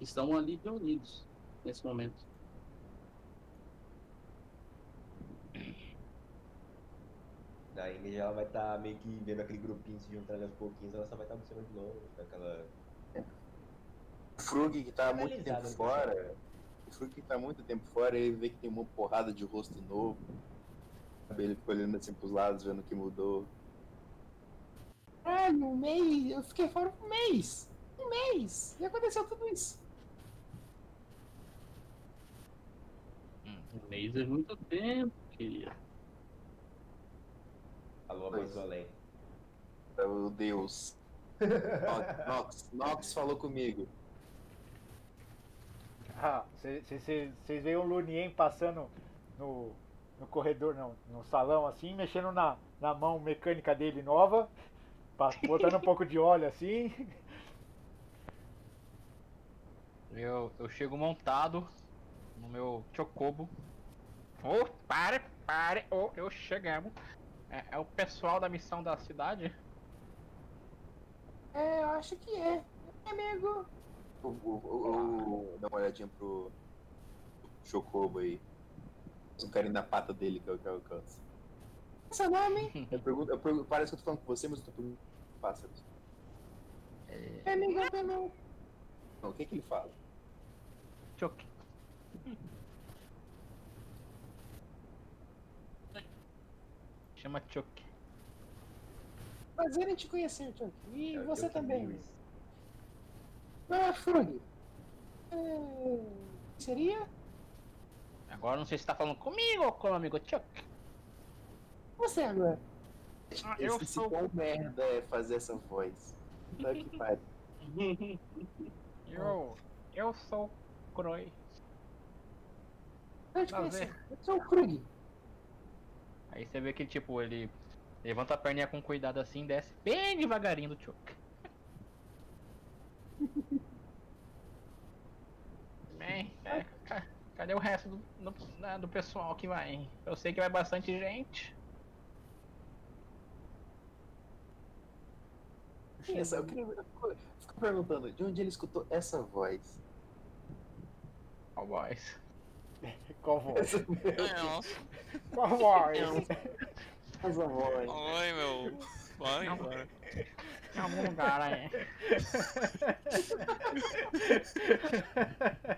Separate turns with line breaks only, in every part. estão ali reunidos nesse momento.
Daí Ingrid ela vai estar meio que vendo aquele grupinho se juntar ali aos pouquinhos, ela só vai estar tá de longe, com aquela.
O Frug que tá há muito
Paralisado,
tempo
né?
fora. O Frug que tá há muito tempo fora, ele vê que tem uma porrada de rosto novo. sabe? Ele fica olhando assim pros lados, vendo o que mudou.
Ah, no mês, eu fiquei fora um mês. Um mês. E aconteceu tudo isso.
Hum,
Um mês é muito tempo, queria.
A lua
Pois.
mais além.
Meu Tá, Deus. Nox- Nox, Nox falou comigo.
Ah, vocês veem o Lunien passando no, no corredor, não, no salão assim, mexendo na, na mão mecânica dele nova, pa- botando um pouco de óleo assim.
Eu, eu chego montado no meu chocobo. Oh, pare, pare, oh, eu chegamos. É, é o pessoal da missão da cidade?
É, eu acho que é. É, amigo.
Eu, eu- eu- eu dá uma olhadinha pro Chocobo aí. Faz um carinho na pata dele que eu, que eu alcanço.
Seu nome?
Eu pergunto, eu pergunto- parece que eu tô falando com você, mas eu tô perguntando pro pássaro.
É, amigo, é meu.
Não, o que que ele fala?
Choc- Chama Choque.
Prazer em te conhecer, Chuck. E
É o
você
Chuck
também.
Lewis.
Ah, Frug. É, seria?
Agora não sei se tá falando comigo ou com o amigo Choc.
Você agora.
Ah,
Eu
eu
Esse
sou.
quão merda é fazer essa voz. Tá que pariu.
Eu, eu sou o Croy.
Eu te
Prazer.
conhecer. Eu sou o Krug.
Aí você vê que tipo, ele levanta a perninha com cuidado assim, desce bem devagarinho do Choke. bem, é, ca- cadê o resto do, do, da- do pessoal que vai? hein? Eu sei que vai bastante gente.
Essa- eu, queria, eu fico- eu fico perguntando de onde ele escutou essa voz.
Ó, boys.
Qual voz?
Nossa,
Qual voz?
Essa voz.
oi meu. Vai embora.
Em algum lugar aí.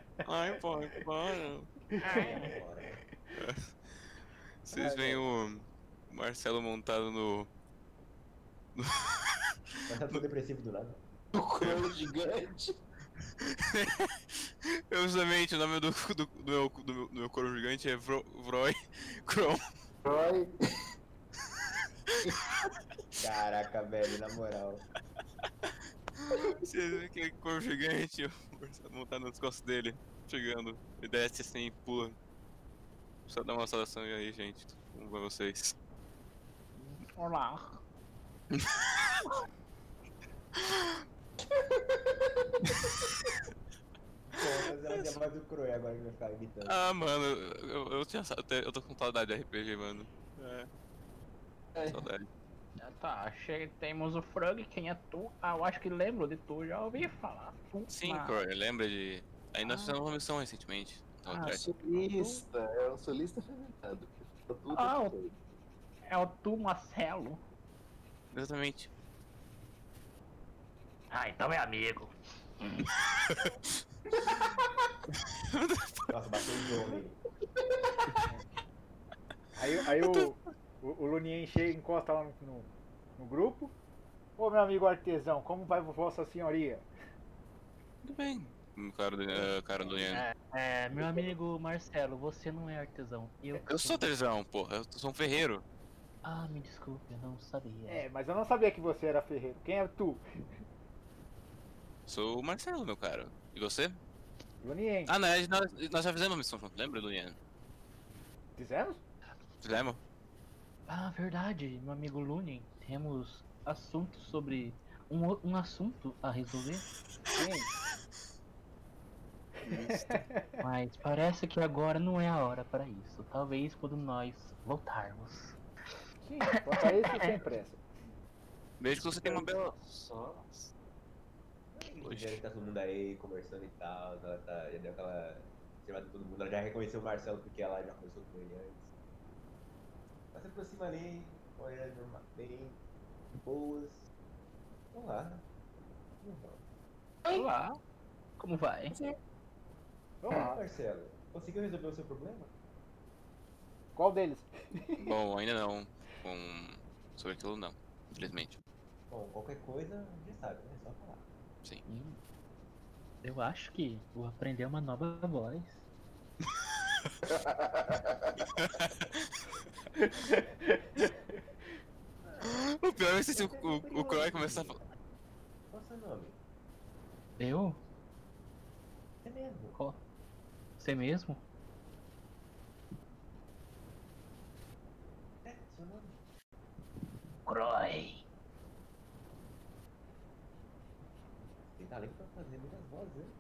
Ai, pô, embora.
Ai,
Vocês veem o Marcelo montado no.
Mas tá tudo depressivo do nada.
O Crow gigante.
Eu justamente, o nome do, do, do meu, do, meu, do meu couro gigante é Vro, Vroy Kron.
Croy.
Caraca, velho, na moral.
Vocês veem aquele couro gigante o Marcelo montado nas costas dele, chegando. Ele desce assim e pula. Só dá uma saudação e aí, gente. Como vai vocês?
Olá.
Pô, mas ela tem a voz do Croy agora que vai ficar imitando.
Ah, mano, eu, eu, tinha, sa- eu te- eu tô com saudade de RPG, mano. É. Saudade.
Ah, Tá, chega, temos o Frog, quem é tu? Ah, eu acho que lembro de tu, já ouvi falar. Tu,
Sim,
mas-
Croy, lembra de. Aí nós fizemos uma missão recentemente. Então,
Ah,
É um
atrás.
solista. É um solista fermentado. Tá tudo
Ah, o- É o tu, Marcelo.
Exatamente.
Ah, então é amigo.
Nossa, bateu o jogo aí.
Aí, aí o, o, o Lunien chega, encosta lá no, no, no grupo. Ô meu amigo artesão, como vai vossa senhoria?
Tudo bem. Hum, Cara do, eh, cara do Ian.
É, meu amigo Marcelo, você não é artesão. Eu,
Eu sou artesão, porra. Eu sou um ferreiro.
Ah, me desculpe, eu não sabia.
É, mas eu não sabia que você era ferreiro. Quem é tu?
Sou o Marcelo, meu caro. E você?
Lunien,
Ah, na verdade, nós, nós já fizemos uma missão junto, lembra do Ian?
fizemos?
Fizemos?
Ah, verdade, meu amigo Lunin. Temos assuntos sobre. Um, o- um assunto a resolver.
Sim.
né?
Mas parece que agora não é a hora para isso. Talvez quando nós voltarmos.
Sim, faça isso sem pressa.
um Vejo que você tem uma bela.
Só.
Vendo que tá todo mundo aí conversando e tal, ela tá, já deu aquela observada em todo mundo, ela já reconheceu o Marcelo porque ela já conversou com ele antes. Ela se aproxima ali, olha norma- bem, boas. né? Olá. Normal.
Olá. Como vai?
Vamos lá.
Marcelo, conseguiu resolver o seu problema?
Qual deles?
Bom, ainda não. Com... Sobre aquilo, não. Infelizmente.
Bom, qualquer coisa, já sabe, né? É só falar.
Hum, Eu acho que vou aprender uma nova voz.
O pior é que se o, o, o Croy começar a falar.
Qual é o seu nome?
Eu?
É mesmo.
Qual? Você mesmo?
É, seu nome.
Croy!
Tem talento tá pra fazer muitas vozes, né?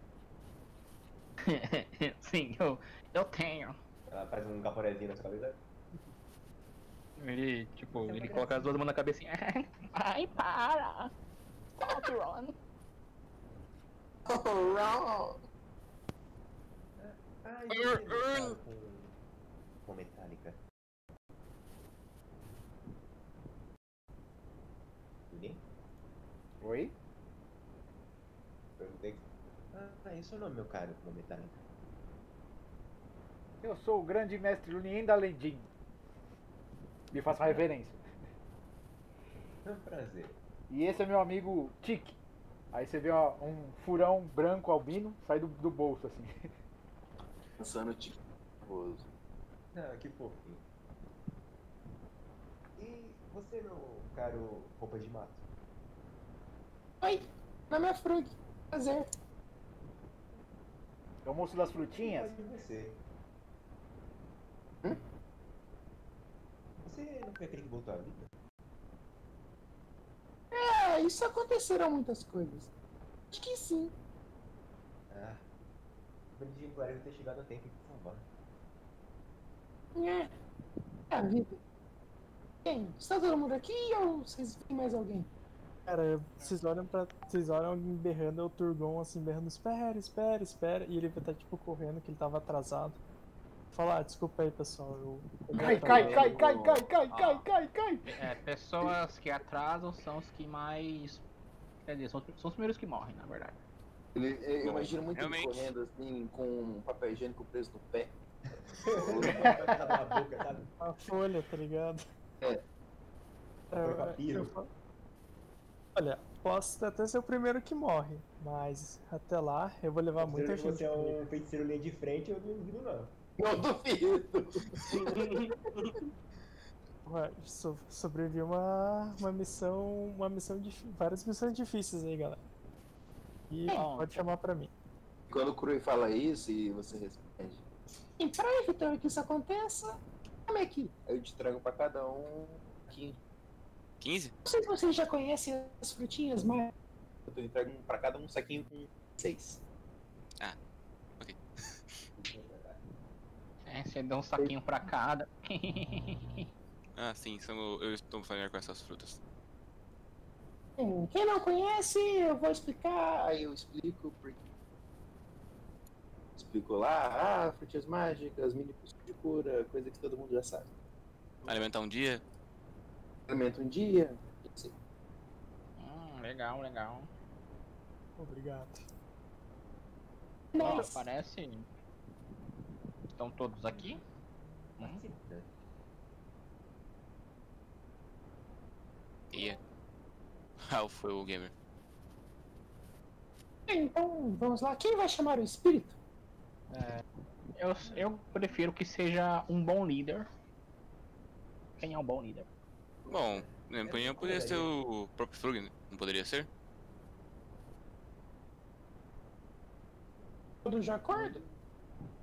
Sim, eu, eu tenho.
Ela faz um caporezinho na sua cabeça.
Ele, tipo,
Você
ele
tá
coloca as duas mãos na cabeça assim.
Ai, para! Cotron!
Ah,
Ur-
isso
ur-
com... com metálica. Ninguém?
Oi?
Perguntei. Ah, esse é o nome, meu caro, com metálica.
Eu sou o grande mestre Lunien da Lendin. Me faço reverência.
É um prazer.
E esse é meu amigo Tic. Aí você vê ó, um furão branco albino sai do, do bolso assim.
Pensando, tipo, nervoso.
Ah, que fofinho. E você, meu caro roupa de mato?
Na minha fruta. é Prazer.
É o moço das
Quem
frutinhas?
de você?
Hum?
Você não foi aquele que voltou à vida?
É, isso aconteceram muitas coisas. Acho que sim.
Ah. Aprendi o Guarani ter chegado a tempo e te salvar.
É. É a vida. Quem? Está todo mundo aqui ou vocês têm mais alguém?
Cara, vocês olham pra. Vocês olham alguém berrando, é o Turgon assim, berrando, espera, espera, espera. E ele vai estar tipo correndo, que ele tava atrasado. Fala, ah, desculpa aí, pessoal. Eu... eu
Cai,
tava
cai, cai,
atrasado."
cai, cai, cai, cai, cai, cai.
É, pessoas que atrasam são os que mais. Quer dizer, são, são os primeiros que morrem, na verdade.
Ele, eu
Bom,
imagino muito ele
realmente.
correndo assim, com um papel higiênico preso no pé.
na boca, sabe?
A folha, tá ligado?
É.
Foi papiro.
eu falo- Olha, posso até ser o primeiro que morre, mas até lá eu vou levar muita
Considerando que
gente.
você é
comigo.
um feiticeiro linha de frente, eu não duvido não.
Não duvido.
Ué, so- sobrevivi uma, uma missão. Uma missão difí- Várias missões difíceis aí, galera. E
É.
Bom.
pode chamar pra mim.
Quando o Crui fala isso e você responde,
Quem para evitar que isso aconteça? Como é que?
eu te trago pra cada um aqui.
15?
Não sei se vocês já conhecem as frutinhas, mas
Eu te trago um- pra cada um um saquinho com seis.
É, você dá um saquinho pra cada.
Ah, sim, são, eu estou familiar com essas frutas.
Bem, Quem não conhece, eu vou explicar.
Aí eu explico porque. Explico lá, ah, frutas mágicas, mini pulsos de cura, coisa que todo mundo já sabe.
Alimentar um dia?
Alimenta um dia.
Hum, legal, legal.
Obrigado.
Ó,
Mas,
né?
parece. Estão todos aqui? Hum,
Ia. Ah, foi o gamer.
bem, então, vamos lá. Quem vai chamar o espírito?
Eu, eu prefiro que seja um bom líder. Quem é um bom líder?
Bom, na minha opinião, poderia ser o próprio Frug, né? não poderia ser?
Todos de acordo?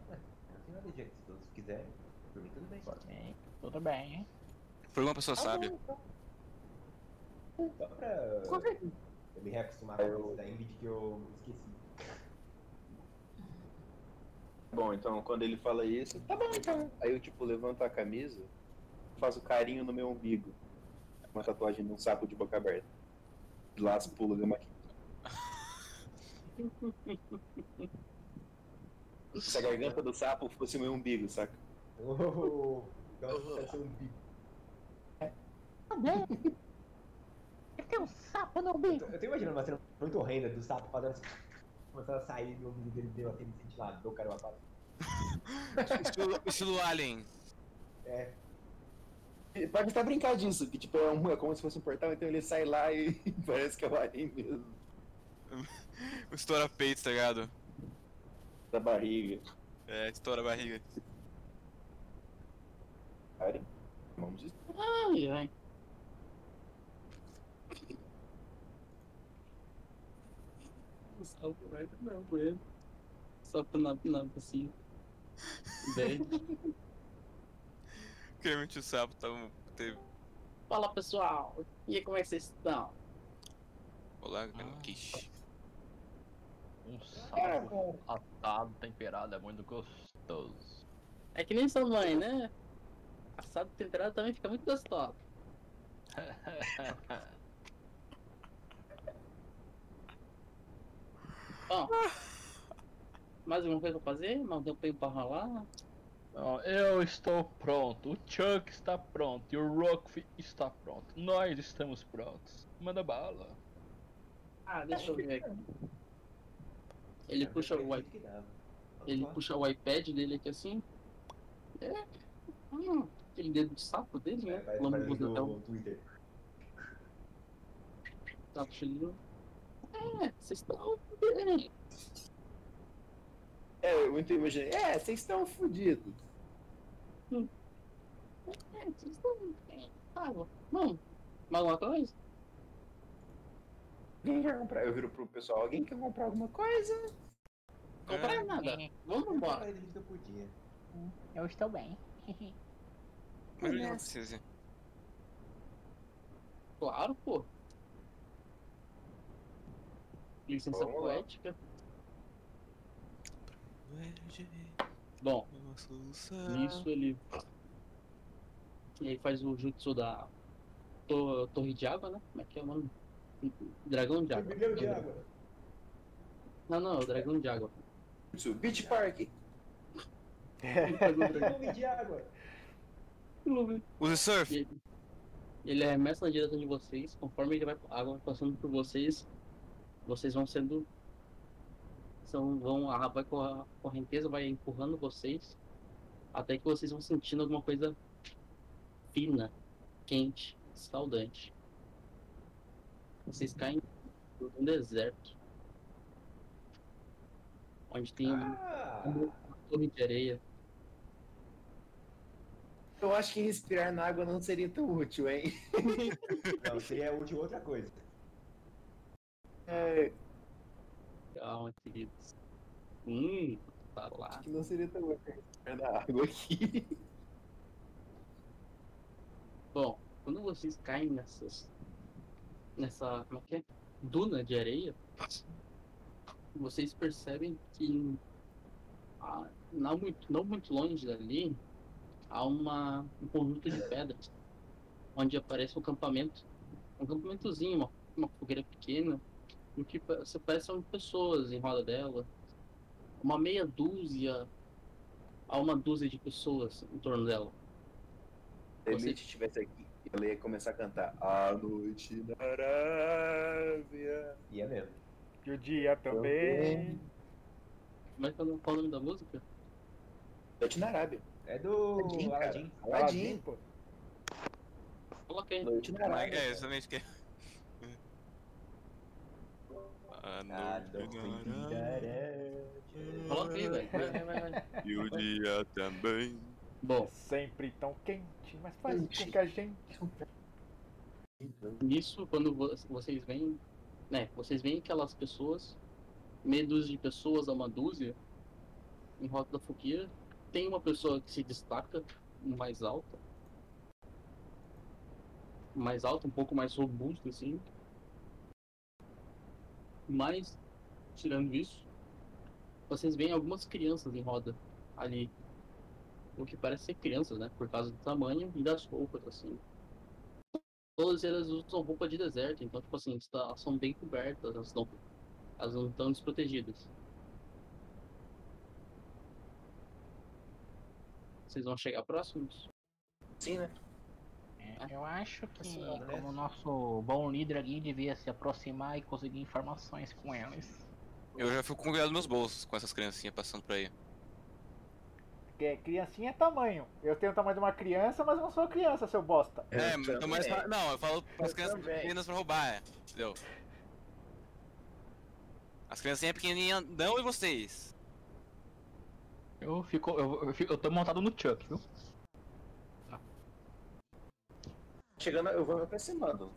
Não tem nada de jeito, se
então,
todos quiserem, por mim tudo bem.
Tudo bem, tudo bem, hein?
Frug é uma
Ah,
pessoa
Tá
sábia.
bom, então.
Só pra
Conver-
eu me reacostumar com isso da Ingrid que eu esqueci.
Bom, então quando ele fala isso,
Tá bom, então.
aí eu tipo levanto a camisa, faço carinho no meu umbigo. Uma tatuagem de um sapo de boca aberta. Lá as pulas de uma Se a garganta do sapo fosse o meu umbigo, saca?
Oh, gosto de ser um bico.
Tá É
Tem um sapo no bico.
Eu tô imaginando uma cena muito horrenda do sapo fazendo assim, começando a sair do ouvido dele, deu aquele ventilador, cara, uma
Estilo, estilo Alien.
E Pode até brincar disso, que tipo, é, um, é como se fosse um portal, então ele sai lá e parece que é o alien mesmo,
Estoura peito, tá ligado?
da barriga.
É, estoura a barriga.
Cara, vamos dizer.
Ai, ai.
O salto vai do meu banheiro. Salto na, na piscina. Bem.
Kermit e o sapo tava. um Teve.
Fala pessoal, e aí, como é que vocês estão?
Olá, Kish.
Um sapo atado, temperado, é muito gostoso.
É que nem sua mãe, né? Assado temperado também fica muito gostoso. Bom, mais alguma coisa pra fazer? Mais um tempo pra rolar?
Não, eu estou pronto, o Chuck está pronto e o Rockfi está pronto. Nós estamos prontos. Manda bala.
Ah, deixa eu ver aqui. Ele puxa o i- Ele puxa o iPad dele aqui assim. É. Hum, aquele dedo de sapo dele, né? Lambe o dedão
no Twitter.
do um sapo chilino. É, vocês estão bem.
É, eu muito imaginei. É, vocês estão fodidos.
É, vocês estão bem. Tá bom. Bom, mais alguma coisa?
Alguém quer comprar? Eu viro pro pessoal, alguém quer comprar alguma coisa?
Comprar
É,
nada.
É,
Vamos embora.
Eu falei que eu podia.
Eu estou bem.
Mas onde não precisa?
Claro, pô. Licença
Vamos lá.
poética. Bom,
Ah.
nisso ele. Ele faz o jutsu da to- Torre de Água, né? Como é que é o nome? Dragão de
Um
Água.
milhão de água.
Não, não, é o Dragão de Água.
Isso, Beach Park.
Ele faz o dragão.
Um milhão de água.
Usa surf.
E ele- Ele arremessa na direção de vocês, conforme ele vai, a água vai passando por vocês, vocês vão sendo. São, vão, a, vai, co- a correnteza vai empurrando vocês, até que vocês vão sentindo alguma coisa fina, quente, escaldante. Vocês caem num deserto, onde tem uma
Ah,
torre de areia.
Eu acho que respirar na água não seria tão útil, hein?
não, seria útil outra coisa.
É,
Calma, queridos. Hum, tá lá.
acho que não seria tão útil respirar na água aqui.
Bom, quando vocês caem nessas. nessa. como é que é? Duna de areia, vocês percebem que ah, não, muito, não muito longe dali há uma, um conjunto de pedras onde aparece um acampamento. Um acampamentozinho, uma, uma fogueira pequena, no que pa- se parecem pessoas em roda dela. Uma meia dúzia a uma dúzia de pessoas em torno dela.
Se a
Você-
gente estivesse aqui, ela ia começar a cantar A noite na Arábia.
E é mesmo.
E o dia também.
Como é que é o qual o nome da música?
Noite na Arábia.
É do
Aladdin, cara.
Aladdin.
tá
Aladdin,
pô.
Coloca aí.
noite na Arábia.
É, exatamente que é. A
Ah, do
noite dará,
é.
Coloca aí, velho. Vai, vai, vai, vai.
E o dia também.
É
Bom,
sempre tão quente, mas faz com que a gente.
nisso, quando vo- vocês veem, né, vocês veem aquelas pessoas, meia dúzia de pessoas a uma dúzia, em volta da fogueira, tem uma pessoa que se destaca, mais alta, mais alta, um pouco mais robusta, assim, mas, tirando isso, vocês veem algumas crianças em roda ali, o que parece ser crianças, né, por causa do tamanho e das roupas, assim. tá, todas elas usam roupa de deserto, então, tipo assim, está- são bem cobertas, elas estão Elas não estão desprotegidas. Vocês vão chegar próximos?
Sim, né?
É, eu acho que,
Assim, né?
como nosso bom líder aqui, devia se aproximar e conseguir informações com eles.
Eu já fico com o dedo nos meus bolsos com essas criancinhas passando por aí.
Porque é, criancinha é tamanho. Eu tenho o tamanho de uma criança, mas não sou criança, seu bosta.
É, mas eu tô mais pra- Não, eu falo pras
Eu
crianças
também.
pequenas pra roubar, é, entendeu? As criancinhas pequenininhas não e vocês.
Eu fico. Eu, eu, fico- eu tô montado no Chuck, viu?
Chegando, eu vou me aproximando.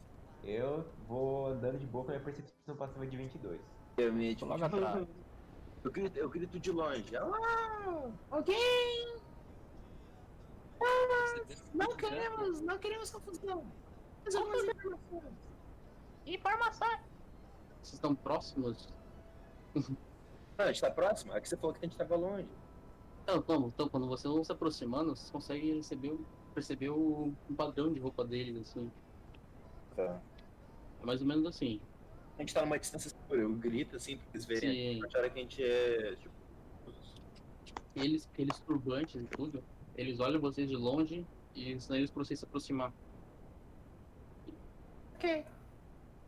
Eu vou andando de boa com a minha percepção passiva de 22.
Obviamente.
Logo atrás.
Eu grito, eu grito de longe. Ah, lá,
Alguém? Ah, Não
certo.
queremos, não queremos confusão. Mas eu vou informações.
Vocês estão próximos?
a gente tá próximo? É que você falou que a gente tava longe.
Então, como? Então, quando vocês vão se aproximando, vocês conseguem receber, o- perceber o, o padrão de roupa deles, assim.
Tá.
É mais ou menos assim.
A gente tá numa distância segura. Eu grito assim pra eles verem.
Sim.
Acharam que a gente é. Tipo,
Eles, aqueles turbantes e tudo, eles olham vocês de longe e ensinam eles pra vocês se aproximar.
Ok.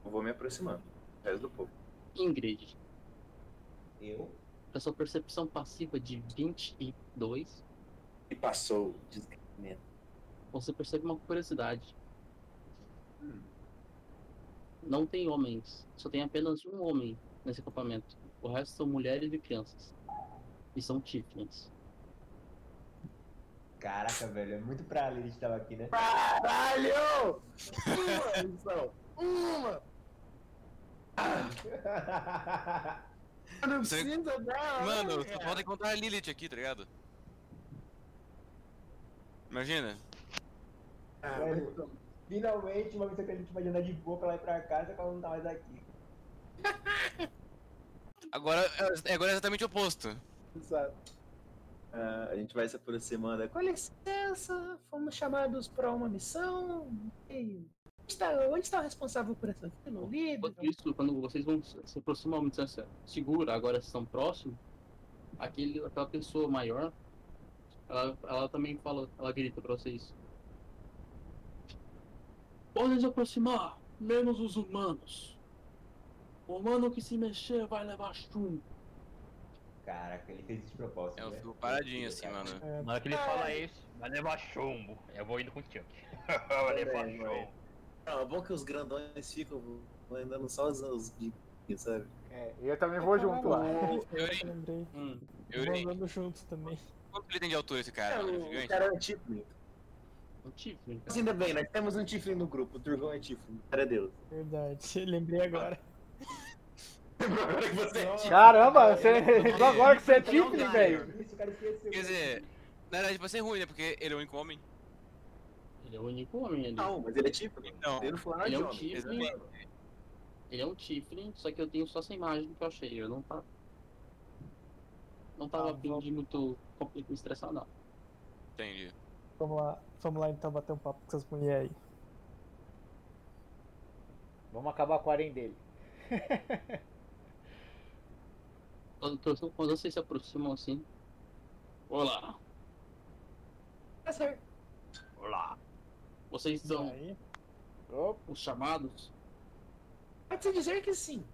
eu vou me aproximando. O resto do povo.
Ingrid,
Eu?
a sua percepção passiva de 22,
E passou. desgra-
você percebe uma curiosidade. Não tem homens, só tem apenas um homem nesse acampamento. O resto são mulheres e crianças. E são Tiffany's.
Caraca, velho, é muito pra ali a gente tava aqui, né?
Caralho! Uma missão. Uma! Não
Você-
precisa dar.
Mano, só
É.
falta encontrar a Lilith aqui, tá ligado? Imagina.
Ah,
Velho,
mas-
Finalmente, uma missão que a gente vai andar de boa pra lá e pra cá, só que ela não tá mais aqui.
Agora, é- agora é exatamente o oposto.
Exato. Ah, a gente vai se aproximando.
Com licença, fomos chamados para uma missão. E onde está, onde está o responsável por essa fila? O líder?
Enquanto
Uhum.
isso, quando vocês vão se se aproximar uma distância segura, agora vocês estão próximos, aquele, aquela pessoa maior, ela, ela também fala, ela grita pra vocês. Podem se aproximar, menos os humanos. O humano que se mexer vai levar chumbo.
Caraca, ele fez isso de propósito.
Eu
né?
fico É paradinho assim, mano.
Na hora que ele fala isso, vai levar chumbo. Eu vou indo com o Chuck. vai levar
Também,
chumbo.
Não, é bom que os grandões ficam andando só os, os biquinhos, sabe?
É, eu também vou junto lá.
Yuri,
Eu lembrei.
Yuri,
Vou andando junto também.
quanto ele tem de altura esse cara?
É,
mano? Ele é
o, o
gigante?
cara é um Tiflin.
Eu tive.
Mas ainda bem, nós temos um Tiflin no grupo. O Turgão é Tiflin. Cara Deus.
Verdade. Lembrei agora.
Agora que você é Tiflin.
Caramba, você lembrou agora que você é Tiffany,
Não,
velho.
Isso, o cara esqueceu.
Quer dizer, na verdade vai ser ruim, né? Porque ele é o único homem.
Ele é o único homem ali.
Não, mas ele é Tiflin.
Não.
Ele não falou nada
ele
de
é um
homem.
Tiffany. Ele é um Tiffany, só que eu tenho só essa imagem que eu achei. Eu não tava. Não tava
Tá,
a fim de muito compli- me estressar, não.
Entendi.
Vamos lá. Vamos lá então bater um papo com essas mulheres aí.
Vamos acabar com o harém dele.
Quando, quando quando vocês se aproximam assim. Olá!
Prazer.
Olá.
Vocês
E
são
aí?
Opa,
os chamados?
Pode-se É dizer que sim.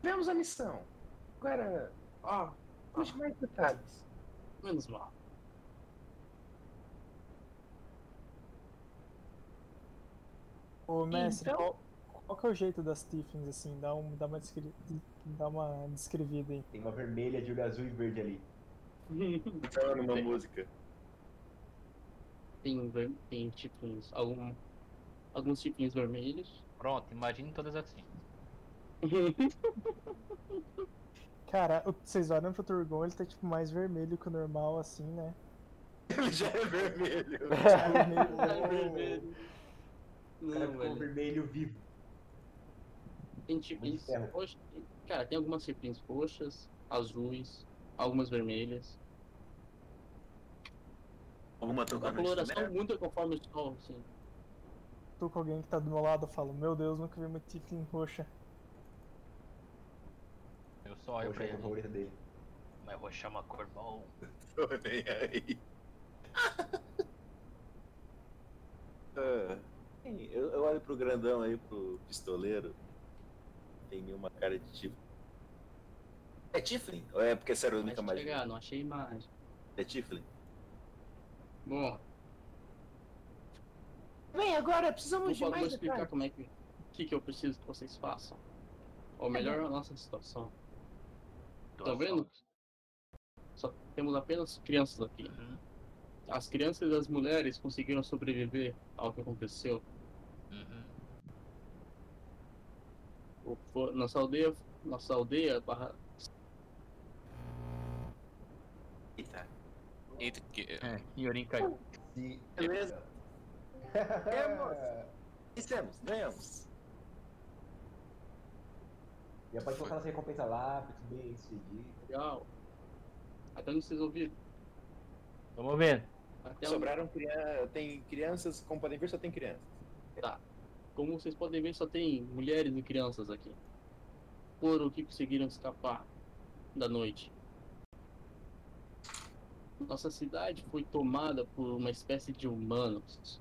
Tivemos a missão. Agora, ó, vamos mais detalhes.
Menos mal.
Ô, mestre,
Então-
qual, qual que é o jeito das Tiffins, assim? Dá, um, dá, uma, descri... dá uma descrevida aí.
Tem uma vermelha, é de olho azul e verde ali.
Tava Então, numa
É.
música.
tem, ver- tem tipinhos, algum, alguns tipinhos vermelhos.
Pronto, imagine todas assim.
Cara, o- vocês olham pro Turgon, ele tá tipo mais vermelho que o normal, assim, né?
Ele já é vermelho.
vermelho.
O cara
Não,
ficou
velho.
vermelho vivo.
Tem tipinhos
ferro.
roxos. Cara, tem algumas tipinhos roxas, azuis, algumas vermelhas.
Vamos matar o
A coloração
né?
muda conforme o sol, assim.
Tô com alguém que tá do meu lado, eu falo, meu Deus, nunca vi uma Tiffin roxa.
Eu só olho pra
Poxa, é a
ele.
favorita dele.
Mas é eu vou chamar Corvão.
Tô nem aí. Ah, sim, eu, eu olho pro grandão aí, pro pistoleiro. Tem nenhuma cara de Tiflin. É Tiflin? Ou é porque essa era a única
Mas
magia?
chegar, não achei imagem.
É Tiflin?
Bom,
Vem agora,
vou,
precisamos de
vou
mais
explicar
detalhes.
como é que. O que, que eu preciso que vocês façam. Ou melhor, a nossa situação.
Então é
Tá vendo? Só temos apenas crianças aqui.
Uhum.
As crianças e as mulheres conseguiram sobreviver ao que aconteceu.
Uhum.
O- fo- Nossa aldeia. Nossa aldeia barra-
Eita.
Eita, que.
É, Yorin caiu.
Se-
Beleza.
É.
Temos. Fizemos, ganhamos.
Já pode colocar nossa recompensa lá, pra te bem seguir.
Legal. Até não vocês ouviram.
Tô movendo.
Até
Sobraram crianças. Tem crianças, como podem ver, só tem crianças.
Como vocês podem ver, só tem mulheres e crianças aqui. Foram o que conseguiram escapar da noite. Nossa cidade foi tomada por uma espécie de humanos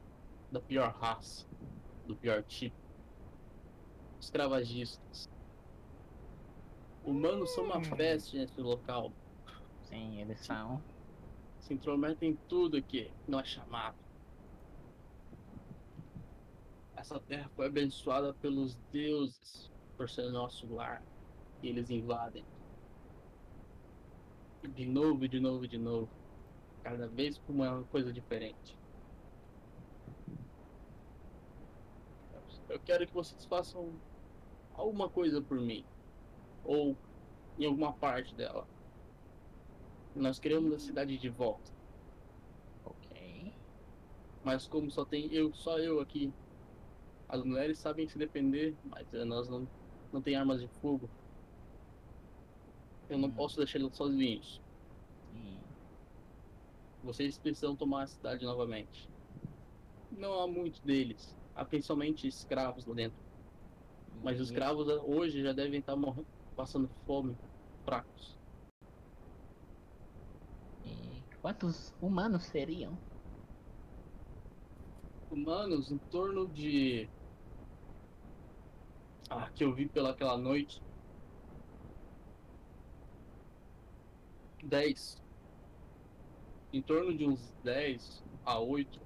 da pior raça, do pior tipo. Escravagistas. Humanos são uma peste nesse local.
Sim, eles são.
Se intrometem em tudo que não é chamado. Essa terra foi abençoada pelos deuses por ser nosso lar. E eles invadem. E De novo, de novo, de novo. Cada vez com uma coisa diferente. Eu quero que vocês façam alguma coisa por mim. Ou em alguma parte dela. Nós queremos a cidade de volta,
Ok.
mas como só tem eu, só eu aqui, as mulheres sabem se defender, mas eh, nós não, não tem armas de fogo. Eu não
Hum.
posso deixar eles sozinhos.
Sim.
Vocês precisam tomar a cidade novamente. Não há muitos deles, há principalmente escravos lá dentro.
Uhum.
Mas os
E-
escravos eh, hoje já devem estar morrendo, passando fome, fracos.
e é. Quantos humanos seriam?
Humanos em torno de. Ah, que eu vi pelaquela noite. 10. Em torno de uns 10 a 8.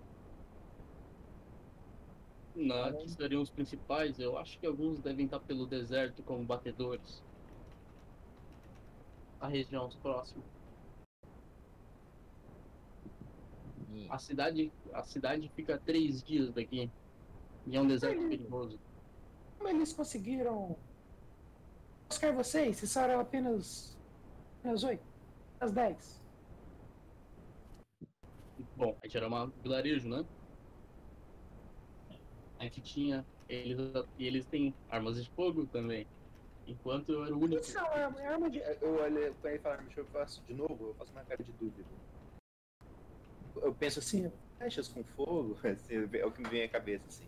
Na, que seriam os principais, eu acho que alguns devem estar pelo deserto como batedores. A região próxima.
E-
A cidade, a cidade fica três dias daqui. E é um deserto perigoso.
Como eles conseguiram buscar vocês? Vocês eram apenas. apenas oito? As dez?
Bom, a gente era uma vilarejo, né? A gente tinha. Eles, e eles têm armas de fogo também. Enquanto eu era o único.
Isso é uma arma, é arma de.
Eu olho pra ele e falo, Michel, eu faço de novo, eu faço uma cara de dúvida. Eu penso assim, flechas com fogo, assim, é o que me vem à cabeça, assim.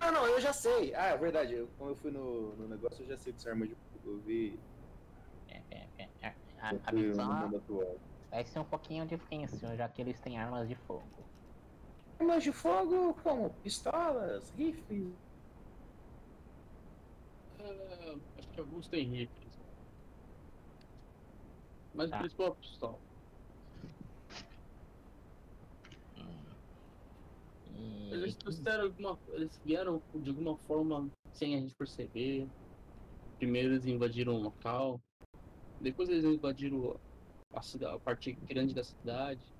Ah, não, eu já sei. Ah, é verdade, eu, quando eu fui no, no negócio, eu já sei que isso é arma de fogo. Eu vi
É,
Ah,
A, a
eu vi no
missão
mundo atual.
vai ser um pouquinho difícil, já que eles têm armas de fogo.
Armas de fogo como pistolas, rifles.
Ah, acho que alguns têm rifles. Mas
Tá.
o principal é a pistola.
E-
Eles trouxeram alguma. Eles vieram de alguma forma sem a gente perceber. Primeiro eles invadiram o local. Depois eles invadiram a, cida- a parte grande da cidade.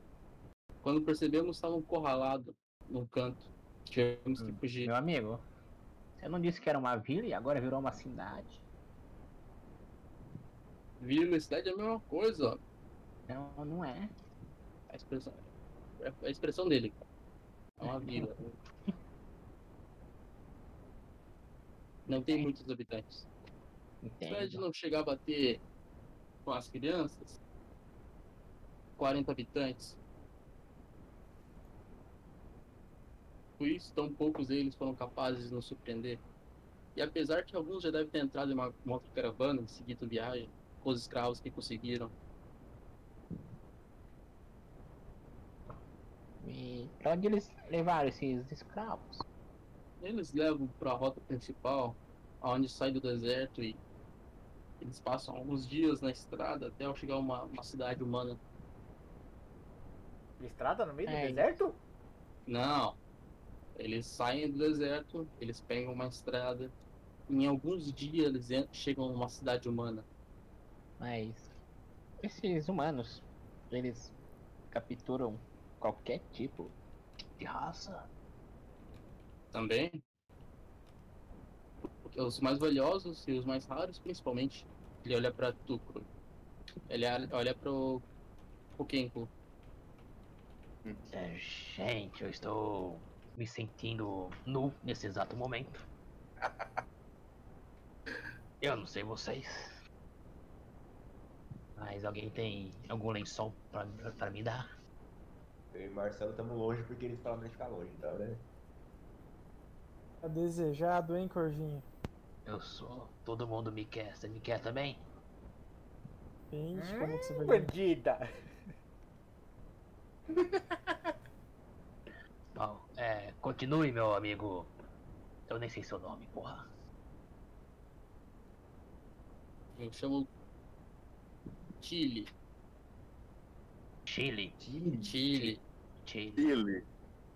Quando percebemos, estavam corralados num canto. Tivemos que fugir.
Meu amigo, você não disse que era uma vila e agora virou uma cidade?
Vila e cidade é a mesma coisa. ó.
Não, não é.
A expressão, é a expressão dele. É uma vila. Não tem muitos habitantes. Apesar de
Entendo.
não chegar a bater com as crianças, 40 habitantes. Por isso, tão poucos deles foram capazes de nos surpreender. E apesar que alguns já devem ter entrado em uma motocaravana em seguida viagem, os escravos que conseguiram.
E pra onde eles levaram esses escravos?
Eles levam para a rota principal, aonde sai do deserto e eles passam alguns dias na estrada até chegar a uma, uma cidade humana.
Estrada no meio do
É,
deserto?
Não. Eles saem do deserto, eles pegam uma estrada. Em alguns dias eles en- chegam numa cidade humana.
Mas esses humanos, eles capturam qualquer tipo de raça.
Também. Porque Os mais valiosos e os mais raros, principalmente. Ele olha pra Tucro. Ele a- olha pro. pro Kenko.
É, gente, eu estou me sentindo nu nesse exato momento. Eu não sei vocês. Mas alguém tem algum lençol pra, pra me dar?
Eu e o Marcelo estamos longe porque eles falaram pra gente ficar longe, então, né?
É desejado, hein, Corvinho?
Eu sou. Todo mundo me quer. Você me quer também?
Gente, como que você vai
Hum,
ganhar?
Bandida!
Bom, é. Continue, meu amigo. Eu nem sei seu nome, porra.
Eu chamo. Chile.
Chile.
Chile.
Chile.
Ele.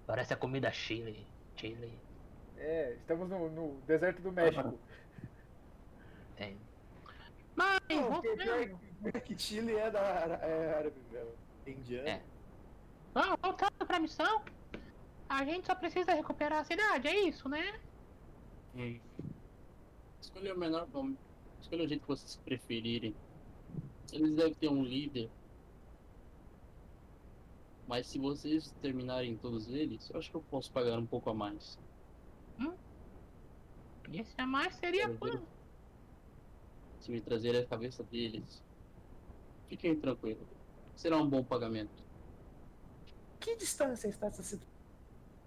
Parece a comida Chile. Chile.
É, estamos no, no deserto do México.
Tem.
Não, pior- pior que- que Chile é da ára- é árabe mesmo. Indiano.
É.
Ah, voltando pra missão, a gente só precisa recuperar a cidade, é isso, né?
Escolha o menor nome. Escolha o jeito que vocês preferirem. Eles devem ter um líder. Mas se vocês terminarem todos eles, eu acho que eu posso pagar um pouco a mais.
E esse a é mais seria
Quero ver Se me trazerem a cabeça deles. Fiquem tranquilos. Será um bom pagamento.
Que distância está essa cidade?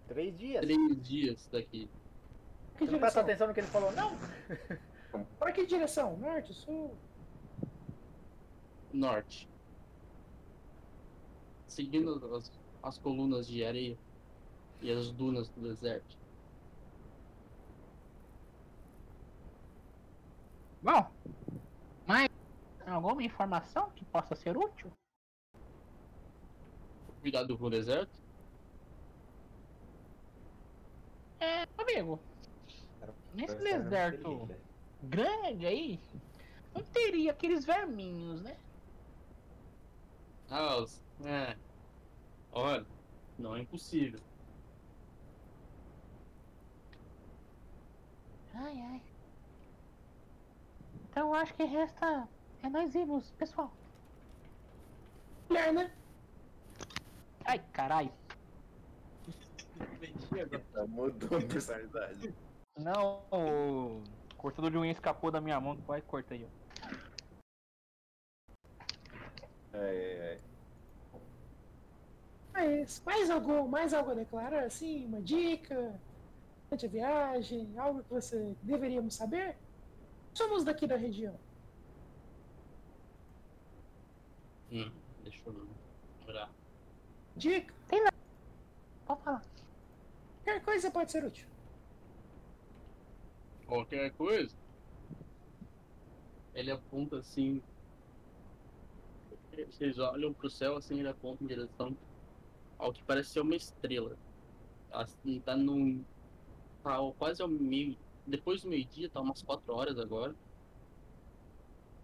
Três dias.
Três dias daqui.
Que
Você não presta
direção?
atenção no que ele falou, não?
Para que direção? Norte, sul?
Norte. Seguindo as, as colunas de areia e as dunas do deserto.
Bom, mas alguma informação que possa ser útil?
Cuidado com o deserto.
É, amigo, nesse
Parece que tá na
deserto
Felipe, né?
grande aí, não teria aqueles verminhos, né?
Ah, os- é. Olha, não é impossível.
Ai, ai. Então acho que resta. É nós irmos, pessoal.
Mulher, né?
Ai, caralho.
Tá, Mudou a personalidade.
Não, o cortador de unha escapou da minha mão, vai corta aí, ó.
Ai, ai, ai.
Mas mais algo, mais algo a declarar, assim, uma dica durante a viagem, algo que você deveríamos saber? Somos daqui da região.
Hum, deixa eu olhar.
Dica,
Pode falar.
qualquer coisa pode ser útil.
Qualquer coisa. Ele aponta assim. Vocês olham pro céu assim, ele aponta em direção ao que parece ser uma estrela. Assim, tá num. Tá ao- quase ao meio. Depois do meio-dia, tá umas 4 horas agora.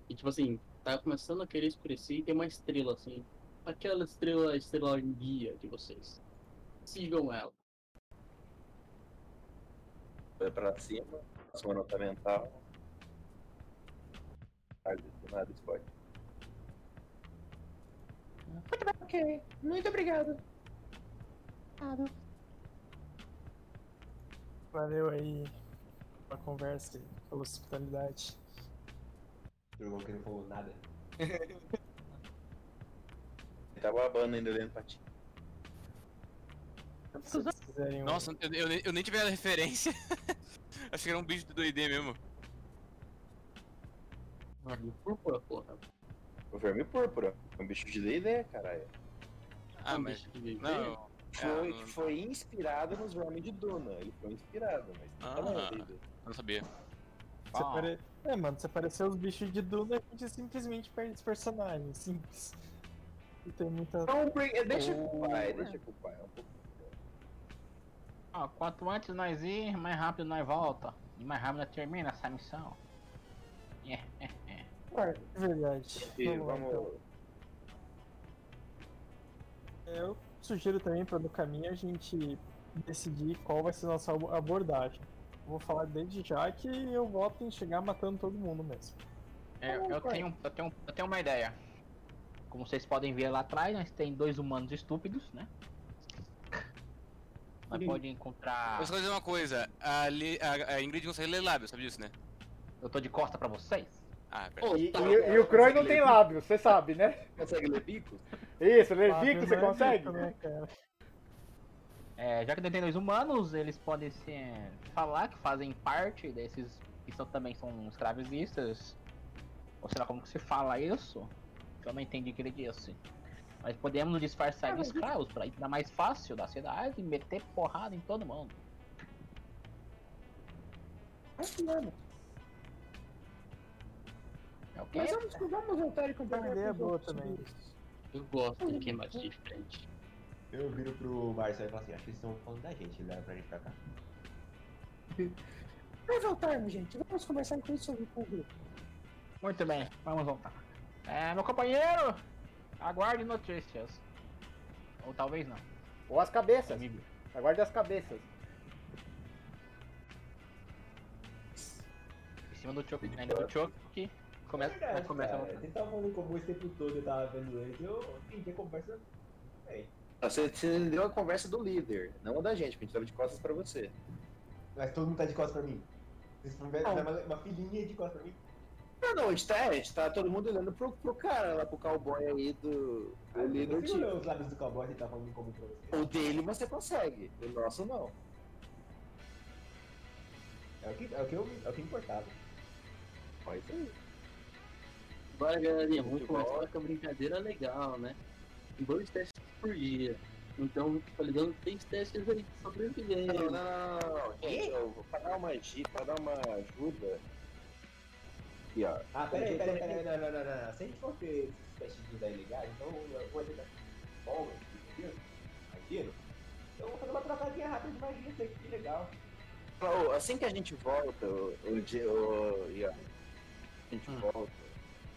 E tipo assim, tá começando a querer escurecer e tem uma estrela assim. Aquela estrela, a estrela guia de vocês. Sigam ela.
Olha pra cima, faça uma nota mental. Ai, do nada, isso pode.
Ok, muito obrigado.
Valeu aí a conversa e pela hospitalidade.
Turgão que não falou nada.
Ele Tava babando ainda olhando pra ti.
Se vocês quiserem um-
Nossa, eu, eu nem- eu nem tive a referência. Acho que era um bicho do 2D mesmo.
Verme púrpura, porra.
O verme púrpura. É um bicho de D&D, caralho.
Ah,
Um
mas.
bicho de D&D.
Não. é,
Foi,
não-
foi inspirado nos vermes de Duna. Ele foi inspirado, mas
Ah.
tá lá, D&D.
Não sabia.
Você
Ah.
pare- É, mano, se aparecer os bichos de Duna, a gente simplesmente perde os personagens. Simples. Não tem muita.
Então, bring- é, deixa culpar, é, deixa culpar. É um pouco...
Ó, quanto antes nós ir, mais rápido nós volta. E mais rápido nós termina essa missão.
Ah, é verdade.
E
Vamos lá, então.
vamos...
É, Eu sugiro também para no caminho a gente decidir qual vai ser a nossa abo- abordagem. Vou falar desde já que eu voto em chegar matando todo mundo mesmo.
É, eu, tenho, eu, tenho, eu tenho uma ideia. Como vocês podem ver lá atrás, nós tem dois humanos estúpidos, né? Nós pode encontrar.
Ah.
Vou só dizer uma coisa. A, Li- a- a Ingrid consegue ler lábios, sabe disso, né?
Eu tô de costa pra vocês.
Ah, pera.
Ô,
E,
tá.
e- e o Croy não tem lábio, você sabe, né?
Consegue ler bico?
Isso,
Fábio,
Levico, você
não é
consegue?
rico, né, cara?
É, já que tem dois humanos, eles podem se é, falar que fazem parte desses que são, também são escravistas. Ou sei lá como que se fala isso. que Eu não entendi o que ele disse. Mas podemos nos disfarçar de escravos pra ir mais fácil da cidade e meter porrada em todo mundo.
assim
É o quê?
Mas vamos, vamos voltar e
Tem
comprar
uma ideia é boa também.
Eu gosto de quem bate de frente.
Eu viro pro Marcel e falo assim, acho que eles estão falando da gente, né? Pra gente ficar cá.
Mas voltarmos, gente. Vamos conversar com isso sobre o grupo.
Muito bem, vamos voltar. É, meu companheiro, aguarde notícias. Ou talvez não,
Ou as cabeças.
amigo.
Aguarde as cabeças.
Em cima do Choke, ainda do Choke, começa,
É Verdade,
começa a
cara. Vocês estavam falando com o esse tempo todo, eu tava vendo eles. Eu entendi a conversa. Bem,
Tá, Você você entendeu a conversa do líder, não a da gente, porque a gente tava de costas pra você.
Mas todo mundo tá de costas pra mim. Vocês estão
Ah.
vendo
Não.
uma, uma filhinha de costas pra mim?
Não, não, a gente tá, a gente tá todo mundo olhando pro, pro cara lá, pro cowboy aí do, do
Você
líder.
olhou
Tipo.
os lábios do cowboy e tá falando como pra você.
O dele você consegue, o nosso não.
É o que, é o que, eu- é o que importava.
Mas aí,
Bora, galerinha, vamos
Muito
começar
bom.
com a brincadeira legal, né? Dois testes por dia. Então, tô lhe dando três testes aí de sobrevivência.
Não, não, não, não, não. Gente, eu vou pra dar uma dica, pra dar uma ajuda. Aqui, ó.
Ah, peraí, peraí, peraí, não, não, não, não, não. Se a gente for ter esses testes aí legais, então eu vou ajudar folga, entendeu? Imagino. Então eu vou fazer uma trocadinha rápida de magia, isso aqui que legal.
Ô, assim que a gente volta, o, o, dia- o, e, ó, a gente volta,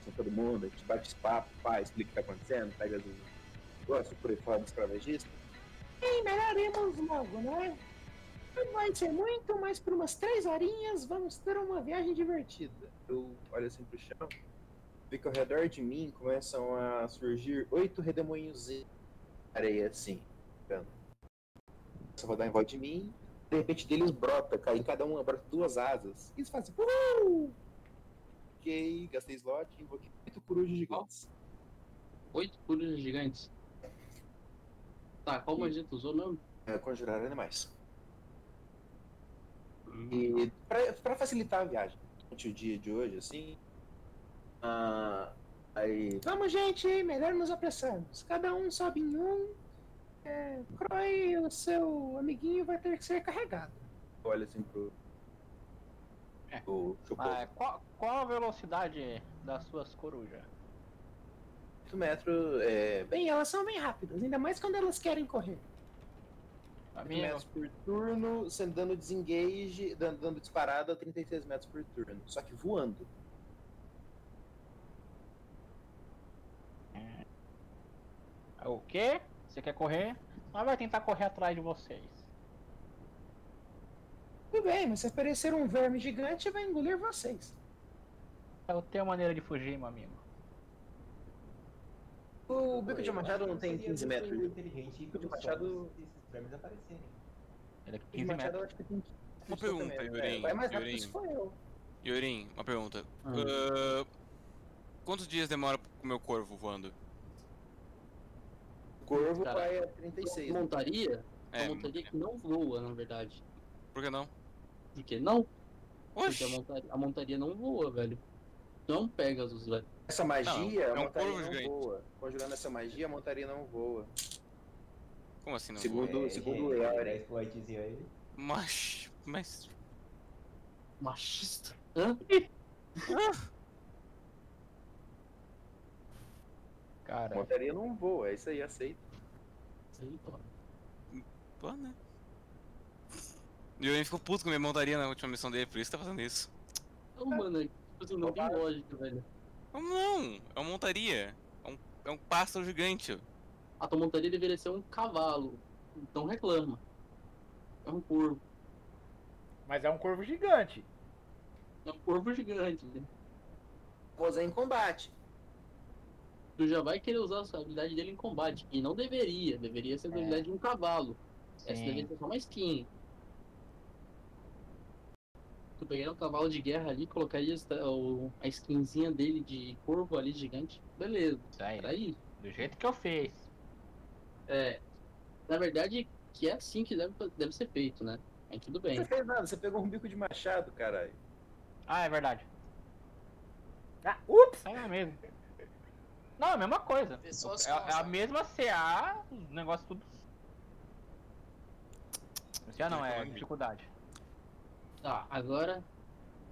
com todo mundo, a gente bate esse papo, pá, explica o que tá acontecendo, pega as negócios por aí fora do escravagista.
Bem, melhoraremos logo, né? Não vai ser muito, mas por umas três horinhas vamos ter uma viagem divertida.
Eu olho assim pro chão, vi que ao redor de mim começam a surgir oito redemoinhos de areia assim. ficando. Começa a rodar em volta de mim, de repente deles brota, cai em cada um brota duas asas. E eles fazem assim, uhul! Fiquei, gastei slot, invoquei oito corujas gigantes.
Oito corujas gigantes. Tá, qual magia tu usou mesmo?
É, conjurar animais. E pra, pra facilitar a viagem, durante o dia de hoje, assim. ah, aí.
Vamos, gente, melhor nos apressarmos. Cada um sobe em um. É, Croy, o seu amiguinho vai ter que ser carregado.
Olha assim pro.
É.
pro Chocobo.
Mas qual, qual a velocidade das suas corujas?
8 metros, é,
Bem, elas são bem rápidas, ainda mais quando elas querem correr.
A
8
minha,
metros por turno, sendo dando desengage, dando, dando disparada 36 metros por turno. Só que voando.
É o quê? Você quer correr? Mas vai tentar correr atrás de vocês.
Tudo bem, mas se aparecer um verme gigante, vai engolir vocês.
Eu tenho maneira de fugir, meu amigo.
O bico de machado não tem
Seria
15
muito
metros.
inteligente
Bico de
nos
Machado-
sonhos desses prêmios aparecerem.
Ele é
O bico de
15
machado
metros.
eu acho que tem 15
Uma
também,
pergunta,
né?
Yorin.
Vai mais rápido se
Yorin.
for eu.
Yorin, uma pergunta.
Ah.
Ah, quantos dias demora o meu corvo voando?
O corvo
Cara,
vai a 36. né?
Então, Montaria?
É,
a montaria que não voa, na verdade.
por que não?
Por que não? Porque a
Oxi!
montaria, a montaria não voa, velho. Não pega os leves.
Essa magia,
Não, é
a
um
montaria
corvo
não
gigante.
voa. Conjurando essa magia, a montaria não voa.
Como assim não?
Segura. Segundo- segundo né? o Elder.
Dez pointzinho aí.
Mas. Mas.
Machista. Hã?
A
Cara,
montaria não voa, é isso aí, aceita.
Sei lá.
Pô, né? E eu ficou puto com a minha montaria na última missão dele, por isso que tá fazendo isso.
Não, mano, é, tipo assim, não tem lógica, velho.
Como não? É uma montaria. É um, é um pássaro gigante.
A tua montaria deveria ser um cavalo. Então reclama. É um corvo.
Mas é um corvo gigante.
É um corvo gigante. né?
Voa em combate.
Tu já vai querer usar a habilidade dele em combate. E não deveria. Deveria ser a habilidade de um cavalo. Essa
Sim.
deveria ser só uma skin. Tu pegaria um cavalo de guerra ali, colocaria esta- o- a skinzinha dele de corvo ali gigante. Beleza,
isso aí,
era isso.
do jeito que eu fiz.
É, na verdade, que é assim que deve, deve ser feito, né? Aí tudo bem.
Você fez nada, você pegou um bico de machado, caralho.
Ah, é verdade.
Ah,
Uh,
ups!
É a mesma. Não, é a mesma coisa.
Pessoas
É, é a
com-
mesma CA, os negócios tudo. CA não, é dificuldade.
Tá, agora.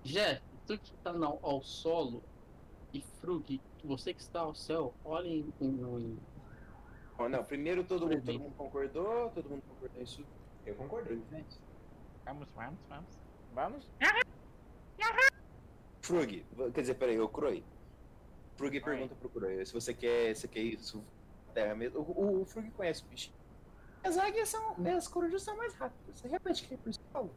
Jeff, tu que tá na- ao solo e Frug, você que está ao céu, olhem em.
Ó, não, primeiro todo mundo,
Proibido.
todo mundo concordou, todo mundo concordou isso.
Eu concordei.
Vamos, vamos, vamos.
Vamos?
Frug, quer dizer, peraí, o Croy. Frug pergunta pro Croy, se você quer, você quer isso, terra mesmo. O, o, o Frug conhece o bicho.
As águias são. é um- As corujas são mais rápidas. Você realmente quer ir por solo?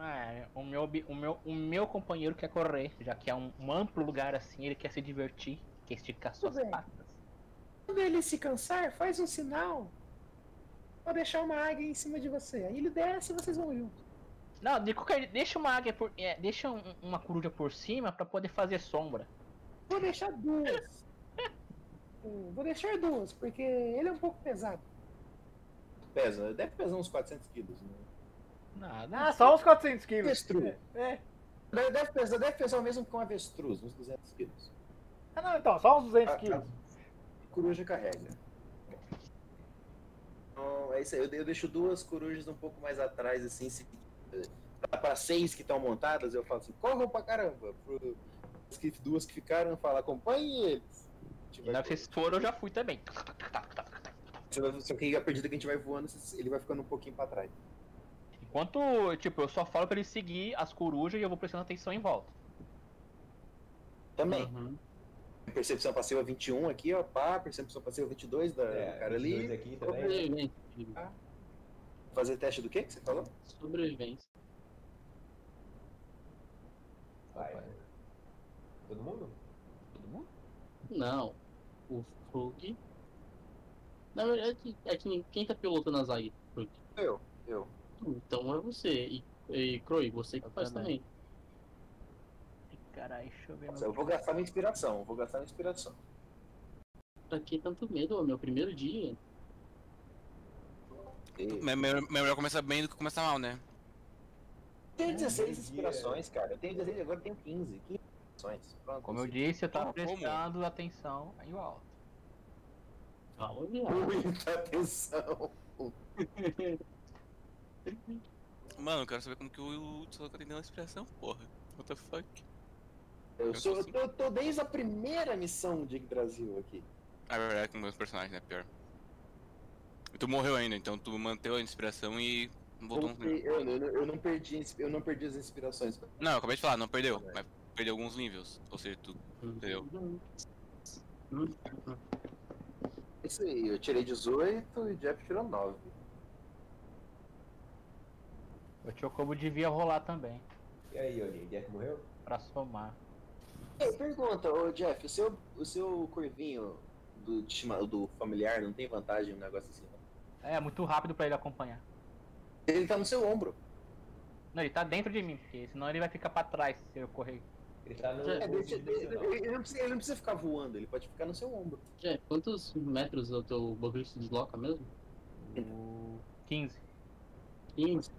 É, o meu, bi- o, meu, o meu companheiro quer correr, já que é um, um amplo lugar assim, ele quer se divertir, quer esticar suas
bem.
patas.
Quando ele se cansar, faz um sinal. Vou deixar uma águia em cima de você. Aí ele desce e vocês vão junto.
Não, de qualquer deixa uma águia por. é, deixa um- uma coruja por cima pra poder fazer sombra.
Vou deixar duas. Hum, Vou deixar duas, porque ele é um pouco pesado.
Pesa, deve pesar uns 400 quilos, né?
Nada.
Ah, só uns 400 quilos.
Avestruz.
É.
Deve, deve pesar, deve pesar o mesmo que um avestruz, uns 200 quilos.
Ah, não, então, só uns 200
tá.
Ah,
quilos.
Coruja carrega. Então, é isso aí. Eu, eu deixo duas corujas um pouco mais atrás, assim, se dá pra seis que estão montadas, eu falo assim, corram pra caramba. Pro- as que- duas que ficaram, eu falo, acompanhe eles. A gente vai
Não, se for, eu já fui também.
Você vai- Só que a perdida que a gente vai voando, ele vai ficando um pouquinho pra trás.
Enquanto, tipo, eu só falo pra ele seguir as corujas e eu vou prestando atenção em volta.
Também.
Uhum.
Percepção passiva 21 aqui, ó, pá. Percepção passiva 22 da, do cara ali.
dois aqui também.
Sobrevivência. filho.
Fazer teste do quê que você falou?
Sobrevivência.
Vai. Todo mundo?
Não. O Frug. Na verdade, é que quem tá pilotando as águias? Frug.
Eu, eu.
Então é você. E, e Croy, você que
Eu
faz
também.
também.
Caralho, deixa eu ver.
Nossa, eu vou gastar minha inspiração, eu vou gastar minha inspiração.
Pra que tanto medo? É meu primeiro dia.
E-
É melhor, melhor começar bem do que começar mal, né?
Tenho 16
Entendi,
inspirações, cara. Eu tenho 16 e agora tenho 15. 15 inspirações. Pronto.
Como eu disse, eu tava
Como, como?
prestando atenção em volta.
Calma, viado.
Muita atenção.
Mano, eu quero saber como que o tá Tsunoka tem dando inspiração, porra. What the fuck?
Eu, sou, eu, tô, eu tô desde a primeira missão de Um Brasil aqui.
Ah, é verdade que meus personagens, né? Pior. E tu morreu ainda, então tu manteve a inspiração e voltou um
Eu,
uns níveis.
eu, eu- eu não perdi, a inspi- eu não perdi as inspirações.
Não, eu acabei de falar, não perdeu,
Tá
mas perdeu alguns níveis. Ou seja, tu. Eu.
É Isso aí, eu tirei 18 e o Jeff tirou 9.
O Chocobo devia rolar também,
E aí, Yoni? Jeff morreu?
pra somar.
Ei, pergunta, ô Jeff, o seu, o seu curvinho do, de chama- do familiar não tem vantagem um negócio assim? não?
É, muito rápido pra ele acompanhar.
Ele tá no seu ombro.
Não, ele tá dentro de mim, porque senão ele vai ficar pra trás se eu correr.
Ele tá no.
É,
É, deixa-
multidimensional.
ele, ele não precisa, ele não precisa ficar voando, ele pode ficar no seu ombro.
Jé, quantos metros o teu bagulho se desloca mesmo?
O 15.
15,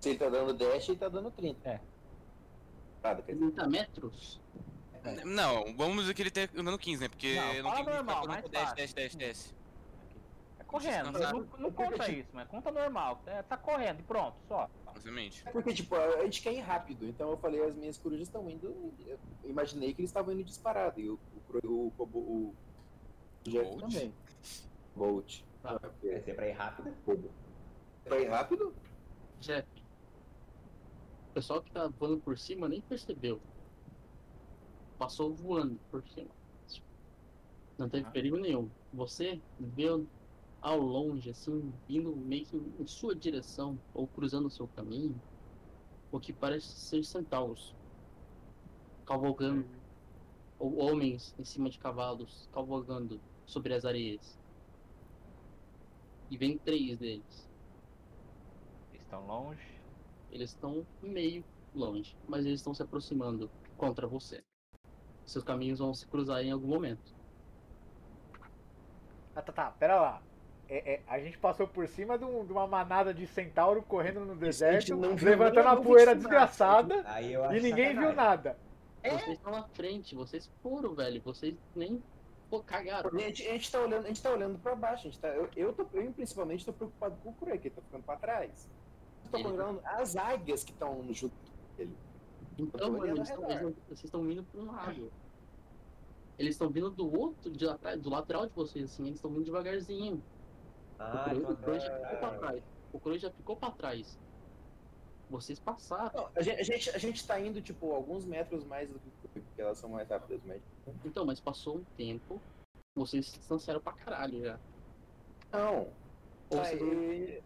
Se ele tá dando 10, ele tá dando 30.
É.
Nada, quer dizer,
30 metros?
Não, vamos dizer que ele tem andando 15, né? Porque
Não,
não,
fala
tem
normal,
calculando
mais
com desce,
fácil.
desce, desce, desce.
É correndo,
Descansar.
não, não conta isso, mas conta normal. É, tá correndo e pronto, só.
Obviamente.
É porque, tipo, a gente quer ir rápido. Então eu falei, as minhas corujas estão indo. Eu imaginei que eles estavam indo disparado. E o. O. cro- O. cobo- o, o Jeff
Volt?
também. Volt.
Tá.
Ah, porque
É sempre pra ir rápido?
é pra ir rápido?
Jeff. O pessoal que tá voando por cima nem percebeu. Passou voando por cima. Não teve perigo nenhum. Você viu ao longe, assim, vindo meio que em sua direção, ou cruzando o seu caminho, o que parece ser centauros. Cavalgando. Ou homens em cima de cavalos, cavalgando sobre as areias. E vem três deles.
Eles estão longe.
Eles estão meio longe, mas eles estão se aproximando contra você. Seus caminhos vão se cruzar em algum momento.
Ah, tá, tá, pera lá. É, é, a gente passou por cima de, um- de uma manada de centauro correndo no deserto,
não viu
levantando
nada,
a
não
poeira
viu nada.
desgraçada
Aí eu acho
e ninguém viu
sacanagem.
nada.
Vocês estão à frente, vocês foram, velho. Vocês nem pô, cagaram.
A gente, a, gente tá olhando, a gente tá olhando pra baixo. A gente tá, eu, eu, tô, eu, principalmente, tô preocupado com o Kurei, que ele tá ficando pra trás. Eu tô
Ele-
olhando as águias que estão junto com ele.
Então, mano,
olhando
eles
ao
tão-
redor.
eles não- vocês estão vindo para um lado. Eles estão vindo do outro, de atrás, do lateral de vocês, assim. Eles estão vindo devagarzinho.
Ah,
o Croy- o Croy
então,
já ficou pra trás. O Croy já ficou pra trás. Vocês passaram.
Não, a, gente, a, gente, a gente tá indo, tipo, alguns metros mais do que o Kurei, porque elas são mais rápidas, mas.
Então, mas passou um tempo. Vocês se distanciaram pra caralho já.
Não.
Ou
Tá,
vocês vão
e-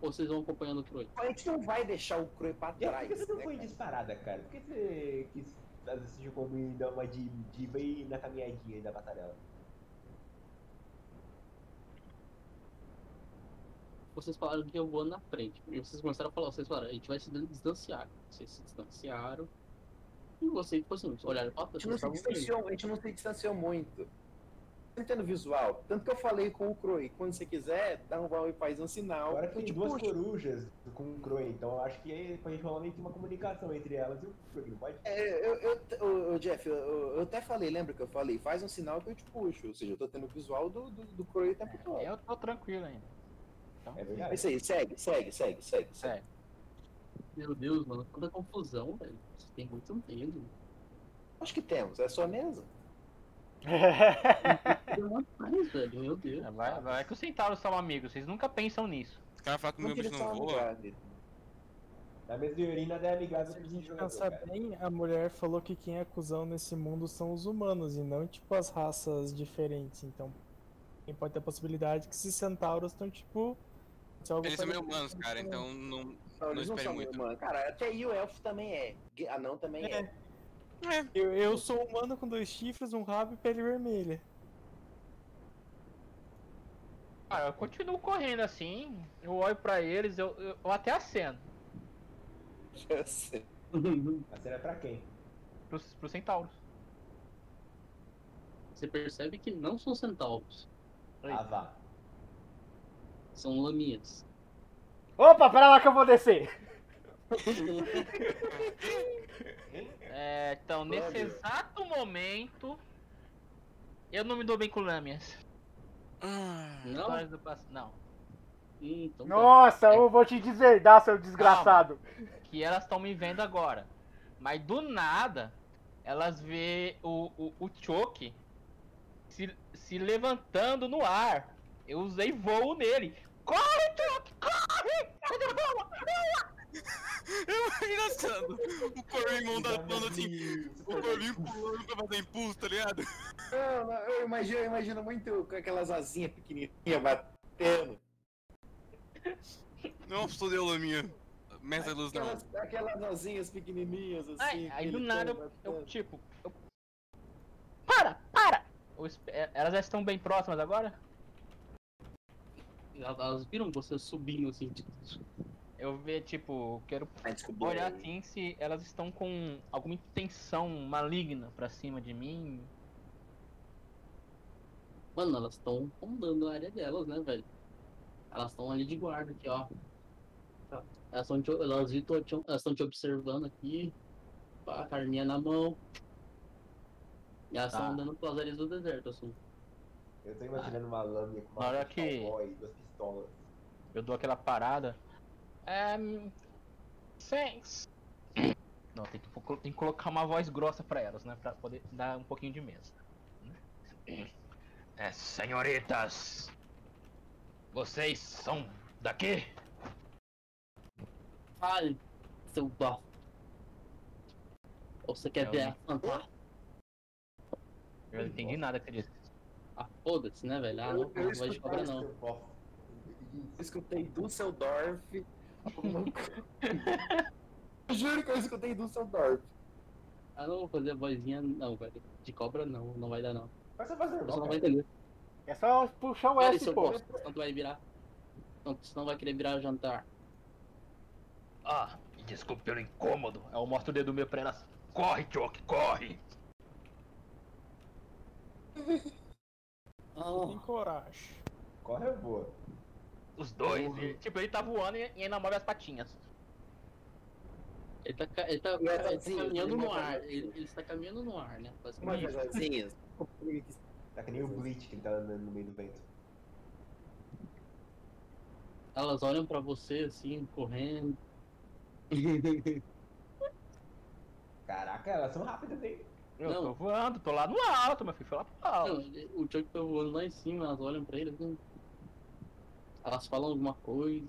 Ou vocês vão acompanhando o Croy?
A gente não vai deixar o Croy pra
Jeff, por
trás.
que você não
né,
foi em
cara?
disparada, cara? Por que você quis às vezes de como ir dar uma de diva e ir na caminhadinha aí da batalha?
Vocês falaram que eu vou na frente. E vocês começaram a falar, vocês falaram, a gente vai se distanciar. Vocês se distanciaram. E vocês, tipo assim, olharam pra
A gente, não
trás.
se
vocês estavam
distanciou, a gente não se distanciou muito. Tá entendendo o visual? Tanto que eu falei com o Croy, quando você quiser, dá um e faz um sinal.
Agora
eu
tem
te
duas
puxo.
corujas com um Croy, então eu acho que aí pode rolar meio que uma comunicação entre elas e o Croy, não pode?
É, eu, eu, ô, ô, Jeff, eu, eu- eu até falei, lembra que eu falei? Faz um sinal que eu te puxo. Ou seja, eu tô tendo o visual do, do, do Croy o
É,
tempo todo.
Eu tô tranquilo ainda. Então,
É
É
verdade.
isso aí, segue, segue, segue, segue. segue.
é.
Meu Deus, mano, quanta confusão, velho. Vocês têm muito medo.
Acho que temos, é só mesmo.
Tem uma paz, velho, meu Deus.
É, vai, vai que os centauros são amigos, vocês nunca pensam nisso.
O cara fala que o
Não
meu bicho
queria
não
só
voa.
mudar dele.
Na mesma urina é amigável
Se a
pro
gente
jogador,
pensar
cara.
bem, a mulher falou que quem é cuzão nesse mundo são os humanos e não, tipo, as raças diferentes. Então, tem- pode ter a possibilidade que esses centauros estão, tipo. se algo
Eles são meio
parecido
humanos,
com
cara,
isso, né?
então não.
Não, eles
Não
não
espere
são
muito.
humano. Cara, até aí o elfo também é. Gu- Anão também é.
É.
Eu, eu sou humano com dois chifres, um rabo e pele vermelha.
Cara, Ah, eu continuo correndo assim, eu olho pra eles, eu, eu, eu até aceno
Eu sei.
A cena é pra quem?
pros, pros centauros.
Você percebe que não são centauros,
Aí.
Ah, vá.
são laminhas.
Opa, pera lá que eu vou descer.
É, então, nesse
Lâmina.
exato momento, eu não me dou bem com lâminas.
Ah,
Não?
Histórias do pass- Não.
Hum, Então, tá.
Nossa, eu vou te deserdar, seu desgraçado.
que elas estão me vendo agora. Mas do nada, elas vê o, o, o Choke se, se levantando no ar. Eu usei voo nele. Corre, Choke! Corre! Cadê a bola?
É engraçado. O Corvin
Dá
montando
meus
assim.
bichos,
O Corvin pulando pra fazer impulso, tá ligado?
Não, não, eu imagino, eu imagino muito com aquelas asinhas pequenininhas batendo.
Não, é sou eu, Laminha. Mesa luz não.
Aquelas, aquelas asinhas pequenininhas assim.
Ai, aí
que
do
ele
nada
tá
eu, eu,
batendo.
tipo. eu- Para! Para! Eu espe- é, Elas já estão bem próximas agora?
Elas- Elas viram você subindo assim, tipo,
Eu ver, tipo, quero
Ai, desculpa. é.
olhar assim se elas estão com alguma intenção maligna pra cima de mim.
Mano, elas estão rondando a área delas, né, velho? Elas estão ali de guarda aqui, ó. Tá. Elas estão te, elas vi- tô te- elas tão te observando aqui. pá, A carninha na mão. E elas estão
Tá.
andando pelas áreas do deserto, assim.
Eu tô imaginando uma lâmina com uma
Na hora
arma de
que-
cowboy, duas pistolas.
Eu dou aquela parada. Ehm, thanks. Não, tem que, colo- tem que colocar uma voz grossa pra elas, né? Pra poder dar um pouquinho de mesa.
É, senhoritas! Vocês são daqui?
Fale, seu bafo. Ou você quer
É
ver
um-
a fantasma?
Eu não entendi nada que ele disse.
Ah, foda-se, né, velho? Ah, não,
Eu- eu
não vai de cobra, não.
Eu posso.
Eu escutei Dusseldorf. Eu Juro que eu escutei Dusseldorf.
Ah, não vou fazer vozinha, não, velho. De cobra, não. Não vai dar, não.
Mas você faz
O pessoal
normal,
não vai
cara.
entender.
É só puxar o
Fale,
S,
seu
pô.
bosta, senão tu vai virar. Não, senão vai querer virar jantar.
Ah, me desculpe pelo incômodo. Eu mostro o dedo meu pra elas. Corre, Choke, corre!
Ah,
Tem coragem.
Corre é boa.
Os dois.
Porra.
e- tipo, ele tá voando e, e ainda move as patinhas.
Ele tá, ca- ele tá,
Não é
ele tá
sozinho,
caminhando
ele
no
não é
ar.
sozinho.
Ele, ele está caminhando no ar, né?
Umas
Basicamente.
coisinhas.
Tá que nem o Bleach que ele tá andando no meio do vento.
Elas olham pra você assim, correndo.
Caraca, elas são rápidas, hein?
Eu
Não.
tô voando, tô lá no alto, meu filho. Foi lá pro
Não,
alto.
ele- o Chuck tá voando lá em cima, elas olham pra ele assim. Elas falam alguma coisa.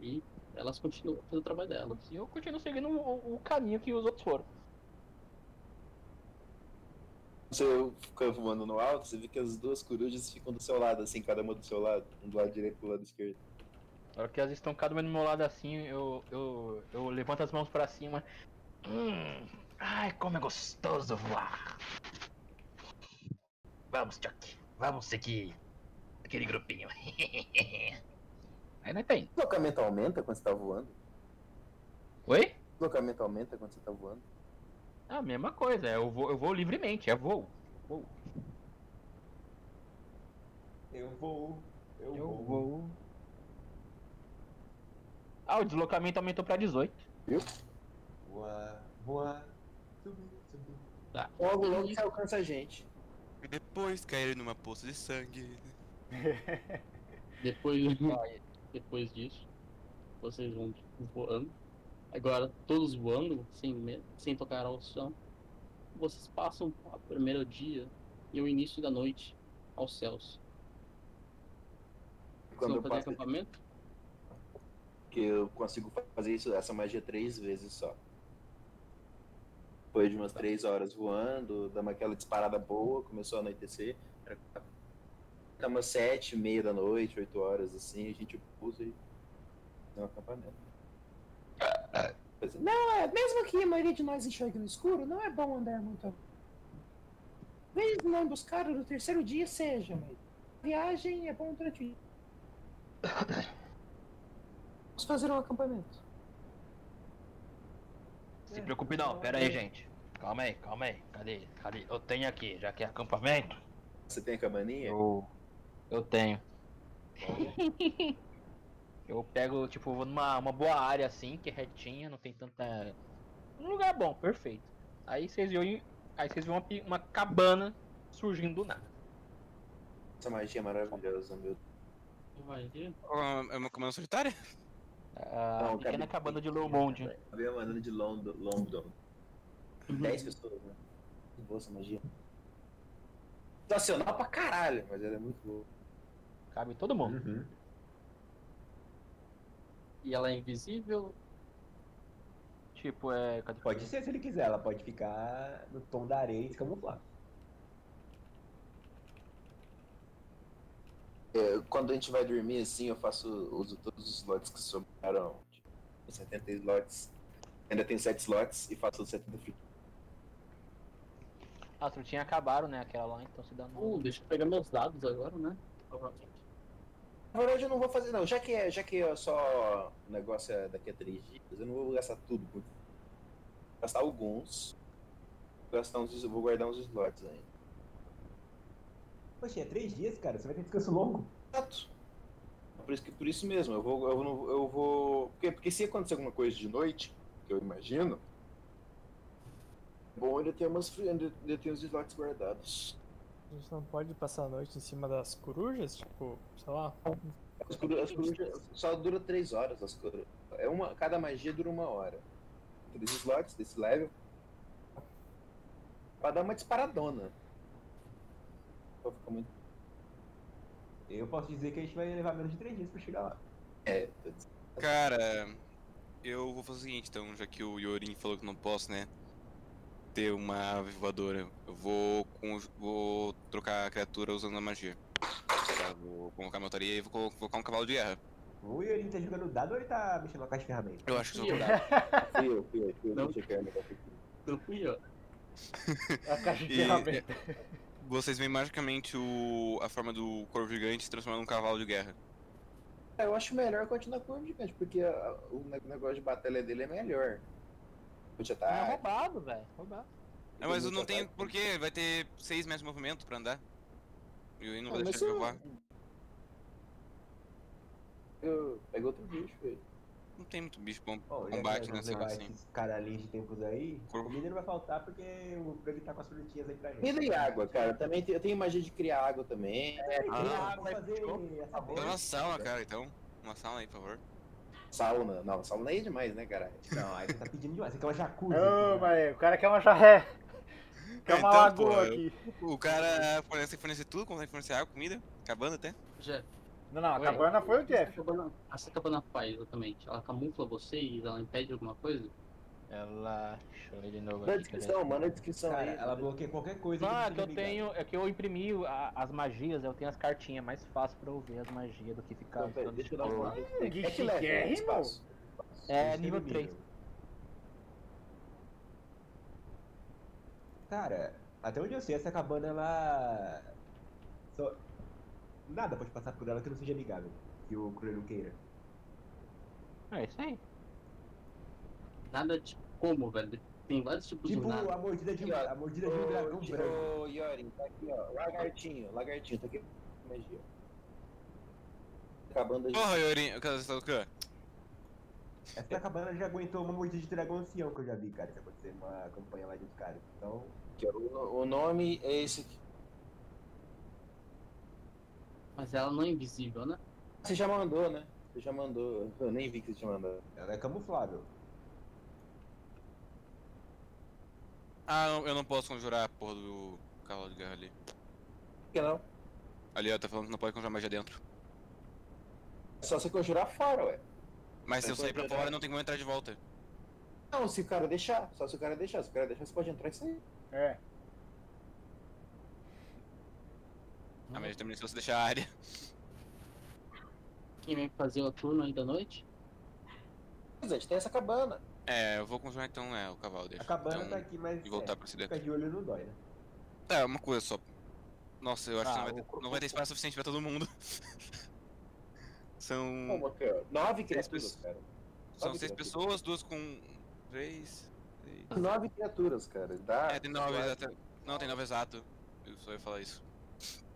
E elas continuam fazendo o trabalho delas.
E eu continuo seguindo o, o caminho que os outros foram.
Você fica voando no alto, você vê que as duas corujas ficam do seu lado, assim, cada uma do seu lado. Um do lado direito e do lado esquerdo.
Na hora que elas estão cada uma do meu lado assim, eu, eu, eu levanto as mãos pra cima.
Hum, ai, como é gostoso voar. Vamos, Chuck. Vamos seguir aquele grupinho.
Aí não tem.
O deslocamento aumenta quando você tá voando?
Oi?
O deslocamento aumenta quando você tá voando?
A mesma coisa, eu vou, eu vou livremente, é voo.
Eu vou. Eu, vou.
vou. Ah, o deslocamento aumentou pra 18.
Voar, voar. Subir, subir.
Logo, logo você alcança a gente.
E É depois cair numa poça de sangue.
Depois,
Uhum.
depois disso, vocês vão tipo, voando. Agora, todos voando, sem, me- sem tocar ao chão. Vocês passam o primeiro dia e o início da noite aos céus. Vocês
Quando
vão
eu
fazer
passo,
acampamento?
que eu consigo fazer isso, essa magia três vezes só. Depois de umas três horas voando, dá uma aquela disparada boa, começou a anoitecer. Era tá umas sete, e meia da noite, oito horas assim, a gente usa e dá um acampamento. Pois é.
Não, é, mesmo que a maioria de nós enxergue no escuro, não é bom andar muito. Talvez não buscar no terceiro dia seja, mas viagem é bom durante o dia. Vamos fazer um acampamento.
É,
Se preocupe
então,
não, pera aí, gente. Calma aí, calma aí. Cadê? Cadê? Eu tenho aqui, já que é acampamento.
Você tem a cabaninha?
Eu, eu tenho. eu pego, tipo, vou numa uma boa área assim, que é retinha, não tem tanta. Um lugar bom, perfeito. Aí vocês viram. Aí vocês viram uma, pi- uma cabana surgindo do nada.
Essa magia é maravilhosa, meu Deus.
Vai ver.
Ah, é uma comando solitária?
A
Não,
Ah, pequena
cabe-
cabana de Lomond.
Eu ia né, mandando de London. London.
Uhum.
Dez pessoas, né? Que boa essa magia. Sensacional pra caralho, mas ela é muito boa.
Cabe todo
Uhum.
mundo.
Uhum.
E ela é invisível?
Tipo, é. Cadê?
Pode ser se ele quiser, ela pode ficar no tom da areia e se camuflar.
É, quando a gente vai dormir assim, eu faço uso todos os slots que sobraram. Tipo, 70 slots. Ainda tenho 7 slots e faço os 70 free.
Ah, As frutinhas acabaram, né? Aquela lá, então se dá no.
Uh, deixa eu pegar meus dados agora, né?
Na verdade eu não vou fazer não, já que é, já que é só o negócio é daqui a 3 dias, eu não vou gastar tudo. Vou gastar alguns. Vou Gastar uns, vou guardar uns slots ainda.
Poxa, é três dias, cara. Você vai ter descanso longo.
Exato. É Por isso, que, por isso mesmo, eu vou. Eu, não, eu vou. Porque, porque se acontecer alguma coisa de noite, que eu imagino, é Bom, ainda tem, umas, fri- ainda, ainda tem os slots guardados.
A gente não pode passar a noite em cima das corujas, tipo, sei lá.
As coru- as corujas só dura 3 horas. As coru- é uma, cada magia dura uma hora. Três slots desse level. Pra dar uma disparadona. Pra ficar muito.
Eu posso dizer que a gente vai levar menos de 3 dias pra chegar lá.
É, tô des-
Cara, eu vou fazer o seguinte, então, já que o Yorin falou que não posso, né? Ter uma ave voadora. Eu vou, conj- vou trocar a criatura usando a magia. Tá, vou convocar minha autoria e vou co- colocar um cavalo de guerra.
O Yorin tá jogando dado ou ele tá mexendo na caixa de ferramentas?
Eu acho que isso
E
é
eu?
verdade.
fui eu, fui eu, fui eu.
Não.
Deixa né? eu cair o negócio aqui.
Não fui eu.
É A caixa de
E-
ferramenta.
Vocês veem magicamente o, a forma do corvo gigante se transformando num cavalo de guerra.
É, eu acho melhor continuar com o gigante, porque a- o ne- negócio de batalha dele é melhor. tá. Put
É
ataque.
roubado, velho. Roubado.
Ah, mas eu não
muito
tenho
ataque.
porquê, vai ter 6 metros de movimento pra andar. E o Yorin não
Ah,
vai
mas
deixar de voar.
Eu pego outro bicho, velho.
Não tem muito bicho bom.
Bom, já
Combate,
que nós vamos
né,
levar
assim.
esses caras ali de tempos aí,
Corvo.
comida não vai faltar porque o Plug tá com as frutinhas aí pra gente.
Comida e água, cara. Também tem- eu tenho magia de criar água também.
É, tem
Ah,
água, vamos fazer essa
Tem uma
boa.
sala, cara, então. Uma sala aí, por favor.
Sauna. Não, sauna aí é demais, né, cara?
Não, aí você tá pedindo demais, você quer uma jacuzzi.
Ô,
aqui, né?
mas o cara quer uma jarré. Quer uma
Então,
lagoa
pô, eu-
aqui.
O cara fornece, fornece tudo, consegue fornecer água, comida, cabana até.
Jeff.
Não, não, a
Ué,
cabana foi o
Essa
Jeff.
cabana, essa cabana faz, exatamente. Ela camufla vocês, ela impede alguma coisa.
Ela. Deixa eu ler de novo.
Manda a
aqui, cadê?
descrição, manda a descrição
Cara,
aí.
ela bloqueia qualquer coisa.
Não, é
fica
que eu
ligado.
tenho. É que eu imprimi a- as magias, eu tenho as cartinhas, é mais fácil pra eu ver as magias do que ficar.
Então, pera,
usando
deixa eu dar uma
cor.
olhada.
Que
É que leva
chiquérrimo.
espaço.
A
É
gente tem
nível
um
3.
Cara, até onde eu sei, essa cabana ela. Só... Nada pode passar por ela que não seja amigável. Que o Cruz não queira.
É isso aí.
Nada de como, velho. Tem vários tipos
Tipo
de nada.
a mordida de,
Obrigado.
a mordida de um dragão branco.
Ô, ô, Yorin, tá aqui, ó. Lagartinho, lagartinho, tá aqui. Magia. Acabando a gente.
Porra, Yorin, o cara tá o quê?
Essa cabana já aguentou uma mordida de dragão ancião que eu já vi, cara. Isso aconteceu numa campanha lá de uns caras. Então,
aqui, ó. O no- O nome é esse aqui.
Mas ela não é invisível, né?
Você já mandou, né? Você já mandou. Eu nem vi que você te mandou.
ela é camuflável.
Ah, não, eu não posso conjurar a porra do cavalo de guerra ali.
Por que não?
Ali, ó, tá falando que não pode conjurar magia dentro.
É só você conjurar fora, ué.
Mas se eu
Mas
sair pra
conjurar.
fora, não tem como entrar de volta.
Não, se o cara deixar. Só se o cara deixar. Se o cara deixar, você pode entrar e sair.
É.
A
Uhum.
magia termina é se você deixar a área.
Quem vem fazer o turno aí da noite?
Mas, gente, tem essa cabana.
É, eu vou conjurar então, é, o cavalo
A
deixa.
cabana
então,
tá aqui, mas.
E voltar pra
é, fica
cidade.
de olho não dói, né?
É, uma coisa só. Nossa, eu acho que
Ah,
não vai, ter, não
é
vai ter espaço suficiente pra todo mundo. São.
Como, cara? Nove criaturas,
pessoas.
cara.
São
Sabe
seis
que-
pessoas, duas com. três. seis.
Nove criaturas, cara. Dá.
É, tem nove exato. Não, tem nove exato. Eu só ia falar isso.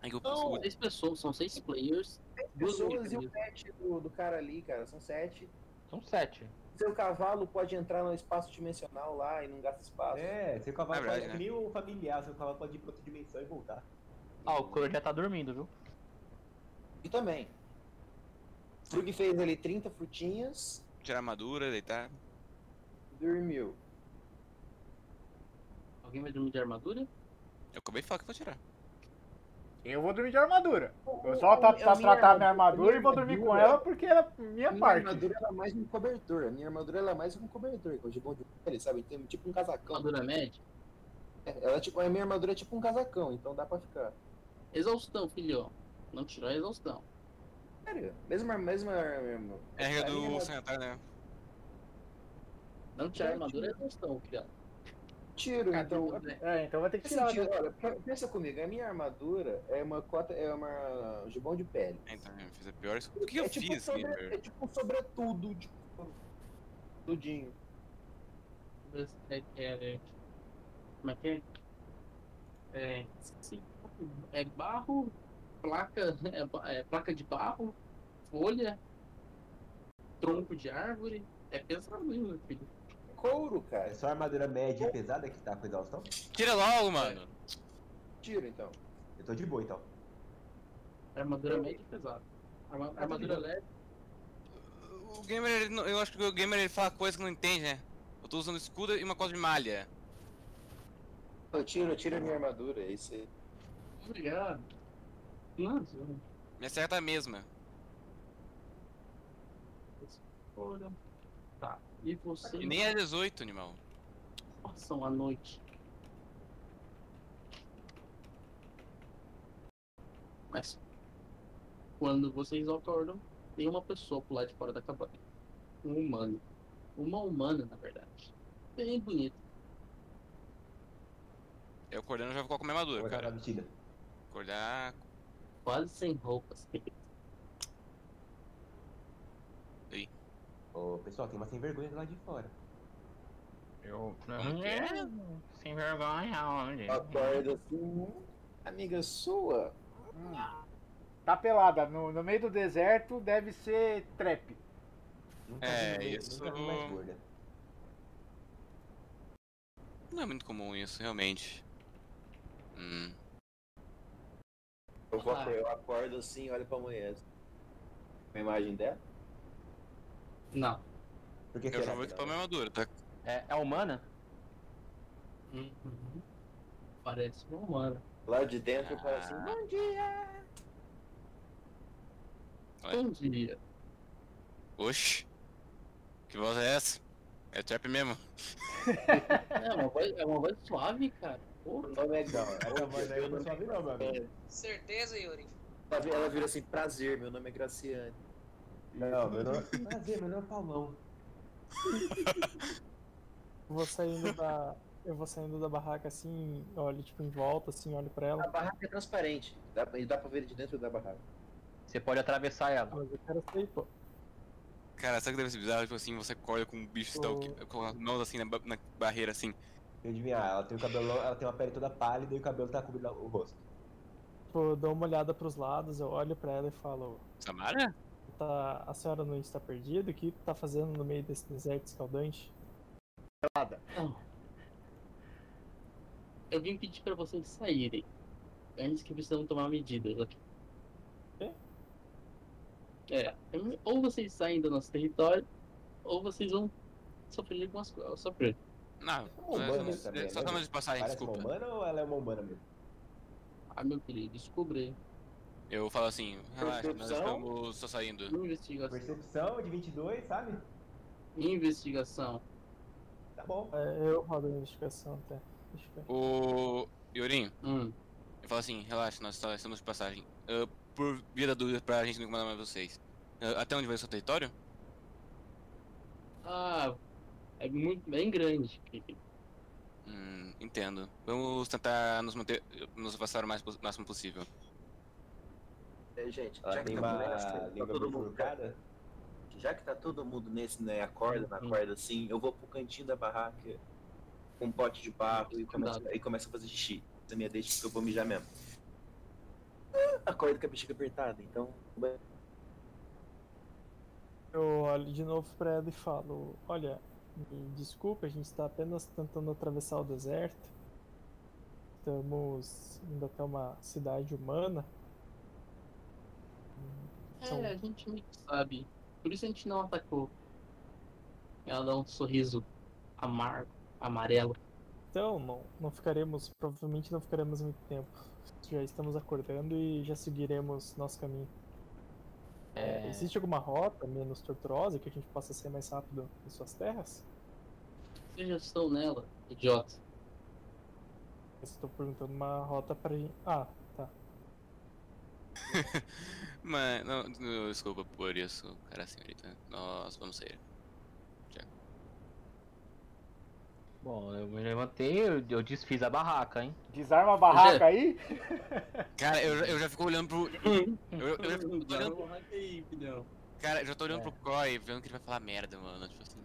É que
Não,
eu posso.
Seis pessoas, são seis players. Duas
pessoas e o
mecanismos.
pet do, do cara ali, cara. São sete.
São sete.
Seu cavalo pode entrar no espaço dimensional lá e não gasta espaço.
É, seu cavalo
É verdade,
pode. É que nem o familiar, seu cavalo pode ir pra outra dimensão e voltar.
Ah, o Cor já tá dormindo, viu?
E também. Frug fez ali 30 frutinhas
Tirar a armadura, deitar.
e
é.
dormiu.
Alguém vai dormir de armadura?
Eu acabei de falar que vou tirar.
Eu vou dormir de armadura. Eu só pra, pra tratar minha armadura e vou dormir com ela porque ela é minha
minha
parte.
armadura ela é mais um cobertor. A minha armadura ela é mais um cobertor. que Hoje é bom de pele, sabe? Tem tipo um casacão.
Armadura média?
É, Ela, é tipo, a minha armadura é tipo um casacão, então dá pra ficar.
Exaustão, filhão. Não tirou a exaustão.
Sério? Mesma. mesma, mesma
É a regra
a minha
do
armadura
sanitário, né?
Não tirar a
Já
armadura é exaustão, filhão.
é tiro, então.
Cadê o Zé?
É, então vai ter que
Pensa,
tirar.
tiro, olha, pe- pensa comigo, a minha armadura é uma cota. É uma. gibão de pele.
Então, eu fiz a pior escolha. O que eu
é tipo um
fiz,
sobre-
gamer?
É tipo um sobretudo, tipo. Tudinho.
É, é, é, como é que é? É, esqueci. é barro, placa, é, ba- é placa de barro, folha, tronco de árvore. É pesado, meu filho.
couro,
É
cara.
só a armadura média e pesada que tá com exaustão?
Tira
É.
logo, mano.
Tiro, então.
Eu tô de boa então.
Armadura média e pesada. Arma- Armadura leve.
O gamer, ele não- eu acho que o gamer ele fala coisa que não entende, né? Eu tô usando escudo e uma coisa de malha.
Eu tiro, eu tiro a minha armadura, é isso aí.
Obrigado. Nossa,
Minha serra tá a mesma.
olha. Tá. E você?
E nem é 18, animal.
passam a noite. Mas quando vocês acordam, tem uma pessoa pro lado de fora da cabana. Um humano. Uma humana, na verdade. Bem bonita.
Eu acordando já vou com a minha armadura,
Vou entrar na
cara.
mentira.
Acordar.
Quase sem roupas.
Ô pessoal, tem uma sem vergonha lá de fora.
Eu.
Como que é?
Sem vergonha, onde?
Uhum.
Acorda assim. "Hum, Amiga sua?
Hum. Tá pelada, no, no meio do deserto deve ser trap.
Nunca
É,
vi ninguém-
isso-
Nunca vi mais gorda.
Não é muito comum isso, realmente. Hum.
Eu, vou
Ah.
acor- eu acordo assim e olho pra mulher. Uma imagem dela?
Não.
Porque
Eu já vou equipar minha armadura, tá?
É, é humana?
Uhum. Parece uma humana.
Lá de dentro eu falo assim, bom dia!
Ué.
Bom Um dia.
Oxi. Que voz é essa? É trap mesmo.
É uma voz, é uma voz suave, cara.
O
Porra.
nome é Gal.
Essa voz aí eu não
assim.
sobe não, meu amigo.
Certeza, Yuri.
Ela vi- Ela vira assim, prazer, meu nome é Graciane.
Não, meu nome é. Prazer, meu nome é Paulão.
Eu vou saindo da. Eu vou saindo da barraca assim, olho tipo em volta, assim, olho pra
A
ela.
barraca é transparente. Dá, e dá pra ver de dentro da barraca.
Você pode atravessar ela.
Mas eu quero sair, pô.
Cara, sabe que deve ser bizarro? Tipo assim, você acorda com um bicho que tá o quê? com as mãos assim na, ba- na barreira assim.
Eu adivinhar, ela tem o cabelo, ela tem uma pele toda pálida e o cabelo tá cobrindo o rosto.
Tipo, eu dou uma olhada pros lados, eu olho pra ela e falo,
Samara?
tá, a senhora não está perdida? O que tá fazendo no meio desse deserto escaldante?
Eu vim pedir pra vocês saírem. Antes que precisam tomar medidas aqui.
Quê?
É. Ou vocês saem do nosso território, ou vocês vão sofrer algumas coisas. Sofrer.
Não,
uma humana
só,
também,
só
né?
chama de
Ah,
passagem,
Parece
desculpa.
uma humana ou ela é uma humana mesmo?
Ah, meu querido, descobri.
Eu falo assim, relaxa, nós
Percepção?
estamos só saindo.
Investigação.
Percepção de 22, sabe?
Investigação.
Tá bom.
É, eu rodo a investigação até. Deixa eu ver.
Ô, Yorin,
Hum.
eu falo assim, relaxa, nós só estamos de passagem. Ah, por via da dúvida, pra gente não incomodar mais vocês. Ah, até onde vai o seu território?
Ah, é muito bem grande. querido.
Hum, entendo. Vamos tentar nos manter, nos afastar o mais po- máximo possível.
É, gente,
Ela
já
Ah,
que,
tem
tá
uma
mulher, acho que tá
língua
todo
bem
mundo,
furcada.
já que tá todo mundo nesse, né, acorda, na
Uhum.
corda assim, eu vou pro cantinho da barraca com um pote de barro e começo, e começo a fazer xixi. Essa minha deixa porque eu vou mijar mesmo. Ah, Acordo com a bexiga apertada, então
Eu olho de novo pra ela e falo, olha, me desculpa, a gente tá apenas tentando atravessar o deserto. Estamos indo até uma cidade humana. São-
É, a gente meio que sabe. Por isso a gente não atacou. Ela dá um sorriso amargo, amarelo.
Então, não, não ficaremos, provavelmente não ficaremos muito tempo. Já estamos acordando e já seguiremos nosso caminho. É, Existe alguma rota menos tortuosa que a gente possa ser mais rápido em suas terras?
Sugestão nela, idiota.
Eu estou perguntando uma rota pra gente. Ah, tá.
Mas, não, não, desculpa por isso, cara senhorita. Nós vamos sair.
Bom, eu me levantei, eu, eu desfiz a barraca, hein?
Desarma a barraca aí?
Cara, eu, já- eu já fico olhando pro. Eu, eu já fico olhando,
Aí, filhão.
cara, eu já tô olhando pro Croy, vendo que ele vai falar merda, mano. Tipo assim.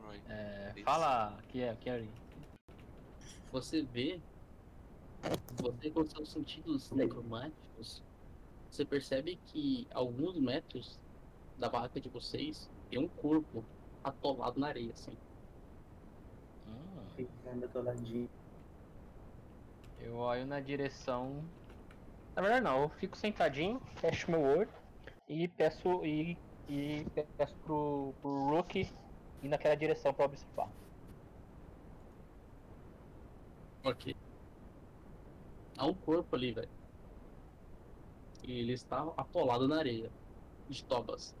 Croy.
É,
Isso.
fala, que é, que é ali.
Você vê, você com seus sentidos necromáticos, você percebe que a alguns metros da barraca de vocês tem um corpo atolado na areia, assim.
Hum,
Anda do ladinho.
Eu olho na direção. Na verdade não, eu fico sentadinho, fecho meu olho e peço e, e peço pro, pro Rookie ir naquela direção pra observar.
Ok. Há um corpo ali, velho. E ele está atolado na areia. De tobas.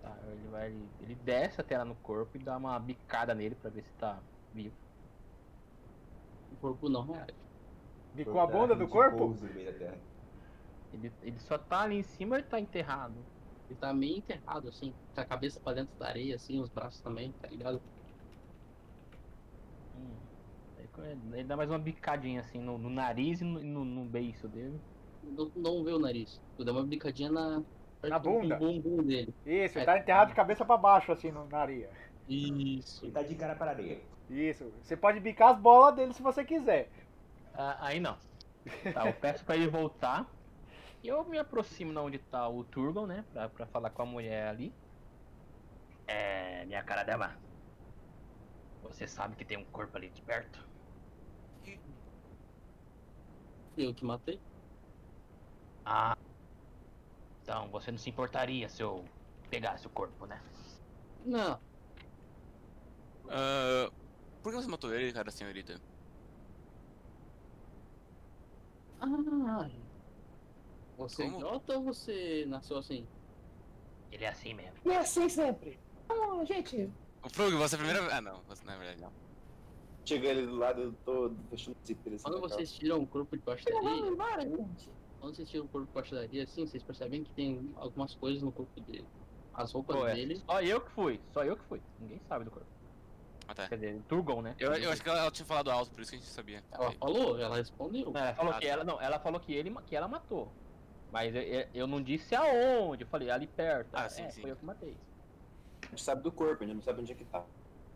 Tá, ele vai. Ele desce até lá no corpo e dá uma bicada nele pra ver se tá vivo.
O corpo não é reage.
Bicou a bunda do corpo?
tipo Pouso né? no meio da terra.
Ele, ele só tá ali em cima e tá enterrado.
Ele tá meio enterrado, assim. Com a cabeça pra dentro da areia, assim, os braços também, tá ligado?
Hum. Aí quando Ele ele dá mais uma bicadinha assim no, no nariz e no, no, no beiço dele.
Não, não vê o nariz. Tu dá uma bicadinha na.
Na bunda?
No bumbum dele.
Isso, ele tá enterrado de cabeça pra baixo, assim, no- na areia.
Isso.
Ele tá de cara para a areia.
Isso. Você pode bicar as bolas dele se você quiser.
Ah, aí não. Tá, eu peço pra ele voltar. E eu me aproximo da onde tá o Turgon, né? Pra, pra falar com a mulher ali.
É, minha cara dela. Você sabe que tem um corpo ali de perto?
Eu que matei.
Ah. Então você não se importaria se eu pegasse o corpo, né?
Não.
Ah, por que você matou ele, cara, senhorita?
Ah. Você é
Como?
idiota ou você nasceu assim?
Ele é assim mesmo.
E é assim sempre. Então, gente,
O Frog, você é a primeira. Ah, não, você não é verdade. Não.
Chega ele do lado todo, fechando o zíper assim.
Quando
na
vocês tiram o corpo de baixo da
então vamos
areia,
embora, gente.
quando vocês tiram o corpo de baixo da areia, assim, vocês percebem que tem algumas coisas no corpo dele. As roupas
Pô, é,
dele.
Só eu que fui, só eu que fui. Ninguém sabe do corpo.
Ah, tá.
Quer dizer, Turgon, né?
Eu, eu acho que ela, ela tinha falado alto, por isso que a gente sabia.
Ela falou, ela respondeu.
Não, ela falou
Ah,
que
tá.
ela não, ela falou que ele ma- que ela matou. Mas eu, eu- eu não disse aonde, eu falei ali perto.
Ah,
Ela,
sim,
é,
sim.
Foi eu que matei.
A gente sabe do corpo, a gente não sabe onde é que tá.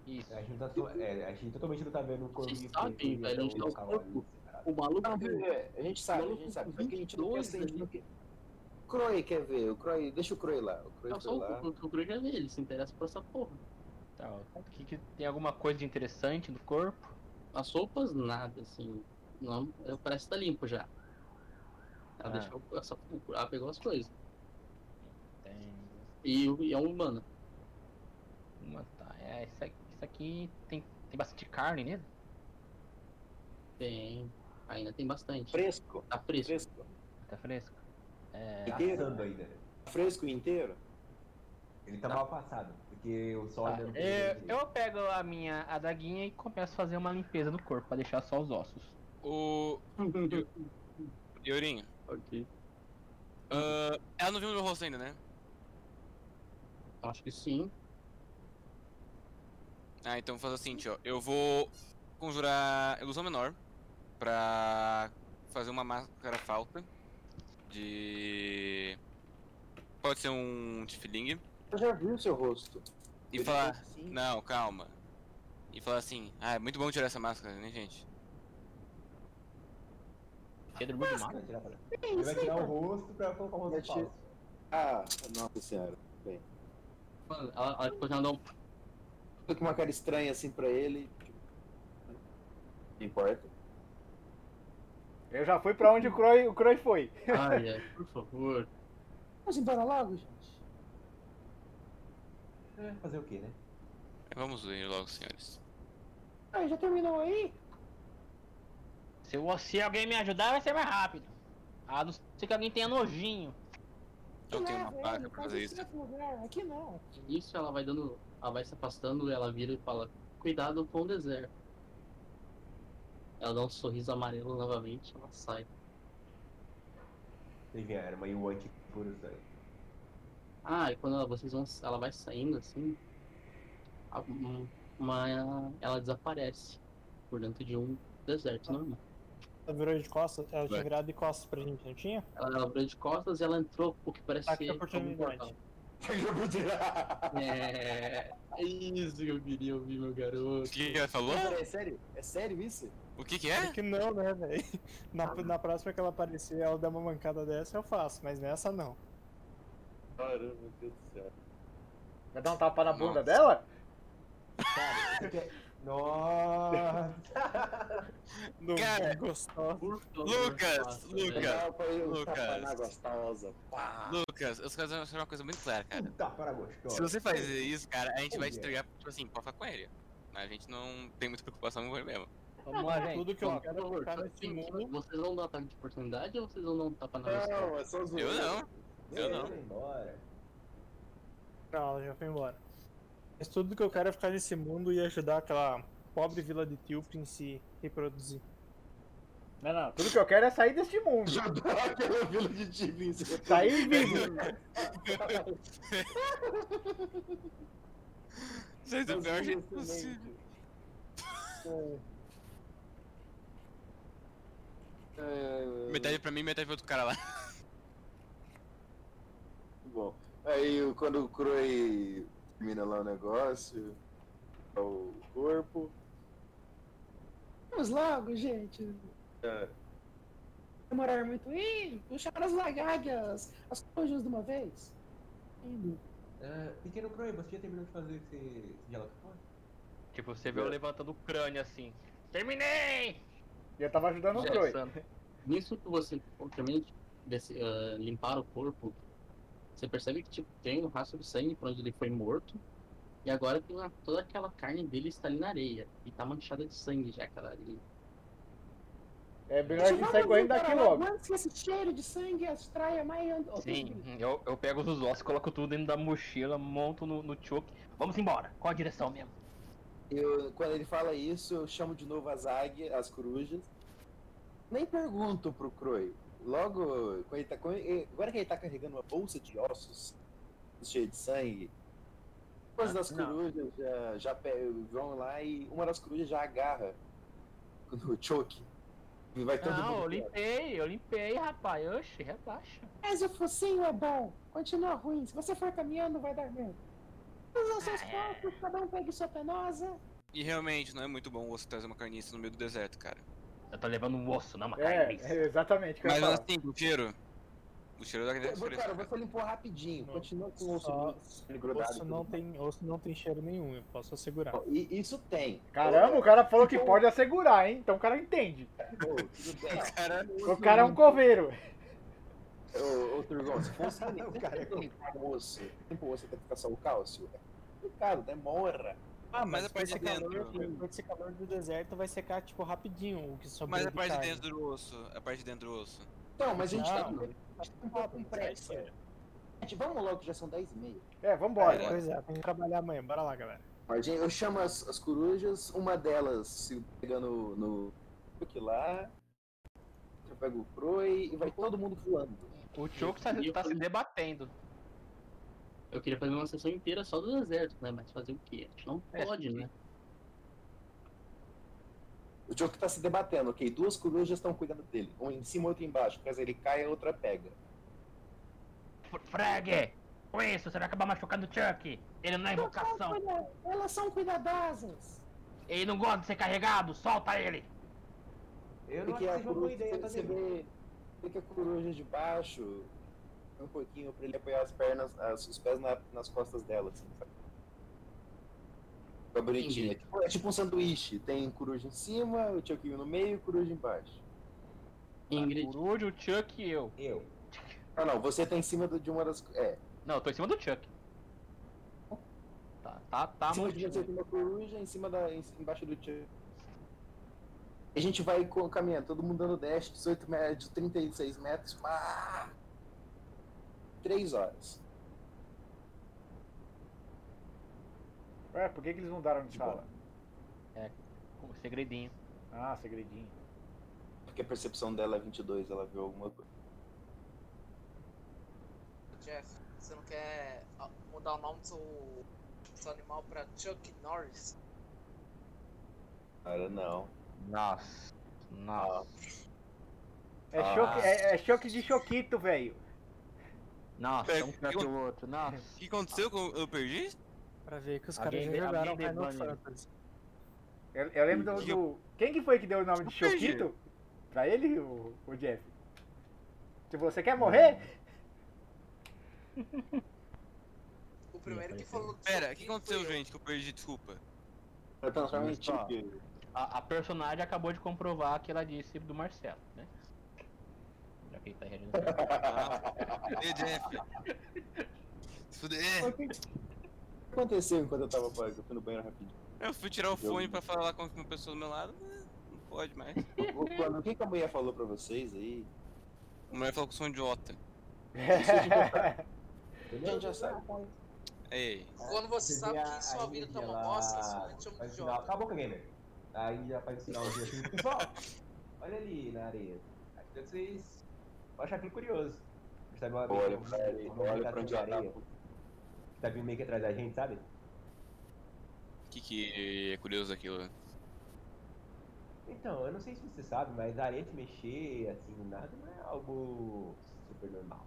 Isso.
A gente, não tá so- é, a gente totalmente não tá vendo o corpo
Vocês
de
sabem,
frente,
velho,
então
onde
é um
tá o
cavalo
corpo?
separado.
O maluco.
Não, é, a gente sabe, a gente sabe. Só que a gente não quer
22
ser. O Croy quer ver, o Croy. Deixa o Croy lá. O Croy
Eu
foi
só
lá.
o procuro já ver, ele se interessa por essa porra.
Tá, ó. que, que tem alguma coisa de interessante no corpo?
As roupas, nada, assim. Não, é, parece que tá limpo já. Ela
Ah.
deixou essa ela pegou as coisas.
Tem.
E, o- e é um humano.
Uma, tá. É, isso aqui, isso aqui tem, tem bastante carne nele?
Tem. Ainda tem bastante.
Fresco,
Tá fresco.
fresco.
Tá fresco? É.
Tá
Inteiro.
assando ainda.
Fresco inteiro.
Ele tá mal passado, porque o sol
Tá,
ainda não
É,
pegou
eu,
ele.
eu pego a minha adaguinha e começo a fazer uma limpeza no corpo pra deixar só os ossos.
O. Yorin,
ok.
ah, ela não viu meu rosto ainda, né?
Acho que sim.
Ah, então vou fazer o seguinte, ó. Eu vou conjurar ilusão menor pra fazer uma máscara falta de. Pode ser um tifiling.
Eu já vi o seu rosto.
E
Ele
falar.
fez assim.
Não, calma. E falar assim, ah, é muito bom tirar essa máscara, né, gente?
Pedro muito mal.
Vai tirar pra-
Sim,
Ele vai tirar o
sim.
rosto pra colocar o
Vai
rosto
tirar-
falso.
Ah, nossa senhora.
Mano, ela, ela depois ela dá um.
Tô com uma cara estranha assim pra ele. tipo, Não importa.
Eu já fui pra onde o Croy, o Croy foi.
Ai, ai, por favor.
Vamos embora logo, gente.
É, Fazer o quê, né?
Vamos ver logo, senhores.
Ah, já terminou aí?
Se, eu- se alguém me ajudar, vai ser mais rápido. A não ser que alguém tenha nojinho.
Eu tenho uma
Leva ele,
faca pra
faz
fazer
isso
isso.
em outro lugar. Aqui não.
Nisso ela vai dando. Ela vai se afastando e ela vira e fala: Cuidado com o deserto. Ela dá um sorriso amarelo novamente e ela sai.
Ele vem a arma e o anti tipo, puro sangue.
Ah, e quando ela, vocês vão, ela vai saindo assim, a- um- uma, ela desaparece por dentro de um deserto normal.
Ela virou de costas, ela tinha
Vai.
virado de costas pra gente, não tinha?
Ela, ela abriu de costas e ela entrou o que parece
Ataque de
ser um algum
oportunidade.
então.
portal. É, é isso que eu queria ouvir, meu
O
garoto.
que que ela falou?
Cara, é sério? É sério isso?
O que que é?
que não, né, velho? Na, na próxima que ela aparecer ela dá uma mancada dessa, eu faço, mas nessa não.
Caramba, meu Deus do céu.
Vai dar um tapa na bunda
Nossa.
dela?
é
Você quer, Nossa!
Não
Cara,
gostosa.
Por favor,
Lucas,
faça, né?
Lucas.
velho.
Legal, foi um
Lucas.
tapa na gostosa. Pá.
Lucas, eu só quero deixar uma coisa muito clara, cara.
Puta, para gostosa.
Se você fazer isso, cara, a gente vai te
Olha.
entregar, tipo assim, pra facuéria. Mas a gente não tem muita preocupação com ele mesmo.
Vamos lá, gente.
Tudo que eu
Por
quero
favor,
colocar
só
nesse
um
assim, tipo,
mundo.
Vocês vão dar ataque de oportunidade ou vocês vão dar um tapa na cara?
Não, é só zoeira.
Eu não. Eu
Deixa
não.
ele Embora.
Não, ela já foi embora. Mas tudo que eu quero é ficar nesse mundo e ajudar aquela pobre vila de Tilpin se reproduzir.
Não, não. Tudo que eu quero é sair deste mundo.
Ajudar aquela vila de Tivins.
Sair vivo.
Vocês do pior jeito possível. Metade pra mim, metade pro outro cara lá.
Bom, aí eu- quando o Croy termina lá o negócio, é o corpo.
Vamos logo, gente.
é,
Demorar muito. Ih, puxaram as lagargas, as coisas de uma vez. Indo.
Ah, pequeno Croy, você já terminou de fazer esse, esse diálogo?
Tipo, você vê eu levantando o crânio assim. Terminei!
E eu tava ajudando o Croy.
Pensando.
Nisso que você obviamente desse, ah, limpar o corpo, você percebe que tipo, tem um rastro de sangue por onde ele foi morto. E agora tem uma- toda aquela carne dele está ali na areia. E tá manchada de sangue já, cara. ali.
É melhor a gente sair correndo daqui
Paraná,
logo.
Antes que esse cheiro de sangue atrai a Maia. and- Oh,
Sim, eu, eu pego os ossos, coloco tudo dentro da mochila, monto no, no choke. Vamos embora. Qual a direção mesmo?
Eu, quando ele fala isso, eu chamo de novo as águias, as corujas. Nem pergunto pro Croy. Logo, quando ele tá, com- eh, agora que ele tá carregando uma bolsa de ossos cheia de sangue, duas
Ah,
das
não.
corujas já, já pe- vão lá e uma das corujas já agarra o choke. E vai todo
Não,
mundo
eu
embora.
limpei, eu limpei, rapaz. Oxi, relaxa.
Mas o focinho é bom. Continua ruim. Se você for caminhando, vai dar merda. Usa os seus
Ah, é.
pontos, cada um pegue sua penosa.
E realmente, não é muito bom você trazer uma carniça no meio do deserto, cara.
Eu tô levando um osso, não uma
É,
carniça.
é exatamente o que eu ia
Mas
falar.
assim, o cheiro. O cheiro da carniça. é
Ô, Cara,
diferente,
você limpou rapidinho.
Não.
Continua com o osso
Só-
no- grudado.
Osso não, tem, osso não tem cheiro nenhum, eu posso assegurar.
E isso tem.
Caramba, o cara falou que pode assegurar, hein? Então o cara entende.
Ô, tudo bem.
cara.
O cara é um coveiro.
Ô, ô Turgão, se fosse o cara é
cara
que limpar o osso, limpa o osso até ficar só o cálcio, é complicado, demora.
Ah,
mas a
com
parte
esse
de dentro-
calor, com esse calor do deserto vai secar, tipo, rapidinho o que sobrou
Mas a
de
parte de
carne.
dentro do osso. A parte de dentro do osso.
Então, mas a gente tá
Não.
com- a gente tá um pouco com pressa. Gente, vamos logo, já são 10 e meia.
É, vambora.
É,
Pois é, vamos trabalhar amanhã, bora lá, galera.
Mas, gente, eu chamo as, as corujas, uma delas se pegando no... Aqui lá, eu pego o Croy e vai todo mundo voando.
O Choco tá,
E
tá
eu-
se debatendo.
Eu queria fazer uma sessão inteira só do deserto, né? Mas fazer o quê? A gente não
É,
pode, né?
O Joker tá se debatendo, ok? Duas corujas estão cuidando dele. Uma em cima, outra embaixo. Caso ele caia, a outra pega.
F- Frag! Com isso, você vai acabar machucando o Chuck. Ele não é
Não, não,
invocação.
cuida- Elas são cuidadosas.
Ele não gosta de ser carregado, solta ele!
Eu
Porque
não acho que
a
seja uma boa
coruja,
ideia
você,
fazer
você
isso.
vê, vê que a coruja de baixo é um pouquinho pra ele apoiar as pernas, as- os pés na- nas costas dela, assim, sabe? Fica bonitinho. É tipo, é tipo um sanduíche. Tem coruja em cima, o tioquinho no meio e coruja embaixo.
Ingrid,
Coruja, o Chuck e eu.
Eu.
Ah, não. Você tá em cima do- de uma das... É.
Não, eu tô em cima do Chuck. Tá, tá, tá,
Ah,
em cima de você
mantido.
tem uma coruja, em cima da... em- embaixo do tio. E a gente vai com- caminhando, todo mundo dando dash, 18 metros, 36 metros, pá! Três horas.
Ué, É, por que, que eles mudaram de
De
sala?
Com segredinho.
Ah, segredinho.
Porque a percepção dela é 22, ela viu alguma coisa.
Jeff, você não quer a- mudar o nome do seu, do seu animal pra Chuck Norris?
Cara, não.
Nossa. Nossa.
É,
Ah.
choque, é, é choque de choquito, velho.
Nossa, um
Pega-
pior que o outro. Nossa.
O que aconteceu? com- Eu perdi?
Pra ver que os caras
Alguém
já
vê-
jogaram
alguém vê
Final
banner.
Fantasy.
Eu, eu lembro do, do- Quem que foi que deu o nome de
Perdi.
choquito? Pra ele, o, o Jeff? Tipo, você quer morrer?
O primeiro que falou.
Pera, o que
Chuck
aconteceu,
foi eu.
gente, que eu perdi, desculpa.
Eu transformo em
Olha só.
tigre.
A, a personagem acabou de comprovar que ela disse do Marcelo, né? Já que ele tá realizando.
Ei, Jeff! Se fuder.
O que que aconteceu enquanto eu tava fora? Eu fui no banheiro rapidinho.
Eu fui tirar o fone pra falar com uma pessoa do meu lado, mas não pode mais.
O, Plano, o que, que a mulher falou pra vocês aí?
A mulher falou que eu sou um idiota.
É. A gente já sabe.
Ei,
Quando você
Você
sabe
vê
que
a-
em sua
a
vida
Ingrid,
tá uma
ela
bosta, você te chama
faz
de
sinal-
idiota.
Cala a boca, gamer. Aí já faz o sinalzinho assim. Pessoal, olha ali na areia. Acho que vocês vão achar aquilo curioso. Percebe uma
Olha
um-
pra areia,
um- um-
olha
tá
pra onde
na
ela tá.
areia. Tá vindo meio que atrás da gente, sabe?
o que, que é curioso daquilo?
Então, eu não sei se você sabe, mas a areia se mexer assim do nada não é algo super normal.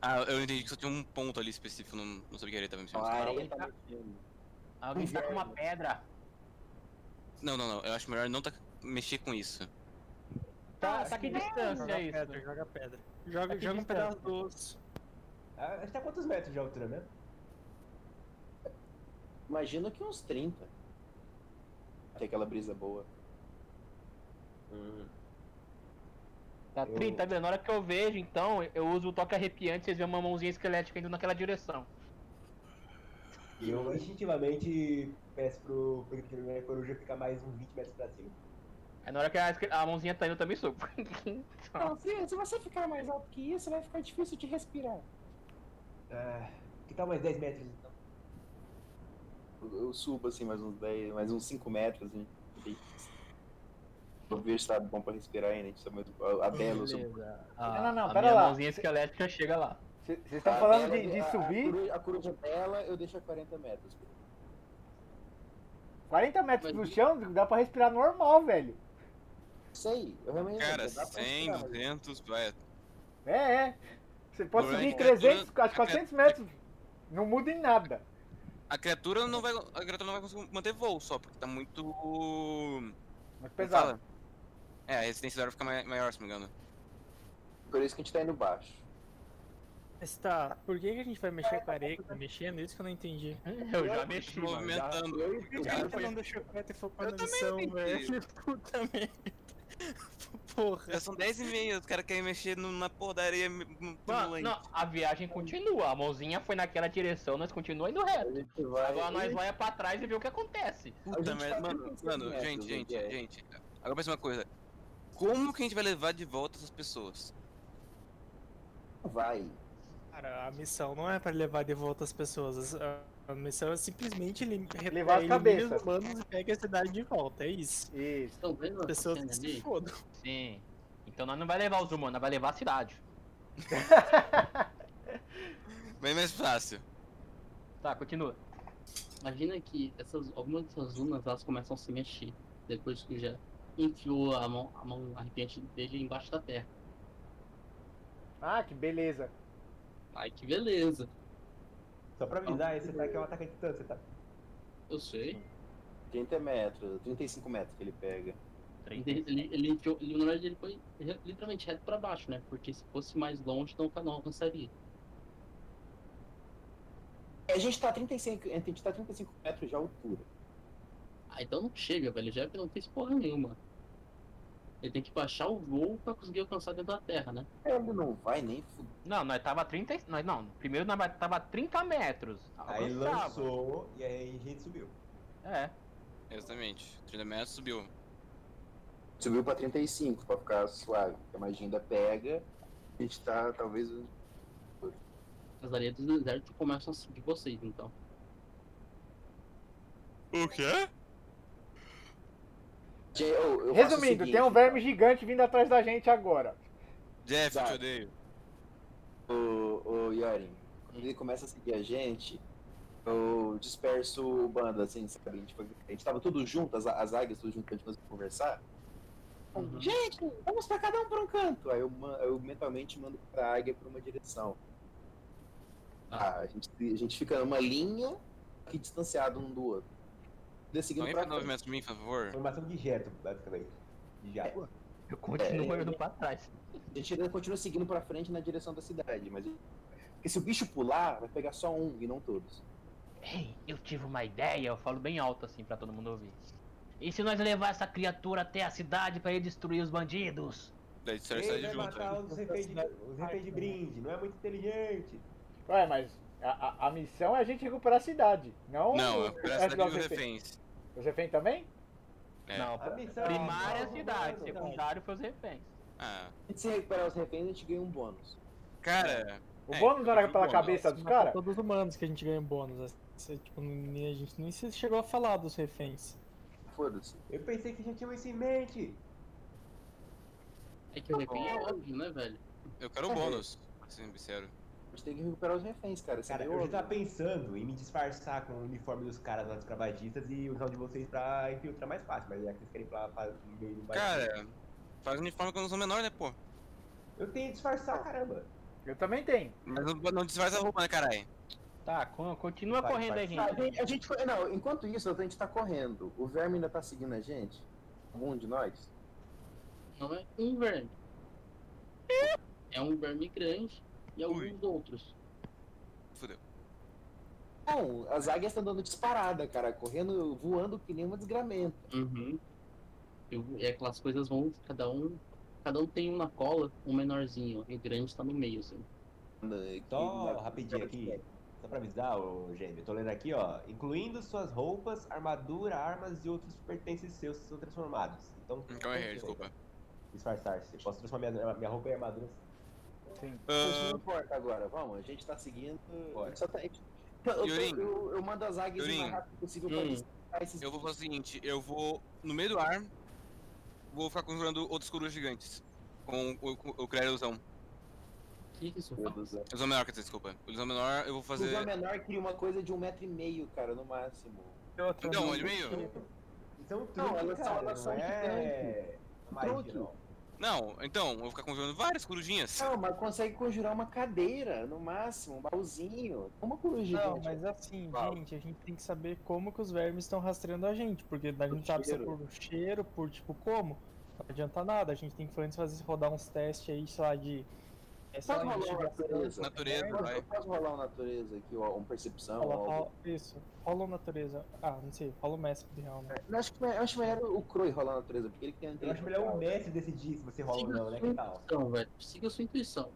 Ah, eu entendi que só tinha um ponto ali específico, não, não sabia que ele tava me
A
ensinando.
areia tá mexendo.
Alguém tá com uma pedra.
Não, não, não. Eu acho melhor não tá- mexer com isso.
Tá, tá que distância
Joga
é
pedra,
isso?
joga pedra. Joga,
Aqui
joga um
distante.
pedaço do osso.
Ah, Acho que tá a quantos metros de altura mesmo?
Imagino que uns 30. Tem aquela brisa boa.
Tá
Eu-
30, vendo? Na hora que eu vejo, então, eu uso o toque arrepiante, vocês veem uma mãozinha esquelética indo naquela direção.
E eu instintivamente peço pro pro que minha coruja ficar mais uns 20 metros pra cima.
Aí na hora que a, esque- a mãozinha tá indo, eu também subo.
Não, se, se você ficar mais alto que isso, vai ficar difícil de respirar.
Ah, que tal mais 10 metros então?
Eu, eu subo assim mais uns 10, mais uns 5 metros, assim. Eu vejo se tá bom pra respirar ainda, a gente sabe muito. A a Bela, eu subo.
A,
Não, não, não,
Ah, a
pera
minha
lá.
mãozinha esquelética chega lá.
Vocês estão
A
falando
Bela-
de, de
a- A
subir?
coruja, a coruja dela eu deixo a 40 metros.
40 metros
Mas-
do chão, dá pra respirar normal, velho.
Sei, eu realmente.
Cara,
É, dá pra
100,
respirar, mas-
200, vai.
É, é. Você pode
Durante
subir
a
300,
criatura-
quase 400 metros. Não muda em nada.
A criatura não vai, a criatura não vai conseguir manter voo só, porque tá muito. como
Muito
fala?
pesado.
É, a resistência da hora fica mai- maior, se não me engano.
Por isso que a gente tá indo baixo.
Mas tá, por que, que a gente vai mexer com a areia? Mexendo nisso que eu não entendi.
Eu já mexi, mano. já-
movimentando.
Eu
Cara,
cara,
foi-
não deixou quieto e focou na
Eu também
missão,
entendi.
velho. Puta merda. Porra.
Já são 10 e meia, os caras querem mexer no- na porra da areia m- m-
Mano,
pululante.
não, a viagem continua. A mãozinha foi naquela direção, nós continuamos indo reto.
A gente vai.
Agora nós vai pra trás e vê o que acontece.
Puta
gente
merda,
tá
mano,
35
mano,
metros,
gente,
né,
gente,
Jeff?
gente. Agora pensa uma coisa. Como que a gente vai levar de volta essas pessoas?
Vai.
Cara, a missão não é pra levar de volta as pessoas. A- A missão é simplesmente elim-
Levar as
elimina
cabeças.
os humanos e pega a cidade de volta. É isso.
Isso.
Estão vendo
As
essa
pessoas
cena
se
ali?
fodam.
Sim. Então nós não vai levar os humanos, nós vai levar a cidade.
Bem mais fácil.
Tá, continua.
Imagina que essas, algumas dessas lunas elas começam a se mexer depois que já enfiou a mão, a mão arrepiante dele embaixo da terra.
Ah, que beleza.
Ai que beleza,
Só pra avisar, esse ataque é um ataque de tanto, você tá?
eu sei.
30 metros, 35 metros que ele pega.
Ele, ele, ele enfiou, ele, na verdade ele foi re- literalmente reto pra baixo, né? Porque se fosse mais longe não, não alcançaria.
A gente tá a 35, a gente tá a 35 metros de altura.
Ah, então não chega, velho. O Jeff não fez porra nenhuma. Ele tem que baixar o voo pra conseguir alcançar dentro da terra, né?
Ele não vai nem fuder.
Não, nós tava 30. e- Nós, não, primeiro nós ba- tava 30 metros.
Ah,
Aí
Alcançava.
lançou e aí a gente subiu.
É.
Exatamente. 30 metros subiu.
Subiu pra 35 pra ficar suave. porque A magia pega. A gente tá talvez.
As areias do deserto começam a seguir vocês, então.
O quê?
Gente, eu- eu faço o
Resumindo, tem um
seguinte,
verme gigante vindo atrás da gente agora.
Jeff, eu te
Exato.
odeio.
O, o Yorin, quando ele começa a seguir a gente, eu disperso o bando, assim, sabe? A gente, foi, a gente tava tudo junto, as, as águias tudo junto pra gente conseguir conversar.
Uhum.
Gente, vamos pra cada um pra um canto.
Então, Aí eu, ma- eu mentalmente mando pra águia pra uma direção. Ah, a, gente, a gente fica numa linha aqui distanciado um do outro. Decidindo
Alguém
pra
faz 9
frente.
metros de mim, por favor?
Formação de jeto, basicamente. De
É,
jato.
Eu continuo
É.
olhando pra trás.
A gente ainda continua seguindo pra frente na direção da cidade, mas. Porque se o bicho pular, vai pegar só um e não todos.
Ei, eu tive uma ideia, eu falo bem alto assim pra todo mundo ouvir. E se nós levar essa criatura até a cidade pra ele destruir os bandidos?
Daí você
Ele
sai
vai
junto. né?
matar os reféns de, os reféns de brinde, não é muito inteligente.
Ué, mas a, a- a missão é a gente recuperar a cidade, não...
Não, é pra cidade
ajudar
dos
os reféns.
reféns.
Os reféns também?
É.
Não,
A missão
primária é a
não,
cidade,
não, não.
secundário foi os reféns.
Ah,
E se recuperar os reféns, a gente ganha um bônus.
cara,
O
É,
bônus não era
teve
pela
bônus.
cabeça dos
Matar
caras?
Todos os humanos que a gente ganha em bônus. Essa- tipo, nem a gente nem se chegou a falar dos reféns.
Foda-se.
Eu pensei que já tinha isso em mente.
É que o refém é óbvio, né, velho?
eu quero o bônus, pra ser sincero.
A gente tem que recuperar os reféns, cara. Isso
Cara,
é
eu já
óbvio.
tava pensando em me disfarçar com o uniforme dos caras lá dos cravadistas e usar o de vocês pra infiltrar mais fácil, mas já que vocês querem ir pra, pra no meio do barco.
Cara, faz uniforme quando eu sou menor, né, pô?
Eu tenho que disfarçar, caramba.
Eu também tenho.
Mas não, não desfaz a roupa, né, caralho?
Tá, con- continua
Vai,
correndo
vai.
aí,
Tá,
gente.
a gente- a gente foi- Não, enquanto isso, a gente tá correndo. O verme ainda tá seguindo a gente. Algum de nós.
Não é um verme. É um verme grande e alguns outros.
Fudeu.
Não, as águias estão dando disparada, cara. Correndo, voando que nem uma desgramenta.
Uhum. Eu, é aquelas coisas vão, cada um. Cada um tem uma cola, um menorzinho, e o grande tá no meio, assim.
Que-
Só
na-
rapidinho aqui, só pra avisar, ô Gêmeo, eu tô lendo aqui, ó. Incluindo suas roupas, armadura, armas e outros pertences seus que são transformados. Então,
Então errei, desculpa.
Disfarçar-se. Posso transformar minha, minha roupa em armadura?
Isso
Ah,
não importa agora, vamos, a gente tá seguindo.
Bora.
a gente Só tá... eu,
Yorin.
eu, eu, eu mando as águias o
Yorin.
mais rápido possível pra
Hum.
disparar esses.
eu vou fazer o seguinte, eu vou no meio do ar, vou ficar conjurando outros corujas gigantes. Com o, com o Creruzão.
O que que isso faz?
todos. O
Ilusão menor, quer dizer, desculpa. Ilusão menor, eu vou fazer.
João é menor cria uma coisa de um metro e meio, cara, no máximo.
Então, olha meio.
Isso é um truque,
Não, elas são-
cara,
elas são
não é...
Truque.
Magia, não.
Não, então, eu vou ficar conjurando várias corujinhas.
Não, mas consegue conjurar uma cadeira, no máximo, um baúzinho. Uma coruja
Não,
gigante.
mas assim,
Uau.
gente, a gente tem que saber como que os vermes estão rastreando a gente, porque a gente não sabe se é
cheiro.
por cheiro, por tipo como. Não adianta nada, a gente tem que antes fazer rodar uns testes aí, sei lá, de. É, sei
Pode
lá,
rolar uma
investigação.
natureza.
Natureza, vai.
Pode, pode rolar uma natureza aqui, ó, um
Tá
percepção.
Rola,
algo.
rola- isso, rola o natureza. Ah, não sei, rola o mestre de real, né?
Eu acho, que, é, eu acho melhor o Croy rolar natureza, porque ele tem a
Eu acho melhor o mestre decidir se você rola ou
Siga
não,
a
né?
sua
Que tal?
intuição, velho. Siga a sua intuição.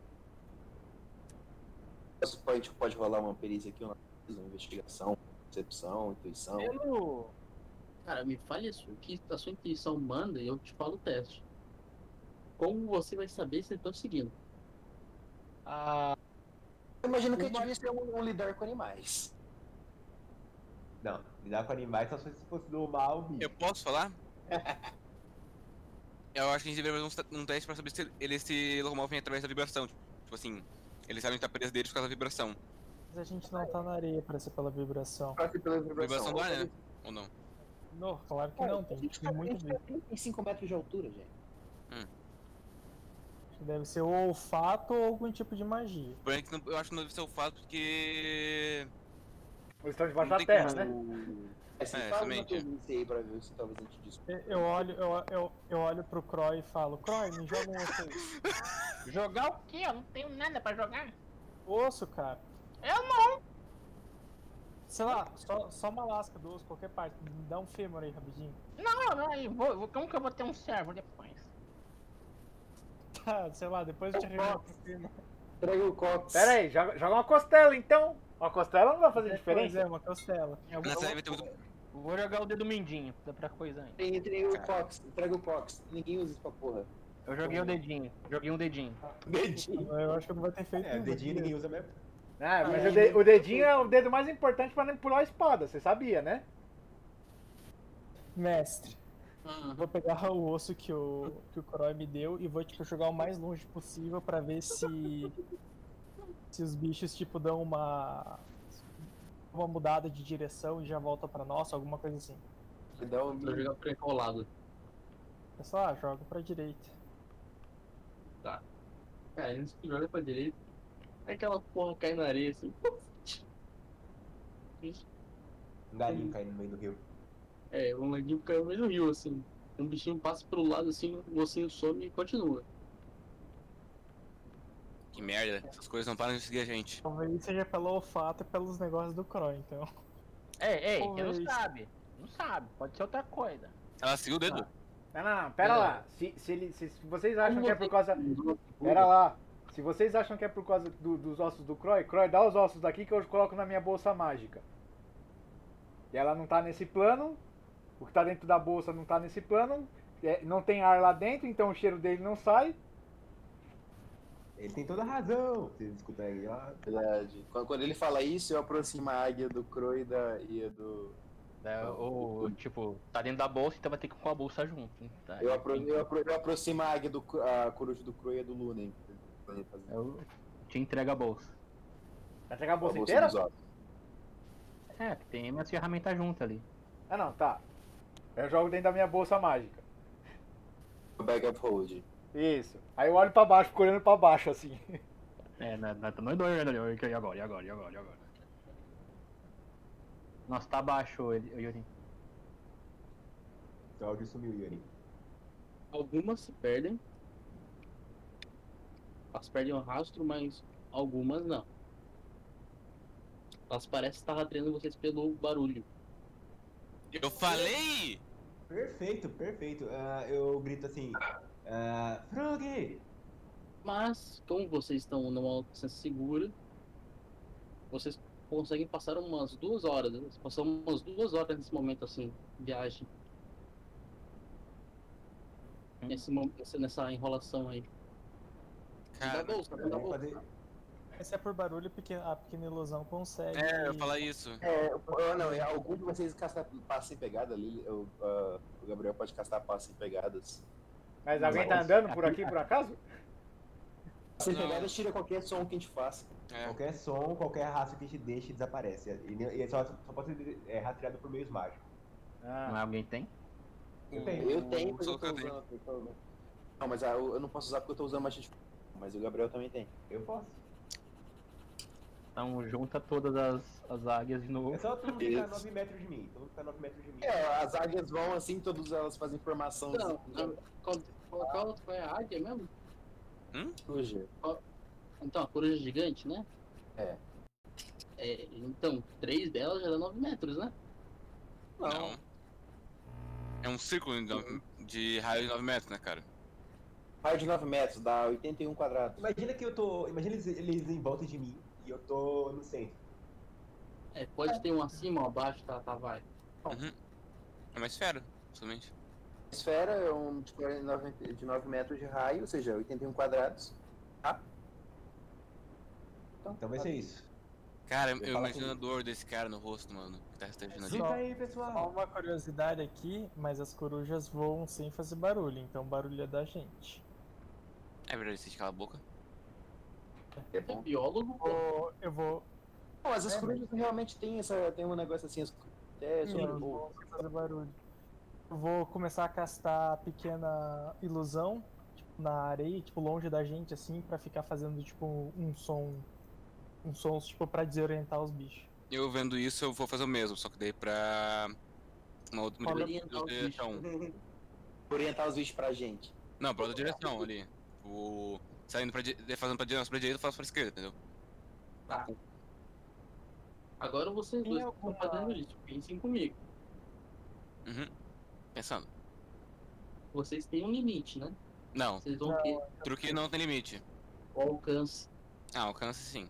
A gente pode rolar uma perícia aqui, uma, natureza, uma investigação, percepção, intuição.
Pelo.
Cara, me fale isso, o que a sua intuição manda e eu te falo o teste. Como você vai saber se eles estão seguindo?
Eu imagino que a gente é um, um lidar com animais.
Não, lidar com animais só se fosse do mal, bicho.
Eu posso falar? Eu acho que a gente deveria fazer um te- um teste pra saber se eles se locomovem através da vibração. Tipo assim, eles sabem que tá preso deles por causa da vibração.
Mas a gente não tá na areia pra ser pela vibração.
Passa pela
Vibração do ar, né? Ou não?
Não, claro que
Cara,
não, tem
a gente
gente
tá, a
muito
gente
bem.
tá 35 metros de altura, gente.
Deve ser o olfato ou algum tipo de magia.
Porém, é que não- eu acho que não deve ser o fato porque.
Eles estão
Não
debaixo da
tem
terra,
como-
né?
É, você
É,
fala uma
somente.
perícia aí pra ver se talvez a gente descubra.
Eu- Eu olho, eu, eu, eu olho pro Croy e falo, Croy, me joga um osso aí.
Jogar o quê? Eu não tenho nada pra jogar.
Osso, cara. Eu não! Sei lá, só, só uma lasca do osso, qualquer parte. Me dá um fêmur aí rapidinho.
Não, não, eu vou, vou- como que eu vou ter um servo depois?
Tá, sei lá, depois eu te arranjo pro fêmur.
Entrega o cox.
Pera aí, joga, joga uma costela então. Uma costela não vai fazer
Pois
diferença.
é, uma costela.
Eu vou,
Nessa aí vai ter muito.
eu vou jogar o dedo mindinho, dá pra coisa antes.
Entrega o cox, entrega o cox. Ninguém usa isso pra porra.
Eu joguei o dedinho, joguei um dedinho.
Dedinho.
Ah,
Eu acho que não vai ter feito
É, o
nada.
dedinho ninguém usa mesmo.
Ah, mas o, de- o dedinho é o dedo mais importante pra manipular a espada, você sabia, né?
Mestre,
Ah,
vou pegar o osso que o, que o Croy me deu e vou, tipo, jogar o mais longe possível pra ver se... se os bichos, tipo, dão uma... uma mudada de direção e já volta pra nós, alguma coisa assim.
Dá um
pra jogar pra qual lado?
É só, ah, joga pra direita.
Cara, eles jogam pra direita. aí Aquela porra cai na areia assim.
Um galinho caindo no meio do rio.
É, um laguinho caiu no meio do rio, assim. Um bichinho passa pro lado assim, o ossinho some e continua.
Que merda, essas coisas não param de seguir a gente.
Talvez seja pelo olfato e pelos negócios do Croy, então.
Ei, ei, você não
Pois.
sabe. Não sabe, pode ser outra coisa.
Ela seguiu o dedo.
Não, não, não, pera
É.
lá. Se, se, ele- se- se vocês acham que é por causa. Pera
Era
lá. Se vocês acham que é por causa do- dos ossos do Croy, Croy, dá os ossos daqui que eu coloco na minha bolsa mágica. E ela não tá nesse plano, o que tá dentro da bolsa não tá nesse plano, é, não tem ar lá dentro, então o cheiro dele não sai.
Ele tem toda a razão. Vocês escutarem ele lá.
Verdade. Quando, quando ele fala isso, eu aproximo a águia do Croy e da e do.
Né? Ou, tipo, tá dentro da bolsa, então vai ter que pôr a bolsa junto. hein? Tá,
Eu, apro,
enfim,
eu, apro, eu aproximo a águia do Cro- a coruja do Croy e a do Lunen. Pra ele fazer
eu te entrego a bolsa.
Vai pegar a
a
bolsa
bolsa
inteira?
dos ossos.
É, que tem minhas ferramentas juntas ali.
Ah não, tá. Eu jogo dentro da minha bolsa mágica.
Bag of hold.
Isso. Aí eu olho pra baixo, fico olhando pra baixo assim.
É, nós na, nós dois olhando ali, olha aqui, e agora, e agora, e agora, e agora. Nossa, tá baixo ele, o Yuri.
Seu áudio sumiu, Yuri.
Algumas se perdem. Elas perdem o rastro, mas algumas não. Elas parecem estar rastreando vocês pelo barulho.
Eu falei!
Perfeito, perfeito. Ah, eu grito assim. ah, Frog!
Mas, como vocês estão numa distância segura, vocês conseguem passar umas duas horas. né? Vocês Passam umas duas horas nesse momento, assim, viagem. Nesse, mo- nesse- nessa enrolação aí.
Cara,
da bolsa, da
Vamos
bolsa.
fazer-
Mas se é por barulho, pequena- a pequena ilusão consegue.
é, eu ia falar isso.
É, eu- não, é algum de vocês castar passe sem pegada ali. eu- ah, o Gabriel pode castar passe sem pegadas.
Mas alguém tá andando por aqui por acaso?
Sem
Não.
pegadas tira qualquer som que a gente faça.
É.
Qualquer som, qualquer rastro que a gente deixe desaparece. E, nem- e só, só pode ser é, rastreado por meios mágicos.
Ah.
Mas é alguém tem?
Eu
O-
tenho.
Eu tenho, mas
só
eu tô
que eu tenho.
usando. eu tô- Não, mas ah, eu eu não posso usar porque eu tô usando magia de fogo. Mas o Gabriel também tem.
Eu posso.
Então junta todas as, as águias de
É
novo.
só todo mundo ficar a
Isso.
9 metros de mim. Todo mundo ficar a 9 metros de mim.
É, as águias vão assim, todas elas fazem formação de
Não, não. Qual, qual, qual, qual é a águia mesmo?
suja.
Então, a coruja gigante, né?
É.
É, Então, três delas já dá nove metros, né?
Não. É um círculo de, nove- de raio de 9 metros, né, cara?
Raio de 9 metros, dá 81 quadrados.
Imagina que eu tô. Imagina eles, eles em volta de mim e eu tô no centro.
É, pode ter um acima ou abaixo, tá, tá, vai.
É uma esfera, somente.
A esfera é um de 49 de 9 metros de raio, ou seja, 81 quadrados. Tá?
Então vai ser isso.
Cara, eu,
Eu falo
imagino a
comigo.
dor desse cara no rosto, mano. Que tá restringindo ali.
Só-
Fica aí,
Só
pessoal.
uma curiosidade aqui, mas as corujas voam sem fazer barulho, então o barulho é da gente.
É verdade, você cala a boca.
É
É
bom.
biólogo, pô.
Vou- eu vou.
Não, mas as
É,
corujas realmente tem, essa, tem um negócio assim, as corujas é, sobre
Elas
o-
voam sem fazer barulho. Eu vou começar a castar a pequena ilusão tipo, na areia, tipo, longe da gente, assim, pra ficar fazendo, tipo, um som. Um som, tipo, pra desorientar os bichos.
Eu vendo isso, eu vou fazer o mesmo, só que daí pra. Uma outra
Fala-
direção.
Oriental,
direção.
orientar os bichos pra gente.
Não, pra outra direção ali. O. Saindo pra di- fazendo pra direita, pra direita, eu faço pra esquerda, entendeu?
Agora vocês
Tem
dois
alguma-
estão fazendo isso. Pensem comigo.
Uhum. Pensando.
Vocês têm um limite, né?
Não,
Vocês vão ter
truque não tem limite.
o alcance.
Ah, alcance sim.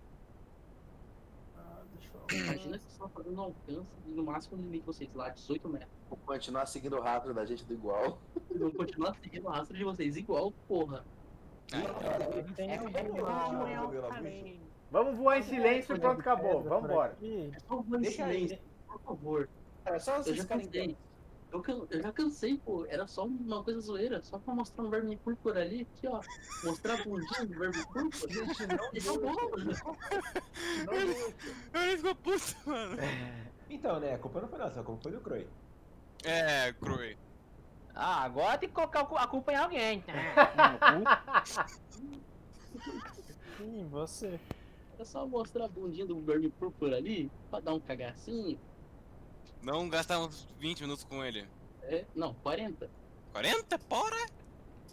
Ah, deixa eu-
Imagina se vocês estão fazendo um alcance e no máximo o limite de vocês lá, 18 metros.
Vou continuar seguindo o rastro da gente do igual.
Vocês vão continuar seguindo o rastro de vocês igual, porra.
Ah,
Tem
É
alguma-
um
Vamos voar em silêncio e pronto, acabou.
pedra por
Vambora.
aqui?
É só um
Deixa aí,
silêncio, por favor.
É só
Eu
vocês
já
ficarem
cansei. Eu, can- eu já cansei, pô. Era só uma coisa zoeira. Só pra mostrar um verme púrpura ali, aqui, ó. Mostrar a bundinha do verme púrpura. Então, Gente, não.
Ele ficou puto, mano.
Então, né? A culpa não foi nossa, a culpa foi do Croy.
É, Crui.
Ah, agora tem que colocar o cu- a culpa em alguém.
Sim, você.
É só mostrar a bundinha do verme púrpura ali, pra dar um cagacinho.
Não gastar uns 20 minutos com ele.
É, não, 40.
40? Bora!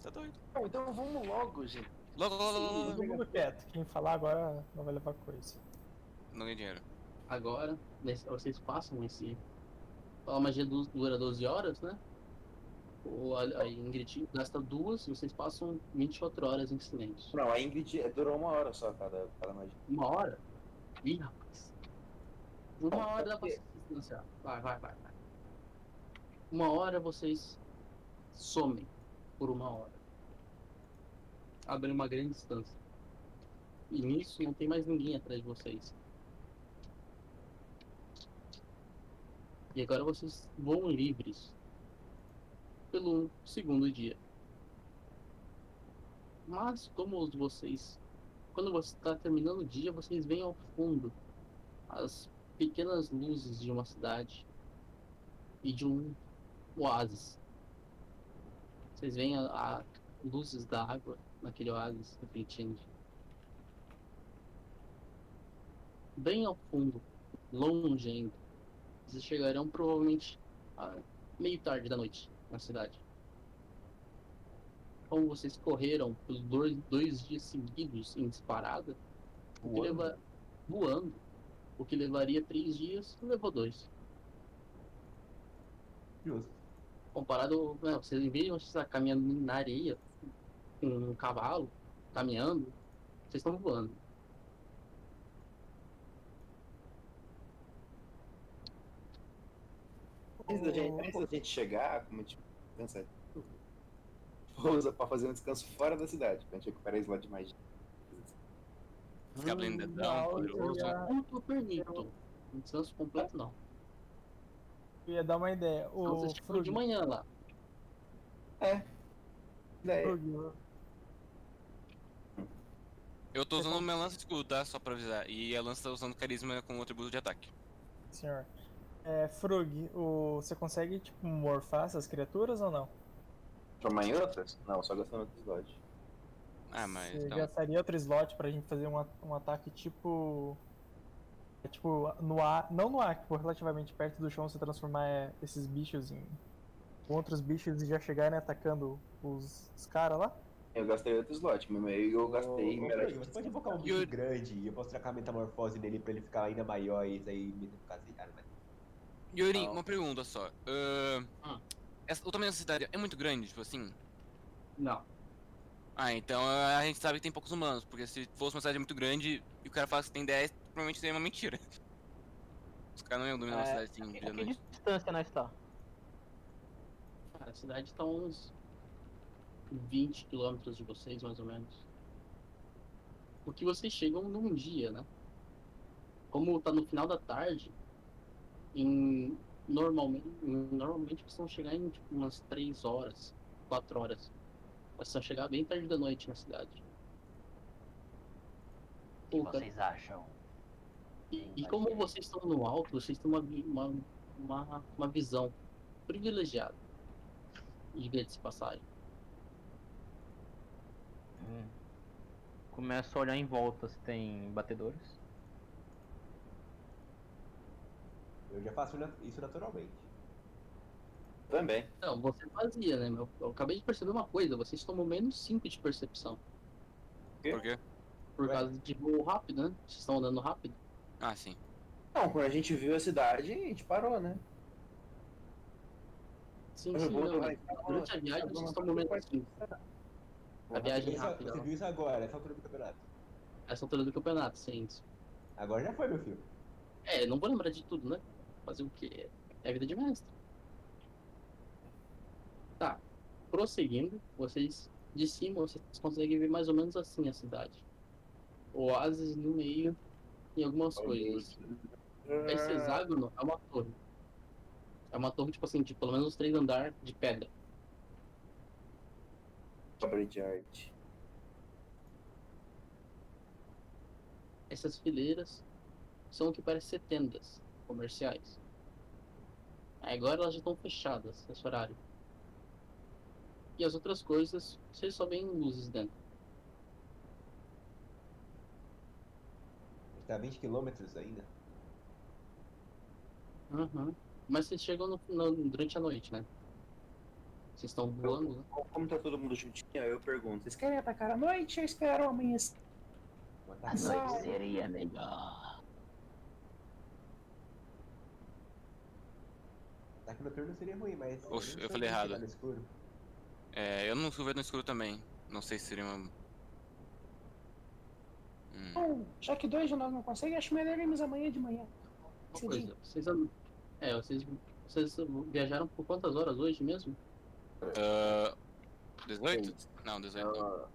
Tá doido.
Não, então vamos logo, gente.
Logo, logo, logo, logo.
Todo mundo quieto. Quem falar agora não vai levar coisa.
Não ganhei dinheiro.
agora, nesse- vocês passam esse. A magia du- dura 12 horas, né? O, a, a Ingrid gasta duas e vocês passam 24 horas em silêncio.
Não, a Ingrid eh, durou uma hora só cada, cada magia.
Uma hora? Ih, rapaz. Uma
Bom,
hora dá pra
porque-
se distanciar. Vai, vai, vai, vai. Uma hora vocês somem por uma hora. Abrem uma grande distância. E nisso não tem mais ninguém atrás de vocês. E agora vocês voam livres pelo segundo dia. Mas como os vocês quando você está terminando o dia, vocês veem ao fundo as pequenas luzes de uma cidade e de um oásis. Vocês veem a, a luzes da água naquele oásis refletindo. Bem ao fundo, longe ainda, vocês chegarão provavelmente a meio tarde da noite na cidade. Como Então, vocês correram os dois, dois dias seguidos em disparada, o que leva- voando, o que levaria três dias, levou dois.
Justo.
Comparado, né, vocês em vez de vocês estar caminhando na areia, com um cavalo, caminhando, vocês estão voando.
Antes da gente, antes da gente chegar, como a gente pensa, pousa pra fazer um descanso fora da cidade, pra gente recuperar isso lá de magia.
Ficar blendadão,
Então,
poderoso.
Descanso permito. Um descanso completo não.
Eu ia dar uma ideia.
Então
O
vocês chegam de manhã lá.
Daí,
Eu tô usando minha lança de escudar só pra avisar. E a lança tá usando carisma com o atributo de ataque.
senhor. É, Frog, o... você consegue, tipo, morfar essas criaturas ou não?
tomar em outras? Não, só gastando outro slot.
Ah, mas.
Você
então,
gastaria outro slot pra gente fazer um, a- um ataque tipo. é, Tipo, no ar. Não no ar, tipo, relativamente perto do chão, você transformar é, esses bichos em. outros bichos e já chegarem atacando os, os caras lá?
Eu gastei outro slot, mas eu gastei.
Ô, ô,
era-
Frog, você pode invocar um bicho
Yuri.
grande e eu posso trocar a metamorfose dele pra ele ficar ainda maior e isso aí me ficar assim. Ah, mas
Yuri,
Não.
uma pergunta só. Ahn,
Hum.
essa- o tamanho da cidade é muito grande, tipo assim?
Não.
Ah, então ah, a gente sabe que tem poucos humanos, porque se fosse uma cidade muito grande e o cara falasse que tem 10, provavelmente seria uma mentira. Os caras não iam dominar uma
É,
cidade assim,
A
de
que
noite.
distância nós tá?
Cara, a cidade está uns 20 quilômetros de vocês, mais ou menos. Porque vocês chegam num dia, né? Como tá no final da tarde, em, normalmente, normalmente vocês vão chegar em tipo, umas 3 horas, 4 horas. Vocês vão chegar bem tarde da noite na cidade.
O que
Pô, cara,
vocês acham?
e como vocês estão no alto, vocês têm uma, vi- uma, uma, uma visão privilegiada. Diga-se de passagem.
Hum. Começo a olhar em volta se tem batedores.
eu já faço na- isso naturalmente.
Também.
Não, você fazia, né? meu? Eu acabei de perceber uma coisa, vocês tomam menos 5 de percepção.
Por quê?
Por
Ué?
causa de voo rápido, né? Vocês estão andando rápido.
Ah, sim.
Não, quando a gente viu a cidade, a gente parou, né?
Sim, sim,
Vou
não,
tomar
né?
em casa,
Durante a viagem vocês tomam menos 5. A viagem
Isso-
rápida.
Você
né?
viu isso agora, essa altura do campeonato.
Essa altura do campeonato, sim.
Agora já foi, meu filho.
É, não vou lembrar de tudo, né? Fazer o quê? É a vida de mestre. Tá. Prosseguindo, vocês de cima vocês conseguem ver mais ou menos assim a cidade. Oásis no meio e algumas coisas. Esse
Hum.
hexágono é uma torre. É uma torre, tipo assim, de pelo menos uns três andares de pedra.
Obra de arte.
Essas fileiras são o que parece ser tendas comerciais. Aí Agora elas já estão fechadas nesse horário. E as outras coisas, vocês só veem luzes dentro.
A gente tá a 20 km ainda.
Uhum.
Mas vocês chegam no- no- durante a noite, né? Vocês estão voando, né?
Como tá todo mundo juntinho, aí eu pergunto. Vocês
Vocês querem atacar à noite ou esperam amanhecer?
Uma
Azar.
tarde.
Seria melhor.
Ataque noturno seria ruim, mas.
Oxe,
não
eu
sei
falei
se
errado.
tá no escuro.
É, eu não sou ver no escuro também. Não sei se seria uma. Hum.
Bom, já que dois de nós não conseguem, acho melhor irmos amanhã de manhã.
Uma coisa, vocês, an- é, vocês, vocês viajaram por quantas horas hoje mesmo?
Ah, 18? Não, 18 não.
Então,
Ah,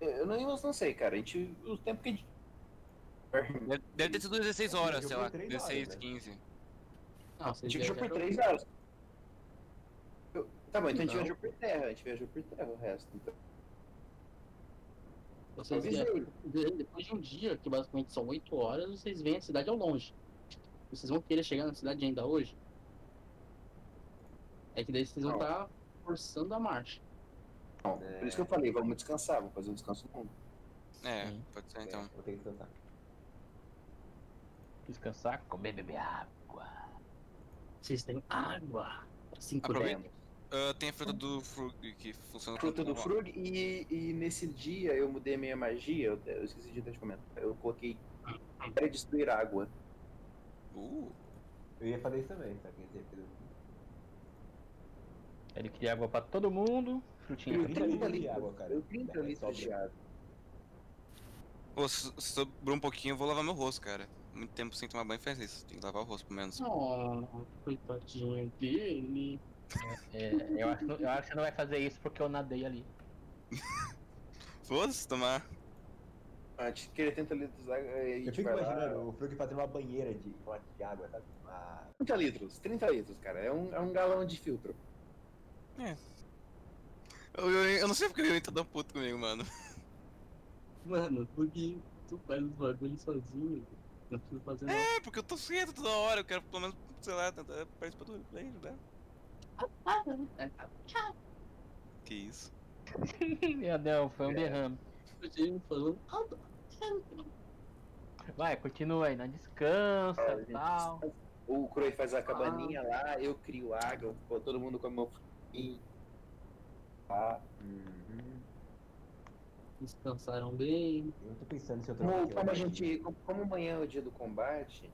Eu, eu não, eu não sei, cara. A gente. O tempo que a gente.
Deve- Deve ter sido 16 horas, sei lá.
Jogo por três horas,
16,
né?
15.
Ah,
A
vocês
gente viajou Tipo, por
viajaram-
três horas. Eu- Tá bom, então a gente
Não.
viajou por terra. A gente viajou por terra o resto. Então,
Vocês
talvez
viajaram-
eu-
de- depois de um dia, que basicamente são oito horas, vocês veem a cidade ao longe. Vocês vão querer chegar na cidade ainda hoje? É que daí vocês vão
Não.
estar forçando a marcha.
Não, por isso que eu falei, vamos descansar, vamos fazer um descanso longo.
É,
Sim.
pode ser então.
É, vou ter que tentar.
Descansar, comer, beber água.
Vocês têm água. Cinco
Aproveita.
dez.
Ah, tem a fruta do Frug que
Ah,
funciona
tá
Fruta do
como-
Frug e, e nesse dia eu mudei a minha magia, eu, eu esqueci de deixar de comentar. Eu coloquei para destruir água.
Uh,
Eu ia fazer isso também, só que esse eu
Ele queria água pra todo mundo. Frutinha
Eu
pra
30
30
litros de
litros de
água, cara. É,
Eu 30
Daí
litros de
sobra.
água.
pô, se se sobrou um pouquinho, eu vou lavar meu rosto, cara. Muito tempo sem tomar banho faz isso. Tem que lavar o rosto, pelo menos.
Oh, coitadinho dele.
É, eu, acho, eu acho que você não vai fazer isso porque eu nadei ali.
Foda-se tomar.
A gente queria 30 litros Ah, de água e a gente
fico
vai lá-
imaginando o Frug fazendo uma banheira de, de água, sabe? Uma
30 litros, 30 litros, cara. É um, é um galão de filtro.
Eu, eu, eu não sei porque o Yuri tá tão puto comigo, mano.
Mano, porque tu faz os bagulhos sozinho. Não precisa fazer nada.
É, porque eu tô cedo toda hora, eu quero pelo menos, sei lá, tentar participar do replay, né? Que isso.
Meu Deus, foi um derrame.
O Jamie falando. "Ah,
Vai, continua aí, né? Descansa
É,
e tal.
O Croy faz a cabaninha lá, eu crio água, pô, todo mundo come meu frutinho. Ah, Uhum.
Descansaram bem.
Eu tô pensando se eu troco
Como,
aquela
como a
magia.
gente. Como amanhã é o dia do combate,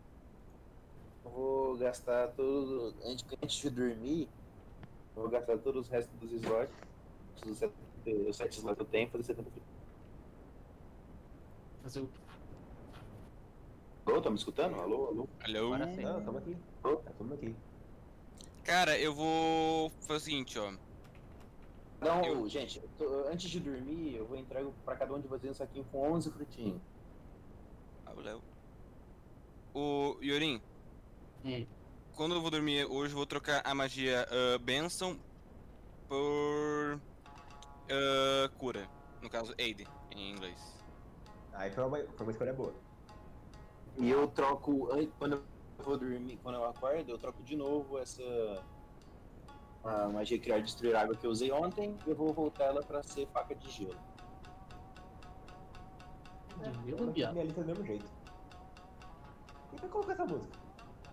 eu vou gastar todo. Antes, antes de dormir, eu vou gastar todos os restos dos slots. Os sete, os sete slots que eu tenho, fazer 70
Fazer o
Alô, tá me escutando? Alô, alô?
Alô?
Agora sim.
Não, tamo aqui. Tá todo mundo aqui.
Cara, eu vou fazer o seguinte, ó.
Não,
Eu-
gente, eu tô- antes de dormir, eu vou entregar pra cada um de vocês um saquinho com 11 frutinhos.
Ah, o Léo. O Yorin,
Hum.
quando eu vou dormir hoje, eu vou trocar a magia ah, Benção por ah, cura. No caso, Aid, em inglês.
Aí foi uma, foi uma escolha boa.
E eu troco. an- Quando eu vou dormir, quando eu acordo, eu troco de novo essa. A magia criar e destruir água que eu usei ontem, eu vou voltar ela pra ser faca de gelo.
Eu
Jamie,
não
viado.
minha lista é do mesmo jeito. Quem vai colocar essa música?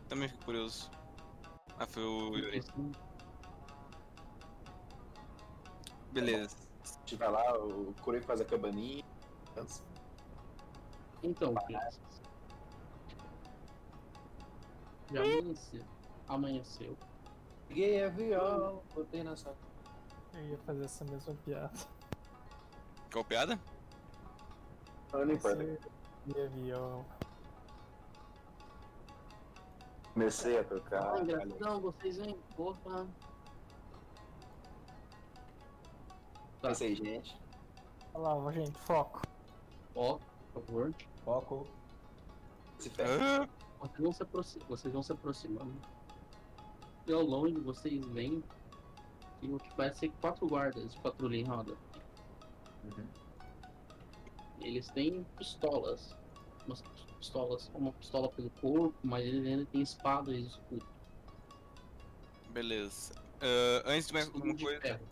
Também fico curioso. Ah, foi o Yorin. Beleza.
A gente vai lá, o Kurei faz a cabaninha.
Então, crianças. Já amanheceu. Amanheceu.
Peguei a viola, botei na sua.
Eu ia fazer essa mesma piada.
Qual piada?
Não importa.
Você- E a viola.
Comecei a tocar.
Ah, engraçadão, vocês vêm. Porra.
Pensei, gente.
Olha lá, gente, foco.
Ó, por favor.
Foco.
Se ferra.
Ah,
Vocês vão se, aproxi- vocês vão se aproximando. E ao longe vocês veem que o que parece ser quatro guardas de patrulha em roda. Eles têm pistolas. Umas pistolas, uma pistola pelo corpo, mas eles ainda têm espada e escudo.
beleza. Ah, antes de mais
escudo
alguma
de
coisa.
ferro.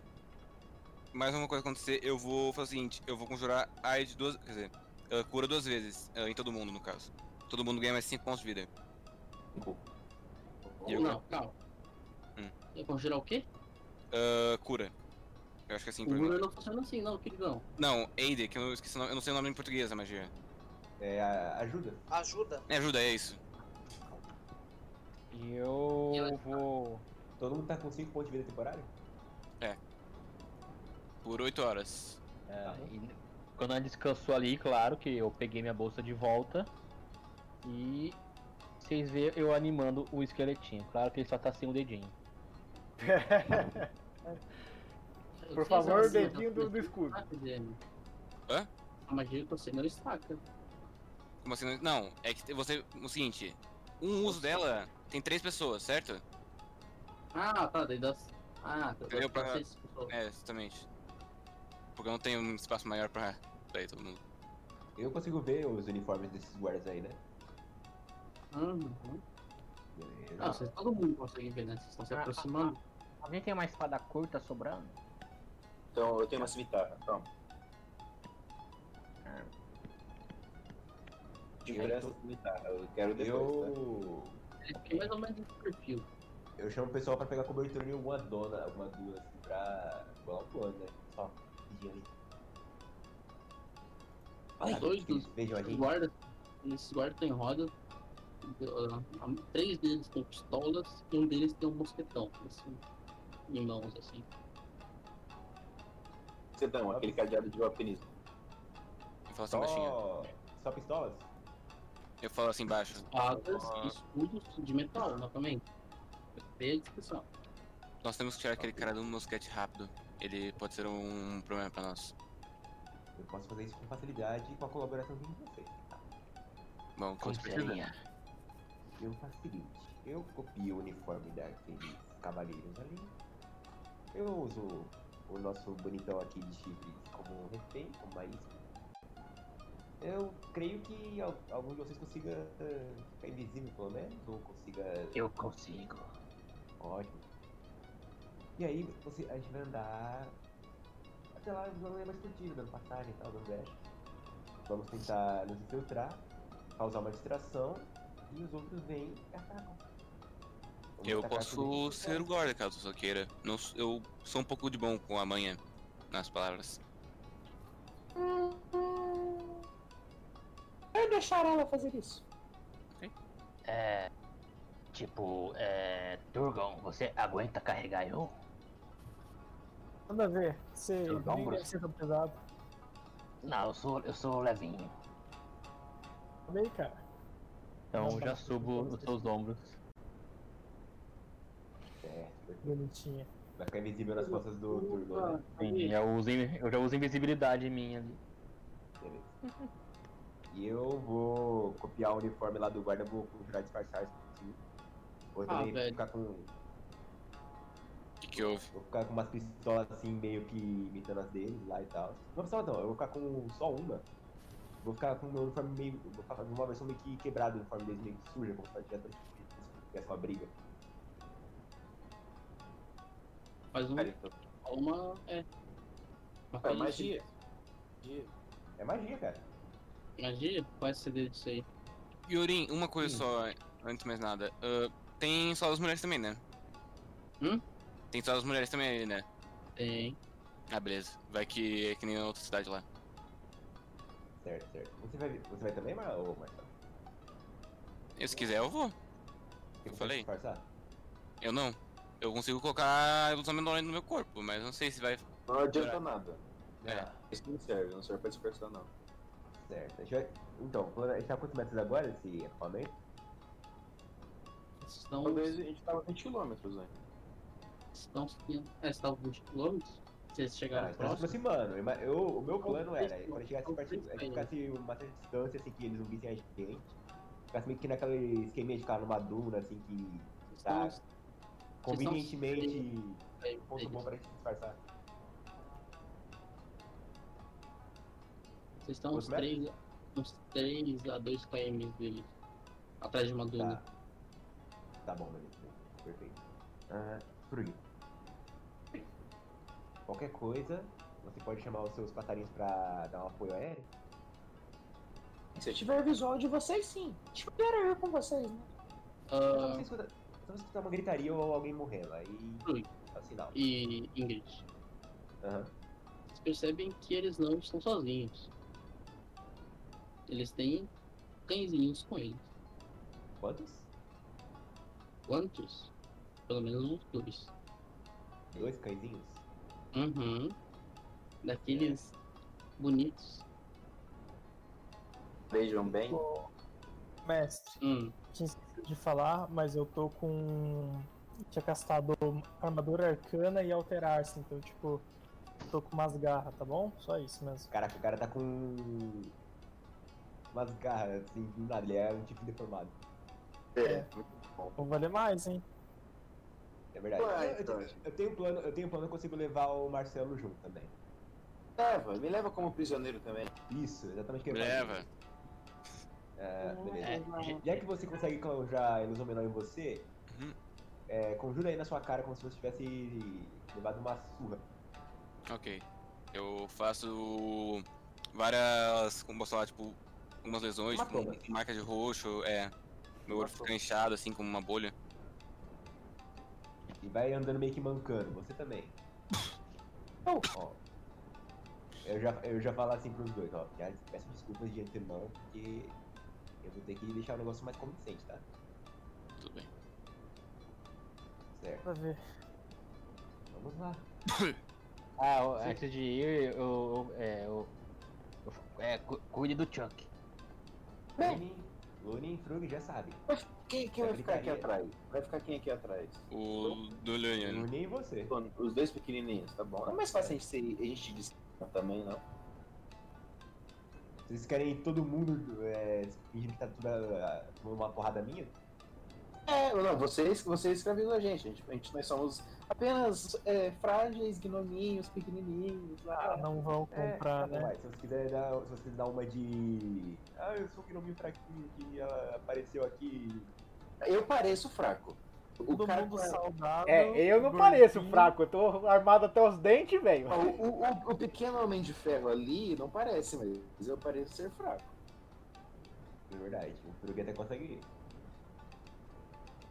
mais uma coisa acontecer, eu vou fazer o seguinte, eu vou conjurar AIDS duas, quer dizer, ela cura duas vezes, eh, em todo mundo no caso. Todo mundo ganha mais 5 pontos de vida. E eu-
Não, calma.
Hum.
É congelar o quê?
Ah, cura. Eu acho que é assim
O
por mim.
Google não funciona assim, não, queridão.
Não, Aid, que eu esqueci o nome, eu não sei o nome em português da magia.
É, a- ajuda.
Ajuda.
Me ajuda, é isso.
E eu vou.
Todo mundo tá com 5 pontos de vida temporário?
Por 8 horas.
é,
Tá bom.
e quando ela descansou ali, claro que eu peguei minha bolsa de volta. E vocês vê eu animando o esqueletinho. Claro que ele só tá sem o dedinho.
Por
assim,
favor, dedinho do, do escudo.
né?
Hã?
A magia que Ah, você não estaca.
Como assim? Não, é que você. O seguinte: um uso dela tem 3 pessoas, certo?
Ah, tá, daí das. Ah, tá.
Entendeu?
das- das
Pra-
seis pessoas.
É, exatamente. Porque eu não tenho um espaço maior pra. pra ir todo mundo.
Eu consigo ver os uniformes desses guardas aí, né?
Uhum.
Beleza.
Ah, vocês- todo mundo consegue ver, né? Vocês estão se aproximando.
Alguém tem uma espada curta sobrando?
Então eu tenho uma cimitarra, calma. De graça, cimitarra. Eu quero depois, tá?
Eu.
Eles têm É mais ou menos esse perfil.
Eu chamo o pessoal pra pegar cobertura em alguma dona, alguma duas, assim, pra. igual um plano, né? Só. Vejam aí. Fala aí,
Dois
filhos,
dos-
Vejam
Os
aí.
guardas, esses guardas têm roda. ah, Três deles têm pistolas e um deles tem um mosquetão, assim, em mãos, assim.
Você dá um, aquele cadeado de alpinismo.
Eu falo assim baixinho.
Só. Só pistolas?
Eu falo assim baixo.
Espadas
Ah.
e escudos de metal, novamente. Eu dei a descrição.
Nós temos que tirar aquele cara do mosquete rápido. Ele pode ser um problema pra nós.
Eu posso fazer isso com facilidade e com a colaboração de vocês. tá?
Bom, quanto
Conselhinha.
Eu faço o seguinte: eu copio o uniforme daqueles cavaleiros ali. Eu uso o nosso bonitão aqui de chifres como um refém, como mais. Eu creio que al- algum de vocês consiga eh, ficar invisível, pelo menos, ou consiga.
Eu consigo.
Ótimo. E aí, você, a gente vai andar. Até lá, não é mais curtido, dando passagem e tal, dando dash. Vamos tentar nos infiltrar, causar uma distração, e os outros vêm e atacam. Vamos
Eu
atacar tudo
posso
isso.
ser o guarda, caso você queira. Não s- eu sou um pouco de bom com a manha nas palavras.
Vai deixar ela fazer isso.
É. Tipo, é. Turgon, você aguenta carregar eu?
Nada a ver. Você
Eu dou um
nem deve
grosso.
ser tão pesado.
Não, eu sou, eu sou levinho.
Também, cara.
Então
Não,
eu já
tá.
subo nos seus ombros.
Certo.
Bonitinha.
É, Vai ficar invisível nas costas do Turgon, né?
Sim, eu, uso, in- eu já uso invisibilidade minha ali.
Beleza. E eu vou copiar o uniforme lá do guarda, vou procurar disfarçar assim. Vou também
velho.
ficar com.
O que, que houve?
Vou ficar com umas pistolas assim, meio que imitando as deles lá e tal. Não pistola não, eu vou ficar com só uma. Vou ficar com o meu uniforme meio. Vou ficar com uma versão meio que quebrada do uniforme deles, meio que suja, como se tivesse tivesse uma briga.
Mas um,
então-
uma é. Uma
É
coisa
magia.
É magia, cara.
assim. Magia? Qual é o CD disso aí?
Yorin, uma coisa só, antes de mais nada. Ah, tem só das mulheres também, né?
Hum?
Tem só das mulheres também ali, né?
Tem.
Ah, beleza. Vai que é que nem na outra cidade lá.
Certo, certo. Você vai, você vai também, Mar- ô, Marcelo?
Eu, se quiser, eu vou.
Você consegue
falei.
Disfarçar?
Eu não. Eu consigo colocar a ilusão menor no meu corpo, mas não sei se vai.
Não adianta nada.
É.
Isso não serve, não serve pra dispersar, não.
Ah, Certo. A gente vai... Então, quando- a gente tá com quantos metros agora, esse equipamento?
Vocês estão.
Talvez a gente tava 20 km, né?
estão seguindo. É, vocês estavam 20 km? Vocês
Ah, a
chegaram
gente tá se
próximo?
aproximando. Eu, eu- o meu
Qual
plano
o
era,
preço?
quando chegasse
Qual é o
perto,
preço
a gente
aí?
ficasse uma certa distância, assim, que eles não vissem a gente. Ficasse meio que naquele esqueminha de ficar numa duna, assim, que
Vocês
tá
estão-
convenientemente um
é,
ponto bom pra gente disfarçar.
Vocês estão uns
Quantos
3, uns 3 a 2 km dele. Atrás de uma duna.
Tá. Tá bom, beleza. Perfeito. Ah, Frug. Qualquer coisa, você pode chamar os seus passarinhos pra dar um apoio aéreo?
Se tiver visual de vocês, sim. Deixa eu ver eu com vocês, né?
Só
Ah,
você escuta, só você escutar uma gritaria ou alguém morrendo, aí
Frug.
é o sinal.
e Ingrid.
Aham.
Vocês percebem que eles não estão sozinhos. Eles têm cãezinhos com eles.
Quantos?
quantos? Pelo menos uns dois.
Dois cãezinhos?
Uhum. Daqueles bonitos.
Vejam bem.
Mestre,
Hum.
tinha esquecido de falar, mas eu tô com. Tinha castado armadura arcana e alterar-se, então, tipo, tô com umas garras, tá bom? Só isso mesmo.
Caraca, o cara tá com. Umas garras, assim, do nada. Ele é um tipo deformado.
É.
Vou valer mais, hein?
É verdade.
Ué,
Eu- eu,
então,
tenho- eu tenho um plano, eu tenho um plano, eu consigo levar o Marcelo junto também.
Leva, me leva como prisioneiro também.
Isso, exatamente o que eu ia fazer.
Leva.
É, beleza.
É,
Já que você consegue conjurar a ilusão menor em você,
Uhum.
é, conjura aí na sua cara como se você tivesse levado uma surra.
Ok. Eu faço várias, como posso falar, tipo, algumas lesões, tipo,
Hematoma.
marca de roxo, é. Meu olho fica inchado, assim, como uma bolha.
E vai andando meio que mancando, você também.
Oh.
Ó, eu, já, eu já falo assim pros dois, ó. Já peço desculpas de antemão, porque eu vou ter que deixar o negócio mais convincente, tá?
Tudo bem.
Certo.
Pra ver.
Vamos lá.
Ah, o- antes de ir, eu. eu- é, eu, eu- é, cu- cuide do Chuck.
Luni, Luni e Frug já sabem.
Quem, quem vai ficar aqui atrás? Vai ficar quem aqui atrás?
O do Leoniano.
Luni e você.
Os dois pequenininhos, tá bom. É mais fácil a gente, ser, a gente descansar também, não?
Vocês querem todo mundo é, fingindo que tá tudo ah, uma porrada minha?
É, não, vocês, vocês escravizam a gente. A gente, a gente- nós somos apenas é, frágeis, gnominhos, pequenininhos.
Ah,
Ah,
não vão comprar,
Não
né?
Então vai, se você quiser dar, se você quiser dar uma de. Ah, eu sou um gnominho fraquinho que ah, apareceu aqui.
eu pareço fraco. O
Todo
cara
mundo
com a-
saudável.
É, eu não
Ah, gordinho.
pareço fraco, eu tô armado até os dentes, velho.
O, o- o- o pequeno homem de ferro ali não parece, mas eu pareço ser fraco.
É verdade, o Frug até consegue.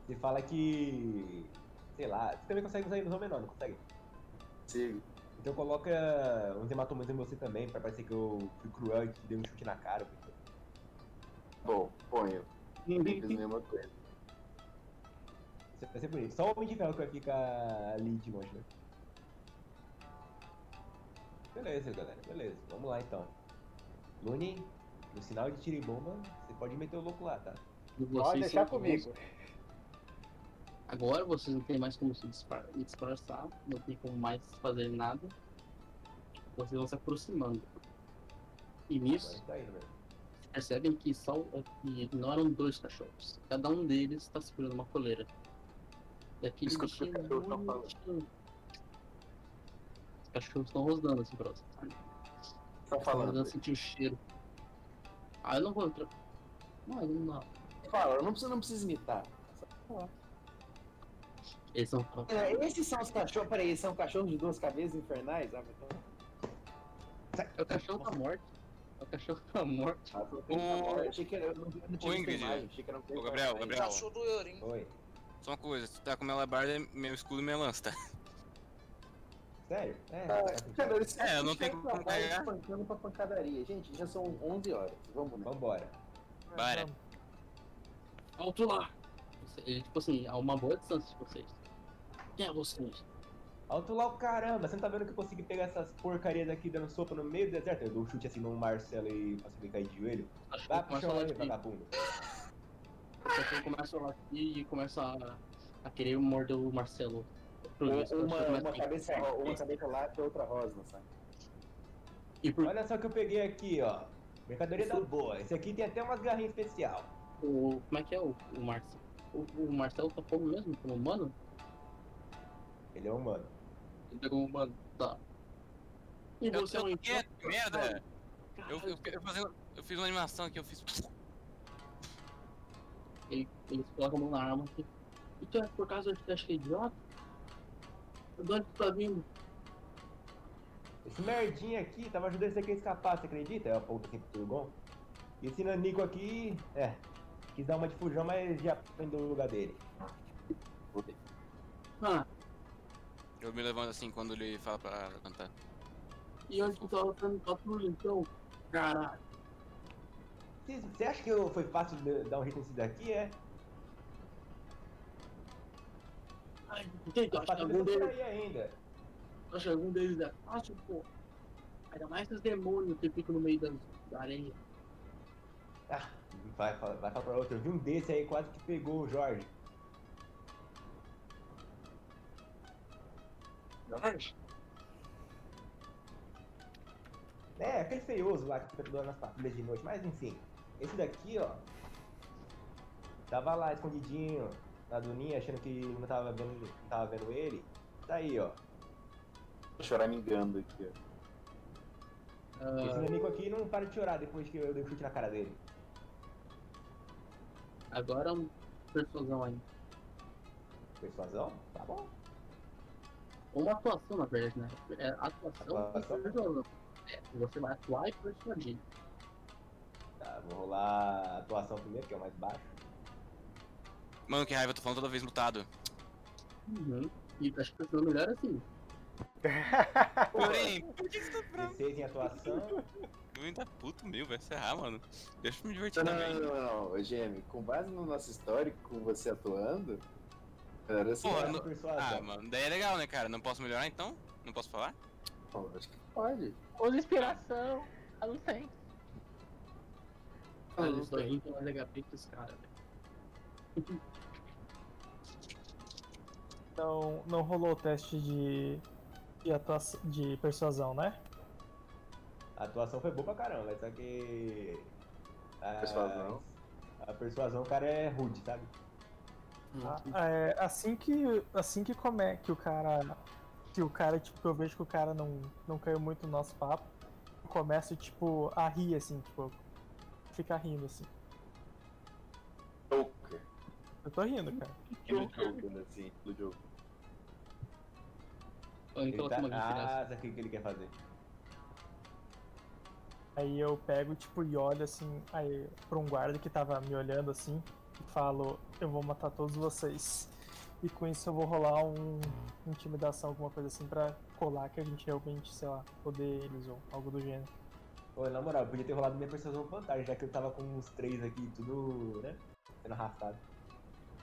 Você fala que. Sei lá, você também consegue usar ilusão menor, não consegue?
Se-
Então coloca uns hematomas em você também, pra parecer que eu fui cruel e te dei um chute na cara. porque-
Bom, ponho.
Uhum.
Fiz a mesma coisa.
Isso vai ser bonito. Só o homem de ferro que vai ficar ali de longe, né? Beleza, galera, beleza. Vamos lá então. Luni, no sinal de tiro e bomba, você pode meter o louco lá, tá?
Pode
Vocês
deixar
são-
comigo.
Agora vocês não têm mais como se dispar- disfarçar, não tem como mais fazer nada. Vocês vão se aproximando. E
Agora
nisso,
tá indo, velho.
percebem que só que ignoram dois cachorros. Cada um deles está segurando uma coleira. Daquele
Escuta o que o
bichinho
cachorro tá falando.
bonitinho. Os cachorros estão rosnando assim próximo.
Estão
Eu não
falando.
senti assim, o cheiro. Ah, eu não vou entrar. Não, não, não.
Fala, não precisa, não precisa imitar.
Eles são.
É, Esses são os cachorros. Peraí,
é
esses
um
são cachorros de duas cabeças infernais? Ah, então.
O cachorro tá morto. O cachorro tá morto.
Ah, tô tentando-
Ô,
É.
eu achei que era. Eu não, eu não tinha
ô,
visto a
Ingrid.
imagem, achei que era um
Ô,
É,
Gabriel,
infernais.
Gabriel.
Cachorro do Yorin.
Oi.
Só uma coisa, tu tá com minha alabarda, meu escudo e minha lança, tá?
Sério? É,
Cara,
tá
esse
É, eu não
esse cara
tenho
tá
como
mais
pegar.
pancando pra pancadaria. Gente, já são 11 horas. Vamos, né?
Vambora.
Bora.
Alto lá! Ele, tipo assim, a uma boa distância de vocês. Quem é vocês?
Alto lá o caramba, você não tá vendo que eu consegui pegar essas porcarias daqui dando sopa no meio do deserto? Eu dou um chute assim no Marcelo e faço ele cair de joelho.
Acho que
Vai pro
começa a
chão
falar
aí,
de mim.
vagabundo.
O cachorro começa a latir e começa a, a querer morder o Marcelo. Por isso, o cachorro
Uma, uma,
começa a-
cabeça, ro- uma cabeça lá e outra rosa, sabe?
E por
Olha só o que eu peguei aqui, ó. Mercadoria da boa. Esse aqui tem até umas garrinhas especial.
o. Como é que é o, o Marcelo? O, o Marcelo tá como mesmo? Como humano?
Ele é humano.
Ele pegou um humano. Tá. E
Eu
você é um
tô
inferno?
quieto, merda! né? Eu, eu, eu, fazendo- eu fiz uma animação aqui, eu fiz.
Ele, ele coloca a mão na arma assim. E tu é por causa de acho que é idiota? De onde tu tá vindo?
Esse merdinha aqui tava ajudando esse aqui a escapar, você acredita? Eu aponto aqui pro Turgon. E esse nanico aqui, é. Quis dar uma de fujão, mas já prendeu o lugar dele.
Ah,
Eu me levanto assim quando ele fala pra levantar.
e onde tu tá lutando patrulha então? Caralho.
Vocês- Você acha que eu- foi fácil de- dar um jeito nesse daqui, é?
Ai, gente, eu acho que algum
Ele tá
deles,
aí ainda.
eu acho que algum deles é fácil, pô. Ainda mais esses demônios que ficam no meio das- da areia.
Ah, vai, falar- vai falar pra outra. Eu vi um desse aí quase que pegou o Jorge.
Jorge?
É, aquele feioso lá que fica toda hora nas patrulhas de noite, mas enfim. Esse daqui, ó. Tava lá escondidinho na duninha, achando que não tava vendo, não tava vendo ele. Tá aí, ó.
Tô choramingando aqui, ó.
Esse
Ah,
inimigo aqui não para de chorar depois que eu dei um chute na cara dele.
agora um perfusão aí.
Persuasão? Tá bom.
Ou atuação, na verdade, né? É atuação e
Atuação.
persuasão. É, você vai atuar e persuadir.
Tá, vou rolar a atuação primeiro, que é o mais baixo.
Mano, que raiva, eu tô falando toda vez mutado.
Uhum. E acho que funciona melhor assim.
Porém, por que você tá bravo?
16 em atuação.
Eu ainda puto meu, vai serrar, mano. Deixa eu me divertir
Não, não,
também.
não, não, não, não. Ô, Gemi, com base no nosso histórico, com você atuando, era assim,
Porra,
é,
não- Ah,
persuasão.
mano, daí é legal, né, cara? Não posso melhorar então? Não posso falar?
pô, acho que pode.
Usa inspiração. Ah, não tem.
Ah, eles estão rindo mais HP que os caras, velho.
Então, não rolou o teste de. de, atua- de persuasão, né?
A atuação foi boa pra caramba, só que. A
Persuasão.
A persuasão, o cara é rude, sabe?
Ah, é, assim que assim que come, que o cara que o cara tipo eu vejo que o cara não não caiu muito no nosso papo eu começo tipo a rir assim tipo ficar rindo assim
Joker.
eu tô rindo cara
No jogo, né, assim, no jogo.
Ou então
Ele
tá...
tá...
uma inspiração.
Ah, sabe o que ele quer fazer?
aí eu pego tipo e olho assim aí para um guarda que tava me olhando assim e falo eu vou matar todos vocês e com isso eu vou rolar um intimidação alguma coisa assim pra colar que a gente realmente sei lá poder eles ou algo do gênero
Pô, na moral, eu podia ter rolado minha persuasão vantagem, já que eu tava com uns três aqui, tudo, né? Sendo arrastado.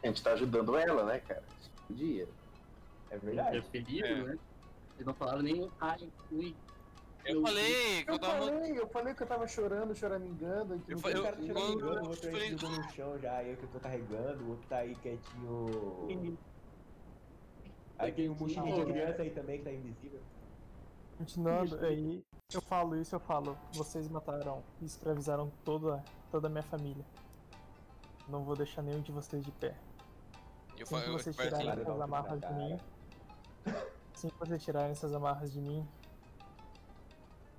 A gente tá ajudando ela, né, cara? Podia.
É verdade.
Preferido,
É.
né? Eles não falaram nem o ai, ui.
Eu falei que eu tava mutado.
eu falei que eu tava chorando, choramingando. Aqui
Eu no
o
falei- eu-
cara tá jogando
eu-
o outro aí
falei-
jogou no chão já, eu que eu tô carregando, o outro tá aí quietinho. Aí tem um mochilinho de criança aí também que tá invisível.
Continuando, aí eu falo isso, eu falo, vocês mataram e escravizaram toda, toda a minha família. Não vou deixar nenhum de vocês de pé.
Eu
Assim
falei,
que
eu
vocês
falei
tirarem
assim,
Vai levar
essas
o
amarras de
cara.
mim. Assim que vocês tirarem essas amarras de mim,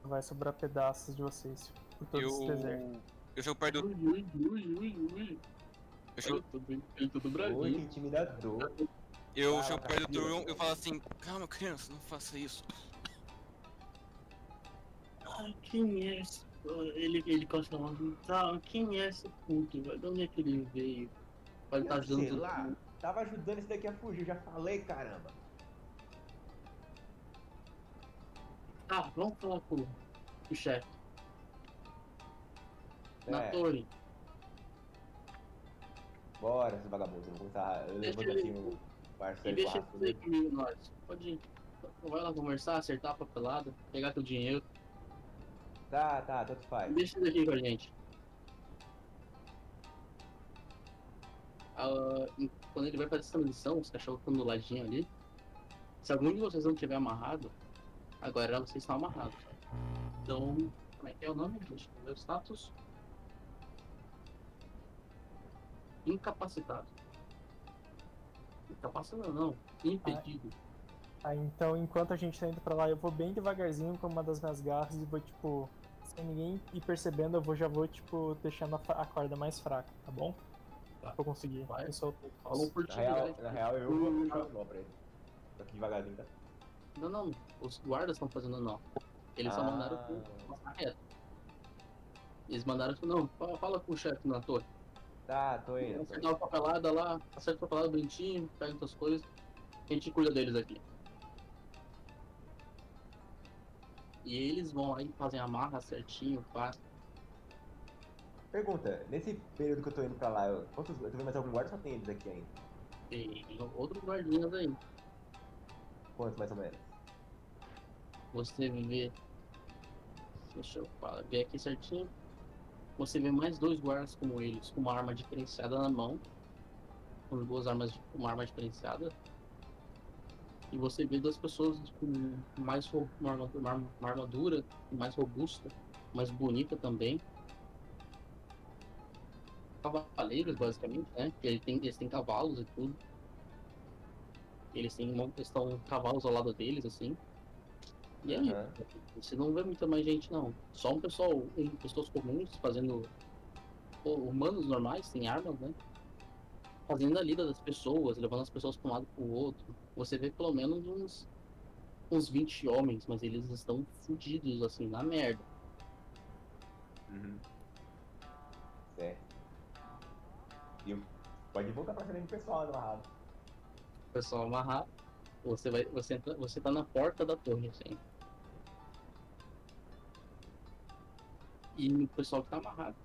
vai sobrar pedaços de vocês por todo esse deserto.
eu. Eu chego perto do.
Ui, ui, ui, ui, ui.
Eu
Eu
chego,
tô bem, eu tô
Oi, que
dobradinho.
intimidador.
eu
Ah,
chego
tá
perto do
vivo.
Turion, eu falo assim: calma, criança, não faça isso.
Ai, quem é esse? Ele, ele costa uma tal. Quem é esse puto? velho? De onde é que ele veio? tá Pode estar ajudando.
Sei
todo
lá,
mundo.
tava ajudando esse daqui a fugir, já falei, caramba.
Tá, vamos falar com o chefe. Na
É.
torre.
Bora, seu vagabundo, eu vou começar. Eu
Deixa
levanto assim
ele-
o
E
parceiro
deixa
e
ele
dele.
comigo, nós. Pode ir. Vai lá conversar, acertar a papelada, pegar teu dinheiro.
Tá, tá, tanto faz.
Deixa ele aqui com a gente. Ah, e quando ele vai fazer essa missão, os cachorros ficam do ladinho ali. Se algum de vocês não tiver amarrado, agora vocês estão amarrados. Então, como é que é o nome? Deixa eu ver o status. Incapacitado. Incapacitado não, impedido.
Aí então, enquanto a gente tá indo pra lá, eu vou bem devagarzinho com uma das minhas garras e vou, tipo, sem ninguém ir percebendo, eu vou, já vou, tipo, deixando a, fa- a corda mais fraca, tá bom?
Tá.
Vou conseguir.
Vai.
Eu solto.
Falou por
Na
ti, né?
real,
galera.
na real eu vou puxar o nó pra ele. Só que devagarzinho, tá?
Não, não, os guardas estão fazendo não. Eles só
Ah.
mandaram o passar reto. Eles mandaram assim, não, fala, fala com o chefe na torre.
Tá, tô indo. tô
Acerta
indo.
uma papelada lá, acerta a papelada bonitinho, pega suas coisas, a gente cuida deles aqui. E eles vão aí, fazem a marra certinho, pá.
Pergunta, nesse período que eu tô indo pra lá, eu, quantos, eu tô vendo mais algum guarda ou só tem eles aqui ainda?
Tem outros guardinhas aí.
Quanto mais ou menos?
Você vê. Deixa eu falar, ver aqui certinho. Você vê mais dois guardas como eles, com uma arma diferenciada na mão. Com duas armas, com uma arma diferenciada. E você vê duas pessoas com mais ro- uma arma- uma arma- uma armadura, mais robusta, mais bonita também. Cavaleiros, basicamente, né? Que ele tem, eles têm cavalos e tudo. Eles têm uma, estão cavalos ao lado deles, assim. E aí,
Aham.
você não vê muita mais gente, não. Só um pessoal, um, pessoas comuns fazendo. pô, Humanos normais, sem armas, né? Fazendo a lida das pessoas, levando as pessoas para um lado para o outro. Você vê pelo menos uns, uns 20 homens, mas eles estão fudidos, assim, na merda.
Uhum. Certo. E o- pode voltar pra frente pessoal amarrado.
O pessoal amarrado. Você, vai, você, entra, você tá na porta da torre, assim. E o pessoal que tá amarrado.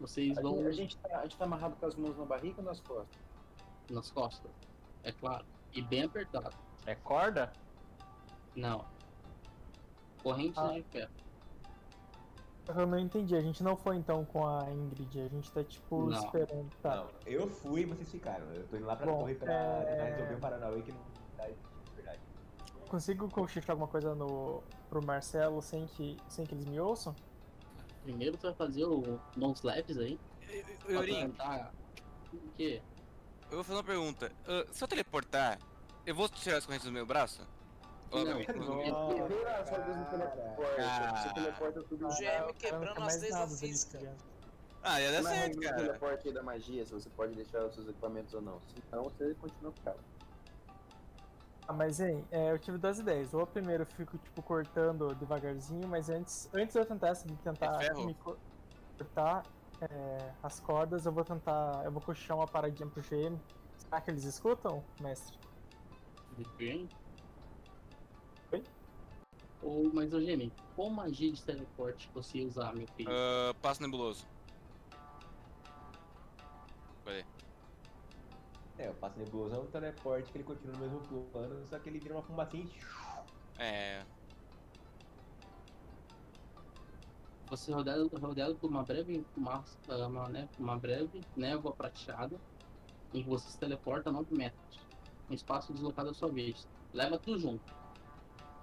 Vocês
A
vão.
gente, a, gente tá, a gente tá amarrado com as mãos na barriga ou nas costas?
nas costas. É claro. E bem apertado.
É corda?
Não. Corrente
Ah.
de ferro.
Eu não entendi, a gente não foi então com a Ingrid, a gente tá tipo
Não.
esperando. Tá.
Não, eu fui e vocês ficaram. Eu tô indo lá pra
Bom,
correr pra
é-
tentar resolver o Paranauê que não tá de verdade.
Consigo cochichar alguma coisa no pro Marcelo sem que, sem que eles me ouçam?
Primeiro tu vai fazer o mãos leves aí.
Ô,
pra
Yorin,
tentar- O quê?
eu vou fazer uma pergunta. Ah, se eu teleportar, eu vou tirar as correntes do meu braço?
Não.
Ó, meu- meu-
Eu dei as regras do
cara.
teleporte. Você teleporta tudo
O
em
GM
O cara Ah, não fica
quebrando
mais
as leis da
nada dele,
física.
criança.
Ah, ia dar
Na
certo,
regra do
cara.
é teleporte aí da magia, se você pode deixar os seus equipamentos ou não. Se não, você continua com ela.
Ah, mas hein, é, eu tive duas ideias. Ou primeiro eu fico tipo cortando devagarzinho, mas antes, antes eu tentasse de tentar
É ferro?
me co- cortar é, as cordas, eu vou tentar. Eu vou cochichar uma paradinha pro GM. Será que eles escutam, mestre?
Depende.
Oi?
Ou, mas ô Gene, qual magia de teleporte você usar, meu filho?
Ah, passo nebuloso.
É, eu passo nebuloso é um teleporte que ele continua no mesmo plano, só que ele vira uma fumacinha e
É.
Você é rodeado, rodeado por uma breve fumaça, uma, né, uma breve névoa prateada, em que você se teleporta a 9 metros. Um espaço deslocado à sua vez. Leva tudo junto.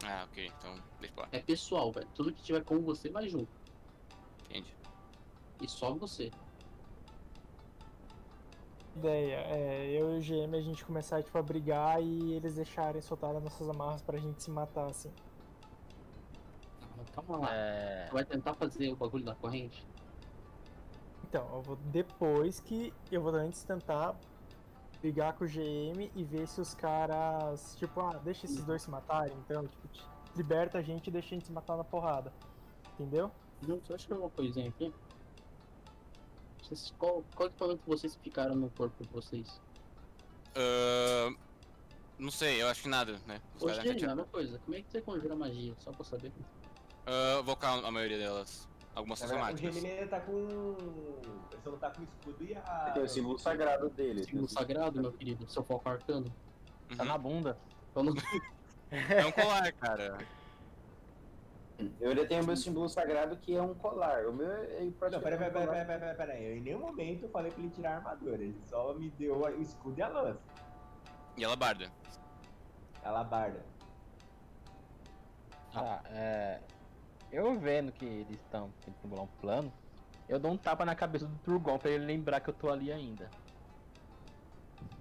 Ah, ok, então deixa pra lá.
É pessoal, velho. Tudo que tiver com você vai junto.
Entende?
E só você.
Ideia, é, eu e o GM a gente começar tipo, a brigar e eles deixarem soltar as nossas amarras pra gente se matar, assim.
Calma, Calma lá.
É.
Vai tentar fazer o bagulho da corrente?
Então, eu vou depois que. Eu vou antes tentar brigar com o GM e ver se os caras. Tipo, ah, deixa esses dois se matarem, então, tipo, te- liberta a gente e deixa a gente se matar na porrada. Entendeu?
Não, só escrever é uma coisinha aqui. Vocês, qual, qual equipamento vocês ficaram no corpo de vocês?
Ah, não sei, eu acho que nada, né? Os
Hoje
caras já
é a
tinham-
mesma coisa. Como é que você conjura magia? Só pra eu saber.
Ah, vocal a maioria delas. Algumas
Na
são
um
verdade, o
somáticas.
Gemini tá com. Ele só não tá com escudo e a.
Tem o símbolo sagrado né? dele. tem
Símbolo
o símbolo
Tipo, sagrado, meu querido. Seu foco arcano.
Uhum.
Tá na bunda.
Então não
É um colar, cara.
Eu ainda tenho o meu símbolo sagrado que é um colar. O meu é
Não,
praticamente
peraí, peraí, peraí,
um colar.
peraí, peraí, peraí. Eu em nenhum momento eu falei pra ele tirar a armadura. Ele só me deu o escudo e a lança.
E ela barda.
A labarda.
Tá, é. Eu vendo que eles estão tentando formular um plano, eu dou um tapa na cabeça do Turgon pra ele lembrar que eu tô ali ainda.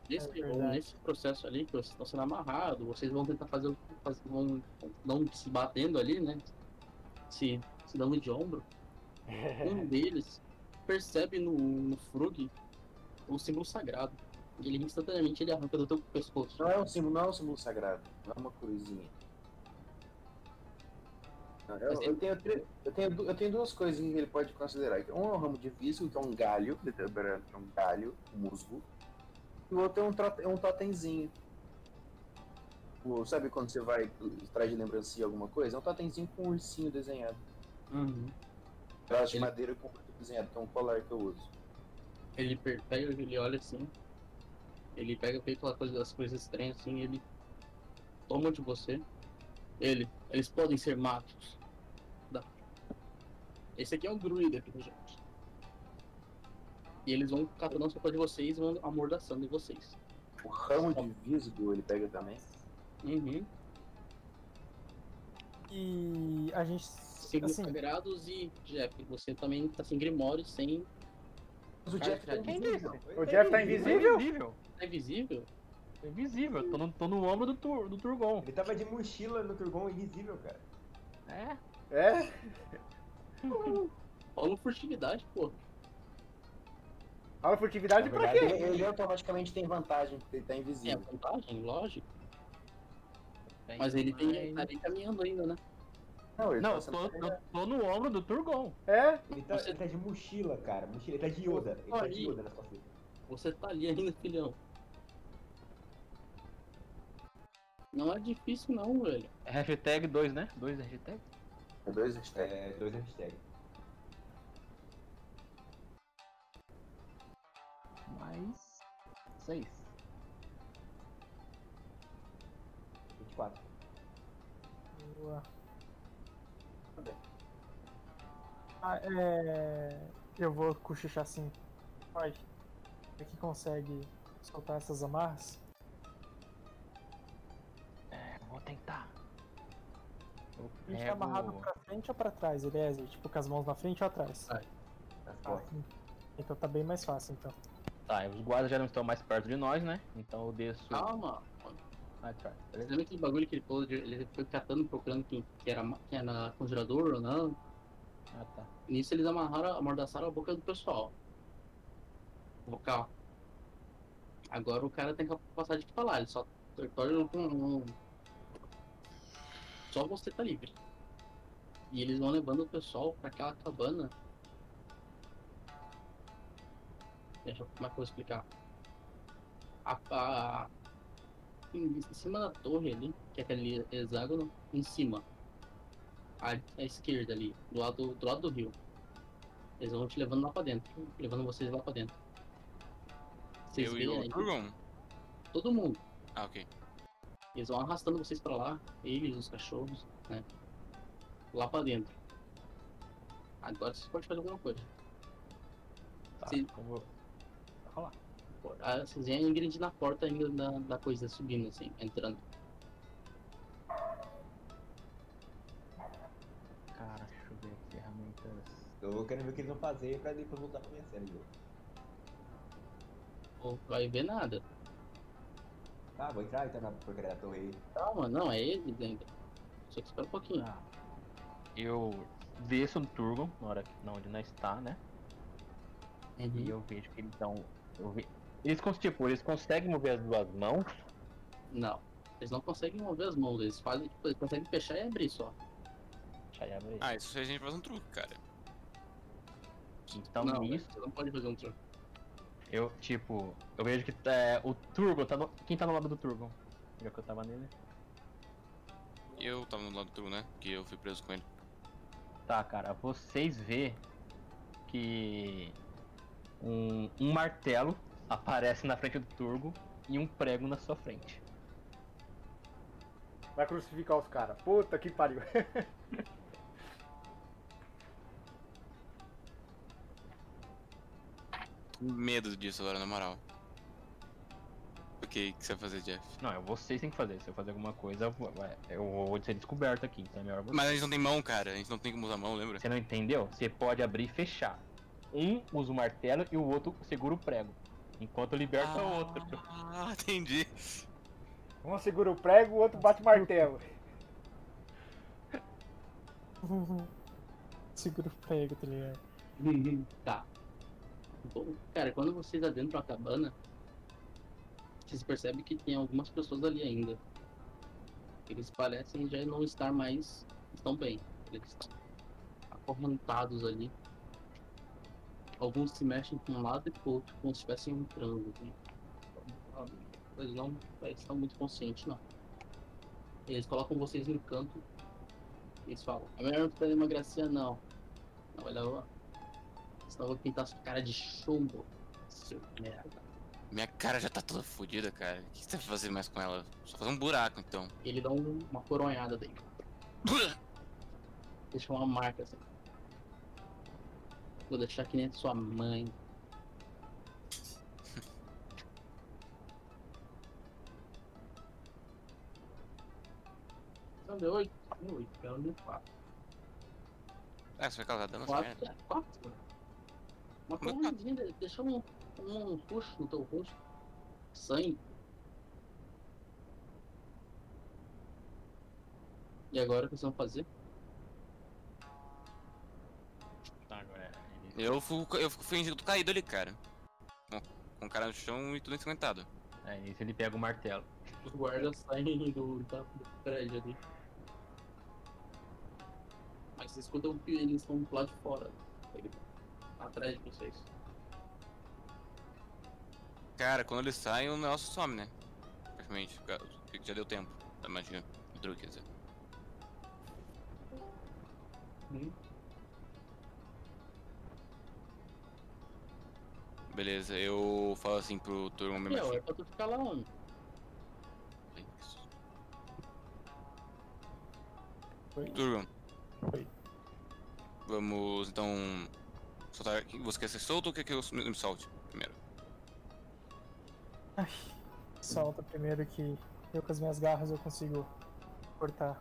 Nesse,
É verdade.
nesse processo ali, que vocês estão sendo amarrados, vocês vão tentar fazer, o- faz- vão não se batendo ali, né? Se, se dando de ombro. Um deles percebe no, no Frug o símbolo sagrado. E ele instantaneamente ele arranca do teu pescoço.
Não é um símbolo, não é um símbolo sagrado. Não é uma cruzinha. Não, Eu, eu tenho, tre- eu, tenho, du- eu tenho duas coisas que ele pode considerar. Um é um ramo de visco, que é um galho, literalmente é um galho, um musgo. E o outro é um, trote- é um totemzinho. O- sabe quando você vai uh, traz de lembrancinha alguma coisa? É um totemzinho com um ursinho desenhado.
Uhum.
Pedaço de
Ele-
madeira com um ursinho desenhado, que é um colar que eu uso.
Ele per- pega, ele olha assim. Ele pega pega aquela coisa das coisas estranhas assim, ele toma de você. Ele, eles podem ser matos. Dá. Esse aqui é o Gruida aqui, gente. E eles vão catando a sopa de vocês e vão amordaçando em vocês.
O ramo de visgo ele pega também.
Uhum.
E a gente.
Segundo
Assim,
Sagrados e Jeff, você também tá sem Grimório, sem.
Mas o Jeff tá
Quem
invisível.
O Jeff tá invisível?
Invisível.
É visível?
Tô invisível. Tô no, tô no ombro do, Tur- do Turgon.
Ele tava de mochila no Turgon invisível, cara.
É.
É?
Rola um furtividade, pô.
Fala furtividade
Na
pra
verdade,
quê?
Ele, ele automaticamente tem vantagem, porque ele tá
É
invisível.
vantagem, lógico. Mas ele tem. Tá bem caminhando ainda, né?
Não, ele
Não,
tá
eu
sendo-
tô, eu tô no ombro do Turgon.
É?
Ele tá, ele tá de mochila, cara. Mochila, ele tá de Yoda. Ele tá de Yoda nas costas dele.
Você tá ali ainda, filhão. Não é difícil não, velho.
É hashtag 2, né? 2 hashtag.
É dois hashtags.
É, dois hashtags.
Mais 6.
24.
Boa. Ah, é... Eu vou cochichar assim. Pai, é que consegue soltar essas amarras?
É, Vou tentar.
Ele
Pego-
tá amarrado pra frente ou pra trás, ele é, tipo, com as mãos na frente ou atrás?
Ah,
Nas
Ah,
costas.
então tá bem mais fácil, então.
Tá, os guardas já não estão mais perto de nós, né? Então eu desço.
Calma.
atrás,
Você
beleza?
lembra aquele bagulho que ele falou? de- Ele foi catando, procurando quem, quem era, ma- quem era congelador ou não?
Ah, tá.
Nisso eles amarraram, amordaçaram a boca do pessoal. Vocal. Agora o cara tem capacidade de falar, ele só território não- não- Só você tá livre. E eles vão levando o pessoal pra aquela cabana. Deixa eu, como é que eu vou explicar? A, a- em, em cima da torre ali, que é aquele hexágono, em cima. À, à esquerda ali, do lado, do lado do rio. Eles vão te levando lá pra dentro. Levando vocês lá pra dentro. Vocês
Eu e
veem
o
aí,
Turgon?
todo mundo.
Ah, ok.
Eles vão arrastando vocês pra lá, eles, os cachorros, né? Lá pra dentro. Agora vocês podem fazer alguma coisa.
Tá,
Sim.
como-
Ah, Vocês veem a Ingrid na porta ainda da, da coisa subindo, assim, entrando.
Cara, deixa eu ver aqui, é ferramentas.
Eu quero ver o que eles vão fazer pra depois voltar pra minha série. viu?
Ou vai ver nada.
Tá, vou entrar então na porcaria da torre aí.
Calma, não, é eles ainda. Só que espera um pouquinho.
Ah, eu desço no Turgon, na hora que, na onde nós está, né? E eu vejo que eles estão. Eu ve... Eles, cons- tipo, eles conseguem mover as duas mãos.
Não. Eles não conseguem mover as mãos, eles fazem, tipo, eles conseguem fechar e abrir só.
Deixa eu abrir.
Ah, isso a gente faz um truque, cara.
então
não,
nisso,
você não pode fazer um truque.
eu, tipo, eu vejo que é, o Turgon tá no. Quem tá no lado do Turgon? Já que eu tava nele.
Eu tava no lado do Turgon, né? Que eu fui preso com ele.
Tá, cara, vocês vê que um, um martelo aparece na frente do Turgo e um prego na sua frente.
É? Vai crucificar os caras. Puta que pariu.
Com medo disso agora, na moral. O que que você vai fazer, Jeff?
Não, é vocês têm que fazer. Se eu fazer alguma coisa, eu vou, vai- eu vou ser descoberto aqui, então é melhor você.
Mas a gente não tem mão, cara. A gente não tem como usar mão, lembra?
Você não entendeu? Você pode abrir e fechar. Um usa o martelo e o outro segura o prego. Enquanto liberta o é outro.
Ah, entendi.
Um segura o prego, o outro bate o martelo.
Segura o prego, tá ligado?
tá. Bom, cara, quando tá vocês adentram a cabana, vocês percebem que tem algumas pessoas ali ainda. Eles parecem já não estar mais. Estão bem. Eles estão acorrentados ali. Alguns se mexem para um lado e para outro, como se estivessem entrando. assim. Eles não eles estão muito conscientes, não. Eles colocam vocês no canto. Eles falam: é melhor não fazer uma gracinha, não. é Não, olha, Senão eu vou pintar sua cara de chumbo. Seu merda.
Minha cara já tá toda fodida, cara. O que que você vai fazer mais com ela? Só fazer um buraco, então.
Ele dá um- uma coronhada dele. Deixa uma marca assim. Vou deixar que nem a sua mãe. Então deu 8. Deu 8, pelo menos 4.
Ah, você vai causar dano? essa
4
merda?
é 4. Uma
tá?
corridinha, de- deixa um, um puxo no teu rosto. Sangue. E agora o que vocês vão fazer?
Tá, agora ele.
Eu fico, eu fico fingindo caído ali, cara. Com, com o cara no chão e tudo ensanguentado.
É, nisso ele pega o martelo.
Os guardas saem do, da, do prédio ali. Mas vocês escutam que eles estão do lado de fora. Ele- tá Atrás de vocês.
Cara, quando eles saem, o negócio some, né? Praticamente. fica- fica- Já deu tempo da magia. Do truque, quer dizer.
Hum.
Beleza, eu falo assim pro turma mesmo.
Meu,
assim,
é pra tu ficar lá onde?
Turgon.
Oi.
Vamos então. Soltar. aqui. Você quer ser solto ou quer que eu me me solte primeiro?
Ai, solta primeiro que eu com as minhas garras eu consigo cortar.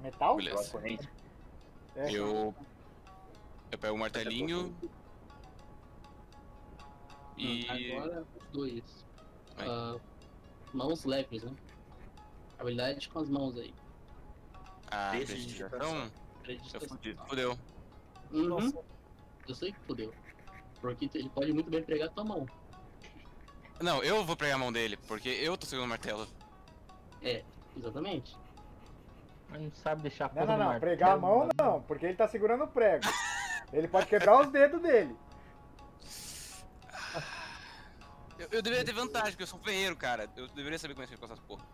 Metal?
Beleza.
É.
Eu. Eu pego o martelinho. E.
Hum, Agora é os dois.
Vai.
Ah, mãos leves, né? Habilidade com as mãos aí.
Ah,
Deixa de
prestidigitação? Eu
Acredita-
fudi. Fudeu.
Uhum.
Nossa,
Eu sei que fodeu. Porque ele pode muito bem pegar tua mão.
Não, eu vou pegar a mão dele, porque eu tô segurando o martelo.
Exatamente.
Mas não sabe deixar a
Não,
porra
não,
do
não.
martelo,
Pregar a mão
mano.
não, porque ele tá segurando o prego. Ele pode quebrar os dedos dele.
Ah, Eu, eu deveria ter vantagem, porque eu sou um ferreiro, cara. Eu deveria saber como é que eu faço essas porra.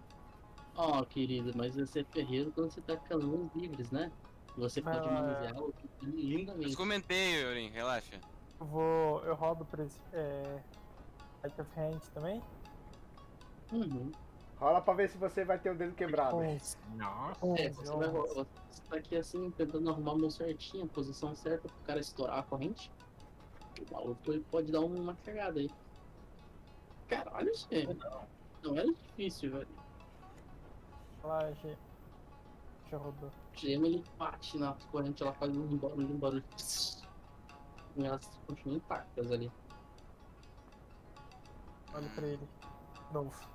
Ó, querido, mas você é ferreiro quando você tá com as mãos livres, né? Você pode
Ah.
manusear o que tá
Eu
lindamente.
comentei, Yorin, relaxa.
eu vou. Eu roubo pra esse. É. Light of Hand também?
Uhum.
Rola pra ver se você vai ter o dedo
Tá
quebrado.
Onze.
É,
Nossa.
Onze,
você, vai,
onze.
ro- você tá aqui assim, tentando arrumar a mão certinha, a posição certa pro cara estourar a corrente. O maluco ele pode dar uma cagada aí. Caralho, gente. Não era difícil, velho.
Lá, G. Já rodou.
O Gema ele bate na corrente, ela faz um barulho, um barulho. E elas continuam intactas ali.
Olha pra ele. De Novo.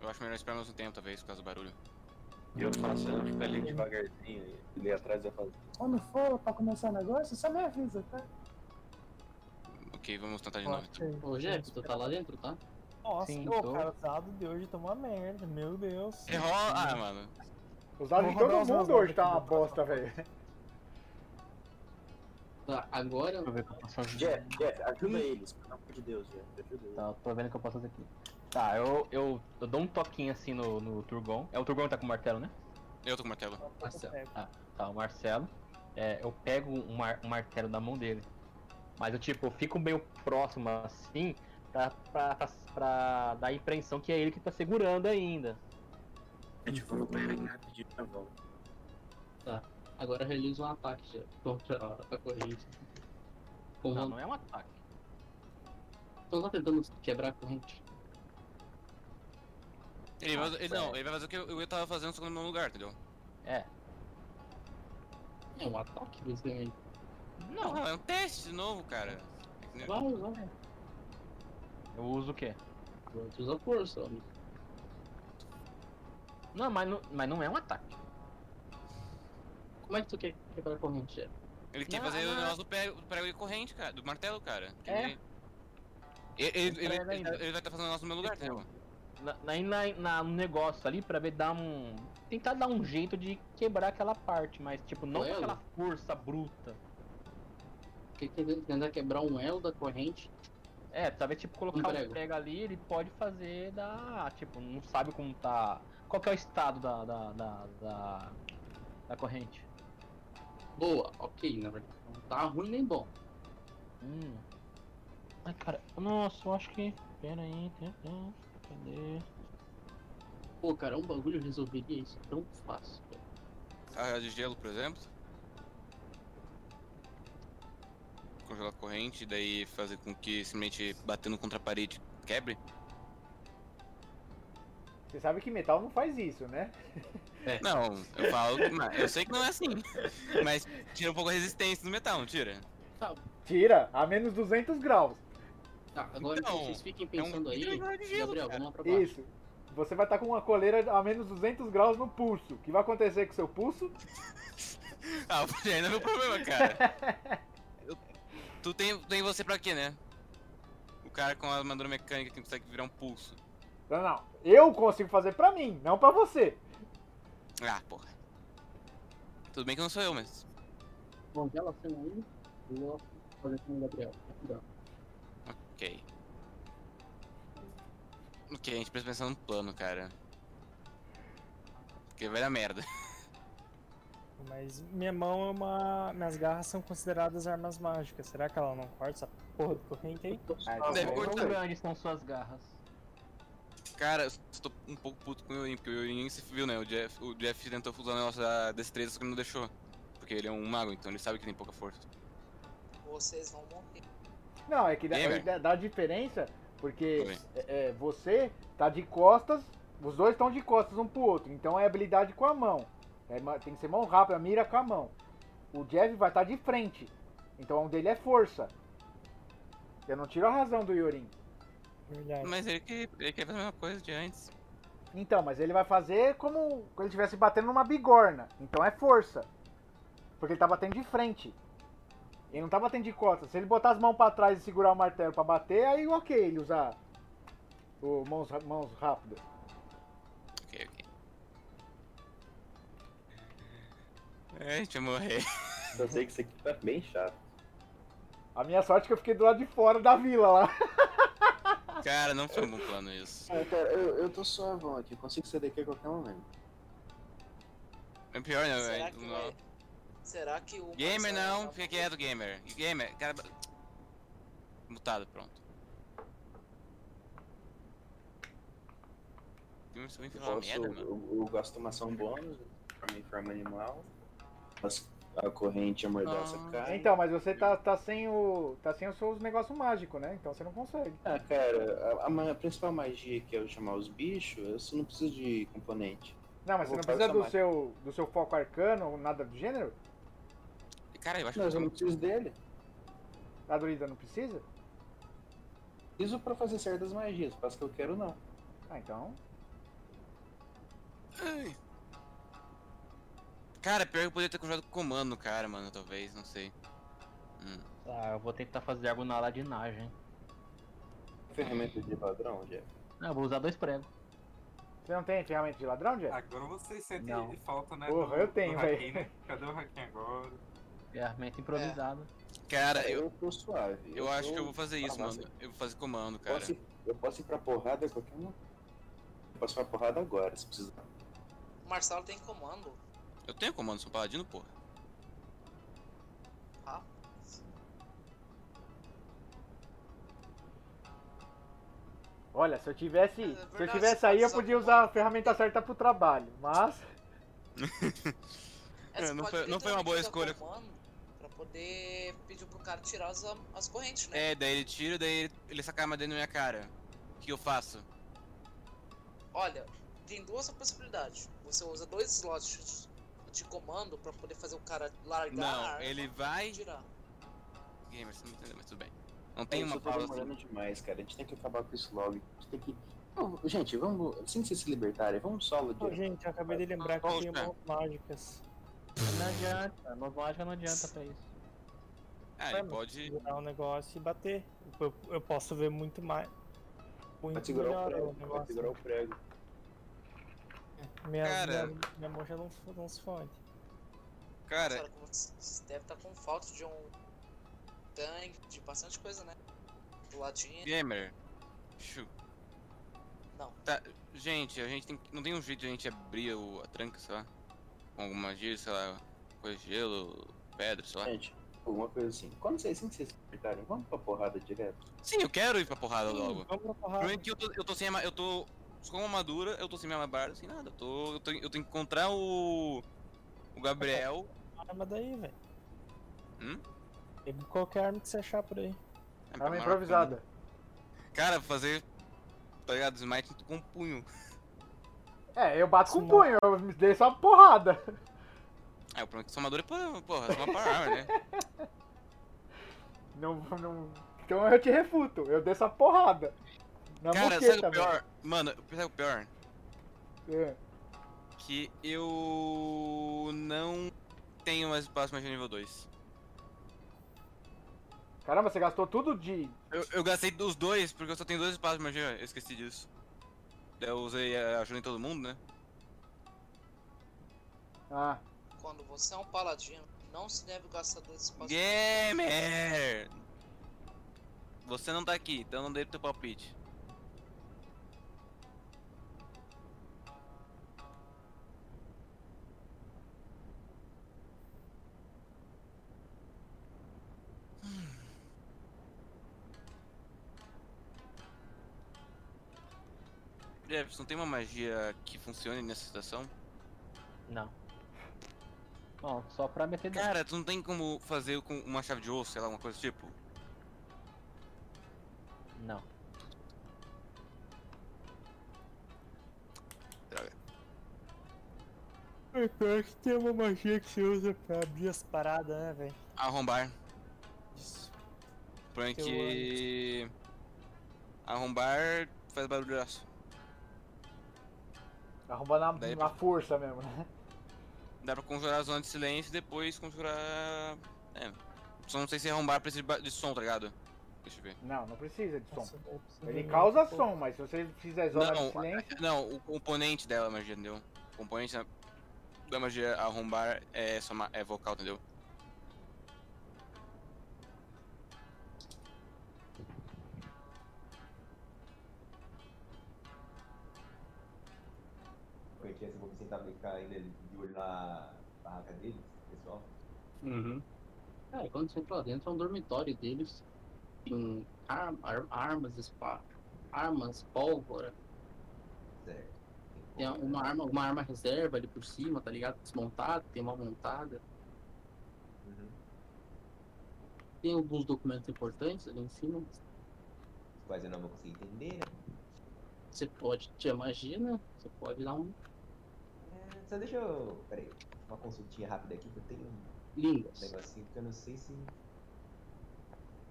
Eu acho melhor esperar mais um tempo, talvez, por causa do barulho.
E eu passando, fica ali devagarzinho, ali atrás eu falo.
Quando for pra começar o negócio, só me avisa, tá?
Ok, vamos tentar de novo.
Forte aí.
Ô, Jeff, tu tá lá dentro, tá?
Nossa,
Sim,
o
tô.
cara, o dado de hoje tá uma merda. Meu Deus.
Você rola. Ah, mano.
Os dados de
Vou
todo
rodar os
mundo
dados
hoje tá
aqui.
uma bosta, velho.
Tá, agora
Deixa eu ver o que eu posso fazer.
Jeff, Jeff, ajuda eles, pelo amor de Deus, Jeff, ajuda eles.
Tá, tô vendo o que eu posso fazer aqui. Tá, eu, eu, eu dou um toquinho assim no, no Turgon. É o Turgon que tá com o martelo, né?
Eu tô com o martelo.
Marcelo.
Tá, o Marcelo. É, eu pego um, mar, um martelo da mão dele. Mas eu, tipo, eu fico meio próximo assim pra, pra, pra, pra dar a impressão que é ele que tá segurando ainda.
Gente, vamos parar aqui rapidinho na volta.
Agora realiza um ataque já contra a- a corrente. Como
Não, não é um ataque.
estão lá tentando quebrar a corrente.
Ele vai,
Ah,
ele, não, ele vai fazer o que eu, eu tava fazendo só que no meu lugar, entendeu?
É.
É um ataque, basicamente.
Não, é um teste de novo, cara. É que nem-
Vai, vai.
Eu uso o quê?
Agora tu usa força, homem.
Não, mas não, mas não é um ataque.
Como é que tu quer quebrar a corrente, Jeff?
Ele quer
Não,
fazer
não.
o negócio do prego, do prego de corrente, cara, do martelo, cara.
É.
Ele, ele, ele, ele,
prego ainda.
ele- ele vai estar fazendo o negócio no meu lugar, entendeu?
Na, na, na- na- no negócio ali pra ver dar um. Tentar dar um jeito de quebrar aquela parte, mas tipo, não com
Duelo?
aquela força bruta.
Quer quer tentar quebrar um elo da corrente?
É, talvez tipo colocar
Emprego.
um prego ali, ele pode fazer da. Tipo, não sabe como tá. Qual que é o estado da. da. da, da, da corrente.
Boa, ok, na verdade. Não tá ruim nem bom.
Hum.
Ai, cara. Nossa, eu acho que. Pera aí. tá, tá. Cadê?
Pô, cara, um bagulho resolveria isso tão fácil. cara.
A de gelo, por exemplo. Congelar a corrente, daí fazer com que simplesmente batendo contra a parede quebre.
Você sabe que metal não faz isso, né?
Não, eu falo, mas eu sei que não é assim. Mas tira um pouco a resistência do metal, não tira?
Tira a menos 200 graus.
Tá, agora
Então,
vocês fiquem
É um
pensando aí.
vidro de gelo,
Gabriel,
cara.
vamos lá pra baixo.
Isso. Você vai estar com uma coleira a menos 200 graus no pulso. O que vai acontecer com o seu pulso?
Ah, o ainda é meu problema, cara. Eu- tu tem, tem você pra quê, né? O cara com a armadura mecânica que consegue virar um pulso.
Não, não. Eu consigo fazer pra mim, não pra você.
Ah, porra. Tudo bem que não sou eu, mas.
Congela a cena aí. e Eu vou fazer com o Gabriel. Rapidão.
Ok. Ok, a gente precisa pensar num plano, cara. Porque vai dar merda.
Mas minha mão é uma. Minhas garras são consideradas armas mágicas. Será que ela não corta essa porra do corrente aí?
Ah,
Deve
bom.
cortar.
Quão grandes são suas garras?
Cara, eu tô um pouco puto com o Yorin, porque o Yorin se viu, né? O Jeff, o Jeff tentou usar o negócio da destreza, só que não deixou. Porque ele é um mago, então ele sabe que tem pouca força.
Vocês vão morrer.
Não, é que dá,
Gamer.
dá- dá diferença, porque
Tudo bem.
é, é, você tá de costas, os dois estão de costas um pro outro, então é habilidade com a mão. É ma- tem que ser mão rápida, mira com a mão. O Jeff vai estar de frente, então um dele é força. Eu não tiro a razão do Yorin.
É.
Verdade.
Mas ele quer, ele quer fazer a mesma coisa de antes.
Então, mas ele vai fazer como se ele estivesse batendo numa bigorna. Então é força. Porque ele tá batendo de frente. Ele não tá batendo de costas. Se ele botar as mãos pra trás e segurar o martelo pra bater, aí ok, ele usar o mãos, ra- mãos rápidas.
Ok, ok. É, a gente vai morrer.
Eu sei que isso aqui tá bem chato.
A minha sorte é que eu fiquei do lado de fora da vila lá.
Cara, não foi um bom plano isso.
Ah, cara, eu, eu tô suavão aqui, eu consigo sair daqui a qualquer momento.
É pior, né?
Será
velho?
que,
Não.
vai... Será que o.
Gamer
Marcelo tá
não,
vai
fica
morrer?
quieto, gamer. Gamer, cara. Mutado, pronto. Gamer, você vai
Eu,
enfiar uma
posso-
merda, mano.
eu- eu gasto uma ação bônus pra minha forma animal. Faço a corrente amordaça
Ah.
cai.
Então, mas você tá, tá sem o. tá sem os seus negócios mágicos, né? Então você não consegue.
Ah, cara, a, a ma- a principal magia que é eu chamar os bichos, eu só não preciso de componente.
Não, mas você
Vou
não precisa
passar
do
mais.
seu, do seu foco arcano ou nada do gênero?
Cara, eu acho
Não, eu
que.
só não preciso dele.
A druida não precisa?
Isso pra fazer certas magias, faço o que eu quero não.
Ah, então.
Ai. Cara, pior que eu poderia ter conjurado com comando, cara, mano, talvez, não sei.
Ah, eu vou tentar fazer algo na ladinagem.
Ferramenta de padrão, Jeff.
Não, eu vou usar dois pregos.
Você não tem ferramenta de ladrão, Jeff?
Agora vocês sentem
Não.
falta, né?
Porra,
do-
eu
do
tenho,
Hakim, né? Cadê o Hakim agora?
Ferramenta improvisada.
Cara, Tá, eu,
eu tô suave.
eu acho
tô-
que eu vou fazer isso,
Fala,
mano. Eu vou fazer comando, cara.
Posso ir- eu posso ir pra porrada a qualquer momento. Eu posso ir pra porrada agora, se precisar.
O Marcelo tem comando.
Eu tenho comando, sou um paladino, porra.
Ah.
Olha, se eu tivesse,
É
se eu
verdade,
tivesse
você
aí, eu
pode
podia
usar
usar a ferramenta certa pro trabalho, mas
É, você
não
pode
foi- não foi uma boa
literalmente
escolha.
usar comando Pra poder pedir pro cara tirar as, as correntes, né?
É, daí ele tira, daí ele, ele saca a arma dele na minha cara. O que eu faço?
Olha, tem duas possibilidades. Você usa dois slots de comando pra poder fazer o cara largar a
Não,
arma
ele
e
vai.
tirar.
Gamer, você não entendeu, mas tudo bem. Não tem
isso
uma
tá
pausa
demorando
assim.
demais, cara. A gente tem que acabar com isso logo. A gente tem que. Não, gente, vamos. Assim que vocês se libertarem, vamos solo
Ô,
de.
gente, eu acabei de lembrar que eu tenho mãos mágicas.
Não adianta, mãos mágicas não adianta pra isso.
Ah, ele pode.
Girar um negócio e bater. Eu, eu posso ver muito mais.
Pode
Muito
segurar o
melhor o
prego. Pode
negócio.
segurar o prego.
Minha,
Cara.
minha, minha mão já não, f- não se
É
fode.
Tá
Cara,
Cara, como você você deve estar com falta de um tanque, de bastante coisa, né? Do ladinho.
gamer. Chu.
Não.
Tá, gente, a gente tem. que- Não tem um jeito de a gente abrir
É.
o, a tranca, sei lá. Com alguma magia, sei lá. Coisa de gelo, pedra, sei lá.
Gente, alguma coisa assim. Quando vocês, assim que vocês apertarem, vamos pra porrada direto?
Sim, eu quero ir pra porrada
Vamos
logo.
pra
O
porrada.
problema é que eu tô, eu tô sem a, ma- eu tô com uma madura, eu tô sem minha barba, sem nada. Eu tô, eu tô- eu tenho que encontrar o o Gabriel.
Arma daí, velho.
Hum?
Pega qualquer arma que você achar por aí.
É,
Arma
maior-
improvisada.
Cara, fazer tá ligado? Smite com um punho.
É, eu bato com o punho, eu me dei só uma porrada.
É, o problema é que sou madura é pra- porra, é uma parada, né?
Não, não... Então eu te refuto, eu dei essa porrada. Na
Cara,
moqueta,
sabe o
velho.
pior? Mano, sabe o pior?
É.
Que eu não tenho mais espaço mais de nível 2.
Caramba, você gastou tudo de.
Eu, eu gastei os dois, porque eu só tenho dois espaços mais de eu esqueci disso. Daí Eu usei a ajuda em todo mundo, né?
Ah,
Quando você é um paladino, não se deve gastar dois espaços.
Gamer! Você não tá aqui, então não dei teu palpite. Jeff, não tem uma magia que funcione nessa situação?
Não. Bom, só pra meter dano.
Cara, tu não tem como fazer com uma chave de osso, sei lá, uma coisa do tipo?
Não.
Droga.
É pior que tem uma magia que você usa pra abrir as paradas, né, velho?
Arrombar.
Isso.
O problema é
Teu
que. Arrombar faz barulhaço.
arrumando na,
Daí- é
na força mesmo, né?
Dá pra conjurar a zona de silêncio e depois conjurar. É. Só não sei se arrombar precisa de ba- de som, tá ligado? Deixa eu ver.
Não, não precisa de som.
Nossa, eu preciso
Ele
de-
causa som, mas se você fizer zona de
Não, é
silêncio.
Não, o componente dela é magia, entendeu? O componente da- da magia arrombar é, só ma- é vocal, entendeu?
Cortinha, assim, eu vou me sentar e ficar ainda de olho na barraca deles, pessoal.
Uhum. É, e quando você entra lá dentro, é um dormitório deles. Tem ar- ar- armas, spa, armas, pólvora.
Certo.
Tem uma arma, uma arma reserva ali por cima, tá ligado? Desmontada, tem uma montada.
Uhum.
Tem alguns documentos importantes ali em cima.
Os quais eu não vou conseguir entender, né?
Você pode tirar magia, né? Você pode dar um
É, Só deixa eu. Peraí, uma consultinha rápida aqui que eu tenho um
línguas.
negocinho que eu não sei se.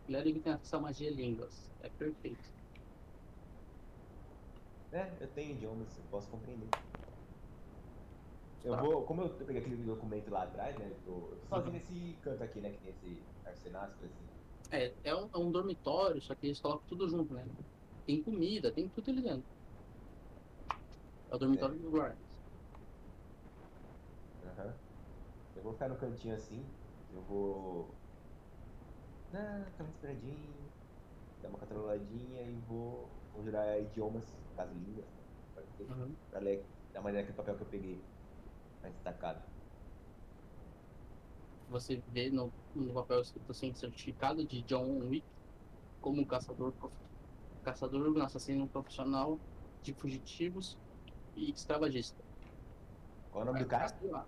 Galera que tem essa magia línguas. É perfeito.
É, eu tenho idiomas, eu posso compreender. Eu
Tá.
vou. Como eu eu peguei aquele documento lá atrás, né? Eu tô, eu tô sozinho nesse canto aqui, né? Que tem esse arsenal, as coisas assim.
É, é um, é um dormitório, só que eles colocam tudo junto, né? Tem comida, tem tudo ali dentro. É o dormitório dos guardas.
Aham. Eu vou ficar no cantinho assim. Eu vou. Ah, ficar muito esperadinho. Dar uma controladinha e vou conjurar idiomas, caso línguas. né, pra ter-
Uhum.
Pra ler da maneira que o papel que eu peguei. Mais destacado.
Você vê no, no papel escrito assim, certificado de John Wick como um caçador, prof- caçador, um assassino profissional de fugitivos e escravagista.
Qual é o nome do cara?
Sei lá.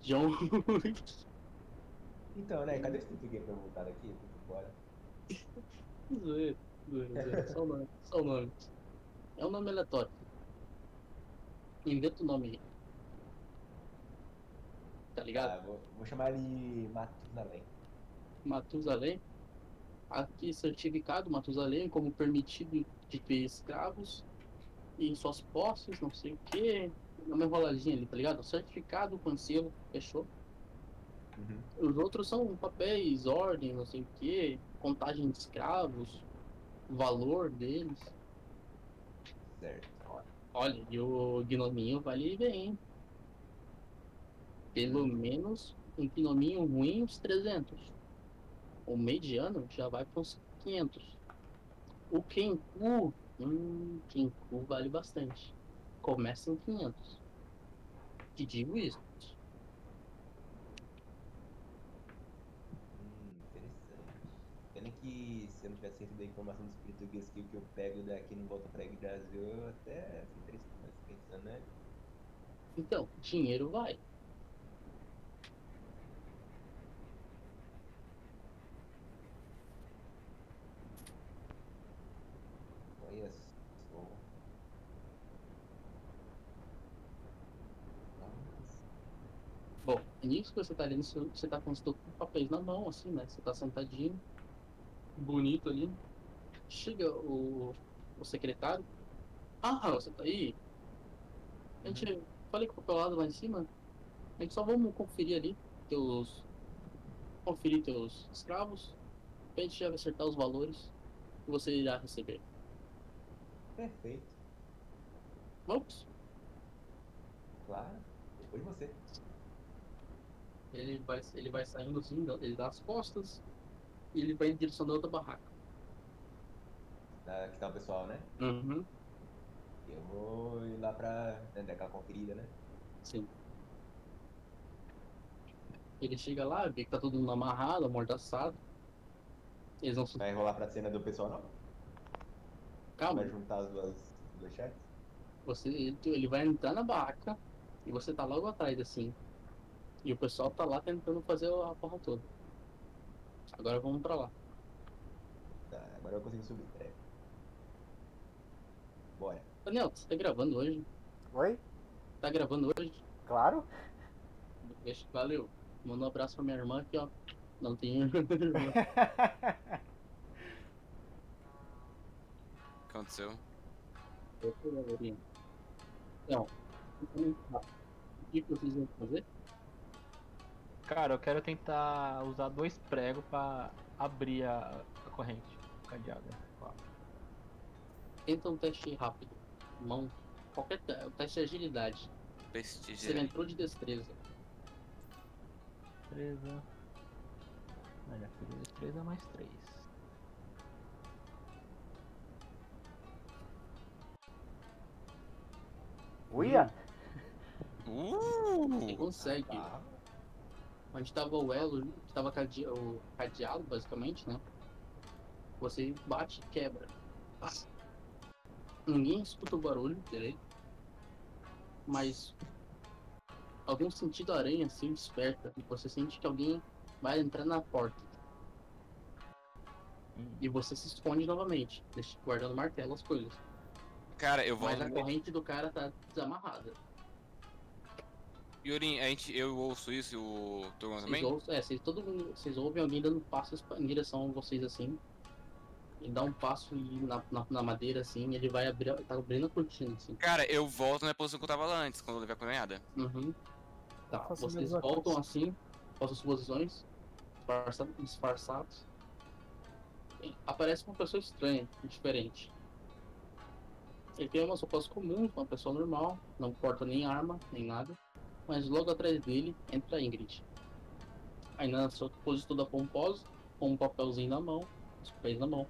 John Wick.
Então, né? Cadê esse português pra eu voltar daqui? Eu fui embora.
Zoeira, zoeira, zoeira. Só o nome, só o nome. É um nome aleatório. Inventa o nome aí. Tá ligado?
Ah, eu vou, vou chamar ele Matusalém.
Matusalém. Aqui certificado Matusalém como permitido de ter escravos em suas posses, não sei o que. Uma enroladinha ali, tá ligado? Certificado com selo, fechou.
Uhum.
Os outros são papéis, ordens, não sei o que, contagem de escravos, valor deles.
Certo.
Olha, e o gnominho vale bem. hein? Pelo menos um gnominho ruim, uns 300. O mediano já vai para uns 500. O Kenku, hum, Kenku vale bastante. Começa em 500. Te digo isso.
Hum, eu não tivesse recebido a informação dos portugueses que o que eu pego daqui não volta pra Brasil, eu até fiquei pensando, né?
Então, dinheiro vai.
Olha só.
Bom, é nisso que você tá ali, você você tá com os teus papéis na mão, assim, né? Você tá sentadinho, bonito ali. Chega o, o secretário. Ah, você tá aí? A gente. Falei com o papelado lá em cima. A gente só vamos conferir ali teus. Conferir teus escravos. Pra gente já acertar os valores que você irá receber.
Perfeito,
Vamos?
claro. Depois você.
Ele vai, ele vai saindo assim, ele dá as costas e ele vai em direção da outra barraca.
Da, que tá o pessoal, né?
Uhum.
Eu vou ir lá pra né, dar aquela conferida, né?
Sim. Ele chega lá, vê que tá todo mundo amarrado, amordaçado. Eles vão.
Vai rolar pra cena do pessoal, não?
Calma,
Vai juntar as duas, as duas chats?
você, ele- ele vai entrar na barraca e você tá logo atrás, assim. E o pessoal tá lá tentando fazer a porra toda. Agora vamos pra lá.
Tá, agora eu consigo subir, peraí. Bora.
Daniel, você tá gravando hoje?
Oi?
Tá gravando hoje?
Claro?
Deixa- Valeu. Manda um abraço pra minha irmã aqui, ó. Não tem irmã.
O que aconteceu?
Não. O que vocês vão fazer?
Cara, eu quero tentar usar dois pregos pra abrir a, a corrente. o Cadeado.
Tenta um teste rápido. Mão. Qualquer te- o teste de agilidade. Você
Pestigem.
entrou de destreza.
Destreza. Olha, né? fiz destreza mais três.
Uia!
Você
Uh!
consegue.
tá.
Onde tava o elo, que tava cade- o cadeado, basicamente, né? Você bate e quebra. Ah. Ninguém escuta o barulho direito. Mas algum sentido aranha se desperta e você sente que alguém vai entrar na porta. E você se esconde novamente, deixa- guardando o martelo as coisas.
Cara, eu vou.
Mas a corrente do cara tá desamarrada.
Yorin, a gente, eu ouço isso e o Torgon
Vocês,
também?
ouçam, é, vocês, todo mundo, vocês ouvem alguém dando passos pra- em direção a vocês assim. Ele dá um passo e na, na, na madeira assim, ele vai abrir, a- tá abrindo a cortina assim.
Cara, eu volto na posição que eu tava lá antes, quando eu levei a coronhada.
Uhum. Tá,
faço a
vocês
mesma
voltam
coisa.
assim, com suas posições, disfarça- disfarçados. E Aparece uma pessoa estranha, diferente. Ele tem umas roupas comuns, uma pessoa normal, não porta nem arma, nem nada. Mas logo atrás dele entra a Ingrid. Ainda na sua pose toda pomposa, com um papelzinho na mão, os pés na mão.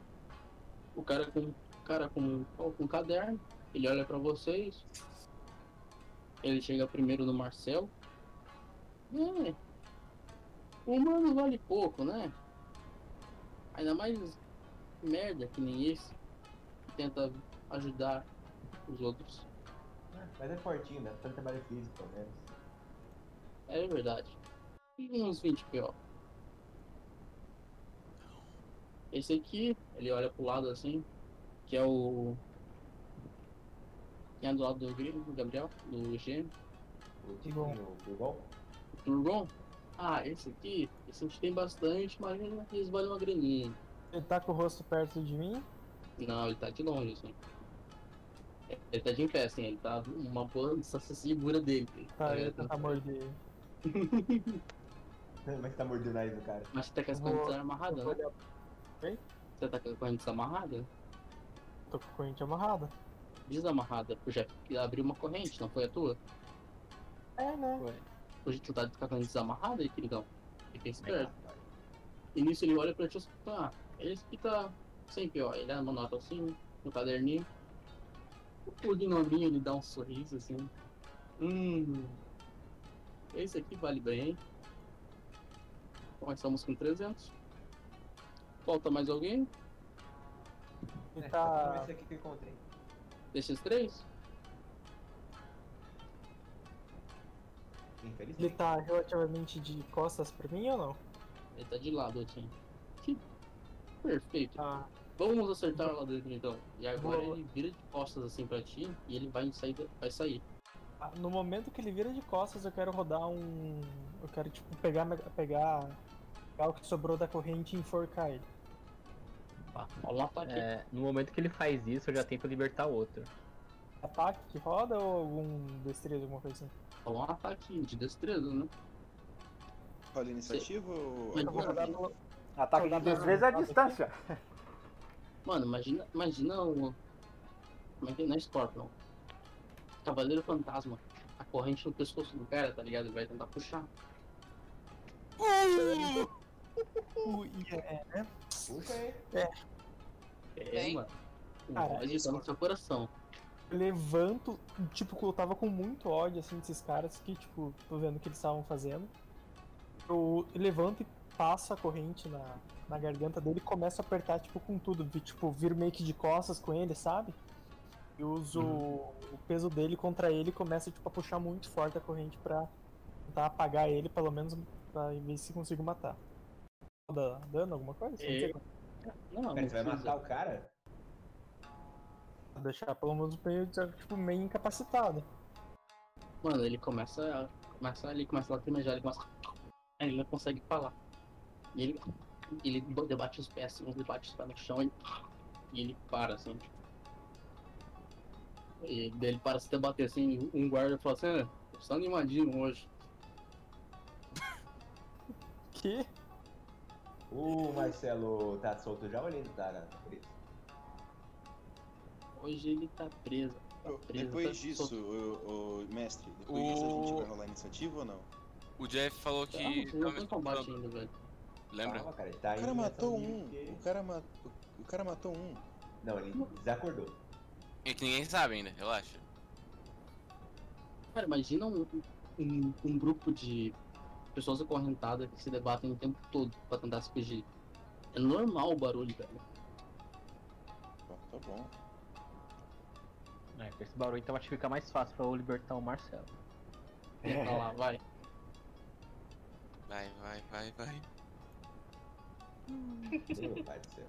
O cara com, o cara com, com um caderno, ele olha pra vocês. Ele chega primeiro no Marcelo. É. O humano vale pouco, né? Ainda mais merda que nem esse. Que tenta ajudar os outros.
Ah, Mas é fortinho, né? Tanto trabalho físico, pelo menos.
É verdade. E uns 20 PO. Esse aqui, ele olha pro lado assim, que é o. Quem é do lado do Gri- do Gabriel, do gêmeo,
O Tiquinho, o Bilbao.
do Turgon. Ah, esse aqui, esse a gente tem bastante, mas eles valem uma graninha.
Ele tá com o rosto perto de mim.
Não, ele tá de longe, assim. Ele tá de em pé, assim, ele tá uma boa distância segura dele.
Tá, ele
É,
ligado?
tá a morder. ele.
Mas tá mordendo o nariz do cara.
Mas você tá com as
Vou-
correntes amarradas,
vou
né?
Oi?
Você tá com as correntes amarradas?
Tô com a corrente amarrada.
Desamarrada, porque já abriu uma corrente, não foi a tua?
É, né?
Hoje tu tá com a corrente desamarrada aí, queridão. Fica esperto. E nisso ele olha pra ti e fala, ah, esse que tá sempre, ó, ele anota assim, no caderninho. O gnominho ele dá um sorriso assim. Hum. Esse aqui vale bem. Começamos com 300. Falta mais alguém?
Ele
Vamos ver
tá.
É, Esse aqui que eu encontrei.
Desses três?
Ele
Infelizmente.
tá relativamente de costas pra mim ou não?
Ele tá de lado aqui. Que perfeito.
Ah,
Vamos acertar lá dentro então. E agora
Boa.
ele vira de costas assim pra ti e ele vai sair. Vai sair.
ah, no momento que ele vira de costas, eu quero rodar um. Eu quero, tipo, pegar, pegar, pegar o que sobrou da corrente e enforcar ele.
Olha lá pra aqui.
É, no momento que ele faz isso, eu já tento libertar o outro.
Ataque que roda ou algum destreza, alguma coisa assim?
Rola um ataque de destreza, né?
Olha a iniciativa ou.
Mas-
Eu vou rodar no.
Ataque de destreza à distância.
Mano, imagina, imagina o. Como é que é? Não é Scorpion. Cavaleiro Fantasma. A corrente no pescoço do cara, tá ligado? Ele vai tentar puxar.
Uh, e é,
Puxa aí.
É,
Bem.
mano.
Cara,
Vai
isso-
isso no seu coração.
levanto, tipo, eu tava com muito ódio, assim, desses caras que, tipo, tô vendo o que eles estavam fazendo. Eu levanto e passo a corrente na, na garganta dele e começo a apertar, tipo, com tudo. vi- Tipo, viro meio que de costas com ele, sabe? E uso o peso dele contra ele e começo, tipo, a puxar muito forte a corrente pra tentar apagar ele, pelo menos pra ver se consigo matar. Dá dano, alguma coisa? Não sei
É.
como.
Não, não
Cara, você vai
precisa.
matar o cara?
Vou Deixar pelo menos meio, tipo, meio incapacitado.
Mano, ele começa, começa ali, começa a lacrimejar, ele começa. Aí ele não consegue falar. E ele, ele debate os pés, assim, ele bate os pés no chão e, e ele para, assim. tipo. E daí ele para se debater, assim, e um guarda fala assim: "Ah, você está animadinho hoje.
Que?
O Marcelo tá solto já olhando, tá? né? Por isso.
Hoje ele tá preso. Tá
Eu-
preso tá
Depois disso,
solto."
o, mestre, depois disso a gente vai rolar a iniciativa ou não?
O Jeff falou
Ah,
que.
vocês não estão
tava
em combate
escutando,
ainda, velho.
Lembra?
Calma, cara, ele tá
O
em
cara matou
direção
um,
de-
o cara, ma... o cara matou um.
Não, ele desacordou.
É que ninguém sabe ainda, relaxa.
Cara, imagina um, um, um grupo de pessoas acorrentadas que se debatem o tempo todo pra tentar se fugir. É normal o barulho, velho.
Bom, tá bom.
É, com esse barulho, então vai ficar mais fácil pra eu libertar o Marcelo.
Vai tá lá, vai.
Vai, vai, vai, vai.
Meu pai do céu.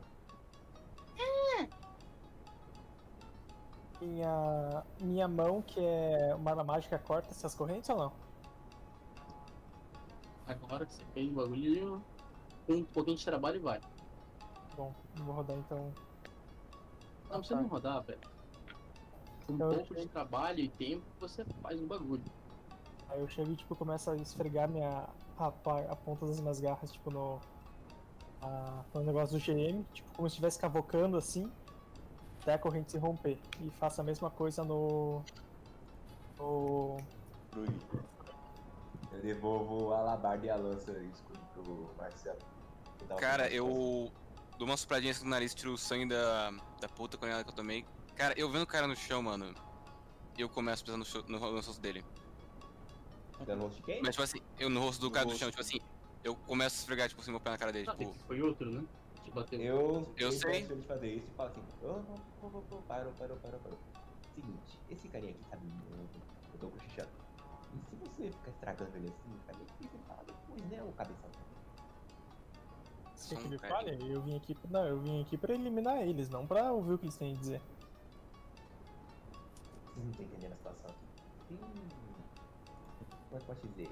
Minha, minha mão, que é uma arma mágica, corta essas correntes ou não?
Agora que você fez o bagulho, com um pouquinho de trabalho vai.
Bom, vou rodar então.
Não
Ah,
precisa
tá.
nem rodar, velho. Com um
Então, eu
pouco de trabalho e tempo, você faz o bagulho.
Aí eu chego e tipo, começo a esfregar minha, a, pa- a ponta das minhas garras, tipo, no, a- no negócio do GM, tipo, como se estivesse cavocando assim, até a corrente se romper. E faço a mesma coisa no. no
Bruno.
Eu devolvo a alabarda e a lança e o escudo pro Marcelo. Que
Tá
dá uma-
Cara, eu dou uma sopradinha assim no nariz, tiro o sangue da, da puta com ela que eu tomei. Cara, eu vendo o cara no chão, mano, eu começo a pisar no, chão- no, no rosto dele.
Dá no rosto de quem?
Mas, tipo assim, eu no rosto do
No
cara no
rosto.
chão, tipo assim, eu começo a esfregar, tipo assim, meu pé na cara dele,
Ah,
tipo,
esse foi outro, né? Te bateu.
Eu,
Eu sei.
gosto de fazer isso e falo assim: oh, não, não, não, não, parou, parou, parou, parou. Seguinte, esse carinha aqui sabe muito. Eu tô cochichando. E se você ficar estragando ele assim, cara, o que você fala depois, né, ô cabeção?
Você
Sim,
que me
um cara.
fale, eu vim aqui. Não, eu vim aqui pra eliminar eles, não pra ouvir o que eles têm a dizer.
Vocês não estão entendendo a situação aqui. Tem. um, Como é que eu posso dizer?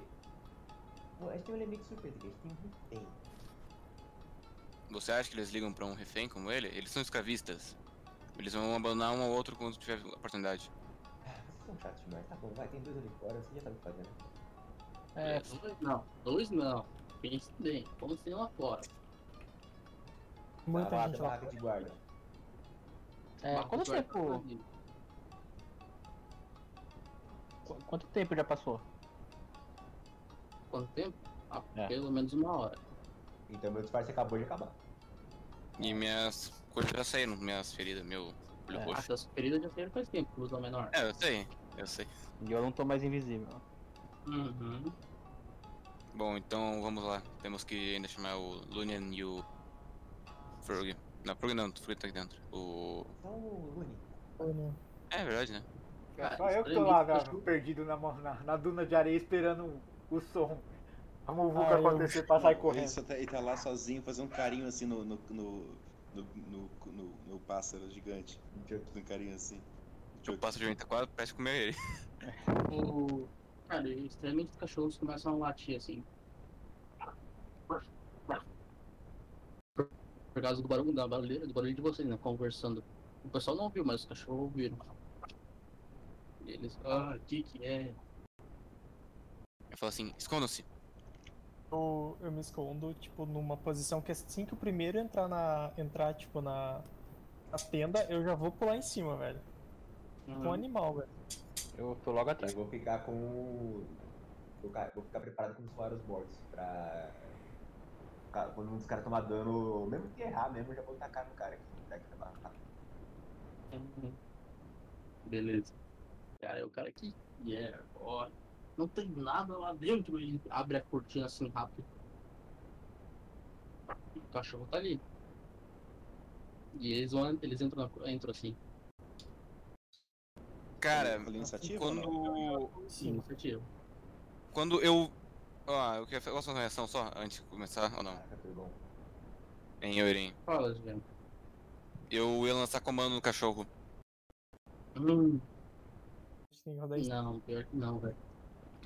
Bom, a gente tem um elemento de surpresa que a gente tem muito tempo.
você acha que eles ligam pra um refém como ele? Eles são escravistas. Eles vão abandonar um ao outro quando tiver oportunidade.
Ah, vocês são chatos demais, tá bom, vai, tem dois ali fora, você já sabe o que fazer, né?
É, dois não. Dois não. Pense bem. Vamos ter lá fora.
Muita
Barraca-
gente lá.
barraca Tá, de guarda.
É,
Marcos
quanto
vai-
tempo, qu- quanto tempo já passou?
Quanto tempo? Ah,
É.
Pelo menos uma hora.
Então meu disfarce acabou de acabar.
E minhas coisas já saíram, minhas feridas, meu olho
É.
Ah, tá.
roxo.
das feridas já saíram faz tempo, luz da menor.
É, eu sei, eu sei.
E eu não tô mais invisível.
Uhum.
Bom, então vamos lá. Temos que ainda chamar o Lunian e o Frog. Não, Frog não, o Frog tá aqui dentro. O.
Então,
É verdade, né?
É só eu que tô lá, velho, perdido na, mão- na, na duna de areia esperando o- o som. A muvuca
Ah, eu-
acontecer pra sair
Não,
correndo.
Ele, só tá, ele tá lá sozinho, fazendo um carinho assim no. no, no... No, no, no- no pássaro gigante. Um carinho assim.
O pássaro de vento tá quase parece comer ele.
O... tipo, Cara, e extremamente os cachorros começam a latir assim. Por causa do barulho, da barulheira, do barulho de vocês, né? Conversando. O pessoal não ouviu, mas os cachorros ouviram. E eles, ah, o que que é?
Eu falo assim, escondam-se.
Eu, eu me escondo, tipo, numa posição que assim que o primeiro entrar na. entrar, tipo, na. na tenda, eu já vou pular em cima, velho. Com um animal, velho.
Eu tô logo atrás.
Eu vou ficar com. o- Vou ficar, vou ficar preparado com os vários mortos pra. ca- Quando um dos caras tomar dano, mesmo que errar mesmo, eu já vou tacar no cara aqui. tá? Que tá barato.
Beleza. Cara, é o cara aqui. Yeah, ó. Não tem nada lá dentro. Ele abre a cortina assim rápido. O cachorro tá ali. E eles vão. Eles entram, na, entram assim.
Cara,
tá
iniciativa né? ou
quando.
Sim, efetivo.
Quando eu. Ó, eu quero fazer uma reação só antes de começar ou não? Em Eurim.
Fala, Juliano.
Eu ia lançar comando no cachorro.
Hum,
Tem que rodar isso.
não, pior que não, velho.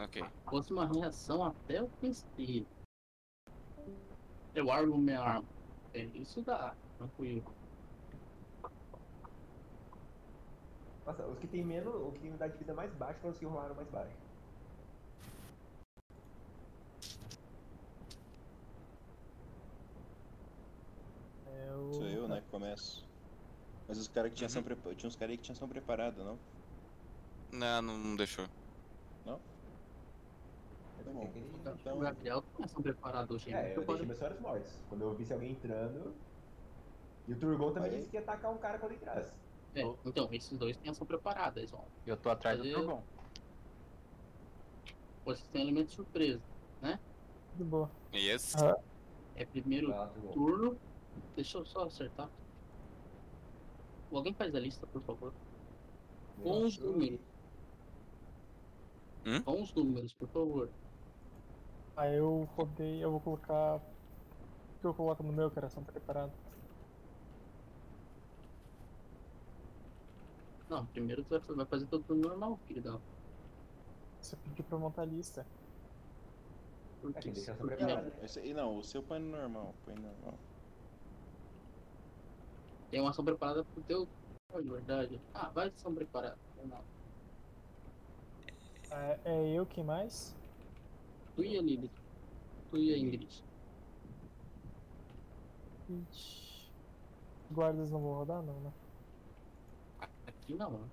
Ok.
Fosse uma reação até eu pensei. Eu armo minha arma. É, Isso dá, tranquilo.
Nossa, os que tem menos, o que tem unidade de vida mais baixa foram os que rolaram mais baixo.
Sou eu, né, que começo. Mas os caras que tinham
Uhum.
ação prepa- tinha uns caras aí que tinham ação preparada, não?
Não, não, não deixou.
Tá bom.
O Gabriel tá mais preparado hoje.
Então,
né?
É, eu
Porque
deixei meus senhores mortos. Quando eu visse alguém entrando. E o Turgon também disse que ia atacar um cara quando entrasse.
É, então, esses dois têm ação preparada, eles vão.
Eu tô atrás do Turgon.
Vocês têm elemento de surpresa, né?
De boa.
Yes.
É primeiro
Tá.
turno. Deixa eu só acertar. Alguém faz a lista, por favor. Com os números. Com os números, por favor.
Aí ah, eu rodei, eu vou colocar. O que eu coloco no meu coração tá preparado?
Não, primeiro tu vai- vai fazer teu turno normal, queridão.
Você pediu pra eu montar a lista.
Por
É,
quê?
quem deixa ação
Por quê?
preparada. Esse- e não, o seu põe no normal, põe no normal.
Tem uma ação preparada pro teu. Ah, de verdade. Ah, vai ação preparada. Não.
É, é eu quem mais?
Tu e a Lilith. Tu e a Ingrid.
Ixi. Guardas não vão rodar, não, né?
Aqui não, mano.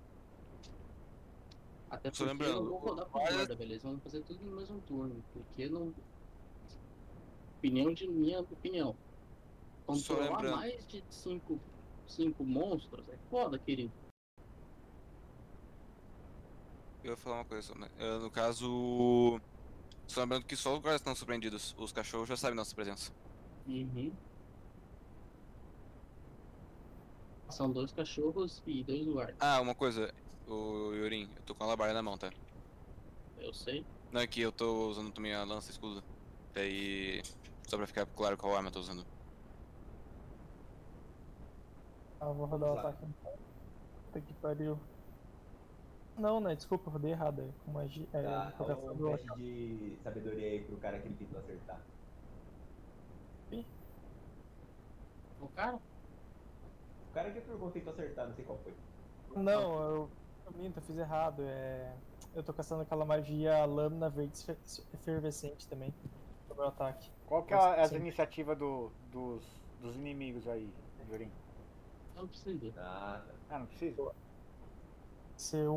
Até
Só
porque
lembrando,
eu vou
o
rodar por guarda, beleza? Vamos fazer tudo no mesmo turno, porque não. Opinião de minha opinião. Controlar
lembrando.
mais de 5 cinco monstros é foda, querido.
Eu ia falar uma coisa só, né? Eh, no caso. Só lembrando que só os guardas estão surpreendidos. Os cachorros já sabem nossa presença.
Uhum. São dois cachorros e dois guardas,
Ah, uma coisa, o Yorin, eu tô com a alabarda na mão, tá?
eu sei.
Não, é que eu tô usando também a lança e escudo. Daí. Só pra ficar claro qual arma eu tô usando.
Ah, eu vou rodar o ataque. Puta que pariu. Não, né? Desculpa, eu rodei errado aí. Com magia. É,
Tá,
com
rola
coração do
um teste de sabedoria aí pro cara que ele tentou acertar.
O cara?
O cara que o Turgon tentou acertar, não sei qual foi.
Não, eu, eu minto, eu fiz errado. É... Eu tô caçando aquela magia lâmina verde esfe- efervescente também. No meu ataque.
Qual que é a- essa iniciativa do- dos, dos inimigos aí, Jurim?
Não precisa.
tá.
Ah, não precisa?
C1.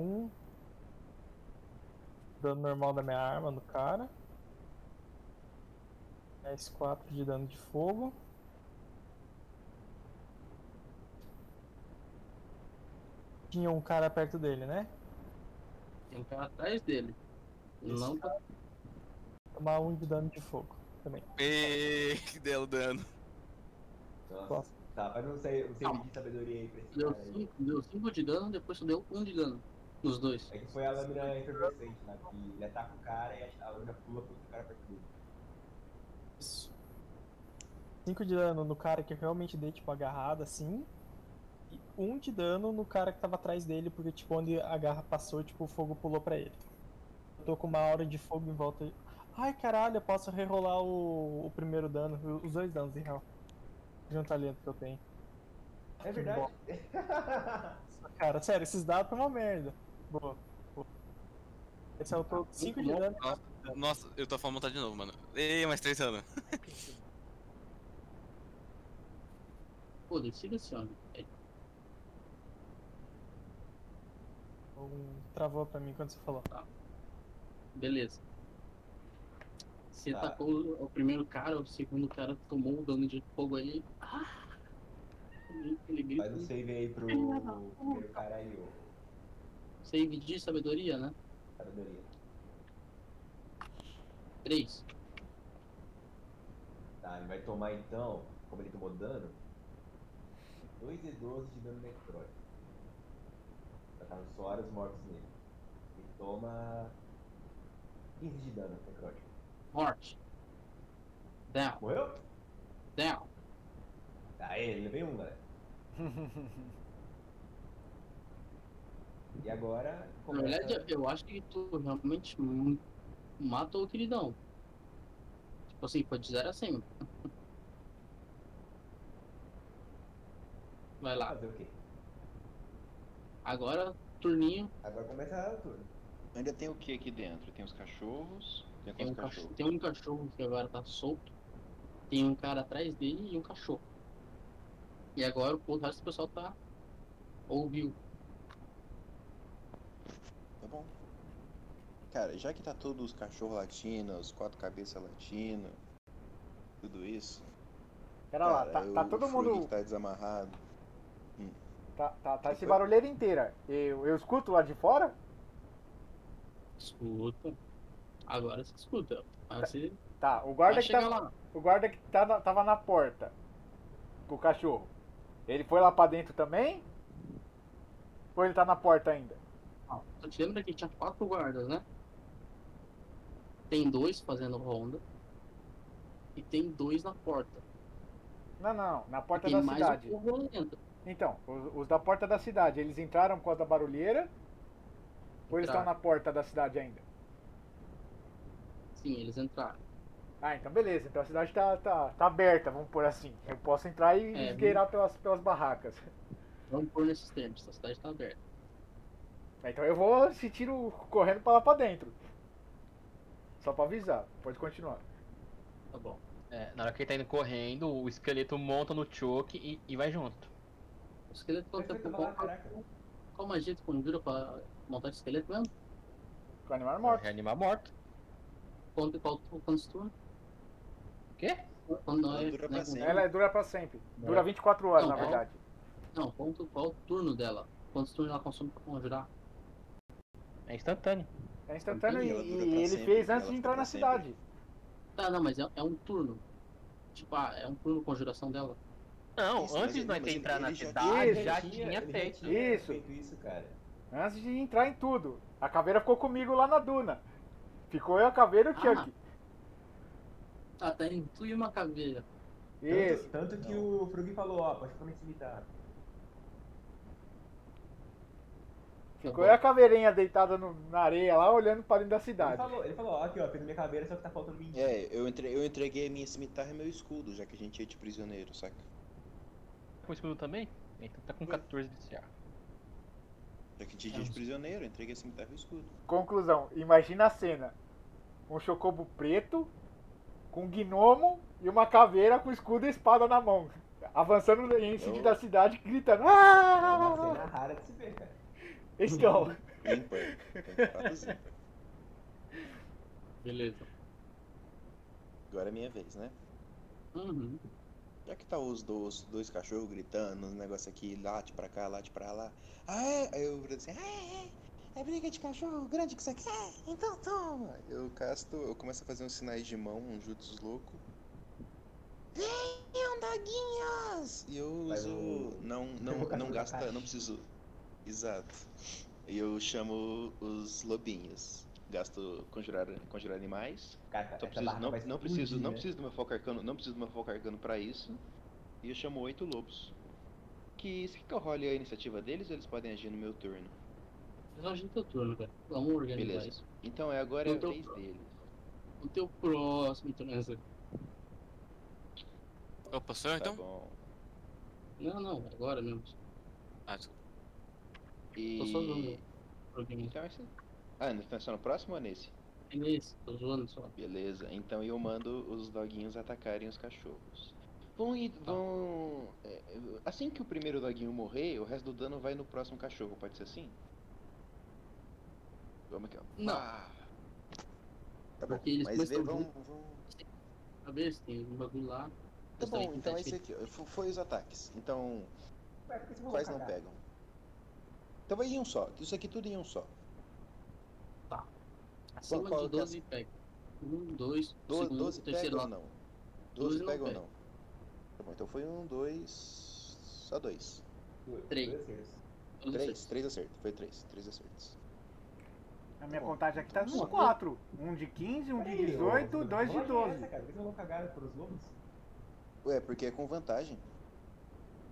Dano normal da minha arma no cara. S4 de dano de fogo. Tinha um cara perto dele, né?
Tem um cara atrás dele. Não tá
Tomar um de dano de fogo também.
Ei, que delo dano.
Nossa,
Nossa.
Tá, Tá, pra não sair, não sei
Não.
medir sabedoria aí pra esse
Deu
cara aí.
5 deu cinco de dano, depois só deu 1 um de dano nos dois.
É que foi a lâmina efervescente, né? Que ele ataca o cara e a a lâmina pula pro outro cara perto dele.
5 de dano no cara que eu realmente dei, tipo, agarrada assim. E 1 um de dano no cara que tava atrás dele, porque, tipo, onde a garra passou, tipo, o fogo pulou pra ele. Eu tô com uma aura de fogo em volta. Ai, caralho, eu posso rerolar o, o primeiro dano, o- os dois danos, em real. De um talento que eu tenho.
É verdade.
Bom, cara, sério, esses dados é uma merda. Boa. boa. Esse é o 5 de dano.
Nossa, nossa, eu tô falando montar de novo, mano. Ei, mais três anos.
Pô, decida esse homem. É,
Um, Travou pra mim quando você falou.
Tá. beleza. Você
Tá.
atacou o- o primeiro cara, o segundo cara tomou o dano de fogo ali. Ah! Ele- Ele grita.
Faz um save aí pro
Filha da
primeiro cara aí, ô.
Save de sabedoria, né?
Sabedoria.
3.
Tá, ele vai tomar então, como ele tomou dano, 2 e 12 de dano necrótico. Já tá tava só horas mortos nele. Ele toma 15 de dano necrótico.
Morte. Down.
Morreu?
Down.
Tá, ele levei um, galera. E agora.
Na
começa-
verdade, eu acho que tu realmente m- mata o queridão. Tipo assim, pode dizer assim. Vai lá.
Fazer o quê?
Agora, turninho.
Agora começa o turno.
Ainda tem o que aqui dentro? Tem os cachorros. Tem
Tem
quantos
um, cachorro,
cachorros?
tem um cachorro que agora tá solto. Tem um cara atrás dele e um cachorro. E agora o resto do pessoal tá. Ouviu.
Tá bom. Cara, já que tá todos os cachorros latinos, os quatro cabeças latinas, tudo isso.
Pera lá, tá- tá
o
todo
Frug
mundo-
que Tá desamarrado.
Tá, tá, tá esse barulheiro inteira. Eu, eu escuto lá de fora?
Escuta. Agora você escuta. Aí você
Tá, o guarda
Vai
que tá,
chegar lá.
o guarda que tá na- tava na porta com o cachorro. Ele foi lá pra dentro também? Ou ele tá na porta ainda?
Só te lembra que tinha quatro guardas, né? Tem dois fazendo ronda. E tem dois na porta.
Não, não, na porta
Tem
da
mais
cidade.
um povo lá dentro.
Então, os, os da porta da cidade, eles entraram por causa da barulheira? Ou eles estão
Entraram.
na porta da cidade ainda?
Sim, eles entraram.
Ah, então beleza. Então a cidade tá, tá, tá aberta, vamos por assim. Eu posso entrar e
É,
esgueirar pelas, pelas barracas.
Vamos pôr nesses termos, a cidade tá aberta.
Então eu vou se tiro correndo pra lá pra dentro. Só pra avisar, pode continuar.
Tá bom.
É, na hora que ele tá indo correndo, o esqueleto monta no choke e, e vai junto.
O esqueleto conta com qual, qual, qual magia tu conjura pra montar esse esqueleto mesmo?
Com animar
morto. Reanimar morto.
Conta qual tu construa.
O quê?
Quando não é, não é com-
Ela é dura pra sempre. Dura 24 horas,
Não, é.
na
qual-
verdade.
Não, quanto, qual o turno dela? Quantos turnos ela consome pra conjurar?
É instantâneo.
É instantâneo
Ela
e,
dura
e
pra
ele
sempre,
fez
ela
antes de
fica
entrar
pra
na
sempre.
cidade.
Tá, não, mas é, é um turno. Tipo, ah, é um turno de conjuração dela.
Não,
Isso,
antes
mas
de nós
ele- mas
entrar
ele
na
já-
cidade,
Isso.
Ah, já, tinha
Ele já
feito.
tinha Isso.
feito isso, cara.
Antes de entrar em tudo. A caveira ficou comigo lá na duna. Ficou eu, a caveira e o
Ah,
Chuck.
Tá, tá inclui uma caveira. Tá
Tanto, tanto que o Frug falou, ó, pode começar a imitar.
Ficou
é
eu e a caveirinha deitada no- na areia lá, olhando pra dentro da
Ele
Tá
cidade.
falou, ele falou, ó, aqui ó, fez minha caveira, só que tá faltando mentira.
É, eu, entre... eu entreguei a minha cimitarra e meu escudo, já que a gente é de prisioneiro, saca?
Com escudo também? Então tá com 14 de CA.
Já que a gente é de prisioneiro, eu entreguei a cimitarra e o escudo.
Conclusão, imagina a cena. Um chocobo preto, com um gnomo e uma caveira com escudo e espada na mão. Avançando em sentido da cidade, gritando.
É uma cena
"Ah!"
rara de se ver, cara.
Então,
Ímpar. Tem fatos ímpar.
Beleza.
Agora é minha vez, né?
Uhum.
Já que tá os dois, dois cachorros gritando, os negócios aqui, late pra cá, late pra lá. Ah, é? Aí eu grito assim, ah, é, é, é briga de cachorro grande que você quer? Então toma! Eu casto, eu começo a fazer uns sinais de mão, um jutsu louco. Linda!
Droguinhas! E eu
Vai
uso.
no-
Não, não,
no
não gasta,
caixa.
não preciso. Exato. E eu chamo os lobinhos. Gasto conjurar, conjurar animais.
Cara,
Só
essa
preciso,
barra
não,
vai
não preciso,
explodir,
não
né?
preciso do meu foco arcano, não preciso do meu foco arcano pra isso. E eu chamo oito lobos. Que se que eu role a iniciativa deles, ou eles podem agir no meu turno.
Mas a gente tá turno, velho. Vamos organizar
Beleza.
isso.
Então é agora é a
Então-
vez deles.
O teu próximo, então, né, Zé?
Oh, passou então?
Não, não, é agora mesmo.
Ah, desculpa.
Tô só
E.
zoando. Programa.
Então é isso. Ah, não é só no próximo ou nesse?
É nesse, tô zoando só.
Beleza, então eu mando os doguinhos atacarem os cachorros. Vão ir. Vão. é, Assim que o primeiro doguinho morrer, o resto do dano vai no próximo cachorro, pode ser assim? Vamos aqui, ó. Ah.
Não.
Tá
Porque eles
mas vê,
começam
vamos.
junto. A ver se tem um bagulho lá.
Tá
Eles também
bom,
têm
então é
sete
isso aqui. ó. Fo- Foi os ataques. Então,
Ué, por que você mandou
quais não
cagar?
pegam? Então vai em um só. Isso aqui tudo em um só.
Tá. Acima
qual
de
que é
12 pega. Um, dois,
Do-
segundo,
12
terceiro
pega ou
lá.
não? 12
não
pega ou
pega.
não? Tá bom, então foi um, dois. Só dois.
Três. Um
Três, três, acertos. Foi três, três acertos.
A minha
Bom,
contagem aqui tá
então
com
só-
4. Um de 15, um de 18, dois de 12.
Cara, por que você mandou cagar pros lobos?
Ué, porque é com vantagem.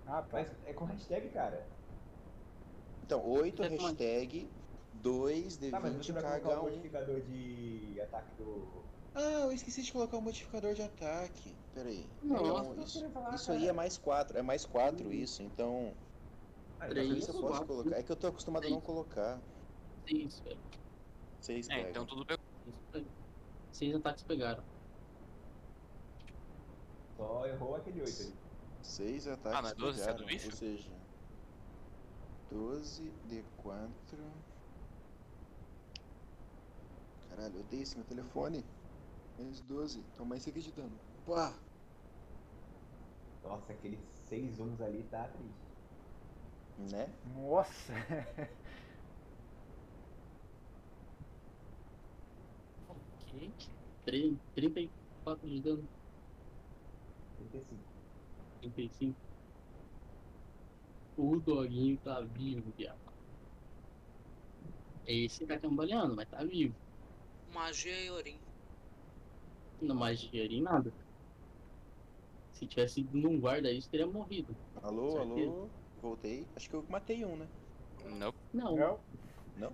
Ah, tá.
Mas é com hashtag, cara.
Então, 8
Tá bom.
hashtag, 2 de
Tá, mas você
20
vai colocar
um.
kh
o
1.
modificador de ataque do.
Ah, eu esqueci de colocar o modificador de ataque. Pera aí.
Nossa, eu
então,
tô
isso,
querendo falar,
isso aí
cara.
é mais 4. É mais 4 isso, então.
Ah,
Então,
três,
isso eu posso
quatro.
colocar. É que eu tô acostumado a não colocar.
Seis, velho.
6
É,
pega.
então tudo pegou.
Seis ataques pegaram.
Só errou aquele 8 ali.
6 ataques
Ah, mas 12 sai do
pegaram,
bicho?
ou seja, 12 de 4. Caralho, eu dei esse meu telefone. Menos 12, toma isso aqui de dano. Pá!
Nossa, aqueles 6 uns ali tá triste.
Né?
Nossa!
Ok. Três, 34 de dano.
35.
35. O doguinho tá vivo, viado. Esse tá cambaleando, mas tá vivo.
é
Magia e Orim.
Não mais dinheiro em nada. Se tivesse ido num guarda isso, teria morrido.
Alô,
Certeza.
alô, voltei. Acho que eu matei um, né?
Não.
Não.
Não.
Não?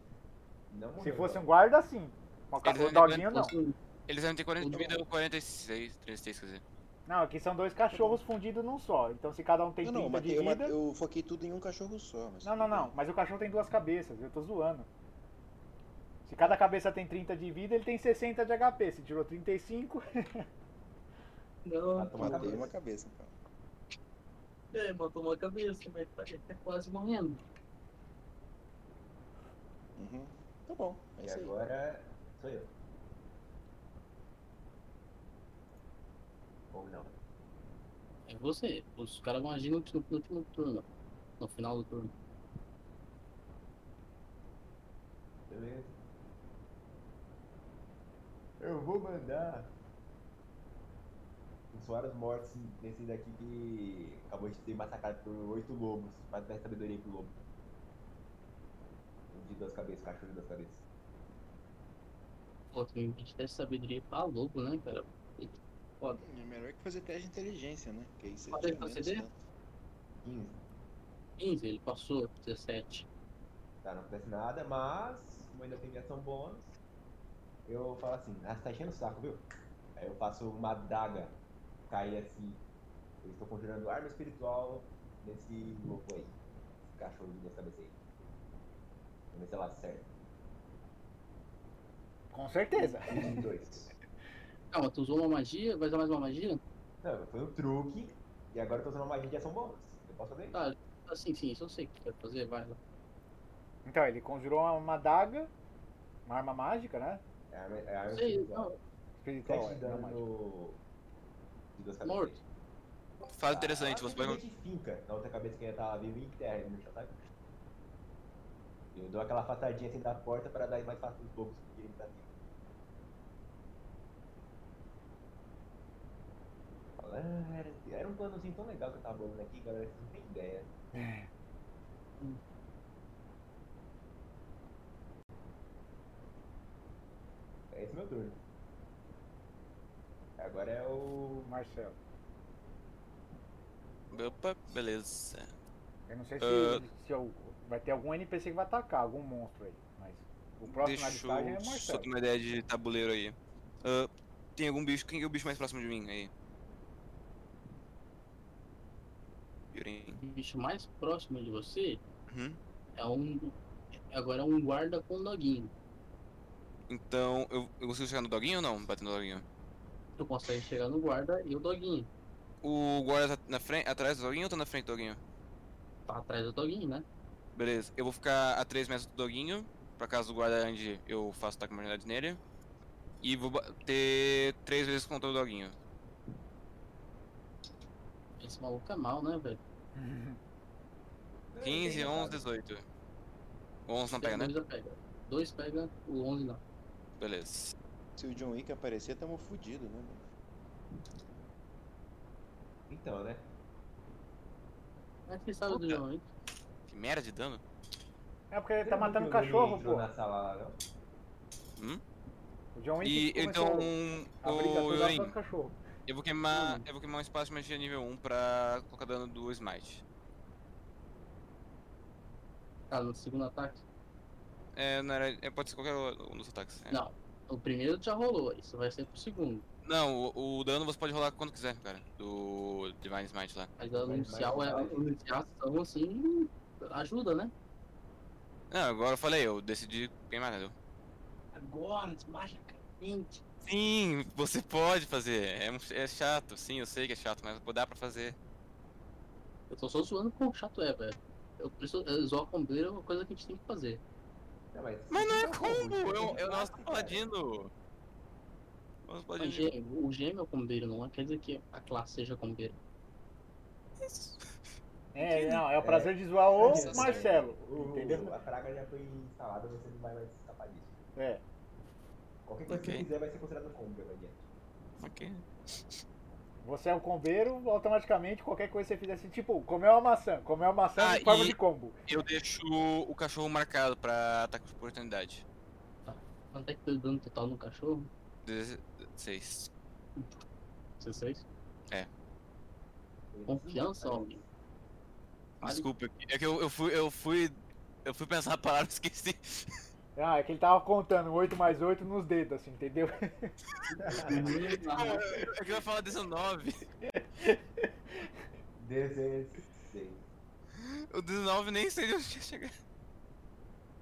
Não
Se fosse um guarda, sim. Mas o doguinho, não.
Eles ainda têm 40 de
O
vida ou 46, 36, quer dizer.
Não, aqui são dois cachorros fundidos num só. Então se cada um tem
Não, não,
30
eu, matei,
de
eu,
vida.
matei, eu foquei tudo em um cachorro só. Mas...
Não, não, não. Mas o cachorro tem duas cabeças, eu tô zoando. Se cada cabeça tem 30 de vida, ele tem 60 de HP. Se tirou 35.
Não,
Eu matei uma cabeça, então.
é, matou uma cabeça, mas tá, ele tá quase morrendo.
Uhum. Tá bom. É
E
isso aí.
agora sou eu. Ou não.
É você. Os caras vão agir no último, no último turno. No final do turno.
Beleza. Eu vou mandar os vários mortos nesse daqui que acabou de ser massacrado por oito lobos. Mas mais sabedoria que o lobo. Um de duas cabeças, cachorro de duas cabeças.
Pô, tem que ter sabedoria pra lobo, né, cara? Eita, Foda.
É melhor que fazer teste de inteligência, né? Que aí você
Pode
tira
fazer
menos
dele?
dano.
15.
15, ele passou 17.
Tá, não acontece nada, mas como ainda tem ação bônus, eu falo assim, ah, você tá enchendo o saco, viu? Aí eu faço uma adaga cair assim. Eu estou conjurando arma espiritual nesse louco aí. Esse cachorro dessa cabeça aí. Vamos ver se ela acerta.
Com certeza.
22.
Calma, tu usou uma magia? Vai usar mais uma magia?
não, foi um truque. E agora eu tô usando uma magia de ação bônus. Eu posso fazer?
Tá, assim, sim, isso eu sei o que tu vai fazer, vai lá.
Então, ele conjurou uma- uma daga, uma arma mágica, né?
É arma, é arma
Sei,
espiritual.
não,
Espiritual,
Sete
é,
de
não
dano
mágica.
no... de duas cabeças.
Morto.
Faz interessante, você pode.
simplesmente finca na outra cabeça que ele tava vivo e enterra ele no chão, sabe? Eu dou aquela afastadinha assim da porta pra dar mais fácil os lobos que ele tá vivo. Galera, Era um planozinho tão legal que eu tava bolando aqui, galera, vocês não têm ideia. É esse meu turno. Agora é o.
Marcelo.
Opa, beleza.
Eu não sei se,
Ah.
se eu- vai ter algum NPC que vai atacar, algum monstro aí. Mas o próximo na
Deixa
listagem é
eu
o
só
Marcelo.
ter uma ideia de tabuleiro aí. Ah, tem algum bicho? Quem é o bicho mais próximo de mim aí? Yurin.
O bicho mais próximo de você
Uhum.
é um. Agora é um guarda com doguinho.
Então, eu, eu consigo chegar no doguinho ou não? Batendo no doguinho?
Tu consegue chegar no guarda e o doguinho.
O guarda tá na frente, atrás do doguinho ou tá na frente do doguinho?
Tá atrás do doguinho, né?
Beleza, eu vou ficar a 3 metros do doguinho, pra caso o guarda ande, eu faço ataque de oportunidade nele. E vou bater 3 vezes contra o doguinho.
Esse maluco é mal, né, velho?
15, 11, 18. 11 não pega, né?
Dois pega. Dois pega, o 11 não.
Beleza.
Se o John Wick aparecer, tamo fudido, né? mano?
Então, né?
Mas que sabe do John, hein?
Que merda de dano.
É porque ele tá
Lembra
matando
que o
cachorro,
Lenin entrou
pô.
na
Hum?
O John
E
Wick começou
então,
a briga
o
toda
Yorin,
matando cachorro.
eu vou queimar, eu vou queimar um espaço de magia nível 1 pra colocar dano do Smite.
Ah, no segundo ataque?
É, não era, é, pode ser qualquer um dos ataques. é.
Não. O primeiro já rolou, isso vai ser pro segundo.
Não, o, o dano você pode rolar quando quiser, cara. Do Divine Smite lá.
Mas a inicial é a iniciação assim ajuda, né?
Não, agora eu falei, eu decidi queimar, entendeu?
Agora, magicamente.
Sim, você pode fazer. É, um- é chato, sim, eu sei que é chato, mas dá pra fazer.
Eu tô só zoando com o chato é, velho. Eu preciso eu zoar com o Blair é uma coisa que a gente tem que fazer.
Mas não é combo, eu, eu nosso paladino. Nosso
Mas,
paladino.
gêmeo, o gêmeo é combeiro, não é? quer dizer que a classe seja combeiro.
É, não, é o prazer de zoar o Marcelo,
O-
entendeu?
A praga já foi instalada, você não vai mais escapar disso.
É.
Qualquer coisa que
Ok.
você quiser vai ser considerado um combo, vai adiante.
Ok.
Você é o combeiro, automaticamente qualquer coisa que você fizer assim, tipo, comeu uma maçã, comeu uma maçã em forma
Ah, e
de combo.
Eu deixo o cachorro marcado pra ataque de oportunidade.
Quanto é que deu dano total no cachorro?
16.
16?
É.
Confiança, homem.
Desculpa, é que eu, eu fui. Eu fui. Eu fui pensar na palavra e esqueci.
Ah, é que ele tava contando 8 mais 8 nos dedos, assim, entendeu?
Ah.
É que eu ia falar 19.
16.
O 19 nem sei de onde ia chegar.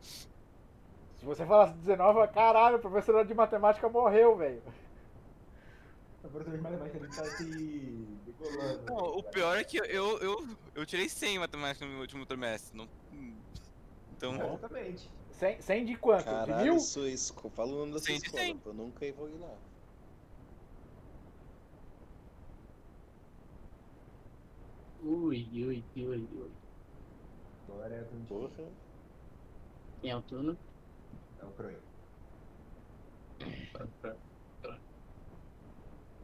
Se você falasse 19, caralho, a professora de matemática morreu, velho.
A professora de matemática ele tá se decolando.
Não, o pior é que eu, eu, eu tirei 100 em matemática no meu último trimestre. Não... Então.
Exatamente.
100, de quanto?
Caralho,
mil?
sua esco- Fala o nome da sua
Sim, sim.
escola, pô, eu nunca vou ir lá.
Ui, ui, ui, ui.
Agora é com
Porra.
Quem é o turno?
É o Croen.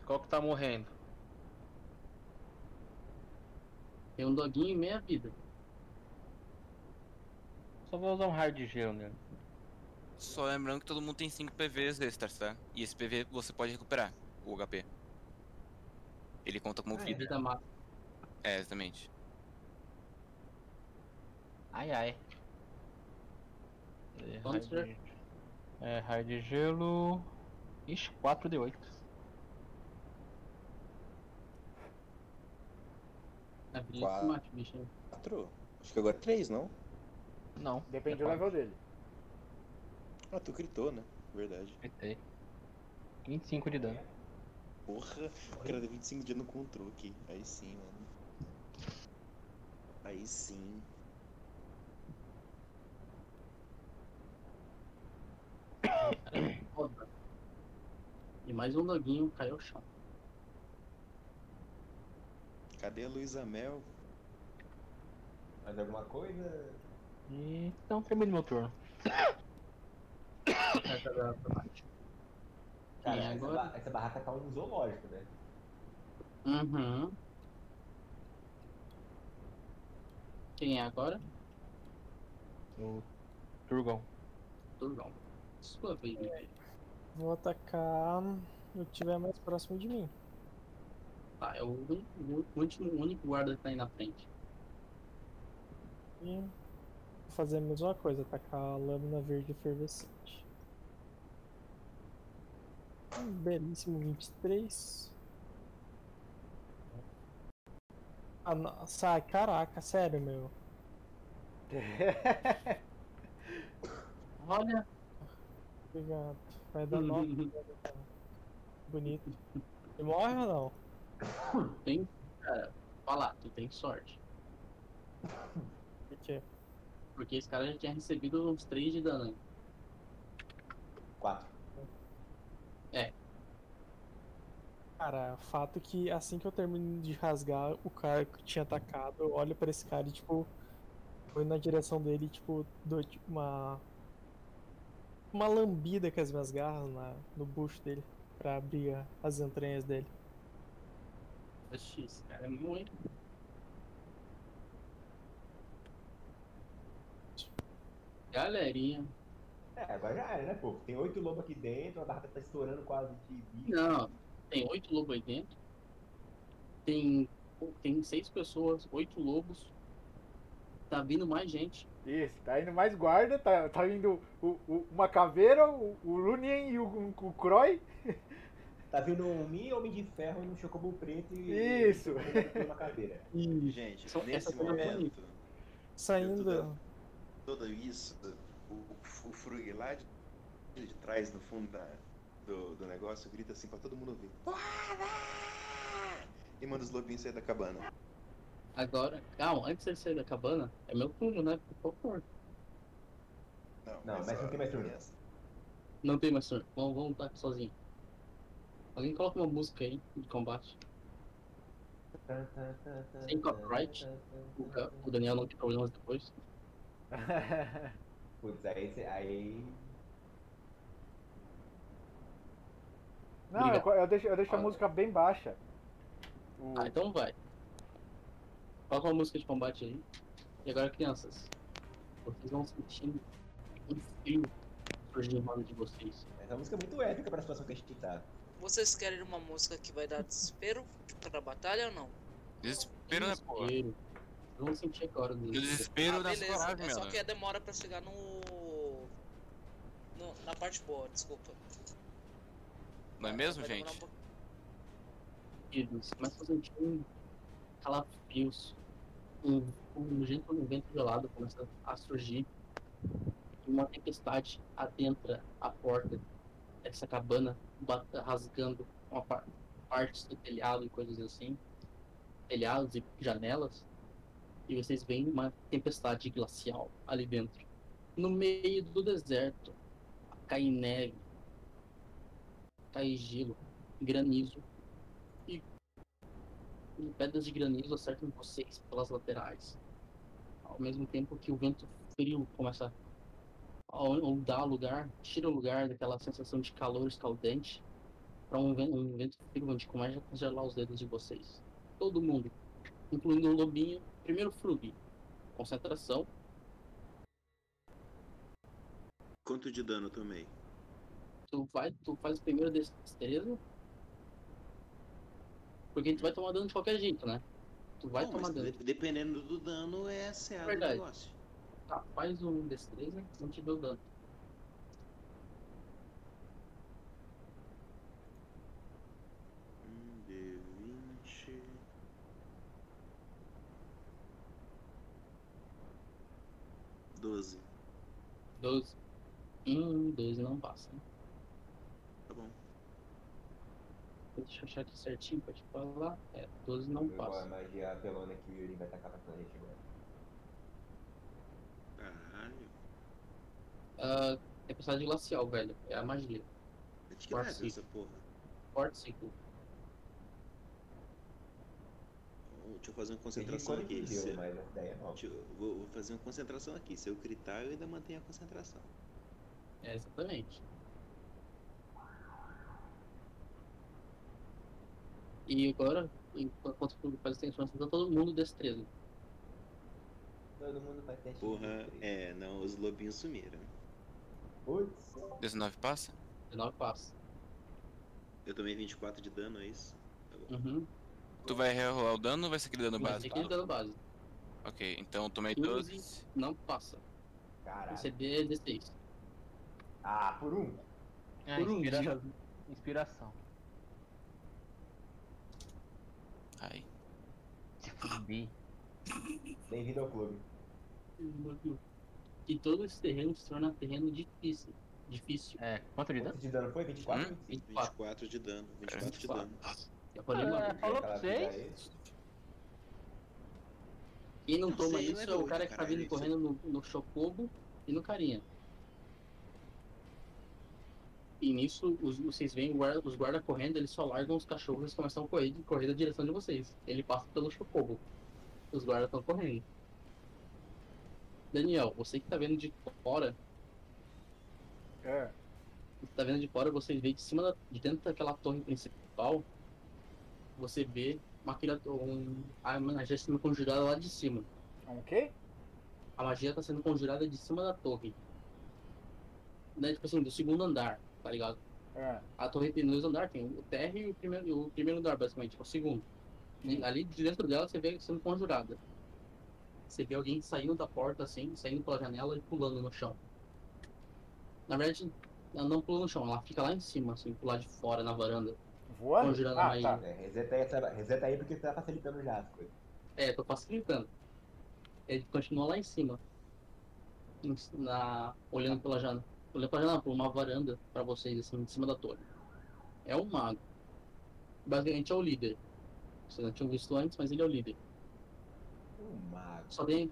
Qual que tá morrendo?
Tem um doguinho e meia vida.
Só vou usar um raio de gelo nele.
Só lembrando que todo mundo tem 5 PVs extras, tá? E esse PV você pode recuperar, o HP. Ele conta como
Ah, é.
vida.
Vida má.
É, exatamente.
Ai ai. É, raio
Vamos ver.
de... é, raio de gelo. Ixi, 4 de 8.
É vida
Quatro.
que mate, bicho.
Quatro? Acho que agora é três, não?
Não.
Depende
É
do level dele.
Ah, tu gritou, né? Verdade.
Gritei. 25 de dano.
Porra, o cara deu 25 dias no control aqui. um Aí sim, mano. Aí sim.
Foda. E mais um doguinho caiu ao chão.
Cadê a Luísa Mel?
Mais alguma coisa?
E... Então termino meu turno.
Cara,
E
essa,
agora? é
é ba- essa barraca tá um zoológico, né?
Uhum. Quem é agora?
O Turgon.
Turgon. Sua vez, meu filho.
Vou atacar o que tiver mais próximo de mim.
Tá, é o, un- o último, o único guarda que tá aí na frente.
E vou fazer a mesma coisa, atacar a lâmina verde efervescente. Um belíssimo 23. Ah, nossa, ai, caraca, sério, meu.
Olha.
Obrigado. Vai dar nove. Bonito. Ele morre ou não?
Tem. Cara, falar, "Ah, tu tem sorte.
Por quê?
Porque esse cara já tinha recebido uns 3 de dano.
4.
É.
Cara, fato que assim que eu termino de rasgar o cara que tinha atacado, eu olho pra esse cara e, tipo, vou na direção dele e, tipo, dou tipo, uma. Uma lambida com as minhas garras na, no bucho dele pra abrir a- as entranhas dele.
Oxi, esse cara é muito. Galerinha.
É, agora já era, né, pô? Tem oito lobos aqui dentro, a barca tá estourando quase de bicho.
Não, tem oito lobos aí dentro. Tem, tem seis pessoas, oito lobos. Tá vindo mais gente.
Isso, tá indo mais guarda, tá, tá indo o, o- uma caveira, o, o Lunien e o, o, o Croy.
Tá vindo um Mi, Homem de Ferro e um Chocobo Preto e. um
Isso.
e uma caveira.
Gente,
Só- essa
nesse
coisa foi
momento,
Saindo.
tudo isso, o, o Frug lá de, de trás, no fundo da- do, do negócio, grita assim pra todo mundo ouvir. Porrada! E manda os lobinhos sair da cabana.
Agora, calma, antes de sair da cabana, é meu turno, né? Por favor.
Não,
Não, mas não tem mais turno.
Não tem mais turno. Vamos, vamos lutar aqui sozinho. Alguém coloca uma música aí de combate. Sem copyright. O, Ga- o Daniel não tem problemas depois.
Putz, aí. cê- aí...
Não, eu, co- eu deixo, eu deixo a música bem baixa.
Ah, então vai. Coloca uma música de combate aí. E agora, crianças, vocês vão sentindo um frio surgindo em volta de vocês.
Essa música é muito épica pra situação que a gente tá.
Vocês querem uma música que vai dar desespero pra batalha ou não?
Desespero, né, porra?
Desespero. Vamos sentir agora. né?
Desespero
Ah,
da
beleza.
coragem, né?
é só
mano.
que demora pra chegar no... no- Na parte boa, desculpa.
Não é mesmo,
Vai demorar
gente?
um pouco.
Eles começam a sentir um calafrios, um, um jeito um vento gelado começa a surgir. E Uma tempestade adentra a porta dessa cabana, bat- rasgando uma par partes do telhado e coisas assim, telhados e janelas. E vocês veem uma tempestade glacial ali dentro. No meio do deserto, cai neve, cai gelo, granizo e pedras de granizo acertam vocês pelas laterais. Ao mesmo tempo que o vento frio começa a ondar o lugar, tira o lugar daquela sensação de calor escaldante para um, ven- um vento frio onde começa a congelar os dedos de vocês. Todo mundo, incluindo o lobinho, primeiro frug. Concentração,
Quanto de dano eu tomei?
tu, vai, tu faz o primeiro destreza. Porque tu vai tomar dano de qualquer jeito, né? Tu vai
Não,
tomar
mas
dano.
de- dependendo do dano, é a CA do
Verdade.
negócio.
Tá, faz um destreza, não te deu dano.
Um D20. Doze.
12. Hum, 12 não passa. né?
Tá bom.
Deixa eu achar aqui certinho pra te falar. É, 12 não
Foi uma
passa.
magia apelona que o Yuri vai tacar pra gente agora.
Caralho.
Ah, é passagem glacial, velho. É a magia.
É de que
Quarto
leve essa porra.
Forte ciclo.
Oh, Deixa eu fazer uma concentração
Desde quando
aqui.
que deu,
Se-
mas essa ideia é nova.
Deixa eu- vou, vou fazer uma concentração aqui. Se eu gritar, eu ainda mantenho a concentração.
É, exatamente. E agora, enquanto o público faz extensões, tá todo mundo destreza.
Todo mundo vai ter
Porra, é, não, os lobinhos sumiram.
Putz.
19 passa?
19 passa.
Eu tomei 24 de dano, é isso? Tá bom.
Tu vai rerolar o dano ou vai ser aquele dano
Vai
básico?
ser aquele dano básico.
Ok, então eu tomei
15
12.
não passa.
Caraca.
O CD é 16.
Ah, por um?
Ah,
Por um
inspira-
dia.
Inspiração.
Ai.
Bem-vindo ao clube.
E todo esse terreno se torna terreno difícil. Difícil.
É, quanto de dano? Hum?
de dano foi? 24?
24 de dano, 24 de
né?
dano.
Eu falei,
Ah,
mano,
falou
aquela
pra vocês.
vida Quem não
Não
toma
sei, não é
isso é o
doido,
cara que tá
caralho,
vindo
isso é-
correndo no, no Chocobo e no Carinha. E nisso, os, vocês veem guarda- os guarda correndo, eles só largam os cachorros e começam a correr, correr na direção de vocês. Ele passa pelo Chocobo. Os guardas estão correndo. Daniel, você que tá vendo de fora,
É.
você tá vendo de fora, você vê de cima da- de dentro daquela torre principal, você vê uma criatura- um, a magia sendo conjurada lá de cima.
Um quê?
A magia tá sendo conjurada de cima da torre. Né, tipo assim, do segundo andar, tá ligado?
É.
A torre tem dois andares, tem assim, o térreo e o primeiro, e o primeiro andar, basicamente, tipo, o segundo. E ali de dentro dela você vê sendo conjurada. Você vê alguém saindo da porta assim, saindo pela janela e pulando no chão. Na verdade, ela não pula no chão, ela fica lá em cima, assim, pro lado de fora, na varanda.
Voando? Ah, tá.
Conjurando a magia.
É, reseta, aí, essa- reseta aí porque tá facilitando já as coisas.
É, tô facilitando. Ele continua lá em cima. Em c- Na... Olhando pela janela. Olhando pela janela, por uma varanda pra vocês, assim, em cima da torre. É um mago. Basicamente é o líder. Vocês não tinham visto antes, mas ele é o líder.
Um mago.
Só vem.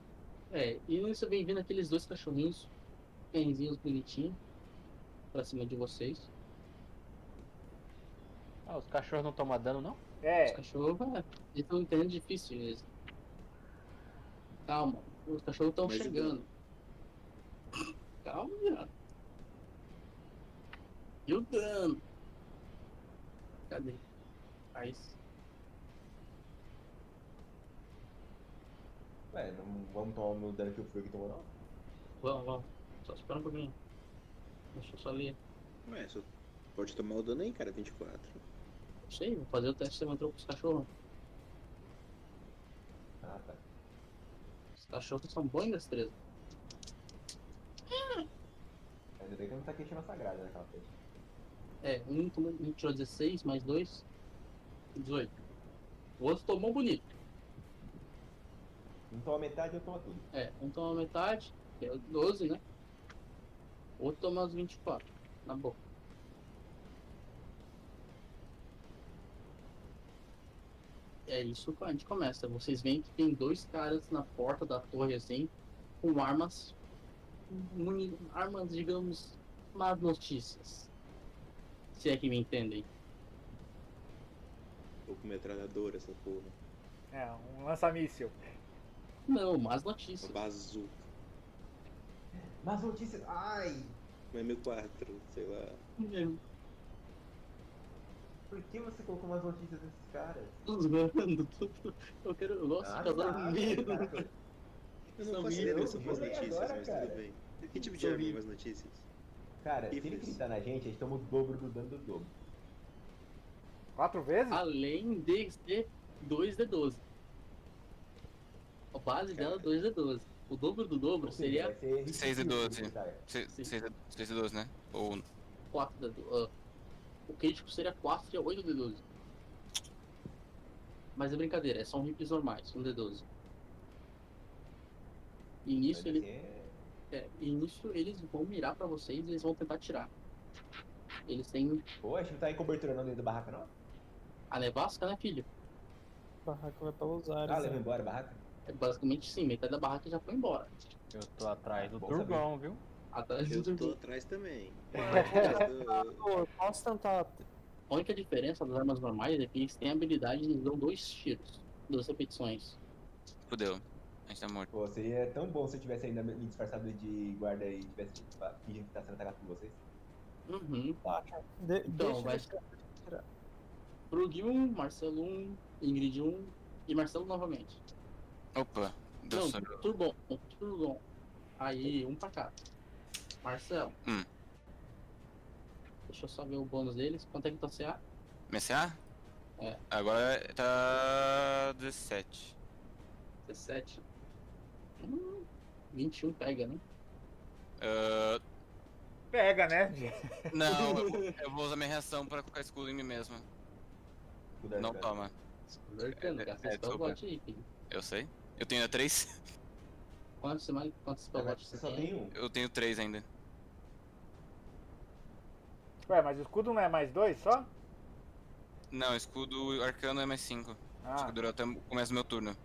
É, e nisso vem vindo aqueles dois cachorrinhos, cãezinhos bonitinhos, pra cima de vocês.
Ah, os cachorros não tomam dano, não?
Os cachorros, é, eles estão entendendo difícil eles. Calma, os cachorros estão
Mas e
chegando. Calma, viado. E o dano? Cadê? Aí.
Ué, É, não vamos tomar o meu dano que o Frug tomou, não?
Vamos, vamos. Só espera um pouquinho. Deixa eu só ler.
Ué, só pode tomar o dano aí, cara, 24.
Não sei, vou fazer o teste se você entrou com os cachorros.
Ah, tá.
Os cachorros são bons em destreza.
Ainda bem que não tá aqui chama sagrada naquela coisa.
É, um, tomou- um tirou 16, mais dois, 18. O outro tomou bonito.
Um toma metade, eu tomo tudo.
É, um toma metade, que é o 12, né? Outro toma os 24, na boca. É isso que a gente começa. Vocês veem que tem dois caras na porta da torre assim, com armas. muni- Armas, digamos, más notícias. Se é que me entendem.
Ou com metralhadora, essa porra.
É, um lança-míssel.
Não, más notícias.
Bazuca.
Mas notícias. Ai!
Um M4, sei lá.
Por que você colocou mais notícias desses caras?
Tô zoando, tô- tô- eu quero. Nossa, tá
Ah, tá,
dando medo.
caraca.
Eu não
Só
faço
me-
ideia dessas boas
jurei
notícias,
agora,
mas
cara.
tudo bem. Que tipo de
Só
arma
vi.
mais notícias?
Cara, se ele
Rifles.
gritar na gente, a gente toma o dobro do dano do dobro.
Quatro vezes?
Ah.
Além de ser 2D12. A base dela é 2D12. O dobro do dobro seria
Seria
6 e 12.
tá?
6
Sim.
e 12, né? Ou
4D12. Ah, O crítico seria 4 e 8D12. Mas é brincadeira, é só um rips normais, um D12. E nisso, ele, é, e nisso eles vão mirar pra vocês e eles vão tentar tirar. Eles têm
Pô, a gente não tá em cobertura não dentro da barraca, não?
a nevasca, né, filho?
Barraca vai pra né? Losares.
Ah, leva embora a barraca?
É basicamente sim, metade da barraca já foi embora.
Eu tô atrás do
Bom saber.
Turgão, viu?
Atrás do
Eu
um
tô
Zurdu.
atrás também.
Posso tentar.
A única diferença das armas normais é que eles têm a habilidade de dão dois tiros, duas repetições.
fudeu. A gente tá morto.
Pô, seria tão bom se eu tivesse ainda me disfarçado de guarda e tivesse fa- fingindo que tá sendo atacado por vocês.
Uhum.
De,
Então,
deixa
vai
eu-
um, Frug 1, Marcelo 1, Ingrid 1 e Marcelo um novamente.
Opa,
Não,
Nossa.
tudo bom, tudo bom. um. Aí, um pra cá. Marcelo.
Hum.
Deixa eu só ver o bônus deles. Quanto é que tá CA?
Minha CA?
É.
Agora tá 17.
17. Hum, 21 pega, né?
Ah,
Pega, né?
não, eu, vou- eu vou usar minha reação pra colocar escudo em mim mesmo.
Tá
Não toma.
É,
Lurkando, gasta esse
desculpa.
spellbot aí, filho.
Eu sei. Eu tenho ainda 3?
Quantos, mais, quantos spellbot você
só
tem?
tem um.
Eu tenho 3 ainda.
Ué, mas o escudo não é mais dois só?
Não, escudo arcano é mais 5.
Ah.
Escudo durar até o começo do meu turno.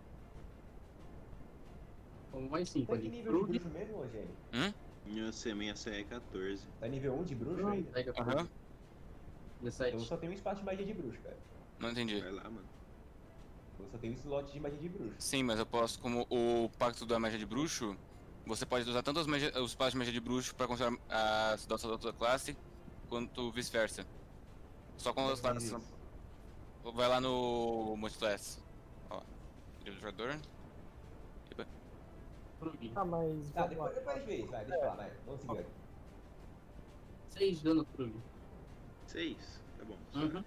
Vamos Um mais 5
Tá que
ali.
nível de bruxo mesmo, Rogério?
Hum?
Minha semente é 14.
Tá nível 1 de bruxo ainda?
um, Pega
Aham.
17.
é
Eu só tenho um espaço de magia de bruxo, cara.
Não entendi.
Vai lá, mano.
Eu só tenho um slot de magia de bruxo.
Sim, mas eu posso, como o pacto da magia de bruxo, você pode usar tanto as magia, os passos de magia de bruxo pra considerar a situação da outra classe, quanto vice-versa. Só quando as
Tá,
classes são... Vai lá no multiclass. Ó, drible do jogador. Eba.
Ah, mas.
Tá,
vamos lá.
depois, depois a gente vê isso, vai, deixa eu falar, vai. Vamos seguir.
6 dano Krug.
6. Tá bom.
Uhum.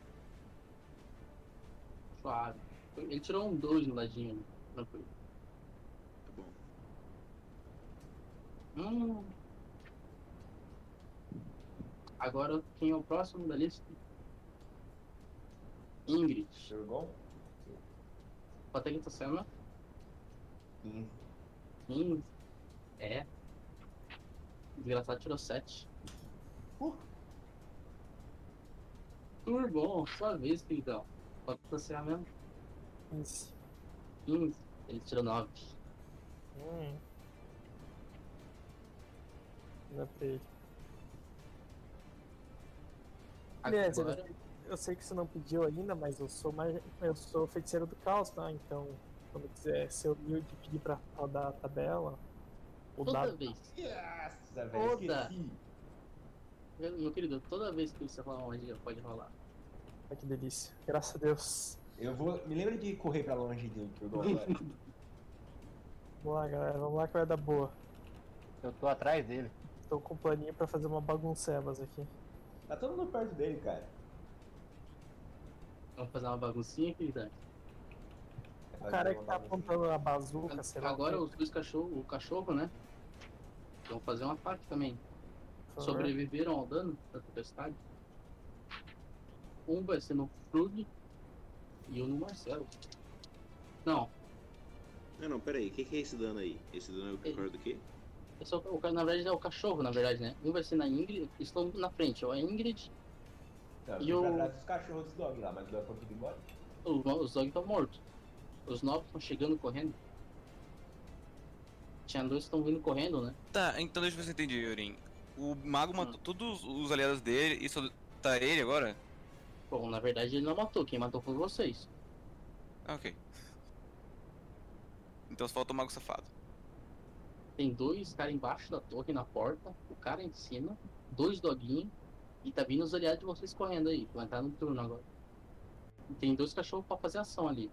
Suave. Ele tirou um 2 no ladinho ali. Tranquilo.
Tá bom.
Hum. Agora quem é o próximo da lista? Ingrid.
Jurgon?
Quanto é que tá sendo? Hum.
15.
15. Hum. É. Desgraçado tirou 7.
Uh.
Turbon, sua vez, queridão. Quanto tá sendo mesmo?
15.
15. Ele tirou 9.
Hum. Dá é pra ele.
Agora,
Beleza, Né, Eu sei que você não pediu ainda, mas eu sou mais. Eu sou feiticeiro do caos, tá? Então, quando quiser ser humilde e pedir pra rodar a tabela. O
toda
dado.
vez.
Nossa, velho,
Toda.
esqueci.
Meu meu querido, toda vez que você falar uma magia, pode rolar.
Ai, tá que delícia. Graças a Deus.
Eu vou. Me lembra de correr pra longe do Jurgon agora.
Vamos lá, galera. Vamos lá que vai dar boa.
Eu tô atrás dele.
Estou com um planinho pra fazer uma baguncebas aqui.
tá todo mundo perto dele, cara.
Vamos fazer uma baguncinha, queridão.
O cara que tá apontando a bazuca, sei lá.
Agora
o
os dois cachorros, o cachorro, né? Vão fazer um ataque também.
que, por favor.
Sobreviveram ao dano da tempestade. Um vai ser no Krug e um no Marcelo. Não,
Não, não, pera aí. O que, que é esse dano aí? Esse dano é o que
Ele-
ocorre do quê?
é só, o, ca- na verdade é o cachorro, na verdade, né? Um vai ser na Ingrid, estão na frente, ó, a Ingrid,
Não,
E
eu fui
o-
pra trás tá dos cachorros dos dog lá, mas o dog foi tudo embora.
o- os dogs estão mortos. Os novos estão chegando correndo. Tinha dois que estão vindo correndo, né?
Tá, então deixa eu ver se eu entendi, Yorin. O mago matou todos os aliados dele e só tá ele agora?
Bom, na verdade ele não matou, quem matou foi vocês.
Ah, ok. Então só falta o mago safado.
Tem dois caras embaixo da torre na porta, o cara em cima, dois doguinhos, e tá vindo os aliados de vocês correndo aí, vai entrar no turno agora. E tem dois cachorros pra fazer ação ali.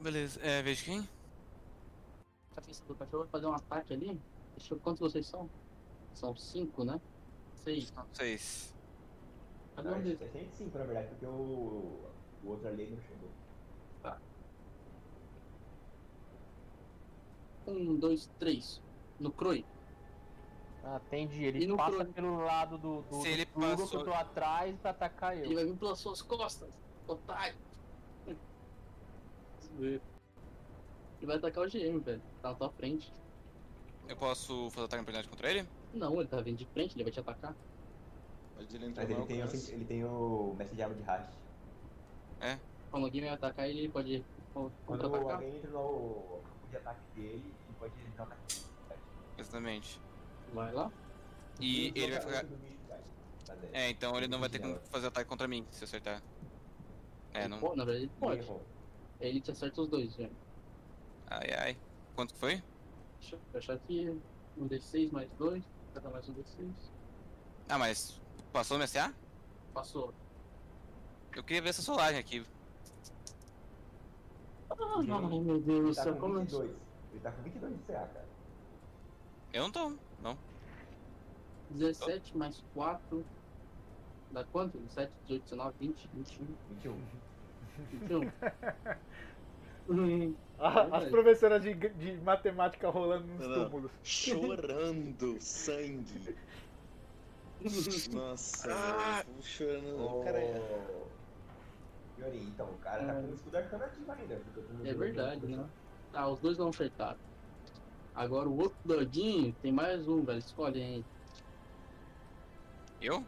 Beleza, é, veja quem?
Cabeça do cachorro vai fazer um ataque ali. Deixa eu quantos vocês são? São cinco, né? Seis.
Vocês.
Cada
Não,
um
a gente
deles.
a gente sim, na verdade, porque o. O outro ali não chegou.
Um, dois, três. No Croi.
Atende Ah, ele.
E no
passa
Krug.
pelo lado do, do,
Se
do
ele
Krug, que
passou-
eu tô atrás pra atacar
Ele
eu.
vai vir pelas suas costas, otário. Vamos ver. Ele vai atacar o GM, velho. Tá na tua frente.
Eu posso fazer ataque em oportunidade contra ele?
Não, ele tá vindo de frente, ele vai te atacar.
Mas ele entrou
Mas
no
ele tem, assim
alcance.
o, ele tem o mestre de arma de haste.
Quando alguém vai atacar ele, ele pode co-
Quando
contra-atacar.
alguém entra no campo de ataque dele, ele pode entrar no ataque
Exatamente.
Vai lá.
E
Tem
ele
que
vai
jogar
ficar.
muito do bicho, cara. Mas é,
É, então ele não vai ter como fazer ataque contra mim se eu acertar. É, não.
Pô, na verdade, ele
ele
pode.
errou.
Ele te acerta os dois, velho.
Ai ai. Quanto que foi?
Deixa eu fechar aqui. Um D6 mais dois. Cada mais um D6.
Ah, mas. Passou no SA?
Passou.
Eu queria ver essa solagem aqui.
Ai, meu Deus do
Ele tá
céu,
com
como é isso?
22. Ele tá com 22 de CA, cara.
Eu não tô, não.
17 mais 4. Dá quanto? 17, 18, 19, 20, 21.
21.
21. hum,
A- As professoras de, de matemática rolando nos
Não, não.
túmulos.
Chorando sangue. Nossa,
Ah!
mano, chorando.
Ô,
Cara, é,
Yori, então, o cara tá
É.
com o escudo alternativo ainda. porque eu tô no
É
jogo.
verdade, né? Tá, os dois não acertaram. Agora o outro doguinho tem mais um, velho. Escolhem aí.
Eu?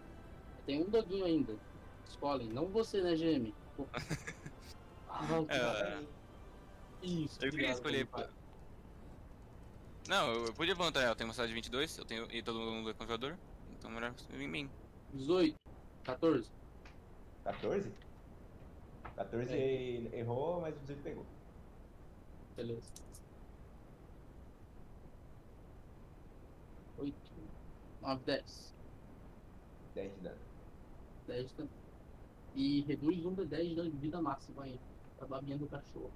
Tem um doguinho ainda. Escolhem. Não você, né, GM? Pô. Ah, cara. Isso,
É. Eu queria
obrigado,
escolher.
compadre.
Não, eu, eu podia levantar ela. Eu tenho uma sala de 22, eu tenho, e todo mundo é congelador. Então melhor em mim.
18, 14.
14? 14
É.
ele errou, mas o 18 pegou.
Beleza. 8, 9, 10.
10 de dano.
10 também. E reduz 1 de 10 de vida máxima aí. Pra babinha do cachorro.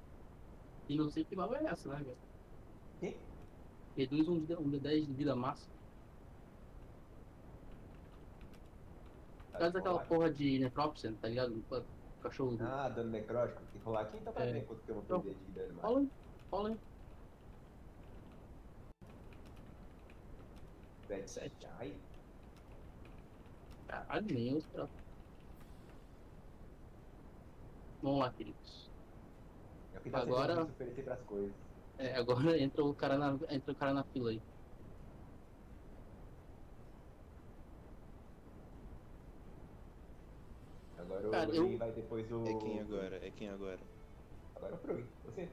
E não sei que baba é essa, né, velho?
Quê?
Reduz 1 de, 1 de 10 de vida máxima.
Tá
Por causa daquela porra Tá de necropsia, tá ligado? O cachorro.
Ah, dano necrótico. Tem que rolar aqui então pra
É.
ver quanto que eu vou
Então,
perder de dano mais.
Rola aí, rola aí.
7. Ai,
Caralho, nem eu esperava. Vamos lá, queridos.
é o que dá pra
Agora-
você se oferecer pras coisas.
É, agora entra o cara na, entra o cara na fila aí.
Agora
Cara,
o
eu-
Yuri vai depois o.
é quem agora? É quem agora?
Agora o Frug. Você?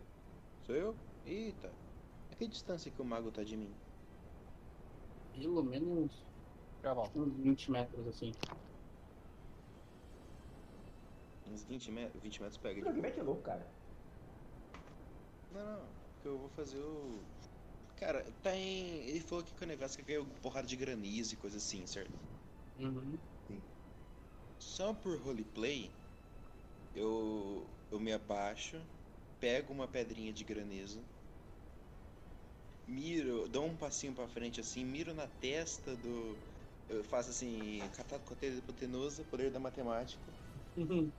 Sou eu? Eita. A que distância que o mago tá de mim?
Pelo menos uns 20 metros assim.
Uns 20 metros? 20 metros pega.
Frug, mete louco, cara.
Não, não. Porque eu vou fazer o. Cara, tá em. Ele falou que com a nevasca caiu porrada de granizo e coisa assim, certo?
Uhum.
Só por roleplay, eu. Eu me abaixo, pego uma pedrinha de granizo, miro, dou um passinho pra frente assim, miro na testa do. Eu faço assim, catado com a teia de hipotenusa, poder da matemática.
Ele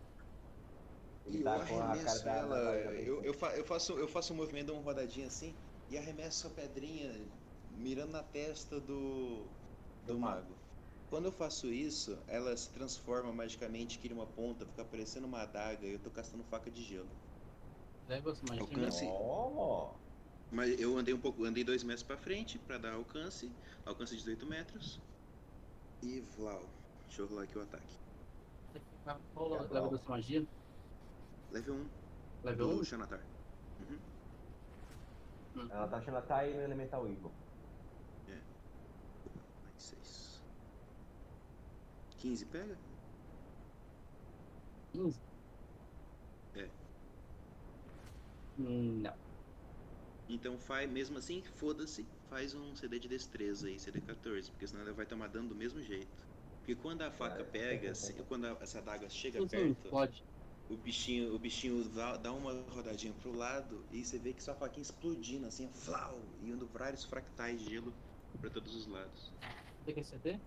E
tá
eu
com a cara
arremesso
da-
ela,
da- da- da-
eu, eu, fa- eu faço, eu faço um movimento, dou uma rodadinha assim, e arremesso a pedrinha mirando na testa do, do mago. Quando eu faço isso, ela se transforma magicamente, cria uma ponta, fica parecendo uma adaga, e eu tô castando faca de gelo.
Negócio mais
Alcance.
Ó,
Mas eu andei um pouco, andei dois metros pra frente pra dar alcance, alcance de 18 metros. E Vlau, deixa eu rolar aqui o ataque.
Rola leva da sua magia.
Level 1.
Level
do
1?
Xanatar. Uhum. É.
Ela tá achando a Thay no Elemental Evil.
Mais 6. 15 pega?
15?
É.
Não.
Então faz, mesmo assim, foda-se, faz um CD de destreza aí, CD 14, porque senão ela vai tomar dano do mesmo jeito. Porque quando a
É,
faca pega, se- quando a- essa adaga chega
Sim, sim,
é perto,
pode.
o bichinho, o bichinho dá, dá uma rodadinha pro lado e você vê que sua faquinha explodindo assim, flau, e indo vários fractais de gelo pra todos os lados.
Você quer CD?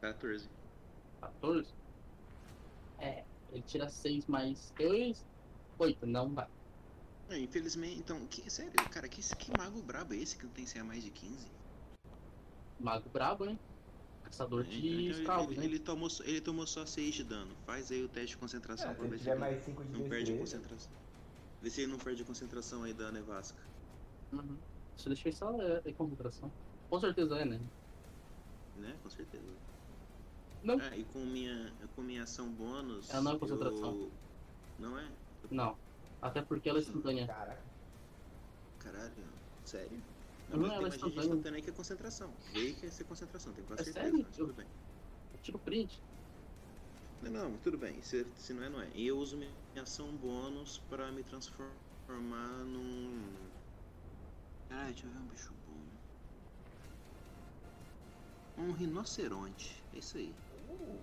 14.
14? É, ele tira 6 mais 2. 8, não vai.
É, infelizmente, então, que- sério, cara, que, que mago brabo é esse que não tem CA mais de 15?
Mago brabo, hein? Caçador
Então, ele-
de escravos,
ele,
né?
ele tomou, só- ele tomou só 6 de dano. Faz aí o teste de concentração
É,
pra
se
ver se
tiver
ele
mais cinco de
não perde a
destreza.
concentração. Vê se ele não perde a concentração aí da nevasca.
Uhum. Você deixa isso é, é concentração. Com certeza é, né?
Né? Com certeza.
Não.
Ah, e com minha, com minha ação bônus.
Ela não é concentração.
eu- Não é?
Não. Até porque ela é instantânea.
Caraca.
Caralho. Sério?
Não,
mas
ela é
tem magia de
instantânea.
instantânea que é concentração. Veio que ia ser concentração, tenho quase
É
certeza,
sério?
mas tudo bem.
Eu tiro print.
Não, não, tudo bem. Se, se não é, não é. E eu uso minha ação bônus pra me transformar num. Caralho, deixa eu ver um bicho bom. Um rinoceronte. É isso aí.
Uh,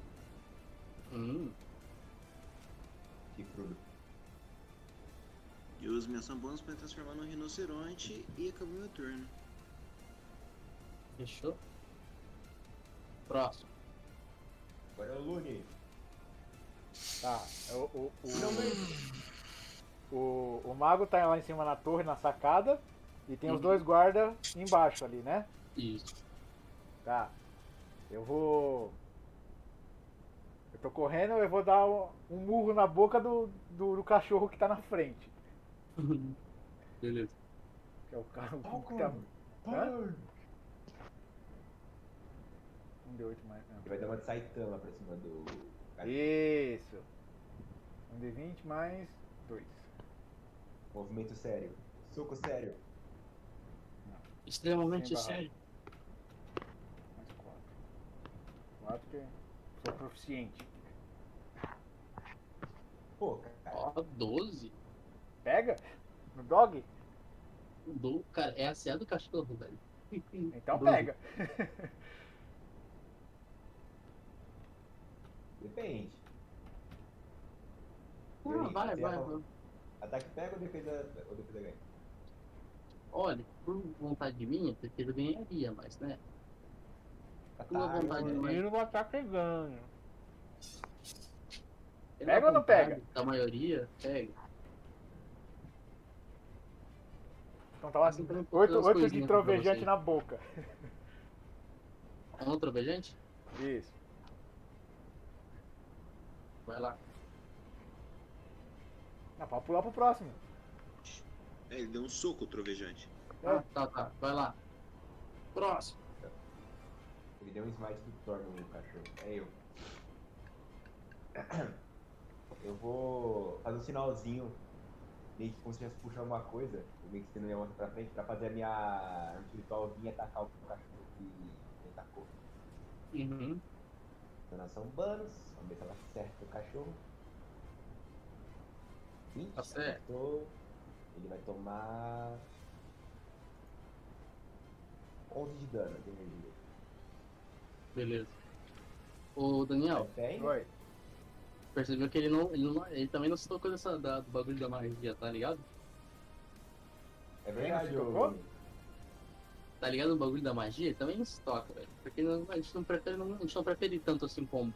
Hum.
Que fruto.
uso minha ação bônus pra me transformar num rinoceronte e acabou meu turno.
Fechou? Próximo.
Agora é o Lune.
Tá, o, o, o, o, o mago tá lá em cima na torre, na sacada, e tem os
Uhum.
dois guardas embaixo ali, né?
Isso.
Tá. Eu vou. Eu tô correndo, eu vou dar um, um murro na boca do, do, do cachorro que tá na frente.
Beleza.
Que é o carro que tá. Hã? Um D8 mais, não.
Ele vai dar uma de Saitama pra cima do.
Isso. Um D20 mais dois.
Movimento sério. Soco sério.
Extremamente
Sem barra.
sério.
Mais quatro. Quatro que sou proficiente.
Pô,
Ó, 12?
Pega? No dog?
Do, cara, é a CA do cachorro, velho.
Então
Doze.
pega.
Depende.
Ah,
Yuri,
vai,
você
vai,
erra-
vai.
Ataque pega ou defesa, ou defesa ganha?
Olha, por vontade minha, prefiro ganharia, mas né? Por
Ataque,
vontade
né?
minha.
vou estar pegando.
pela
Pega ou não
vontade é
pega?
Da maioria, pega.
Então tá lá.
Assim, pra mim,
Oito,
as
oito de
coisinhas pra
trovejante
você.
na boca.
É um trovejante?
Isso.
Vai lá.
Não, pode pular pro próximo.
É, ele deu um soco trovejante.
É.
Ah, tá, tá. Vai lá. Próximo.
Ele deu um smite do Thor no cachorro. É eu. Eu vou fazer um sinalzinho, meio que como se estivesse puxando alguma coisa, eu meio que estendo minha mão pra frente, pra fazer a minha arma espiritual vir atacar o cachorro que me atacou. Então,
Uhum.
Donação Banos, vamos ver se ela acerta o cachorro. Sim,
Tá certo.
acertou. Ele vai tomar 11 de dano de energia.
Beleza. Ô, Daniel,
Tem?
Oi.
percebeu que ele não. Ele, não- ele também não se tocou dessa, da- do bagulho da magia, tá ligado?
É
se
verdade, ô,
tocou?
Luni.
Tá ligado o bagulho da magia? Ele também não se toca, velho. Porque não- a, gente não prefere, não- a gente não prefere tanto assim como.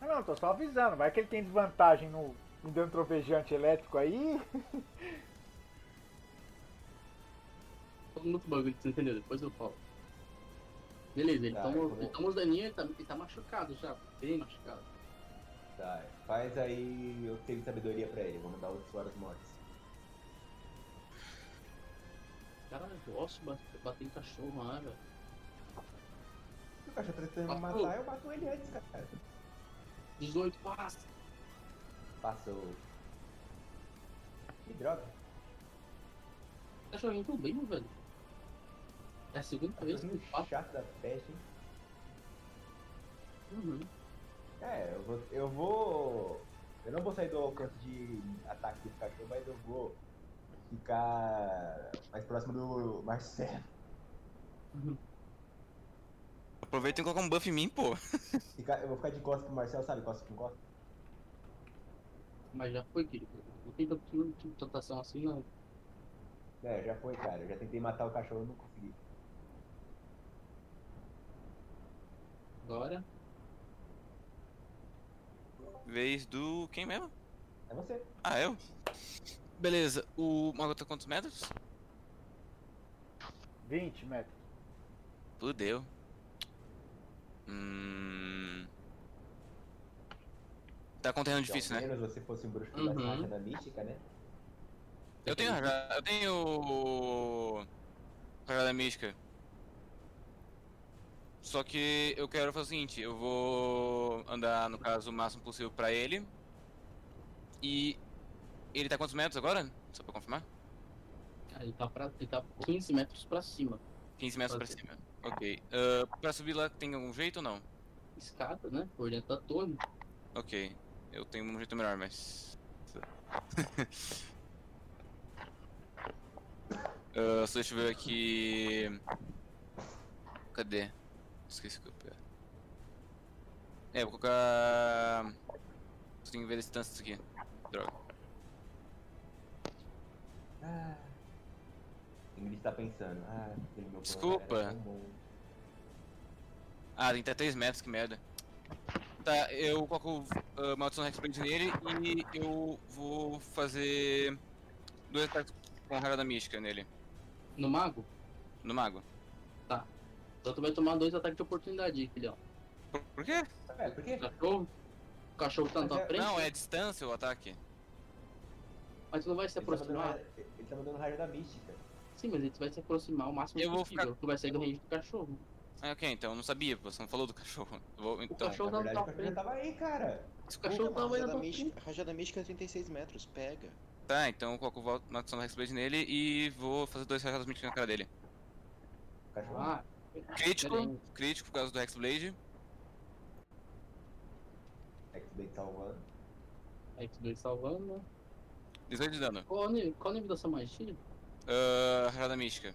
Ah, não, tô só avisando. Vai que ele tem desvantagem no, no dano trovejante elétrico aí.
Todo mundo bagulho, você entendeu? Depois eu falo. Beleza, ele
Tá,
toma,
eu vou-
ele toma os daninhos ele tá, ele tá machucado já, bem machucado.
Tá, faz aí. Eu tenho sabedoria pra ele, vou mandar o Suárez Mortes.
Caralho, eu gosto de bater, bater em cachorro lá, velho.
Se o cachorro tá tentando me
Passou.
matar, eu mato ele antes, cara.
18 passa.
Passou. Que droga.
Cachorrinho tão bem, velho. É a segunda vez que eu
Cachorrinho
faço.
tá chato da peste, hein?
Uhum.
É, eu vou, eu vou. Eu não vou sair do alcance de ataque do cachorro, mas eu vou ficar mais próximo do Marcelo.
Aproveita e coloca um buff em mim, pô.
Ficar- eu vou ficar de costas pro Marcelo, sabe? Costas com costas.
Mas já foi, querido. Não tem tanto tipo de tentação assim, não.
É, já foi, cara. Eu já tentei matar o cachorro, não consegui.
Agora,
Vez do. Quem mesmo?
É você.
Ah, eu? Beleza, o mago tá quantos metros?
20 metros.
Fudeu. Hum. Tá contendo difícil,
Se ao
né?
menos você fosse um bruxo que tivesse
Uhum.
rajada mística, né?
Eu tenho rajada. Eu tenho. Rajada mística. Só que eu quero fazer o seguinte: eu vou andar, no caso, o máximo possível pra ele. E. Ele tá quantos metros agora? Só pra confirmar?
ah, ele tá, pra, ele tá 15 metros pra cima.
15 metros pra
Pode ser.
cima. Ok. Ah, pra subir lá tem algum jeito ou não?
Escada, né? Por dentro da torre.
Ok. Eu tenho um jeito melhor, mas. Ah, só deixa eu ver aqui. Cadê? Esqueci que eu peguei. É, vou colocar. Só tem que ver a distância aqui. Droga.
Ah. Ingrid tá pensando. Ah, aquele meu plano
Desculpa.
era tão bom.
Ah, tem até 3 metros, que merda. Tá, eu coloco uh, Maldição Hexblade nele e eu vou fazer dois ataques com a Rara da Mística nele.
No mago?
No mago.
Tá. Então tu vai tomar dois ataques de oportunidade, filhão.
Por quê?
É, por quê?
Cachorro? O cachorro tá na tua frente?
Não, é distância o ataque.
Mas tu não vai se
Ele tá
aproximar.
mandando
Ele tá mandando raio da mística.
Sim, mas ele vai se aproximar o máximo
Eu vou
possível.
ficar-
Tu vai sair do range do cachorro.
Ah, ok, então eu não sabia, você não falou do cachorro. Eu Vou, então.
cachorro
Na
não
verdade,
tá
o cachorro já tava
aí, cara.
Esse cachorro tava aí na
rajada
tua
mística, rajada mística é 36 metros, pega.
Tá, então eu coloco o Val- Maldição Hexblade nele e vou fazer dois rajadas místicas na cara dele.
Ah,
Crítico, crítico por causa do Hexblade.
X-Blade salvando.
X2 salvando.
18 de dano.
Qual, o nível- qual o nível dessa magia?
Ah, rajada mística.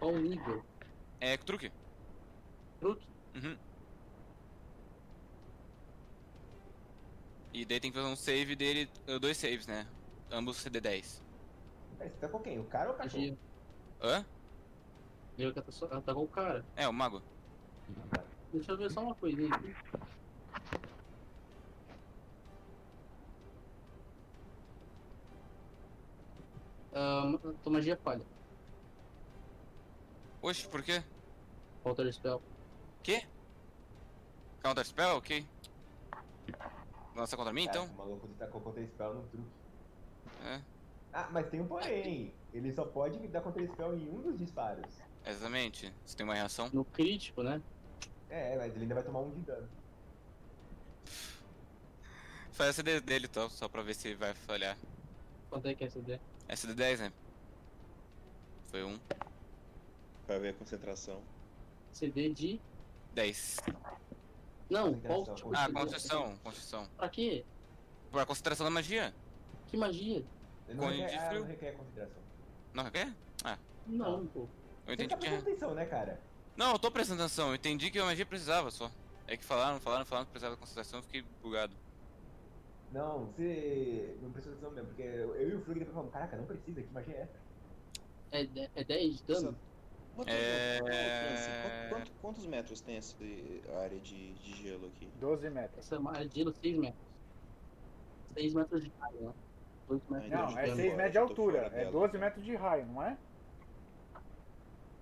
Qual o nível?
É truque?
Truque?
Uhum. E daí tem que fazer um save dele, eh, dois saves, né? Ambos CD10.
Pera, você tá com quem? O cara ou o cachorro?
Hã?
Ele que atacou o cara.
É, o mago.
Deixa eu ver só uma coisinha aqui. Ah, tua magia falha.
Oxe, por quê?
Counter spell.
Quê? Counter spell? Ok. Lança contra
É.
mim então?
É, O maluco tacou contra spell no truque.
É.
Ah, mas tem um porém. Ele só pode dar contra spell em um dos disparos.
Exatamente. Você tem uma reação?
No crítico, né?
É, mas ele ainda vai tomar um de dano.
Faz a CD dele então, só pra ver se vai falhar.
Quanto é que é CD?
É CD10, né? Foi um.
Pra ver a concentração.
CD de.
10.
Não, qual tipo de
Ah,
CD?
construção, construção.
Pra quê?
Pra concentração da magia?
Que magia?
Não Com requer- ah, não
requer consideração.
Não requer? Ah.
Não, pô.
Eu entendi que é. tinha.
atenção, né, cara?
Não, eu tô prestando atenção, eu entendi que a magia precisava só. É que falaram, falaram, falaram que precisava da concentração, eu fiquei bugado.
Não, você. Não precisa disso mesmo, porque eu eu e o Frug depois falamos, caraca, não precisa, que magia é essa?
É, de- é 10 de dano?
É... Quanto, quantos metros tem essa área de, de gelo aqui?
12 metros.
Essa magia de 6 metros. 6 metros de área, né? 8 metros
Não,
de
é
dano.
6 metros de altura. É 12 metros de raio, não é?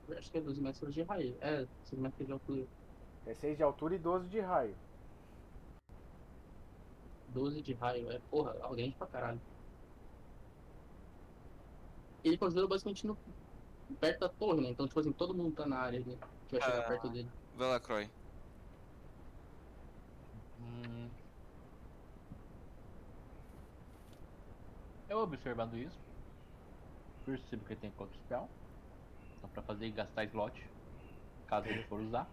Eu Acho que é 12 metros de raio. É, 6 metros de altura.
É 6 de altura e 12 de raio.
12 de raio. É, porra, alguém pra caralho. Ele conjurou basicamente no, perto da torre, né? Então, tipo assim, todo mundo tá na área né? que vai chegar
Ah.
perto dele.
Vai lá, Croy.
Hum. Eu observando isso, percebo que ele tem Counter Spell. Então pra fazer e gastar slot, caso ele for usar,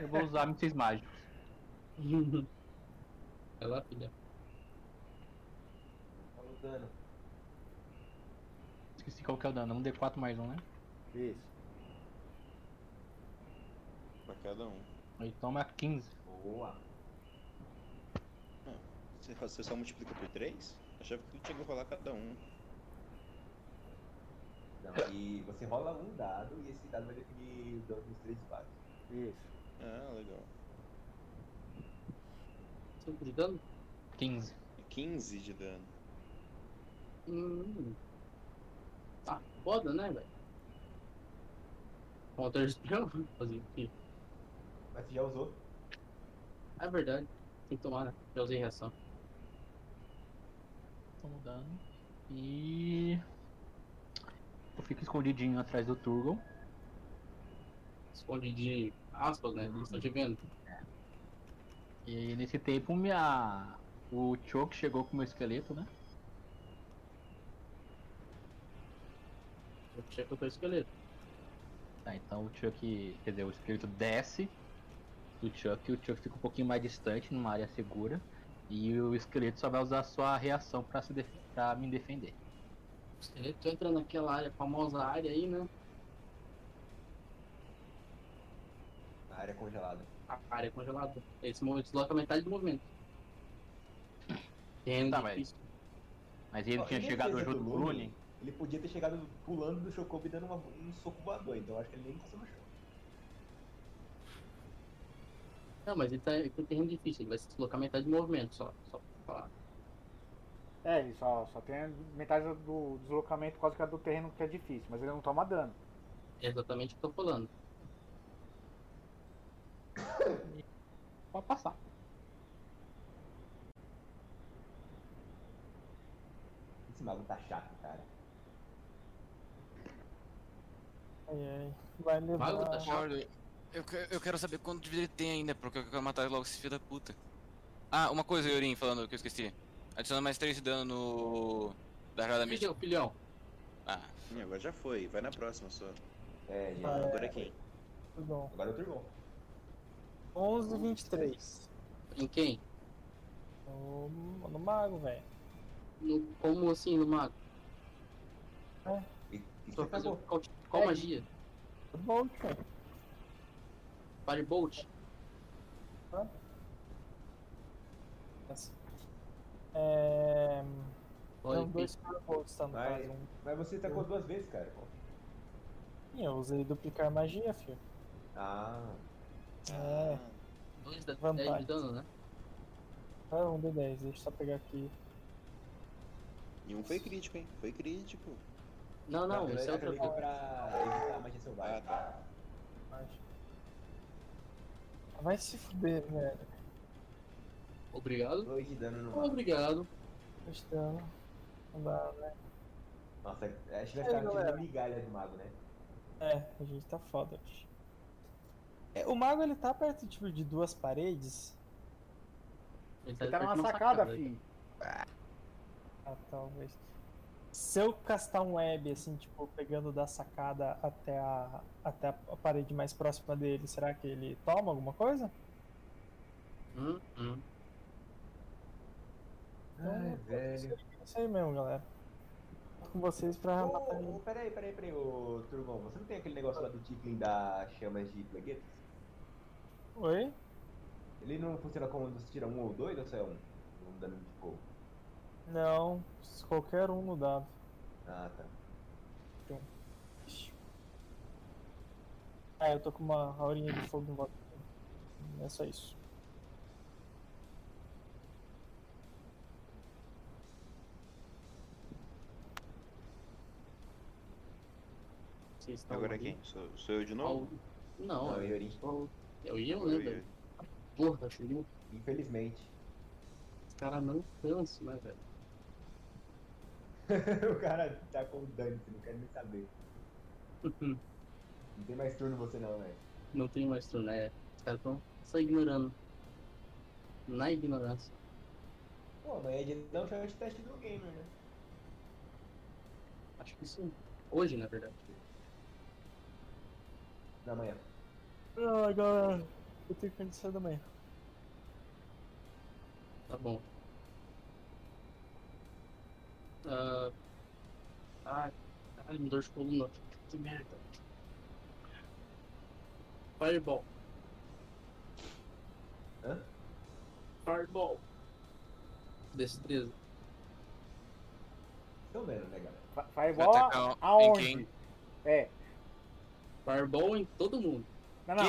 eu vou usar mísseis mágicos.
É lá, filha.
Olha o Tá dano.
Esqueci qual que é o dano, é um D4 mais um, né?
Isso.
Pra cada um.
Ele toma 15.
Boa.
Ah, Você, faz- você só multiplica por 3? Achava que tinha que rolar cada um.
Não, e você rola um dado e esse dado vai definir o dano dos três disparos.
Isso.
Ah, legal.
Sempre de dano?
15.
15 de dano.
Hum. Ah, foda, né, velho? Counter spell? Fazer o quê?
Mas você já usou?
É verdade. Tem que tomar, né? Já usei reação.
Toma o dano. E. Eu fico escondidinho atrás do Turgon.
Esconde de aspas, né? Eles estão te vendo.
E nesse tempo minha. O Choke chegou com o meu esqueleto, né?
Eu checo o teu esqueleto.
Tá, então o Chuck, quer dizer, o espírito desce do Chuck, o Chuck fica um pouquinho mais distante, numa área segura, e o esqueleto só vai usar a sua reação pra, se def- pra me defender.
O esqueleto entra naquela área, famosa área aí, né?
A área congelada.
A área congelada. Ele se mo- desloca metade do movimento.
Tá, mas... mas ele
Ó,
tinha
nem
chegado
fez
junto
do
com o Lune.
Ele podia ter chegado pulando do Chocobo e dando uma- um soco voador, então eu acho que ele nem encostou no chão.
Não, mas ele tá com terreno difícil, ele vai se deslocar metade do movimento só. só pra falar.
É, ele só, só tem metade do deslocamento quase que é do terreno que é difícil, mas ele não toma dano.
É exatamente o que eu tô
Tá,
falando.
Pode passar.
Esse maluco tá chato, cara.
Ai, ai. Vai levar.
tá
Eu, que- eu quero saber quanto de vida ele tem ainda, porque eu quero matar logo esse filho da puta. Ah, uma coisa, Yorin, falando que eu esqueci. Adiciona mais 3 de dano no. Da jogada mística.
filhão.
Ah.
agora já foi, vai na próxima só.
É,
já. Agora é quem?
Tudo bom.
Agora é o Turgon.
11 e 23.
Em quem?
No, no mago, velho.
No, como assim, no mago?
É.
Só faz um. o- qual, qual magia?
Bolt, cara.
Firebolt?
Essa. Assim. É.
Olha,
não, dois
pensa-
Firebolt tá no
Mas,
caso. Um.
mas você tacou duas vezes, cara. pô.
Sim, eu usei duplicar magia, filho.
Ah.
Ah,
Ah.
É.
2 da 10 de
Vantagem.
dano, né?
Ah, um D10, deixa eu só pegar aqui.
E um foi crítico, hein? Foi crítico.
Não, não,
isso
esse é outro.
pra magia selvagem.
Acho. Vai se fuder, velho.
Obrigado.
Dois de dano no mago.
Obrigado.
Questão. Não dá, né?
Nossa, acho que
É,
vai ficar
galera.
tirando migalha do mago, né?
É, a gente tá foda, bicho. É, o mago ele tá perto tipo, de duas paredes.
Ele tá numa sacada, filho.
Ah, talvez. Se eu castar um web, assim, tipo, pegando da sacada até a, até a parede mais próxima dele, será que ele toma alguma coisa?
Hum, hum.
Ai, velho. É isso aí mesmo, galera. Tô com vocês pra matar
Ô, ô, peraí, peraí, peraí, ô Turgon, você não tem aquele negócio lá do Tiefling da chamas de plaguetas?
Oi?
Ele não funciona como você tira um ou dois ou só é um? Um dano de fogo.
Não, qualquer um no dado.
Ah, tá.
Ah, eu tô com uma aurinha de fogo no voto. É só isso.
Vocês estão
Agora é
ali?
quem? Sou, sou eu de novo?
Não, é
Não,
eu-
Yuri.
eu- Eu ia,
Agora
né,
é o
velho?
Yuri.
Porra, Shuryu.
Infelizmente.
Os caras não cansam, né, velho?
o cara tá com o dano, não quero nem saber. Não tem mais turno você não, né? velho.
Não tem mais turno, é. Os caras estão só ignorando. Na ignorância.
Pô, mas é de não chama de teste do gamer, né?
Acho que sim. Hoje, na verdade.
Da manhã.
Ai, Ah, galera, eu tenho que sair da manhã.
Tá bom. Ah, ai, ai, me dor de coluna. Que merda. Fireball.
Hã?
Fireball. Destreza.
Estão vendo, né, galera?
Fa- Fireball
atacar tá em
aonde?
quem?
É.
Fireball em todo mundo.
Não, não.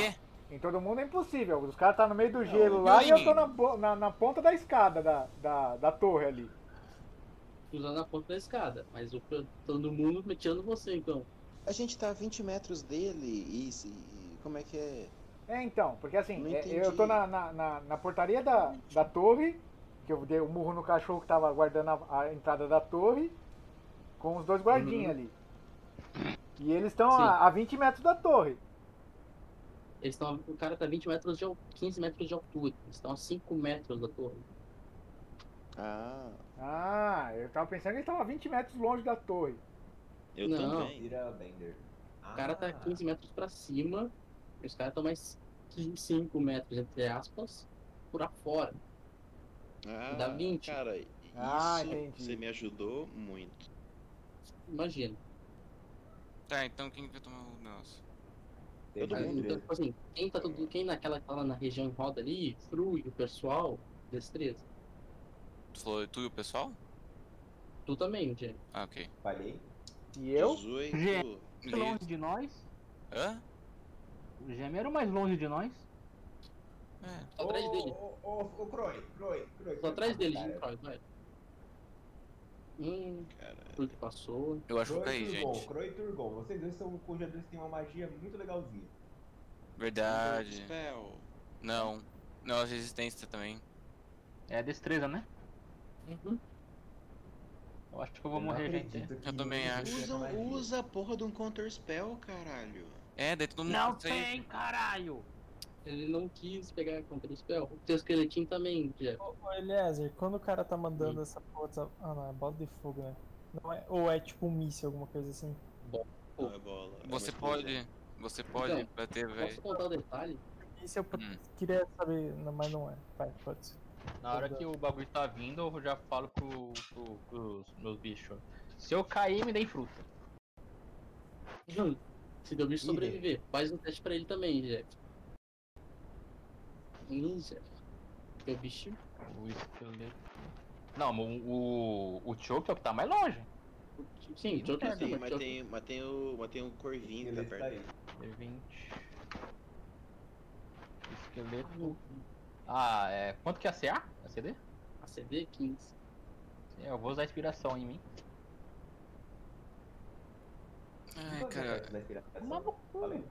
Em todo mundo é impossível. Os caras tá no meio do gelo lá e
Yorin.
eu tô na, bo- na, na ponta da escada da, da, da torre ali.
Usando a ponta da escada. Mas o, todo mundo meteando você, então.
A gente tá a 20 metros dele e, se- e como é que é?
É, então, porque assim,
Não
é,
entendi.
eu tô na, na, na, na portaria da, da torre, que eu dei o murro no cachorro que tava guardando a, a entrada da torre, com os dois guardinhas ali. E eles estão
Sim.
a, a 20 metros da torre.
Eles estão. O cara tá 20 metros de al- 15 metros de altura. Eles estão a 5 metros da torre.
Ah,
Ah, eu tava pensando que eles estavam a 20 metros longe da torre.
eu
Não.
também.
Tira Bender. Ah,
O cara tá 15 metros pra cima, e os caras estão mais 15, 5 metros, entre aspas, por afora.
Ah,
Dá 20.
Cara, isso
Ah, entendi.
você me ajudou muito.
Imagina.
Tá, então quem vai tomar o nosso?
tem
Todo
mais
mundo.
Então,
treze.
tipo assim, quem tá tudo, quem naquela que tá lá na região em roda ali, frui, o pessoal, destreza.
Tu falou tu e o pessoal?
Tu também, Jenny.
Ah, ok.
tá
Falei.
E eu?
18.
Gêmeo longe de nós.
Hã?
O gêmeo era o mais longe de nós.
É.
Tô
Oh,
atrás dele.
Ô, ô, ô, Croy, Croy, Croy.
Tô atrás dele,
Cara,
Jim Croy, vai. Hum, tudo que passou.
Eu acho que eu
Croy
caí,
e Turgon,
gente.
Croy e Turgon, vocês dois são congeladores que têm uma magia muito legalzinha.
um é
Verdade. Não. Não, a resistência também.
É destreza, né?
Uhum.
Eu acho que eu vou morrer, gente.
Eu também acho.
Usa, usa a porra de um counter spell, caralho.
É, daí todo mundo
Não
fica aí.
tem, caralho!
Ele não quis pegar contra o spell. O teu esqueletinho também, Jeff.
Ô, Eliezer, quando o cara tá mandando essa porra. essa- Ah, não, é bola de fogo, né? Não é... Ou é tipo um míssil, alguma coisa assim.
Não é bola. é
Você
uma
pode.
explosão.
Você pode
Então,
bater,
Posso
velho.
contar o detalhe?
Isso eu queria saber, não, mas não é. Vai, pode ser.
Na hora que o bagulho tá vindo, eu já falo pro, pro, pros meus bichos. Se eu cair, me deem fruta.
Hum, Se teu bicho
Ih, velho.
sobreviver, faz um teste pra ele também, Jeff. Hum, Jeff. Teu bicho.
O esqueleto. Não, o, o, o Choke é o que tá mais longe.
Sim, de outra
É, Sim,
forma,
mas tem, mas tem o, mas tem o Corvinho que
Ele
tá
tá
perto.
aí.
D20. Esqueleto. Ah, é. Quanto que é a CA? A CD?
A CD 15.
É, Eu vou usar a inspiração em mim.
Ai, cara.
Uma loucura.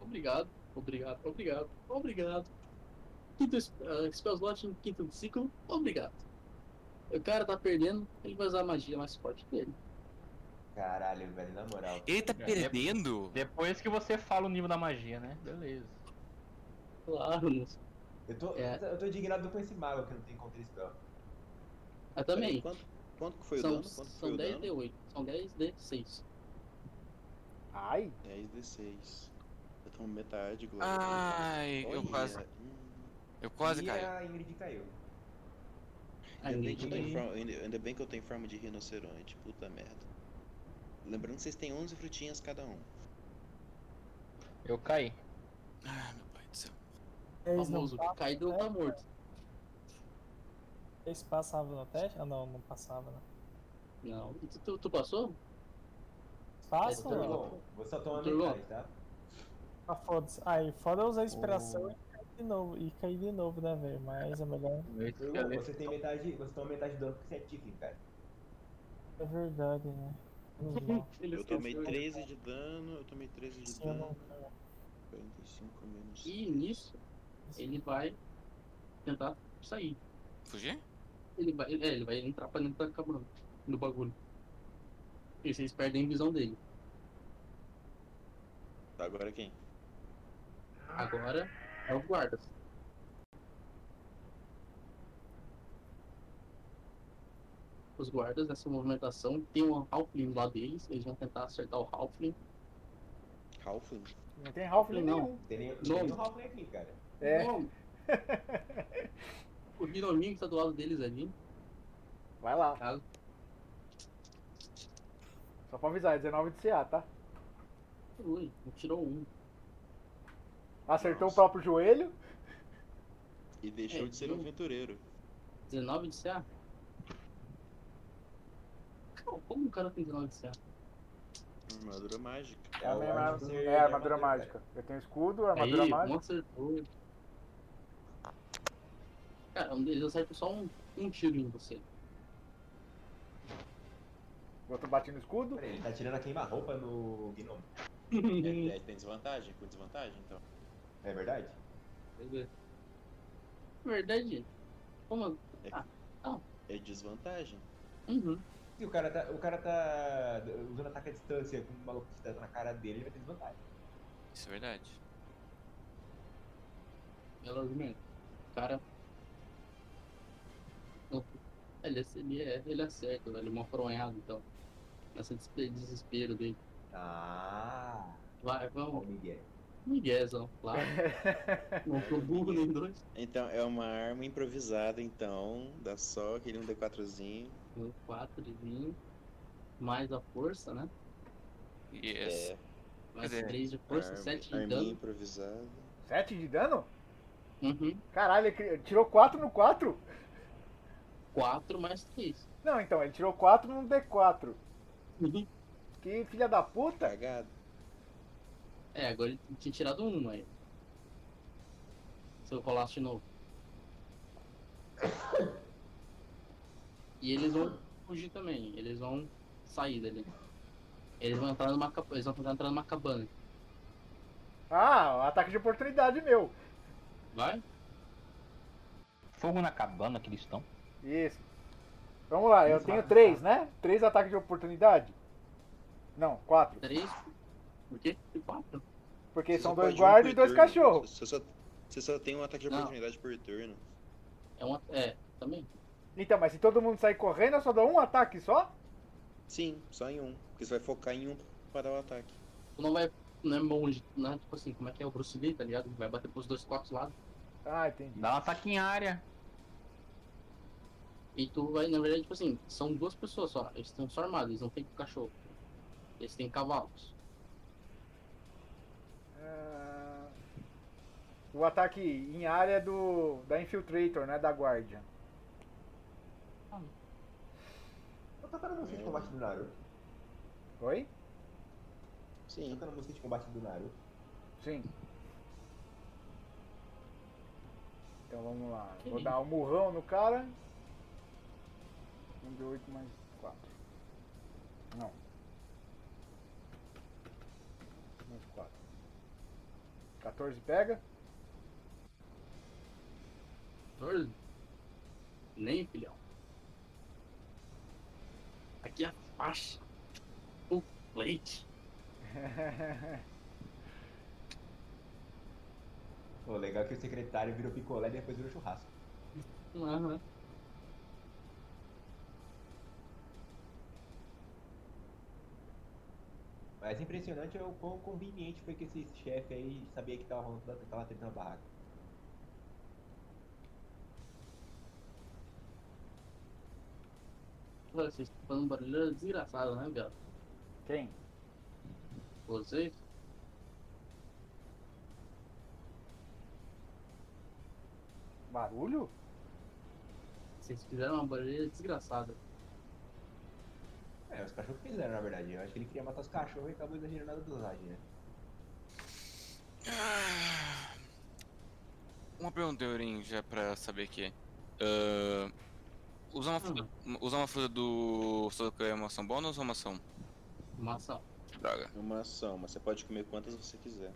Obrigado, obrigado, obrigado, obrigado. Quinto es- ah, spell slot no quinto de ciclo, obrigado. O cara tá perdendo, ele vai usar a magia mais forte dele.
Caralho, velho, na moral.
Ele tá
É,
perdendo?
Depois que você fala o nível da magia, né? Beleza.
Claro, moço.
Eu tô,
É.
eu tô indignado com esse mago que não tem contra spell.
Eu também.
Quanto, quanto que foi o
São,
dano? Quanto que foi
são
o
10
dano?
D8, são 10 D6.
Ai,
10 D6. Eu tomo metade, Glória.
Ai, eu
Olha,
quase.
hum.
Eu quase
e
caí.
a Ingrid caiu.
Aí
Ainda bem, que eu tô em
ninguém-
forma, ainda, ainda bem que eu tô em forma de rinoceronte, puta merda. Lembrando que vocês têm 11 frutinhas cada um.
Eu caí.
Ai, Ah, meu pai do céu.
É isso, não
famoso, caído ou tá morto.
Esse passava no teste? Ah, não, não passava, né?
Não. E tu, tu, tu passou?
Passa
É,
ou não?
Turgon, você só toma
Turgon.
metade, tá?
Ah, foda-se. Aí, foda eu usar a inspiração e cair de novo. E cair de novo, né, velho? Mas é melhor.
Meu
Turgon,
esqueleto.
você tem metade. Você toma metade do dano porque você é Tiffin, cara.
É verdade, né? Menos mal.
Ele
Eu tomei
esqueceu.
13 de dano, eu tomei 13 de
Sim, eu não
dano. 45 menos.
E nisso, ele vai tentar sair.
Fugir?
Ele vai, ele- é, ele vai entrar pra dentro da cabana, do bagulho. E vocês perdem a visão dele.
Tá, agora quem?
Agora é o guarda. Os guardas nessa movimentação tem um Halfling lá deles, eles vão tentar acertar o Halfling.
Halfling?
não tem Halfling
Não.
nenhum.
Tem nenhum
Não.
tem nenhum Halfling aqui, cara.
É,
Não. o Hinominho que tá do lado deles ali.
vai lá.
Tá?
Só pra avisar, é 19 de CA, tá?
Ui, não tirou um.
Acertou o
Nossa.
próprio joelho.
E deixou
É,
de ser um
eu-
aventureiro.
19 de CA? Cara, Como o cara tem 19 de CA?
Armadura mágica.
É, a
o
minha
Arthur
armadura,
e
é a armadura
um cara.
mágica. Eu tenho
É
escudo,
Aí,
armadura
um
mágica.
acertou. Cara, um deles acerta só um, um tiro em você.
O outro bate no escudo.
Peraí, ele tá tirando a queima-roupa no Gnome.
É, é, tem desvantagem? Com desvantagem, então.
É verdade?
Na verdade, como.
É desvantagem.
Uhum.
Se o cara tá, o cara tá usando ataque à distância com um maluco que tá na cara dele, ele vai ter desvantagem.
Isso é verdade.
Belo argumento. é O cara. Ele, é- ele, é, ele acerta, velho. Mó fronhado, então. Nessa despe- desespero dele.
Ah,
Vai,
o
vamos.
Miguel.
Miguezão, claro. Não tô burro nem dois.
Então, é uma arma improvisada, então. Dá só aquele 1D4zinho.
Meu 4 de vinho. Mais a força, né?
Yes.
É,
Mais
Quer dizer,
3 de força,
arma-
7 de
arminha
dano.
improvisada.
7 de dano?
Uhum.
Caralho, ele cri- tirou 4 no 4?
4 mais 3.
Não, então, ele tirou 4 num D4.
Uhum.
que filha da puta!
Tá
É, agora ele tinha tirado um aí. Se eu rolasse de novo. E eles vão fugir também, eles vão sair dali. Eles vão entrar numa, cab- eles vão tentar entrar numa cabana.
Ah, ataque de oportunidade meu.
Vai?
Fogo na cabana que eles estão.
Isso. Vamos lá, eu tenho três, né? Três ataques de oportunidade. Não, quatro.
Três? Por quê? Quatro?
Porque são
só
dois
pode um
guardas
por
e dois
turno.
cachorros.
Você só, você só tem um ataque de
Não.
oportunidade por turno.
É um É, também.
Então, mas se todo mundo sair correndo, eu só dou um ataque só?
Sim, só em um. Porque você vai focar em um para dar o ataque.
Tu não vai. Não é longe, não é tipo assim, como é que é o Bruce Lee, tá ligado? Vai bater pros dois quatro lados.
Ah, entendi.
Dá um ataque em área.
E tu vai, na verdade, tipo assim, são duas pessoas só. Eles estão só armados, eles não têm cachorro. Eles têm cavalos.
Ah, o ataque em área do da Infiltrator, né? Da Guardian.
Eu tô tocando
É.
música de combate do Naruto.
Oi?
Sim.
Tocando música de combate do Naruto.
Sim. Então vamos lá. Vou dar um murrão no cara. 1 de 8 mais 4. Não. Mais 4. 14 pega.
14? Nem, filhão. Aqui é a faixa. O leite.
Pô, legal que o secretário virou picolé e depois virou churrasco.
Aham.
Mas impressionante é o quão conveniente foi que esse chefe aí sabia que tava rolando toda aquela treta na barraca.
Olha, Vocês estão fazendo um barulho desgraçado, né, viado?
Quem?
Vocês?
Barulho?
Vocês fizeram uma barulheira desgraçada.
É, os cachorros fizeram, na verdade. né? Eu acho que ele queria matar os cachorros e acabou exagerando a dosagem, né?
Uma pergunta, Eurin, já pra saber que é. Ah, usar, uma fruta, usar uma fruta do Sodoku é uma ação bônus ou uma ação?
Uma ação.
Droga.
Uma ação, mas você pode comer quantas você quiser.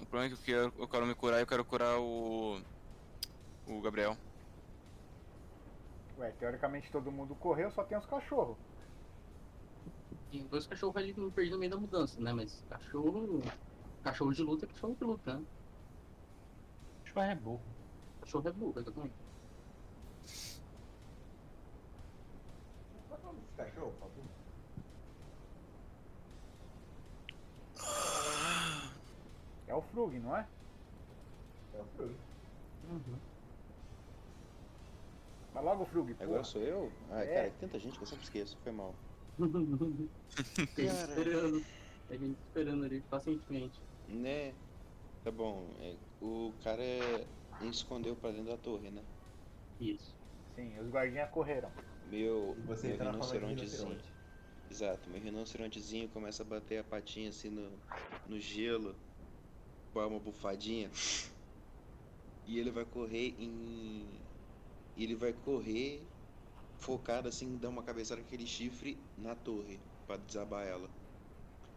O problema é que eu quero, eu quero me curar e eu quero curar o. O Gabriel.
Ué, teoricamente todo mundo correu, só tem os cachorros.
Tem dois cachorros ali que me perdi no meio da mudança, né? Mas cachorro. Cachorro de luta é cachorro de luta, né?
Cachorro é burro.
Cachorro é burro, exatamente.
Qual é o nome desse cachorro, Paulo?
É o Frug, não é?
É o Frug.
Uhum.
Mas logo o Frug, porra.
Agora sou eu? Ai,
É.
cara, que tanta gente que eu sempre esqueço, foi mal.
Tem gente esperando. Tem gente esperando ali pacientemente.
Né? Tá bom, é, o cara é- ele escondeu pra dentro da torre, né?
Isso.
Sim, os guardinhas correram.
Meu,
você
meu
entra na forma de
rinocerontezinho.
rinoceronte.
Exato, meu rinocerontezinho começa a bater a patinha assim no, no gelo, com uma bufadinha. E ele vai correr em. Ele vai correr focado assim, dar uma cabeçada com aquele chifre na torre, pra desabar ela.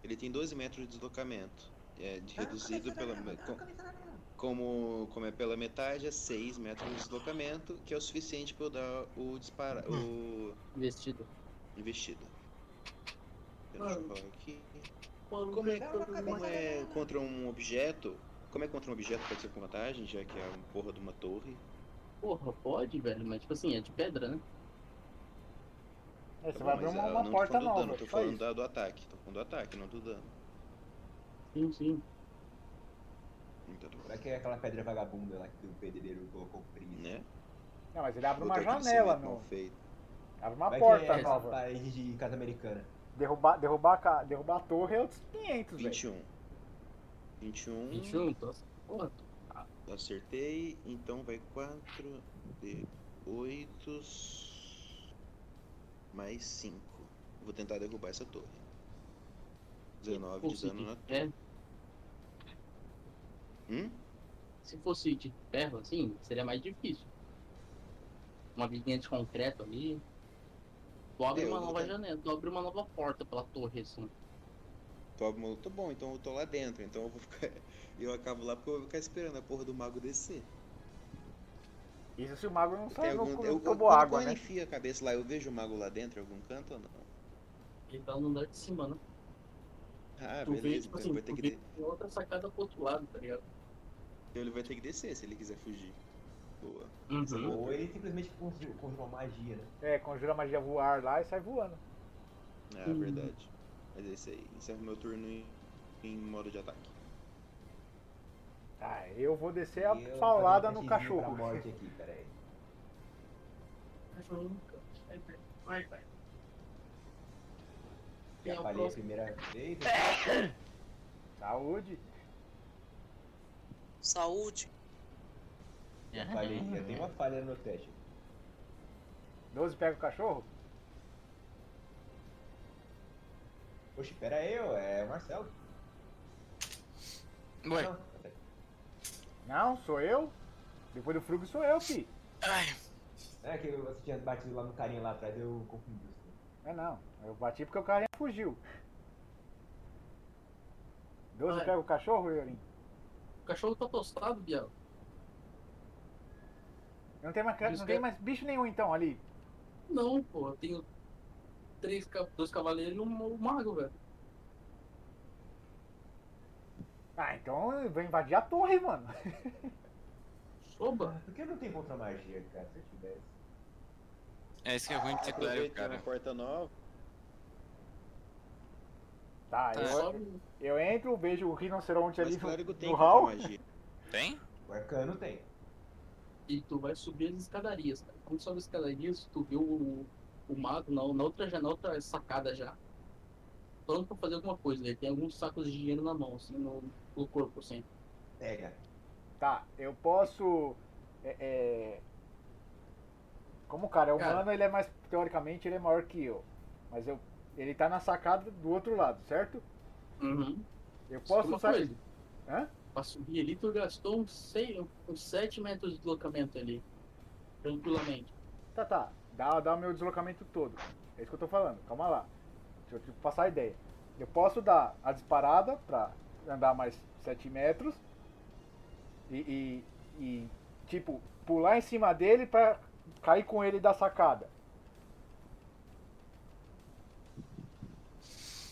Ele tem 12 metros de deslocamento. É, de reduzido pela. com- como, como é pela metade, é 6 metros de deslocamento, que é o suficiente para eu dar o dispara. o.
Investido.
Investido. Pera, deixa eu falar um aqui.
Como
é que como é contra um objeto. Como é contra um objeto pode ser com vantagem, já que é uma porra de uma torre.
Porra, pode, velho, mas tipo assim, é de pedra, né?
É,
Tá
você
bom,
vai abrir
mas,
uma,
ah,
uma
não tô
porta
falando do
nova.
dano, tô
só
falando
isso.
da- do ataque. Tô falando do ataque, não do dano.
Sim, sim.
Então, tô-
Será que é aquela pedra vagabunda lá que o pedreiro colocou frio?
Né?
Não, mas ele abre uma
Botou aquele
janela,
cimento
não.
mal feito.
Abre uma
Vai que
porta
é essa
nova.
parede de casa americana.
Derrubar, derrubar, a ca- derrubar a torre é outros 500, velho.
21. 21.
21, tô... porra, tô-
Acertei, então vai 4 de 8
mais 5. Vou tentar derrubar essa torre.
Tá
19 de
Consegui.
dano
né?
na
É,
Hum?
se fosse de ferro assim, seria mais difícil. Uma vizinha de concreto ali. Tu abre
Eu
uma
vou
nova
ter-
janela, tu abre uma nova porta pela torre assim.
Pobre maluco, tá bom, então eu tô lá dentro, então eu vou ficar. Eu acabo lá porque eu vou ficar esperando a porra do mago descer.
Isso se o mago não
Tem
saiu, não,
algum-
não
eu- eu-
tomou
quando
água,
eu
né?
enfio a cabeça lá, eu vejo o mago lá dentro em algum canto ou não?
Ele tá no andar de cima, né?
Ah,
tu vê,
beleza, então
tipo assim,
ele vai ter
tu
que
vê
de-
tem outra sacada pro outro lado, tá ligado?
então ele vai ter que descer se ele quiser fugir. Boa.
Ou ele simplesmente conjurou, conjurou magia, né?
É, conjura a magia voar lá e sai voando.
É
Hum.
verdade. Mas é isso aí. Encerro meu turno em, em modo de ataque.
Tá, eu vou descer a
E eu vou fazer
paulada
um
no
testezinho
cachorro.
pra morte
aqui, peraí.
Vai, vai. é
Já
o
falhei a
próximo?
primeira vez.
Saúde!
Saúde.
Eu falhei, eu tenho uma falha no teste.
12 pega o cachorro?
Oxe, pera aí, ó, é o Marcelo.
Ué.
Não, sou eu? Depois do frugo sou eu, fi.
É que você tinha batido lá no carinha lá atrás, eu confundi.
É não, eu bati porque o carinha fugiu. 12
Vai.
pega o cachorro, Iorim?
O cachorro tá tostado, Biel.
Não tem mais, ca-
Isso
não
que
tem
é-
mais bicho nenhum então ali.
Não, pô, eu tenho três, ca- dois cavaleiros e um mago, velho.
Ah, então vai invadir a torre, mano.
Soba!
Por que não tem contra magia, cara? Se eu tivesse.
É, isso que é ruim de secundário,
Aproveita
né?
cara.
uma porta nova.
Tá,
Ah,
É.
é?
Tá.
eu, eu entro, vejo o rinoceronte
Mas
ali
claro
no,
que tem
no
contra
hall.
magia.
Tem?
O arcano tem.
E tu vai subir as escadarias, cara. Quando sobe as escadarias, tu vê o, o mago na, na outra já, na outra sacada já. Pronto pra fazer alguma coisa, ele tem alguns sacos de dinheiro na mão, assim, no, no corpo, assim.
Pega.
Tá, eu posso. é, é, Como o cara é
Cara.
humano, ele é mais. Teoricamente, ele é maior que eu. Mas eu... ele tá na sacada do outro lado, certo?
Uhum.
Eu
Só
posso
uma
sair.
coisa.
Hã?
Pra subir ali, tu gastou uns, sei, uns 7 metros de deslocamento ali. Tranquilamente.
Tá, tá. Dá, dá o meu deslocamento todo. É isso que eu tô falando. Calma lá. Deixa eu te passar a ideia. Eu posso dar a disparada pra andar mais 7 metros. E, e, e, tipo, pular em cima dele pra cair com ele da sacada.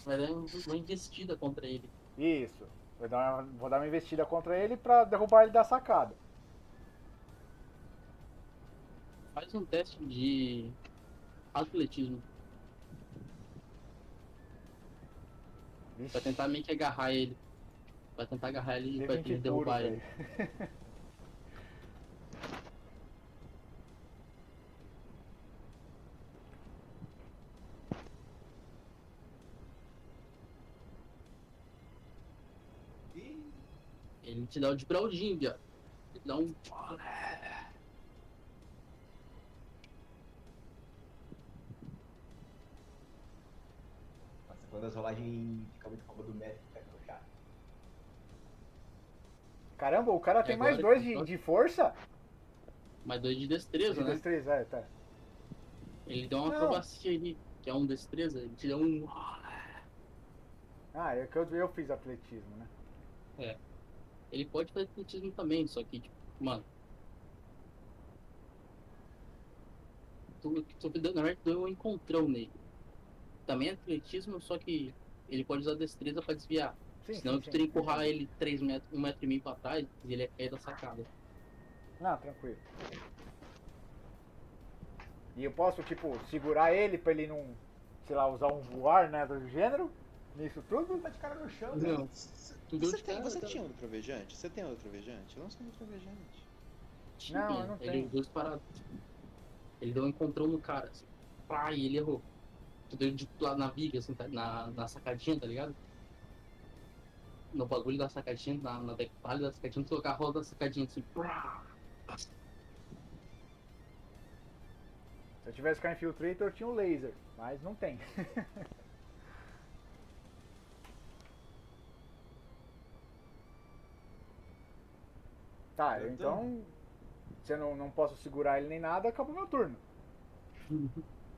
Vai dar um- uma investida contra ele.
Isso. Vou dar, uma, vou dar uma investida contra ele pra derrubar ele da sacada.
Faz um teste de atletismo. Vai tentar meio que agarrar ele. Vai tentar agarrar ele e vai
Defende
tentar derrubar
puro,
ele.
velho.
Ele te dá o de Braudinho, viado. Ele dá um.
Nossa, quando as rolagens ficam muito calma do mestre, fica tão chato.
Caramba, o cara
E
tem
agora
mais dois
que
de,
toca?
de força?
Mais dois de destreza,
de
né?
destreza, é, tá.
Ele dá uma
Não.
acrobacia ali, que é um destreza. Ele te dá um.
Ah, é que eu, eu fiz atletismo, né?
É. Ele pode fazer atletismo também, só que, tipo, mano. Tu, tu, na verdade, tu deu um encontrão nele. Também é atletismo, só que ele pode usar destreza pra desviar.
Sim,
Senão
sim,
tu
sim,
teria
sim.
que empurrar ele 3 metros, 1 metro e meio pra trás e ele ia cair da sacada.
Não, tranquilo. E eu posso, tipo, segurar ele pra ele não, sei lá, usar um voar, né, do gênero? Nisso tudo?
Tá de cara no chão,
Não. Tu deu
Você,
de
tem,
cara, tá.
você
cara.
tinha um trovejante? Você tem um trovejante? Eu não sou um trovejante.
Não, eu não
ele
tenho.
usou esse parado. Ele deu um encontrão no cara, assim. Pá, e ele errou. Tu deu de lá na viga, assim, tá- na, na sacadinha, tá ligado? No bagulho da sacadinha, na, na detalhe da sacadinha, tu tocar a roda da sacadinha, assim. Pá.
Se eu tivesse com a Infiltrator, eu tinha um laser, mas não tem. tá,
Meu
então. Se eu não, não posso segurar ele nem nada, acaba o meu turno.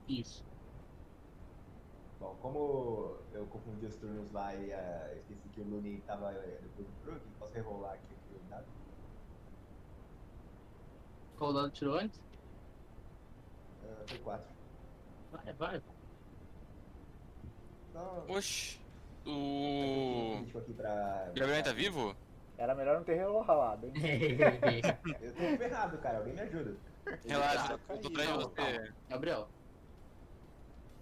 Isso.
Bom, como eu confundi os turnos lá e ah, esqueci que o Luni tava eh, depois do Brook, posso rerolar aqui o dado?
Qual dado tirou antes?
Ah, foi 4.
Vai, vai.
Oxi. O. Gabriel tá vivo?
Era melhor não ter rolado, hein?
Eu tô ferrado, cara. Alguém me ajuda.
Relaxa,
tá
Ah,
eu tô atrás de
calma,
você.
calma. Gabriel,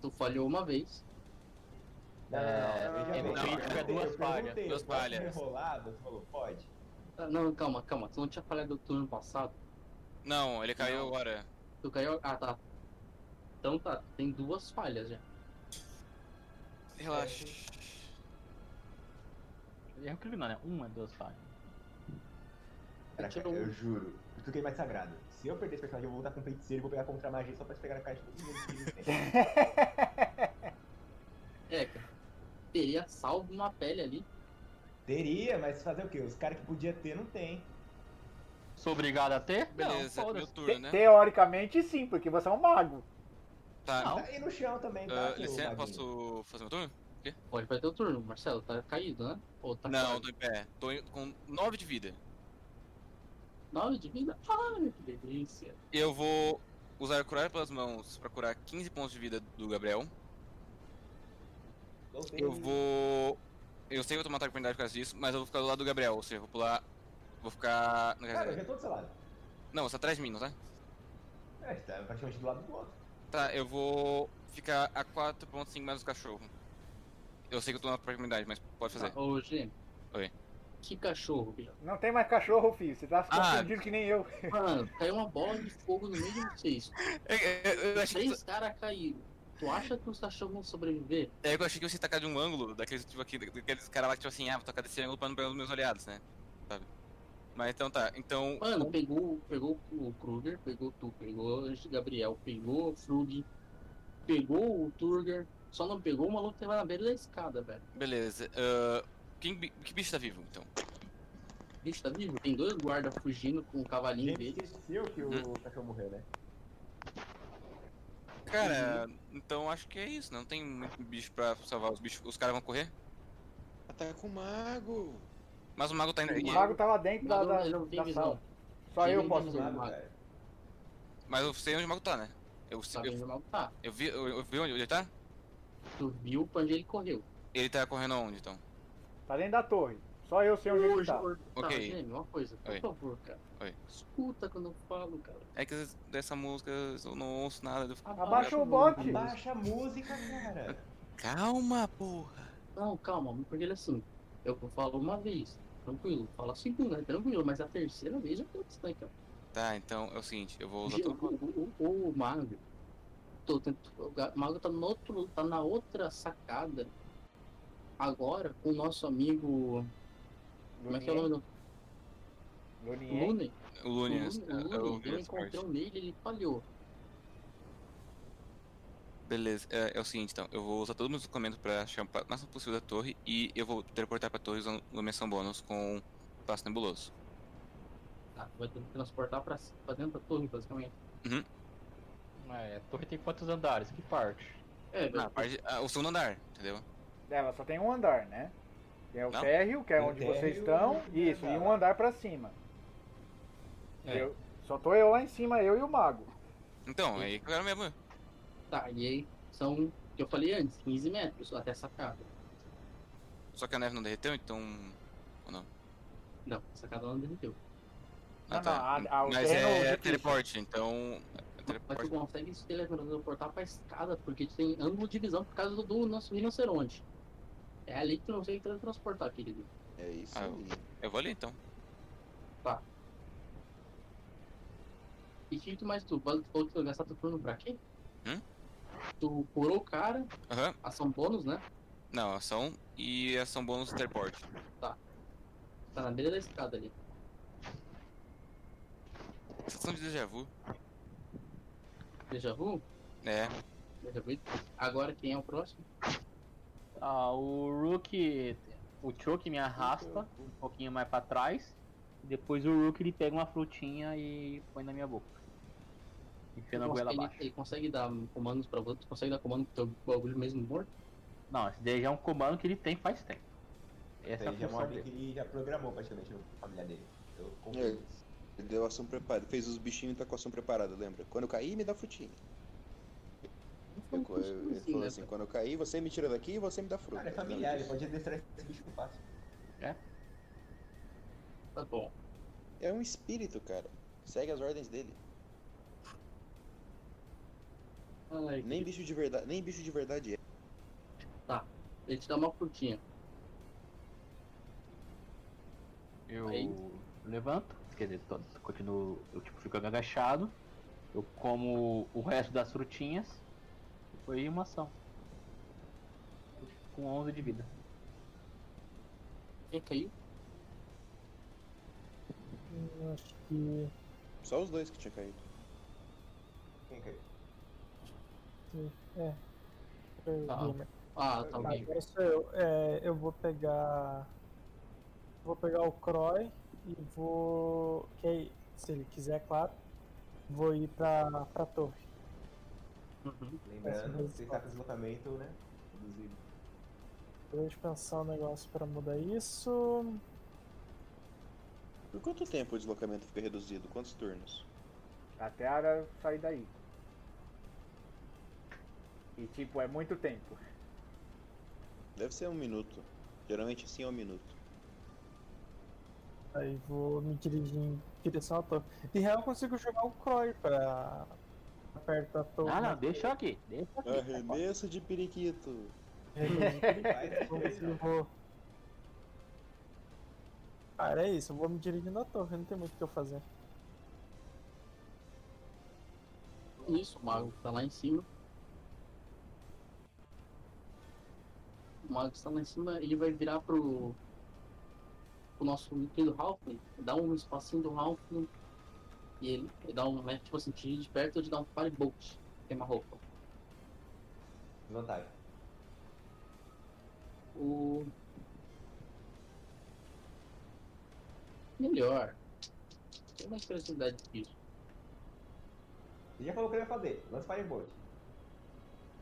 tu falhou uma vez.
Não, não, não,
é
veja bem,
crítica,
eu perguntei,
duas
eu
falhas,
perguntei,
duas
posso me
falhas.
Rolar, você falou, pode.
Ah, Não, calma, calma. Tu não tinha falhado do turno passado?
Não, ele caiu agora.
Tu caiu. Ah, tá. Então tá, tem duas falhas já.
Relaxa.
Erro criminal, né? Uma, duas falhas.
Caraca, eu juro. Eu toquei mais sagrado. Se eu perder esse personagem, eu vou voltar com o feiticeiro e vou pegar contra a magia só pra te pegar na caixa de todo mundo que eles têm.
É, cara. Teria salvo uma pele ali.
Teria, mas fazer o quê? Os caras que podia ter, não tem.
Sou obrigado a ter?
Beleza,
é
não,
meu
foda-se.
turno, né?
Teoricamente sim, porque você é um mago.
Tá.
Tá, E no chão também, tá?
Ah,
aqui, o
licença,
bagulho.
posso fazer meu turno? O quê?
Pode fazer teu turno, Marcelo. Tá caído, né? Ou tá
Não, tô em pé. Tô em- com 9 de vida.
9 de vida? Ai, que delícia.
Eu vou usar curar pelas mãos pra curar 15 pontos de vida do Gabriel. Eu
um-
vou. Eu sei que eu tomo ataque de oportunidade por causa disso, mas eu vou ficar do lado do Gabriel, ou seja, eu vou pular. Vou ficar. Não,
Cara, eu já tô do seu lado.
é. não você tá atrás de mim, não tá?
É, você tá praticamente do lado do outro.
Tá, eu vou ficar a 4.5 mais o cachorro. Eu sei que eu tô na proximidade, mas pode fazer.
Tá, ô, Gê.
Oi.
Que cachorro, bicho.
Não tem mais cachorro, filho. Você tá se
Ah.
confundindo que nem eu.
Mano, caiu uma bola de fogo no meio de vocês.
É,
Três caras caíram. Tu acha que os cachorros vão sobreviver?
É que eu achei que eu ia tacar de um ângulo, daqueles tipo aqui, daqueles caras lá que tipo assim, ah, vou tocar desse ângulo pra não pegar os meus olhados, né? Sabe? Mas então tá, então.
Mano, pegou, pegou o Kruger, pegou tu, pegou o Gabriel, pegou o Frug, pegou o Turger, só não pegou o maluco que tava na beira da escada, velho.
Beleza. ahn, quem, bi- que bicho tá vivo então?
Bicho, tá vivo? Tem dois guardas fugindo com o
Uhum.
cavalinho dele.
Esqueceu que o cachorro morreu, né?
Cara, então acho que é isso, não tem muito bicho pra salvar os bichos. Os caras vão correr?
Ataca o mago.
Mas o mago tá indo
O
aqui.
mago tá lá dentro da,
Não,
da,
ele não tem
da
visão.
sala. Só
Ele
eu
não
posso
tem visão,
ver.
o mago. Mas eu sei onde o mago tá, né? Eu sei. eu, eu vi, eu, eu vi onde ele tá?
um Tu viu pra onde ele correu.
Ele tá correndo aonde então?
Tá dentro da torre. Só eu sei onde ele tá.
Ok.
Gêmeo, uma coisa, por
Oi.
favor, cara.
Oi.
Escuta quando eu falo, cara.
É que dessa música eu não ouço nada. Eu... fico-
Abaixa o bote.
Abaixa a música, cara.
Calma, porra.
Não, calma, porque ele assim, eu falo uma vez, tranquilo. Falo a segunda, tranquilo, mas a terceira vez já tô distante, cara.
Tá, então é o seguinte, eu vou usar
Gê-
todo
o, o, o, o Mago. Tô tentando- o ga- o Mago tá, no outro, tá na outra sacada. Agora, com o nosso amigo. Como é que é o nome do. Lune.
o Lunias.
O Lune,
Eu
o Lune,
ouvi
eu
essa parte.
encontrei um nele ele falhou.
Beleza, é, é o seguinte então, eu vou usar todos os meus documentos pra achar o pla- máximo possível da torre e eu vou teleportar pra torre usando iluminação bônus com um passo nebuloso.
Tá, vai ter que transportar pra, pra dentro da torre, basicamente.
Uhum.
É, a torre tem quantos andares? Que parte?
É,
Na parte, ah, o segundo andar, entendeu?
Ela só tem um andar, né? Tem o
Não.
térreo, que é
Tem o
onde vocês
térreo
estão.
e
Isso, e um andar pra cima.
É.
Eu- só tô eu lá em cima, eu e o mago.
Então, é aí que eu quero mesmo.
Tá, e aí são, que eu falei antes, 15 metros até a sacada.
Só que a neve não derreteu, então. Ou não?
Não, a sacada não derreteu.
Ah,
Não,
tá.
não, a- a- o
Mas
terreno
é
difícil.
teleporte, então. é
Mas tu
teleporte.
consegue se teletransportar pra escada, porque tu tem ângulo de visão por causa do, do nosso rinoceronte. É ali que tu não consegue teletransportar, querido.
É isso
Ah, eu- eu vou ali então.
Tá. E que tu mais tu? Tu falou que tu ia gastar teu turno pra quê?
Hum?
Tu curou o cara,
Aham.
ação bônus, né?
Não, ação e ação bônus teleporte.
Tá. Tá na beira da escada ali.
Sensação de déjà vu.
Deja vu?
É.
Deja vu? Agora quem é o próximo?
Ah, o Rook. O Chuck me arrasta um pouquinho mais pra trás. E depois o Rook ele pega uma frutinha e põe na minha boca. Enfia na
Ele
goela
consegue-
abaixo.
Ele consegue dar comandos pra você? Tu consegue dar comando pro teu bagulho mesmo morto?
Não, esse daí já é um comando que ele tem faz tempo. Essa é a
Ele já
função
mostra
dele.
que ele já programou praticamente a família dele. Eu confio.
É, Ele deu ação preparada. Fez os bichinhos e tá com ação preparada, lembra? Quando eu caí, me dá frutinha. Eu- eu- ele
assim,
falou
né,
assim, quando eu cair, você me tira daqui e você me dá fruta.
Cara, é
Lembra
familiar, ele
disso?
pode adestrar esse bicho fácil.
É?
Tá bom.
É um espírito, cara. Segue as ordens dele. nem bicho de verdade, nem bicho de verdade é.
Tá. Ele te dá uma frutinha.
Eu levanto, quer dizer, tô- continuo, eu tipo, fico agachado, eu como o resto das frutinhas, foi uma ação. Eu fico Com 11 de vida.
Quem caiu?
Eu acho que.
Só os dois que tinha caído.
Quem caiu?
É. Foi o
Tá.
Gamer.
Ah, tá bem.
né? Agora sou eu. É, eu vou pegar. Vou pegar o Croy e vou. Que aí, se ele quiser, claro. Vou ir pra, pra torre. Parece
Lembrando,
mais
você tá com deslocamento, né? Reduzido.
Deixa eu pensar um negócio pra mudar isso.
Por quanto tempo o deslocamento fica reduzido? Quantos turnos?
Até a hora eu sair daí. E tipo, é muito tempo.
Deve ser um minuto. Geralmente assim é um minuto.
Aí vou me dirigir em direção à torre. De real, eu consigo jogar o Croy pra. pra perto da torre.
Ah, não, deixa aqui, deixa aqui.
Arremesso de periquito.
Eu vou. Cara, é isso, eu vou me dirigindo à torre, não tem muito o que eu fazer.
Isso, o mago tá lá em cima. O mago está lá em cima, ele vai virar pro, pro nosso querido Halfling, dá um espacinho do Halfling e ele, ele dá um, né, tipo assim, tira de perto de dar um firebolt, queima roupa.
Desvantagem.
O. Melhor. Tem mais curiosidade disso.
Ele já falou o que ele ia fazer. Lança Firebolt.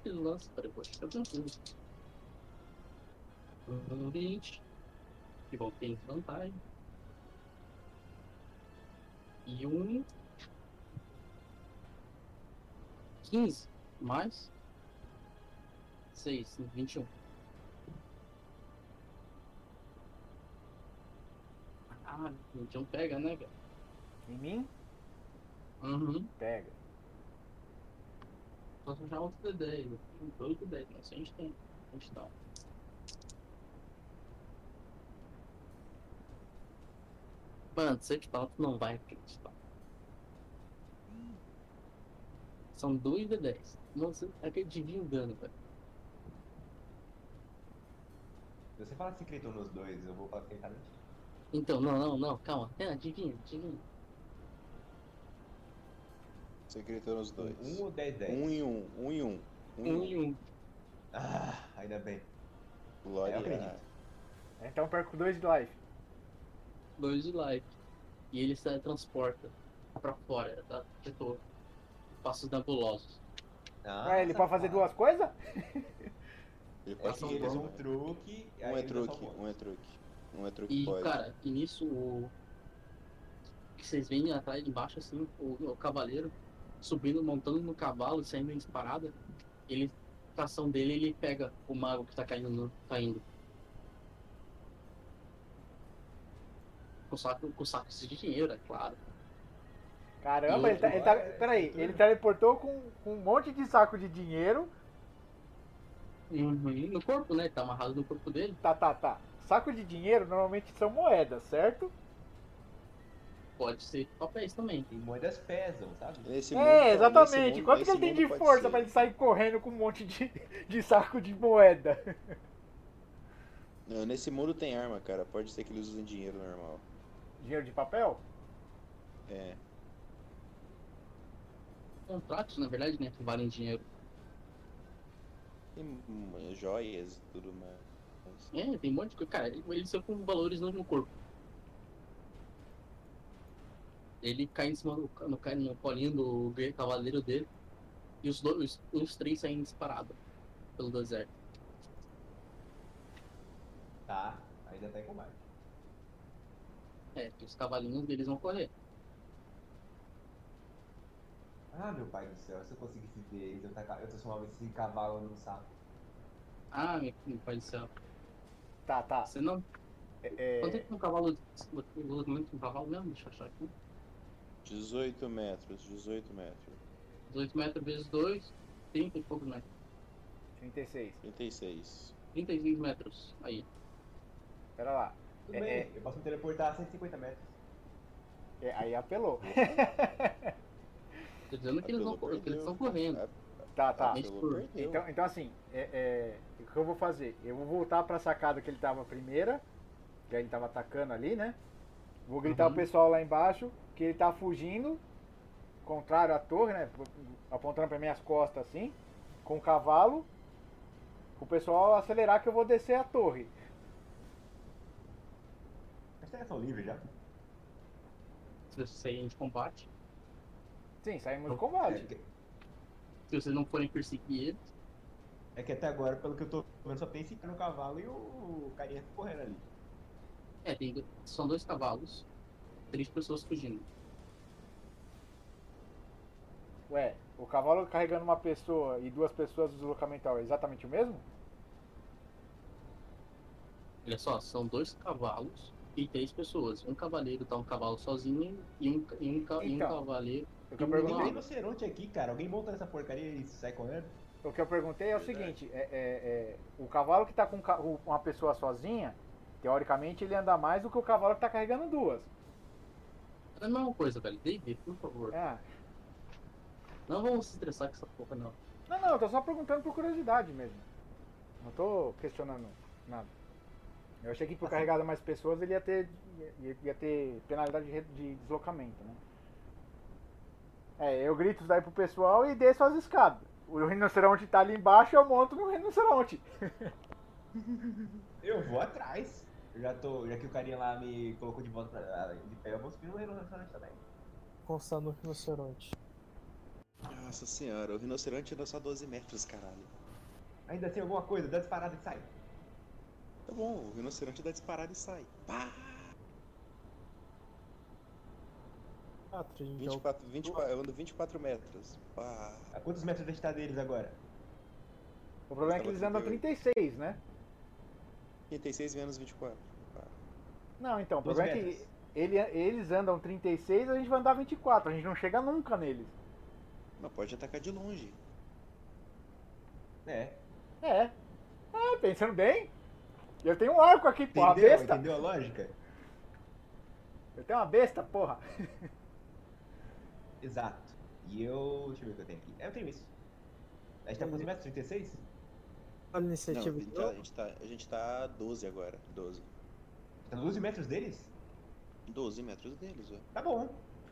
Ele lança firebolt, fica tranquilo. Um 20. Que bom, tem vantagem. E um. 15. Mais. 6, 21. Ah, 21 pega, né, velho?
Em mim?
Uhum.
Pega.
Posso já outro D10, eu tenho né? dois D10, não sei Assim a gente tem. A gente dá. um. Mano, se eu te falar, tu não vai acreditar. São dois D10. Não sei, é que adivinha o dano, velho.
Se você falar secreto nos dois, eu vou falar que ele tá mentindo.
Então, não, não, não, calma. É, adivinha, adivinha.
Você gritou nos dois.
Um ou dez, dez?
Um e um, um e um.
Hum.
Um e um.
Ah, ainda bem.
um.
Glória.
É,
Eu acredito.
Então eu perco dois de life.
dois de life. E ele se transporta pra fora da setor. Passos nebulosos.
Ah,
Ué, Ah, ele pode fazer
tá.
duas coisas?
Ele
É
pode
que
fazer
eles
isso,
um
né?
truque. e aí
Um é
ele dá só
truque,
bônus.
um é truque. Um é truque
E,
pode.
cara, e nisso o. que Vocês veem atrás de baixo, assim, o, o cavaleiro subindo, montando no cavalo, saindo em disparada. Ele, com a ação dele, ele pega o mago que tá caindo, no- caindo. Com saco, com saco de dinheiro, é claro.
Caramba, ele, tá, ele tá. Peraí, ele teleportou com, com um monte de saco de dinheiro.
Uhum, no corpo, né? Tá amarrado no corpo dele.
Tá, tá, tá. Saco de dinheiro normalmente são moedas, certo?
Pode ser papéis também.
E moedas pesam, sabe?
Nesse
é, exatamente. Quanto que ele tem de força pra ele sair correndo com um monte de, de saco de moeda?
Não, nesse mundo tem arma, cara. Pode ser que eles usem dinheiro normal.
Dinheiro de papel?
É.
contratos, na verdade, né? Que valem dinheiro.
Tem hum, joias e tudo mais.
É, tem um monte de coisa. Cara, ele- eles são com valores não no corpo. Ele cai em cima do ca- no, ca- no colinho do guerreiro cavaleiro dele. E os dois, os três saem disparados pelo deserto.
Tá, ainda tá em combate.
É, que os cavalinhos deles vão correr.
Ah, meu pai do céu, se eu conseguisse ver eles, eu, taca- eu transformava esse cavalo num sapo.
Ah, meu meu pai do céu. Ah,
Tá, tá.
Você não.
É...
Quanto é que um cavalo. Quanto um cavalo mesmo? Deixa eu achar aqui.
18 metros, 18 metros.
18 metros vezes 2, 30 e poucos metros.
36.
36.
36 metros. Aí.
Pera lá.
Tudo bem, É, eu posso me teleportar a 150 metros.
É, aí apelou.
Tô dizendo
que eles não
que eles estão correndo.
Tá, tá.
Mas por-
Então, então assim, é, é, o que eu vou fazer? Eu vou voltar pra sacada que ele tava a primeira, que ele tava atacando ali, né? Vou gritar o pessoal lá embaixo que ele tá fugindo, contrário à torre, né? Apontando pra minhas costas assim, com o cavalo. O pessoal acelerar que eu vou descer a torre.
As terras são livres já?
Se vocês saírem de combate.
Sim, saímos de combate.
Se vocês não forem perseguir eles.
É que até agora, pelo que eu tô vendo, só tem esse cara no cavalo e o carinha tá correndo ali.
É, tem, do- são dois cavalos, três pessoas fugindo.
Ué, o cavalo carregando uma pessoa e duas pessoas, o deslocamento é exatamente o mesmo?
Olha só, são dois cavalos e três pessoas. Um cavaleiro tá um cavalo sozinho e um, ca- e um, ca- e um
Então,
cavaleiro.
eu tô
e um
perguntando-
Tem
cavalo.
rinoceronte aqui, cara. Alguém monta nessa porcaria e sai correndo?
O que eu perguntei é o seguinte, é, é- é, o cavalo que tá com ca- o- uma pessoa sozinha, teoricamente ele anda mais do que o cavalo que tá carregando duas.
É a mesma coisa, velho. D&D, por favor.
É.
Não vamos se estressar com essa porra, não.
Não, não, eu tô só perguntando por curiosidade mesmo. Não tô questionando nada. Eu achei que por carregada mais pessoas ele ia ter, ia, ia ter penalidade de, re- de deslocamento, né? É, eu grito isso daí pro pessoal e desço as escadas. O rinoceronte tá ali embaixo, eu monto no rinoceronte.
Eu vou atrás. Eu já tô. Já que o carinha lá me colocou de volta pra. ah, De pé, eu vou subir no rinoceronte também.
Constar no rinoceronte.
Nossa senhora, o rinoceronte anda só 12 metros, caralho.
Ainda tem alguma coisa, dá disparada e sai.
Tá bom, o rinoceronte dá disparada e sai. Pá!
Ah,
24, 24, eu ando 24 metros. Pá!
A quantos metros da gente tá deles agora?
O problema é que eles andam 36, né?
36 menos 24.
Não, então, o
Dois
problema é que
metros.
ele- eles andam 36, a gente vai andar 24, a gente não chega nunca neles.
Mas pode atacar de longe.
É.
É. É, pensando bem. Eu tenho um arco aqui, porra,
Entendeu?
besta.
Entendeu a lógica?
Eu tenho uma besta, porra.
Exato. E eu. Deixa eu ver o que eu tenho aqui. É, eu tenho isso. A gente tá com quantos metros? 36?
Olha a
Não,
iniciativa
a, gente tá, a,
de
gente tá, a gente tá a 12 agora. 12.
Tá 12 metros deles?
12 metros deles, ué.
Tá bom.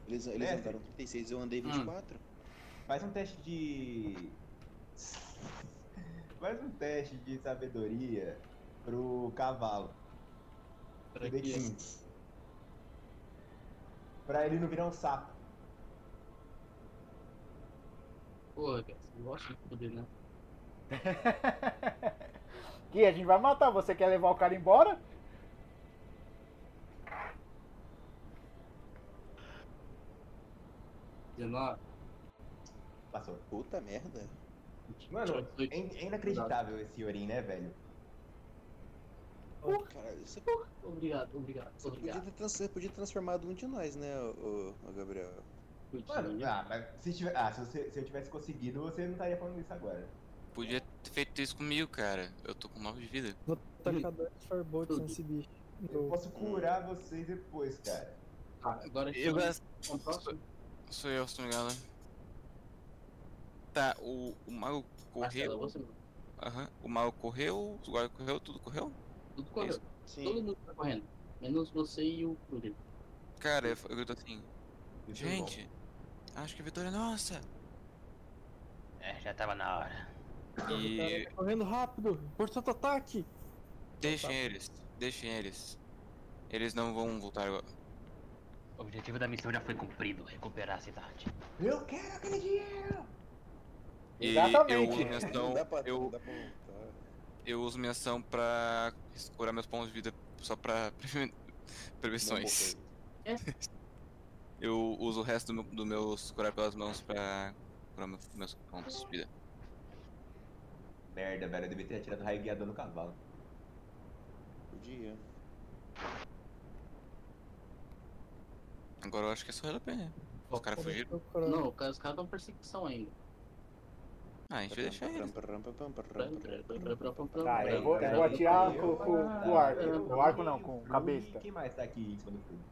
Eles, eles
Mestre.
andaram 36, eu andei 24.
Faz um teste de. Faz um teste de sabedoria pro cavalo.
Pra,
quê? pra ele não virar um sapo.
Porra, cara, você gosta de poder, né?
Que a gente vai matar, você quer levar o cara embora?
Passou.
Puta merda.
Mano, é, in- é inacreditável esse Yorin, né, velho?
Caralho, você,
Obrigado, obrigado,
você podia,
obrigado.
ter trans, você podia ter transformado um de nós, né, o, Gabriel?
Mano, ah, mas se, tiver, ah, se, você- se eu tivesse conseguido, você não estaria falando isso agora.
Podia ter feito isso comigo, cara. Eu tô com 9 de vida.
Vou tacar dois firebolts nesse bicho.
Eu posso curar vocês depois, cara.
agora
Eu gasto. Sou eu, se não me engano. Tá, o, o mago correu. Aham, o mago correu, o guarda correu, tudo correu?
Tudo correu.
Sim.
Todo mundo tá correndo. Menos você e o Yuri.
Cara, eu, eu grito assim.
Muito
Gente, acho que a vitória é nossa!
É, já tava na hora.
E
Tá correndo rápido, portanto ataque!
Então tá.
deixem eles, deixem eles. Eles não vão voltar agora.
O objetivo da missão já foi cumprido, recuperar a cidade.
Eu quero aquele dinheiro!
E eu
Exatamente.
uso minha ação,
Então,
Não dá pra-
eu, eu uso minha ação pra curar meus pontos de vida só pra preven- prevenções.
É.
Eu uso o resto do meu, do meus curar pelas mãos pra curar meus, meus pontos de vida.
Merda, velho, eu devia ter atirado raio guiador no cavalo.
Podia.
Agora eu acho que é só ela né? Os caras fugiram.
Hum.
Não, os caras estão perseguição ainda.
Ah, a gente vai deixar eles.
é,
Tá, eu vou, eu vou atirar com, com- com o arco. O arco não, com a besta.
Quem mais tá aqui em cima do clube?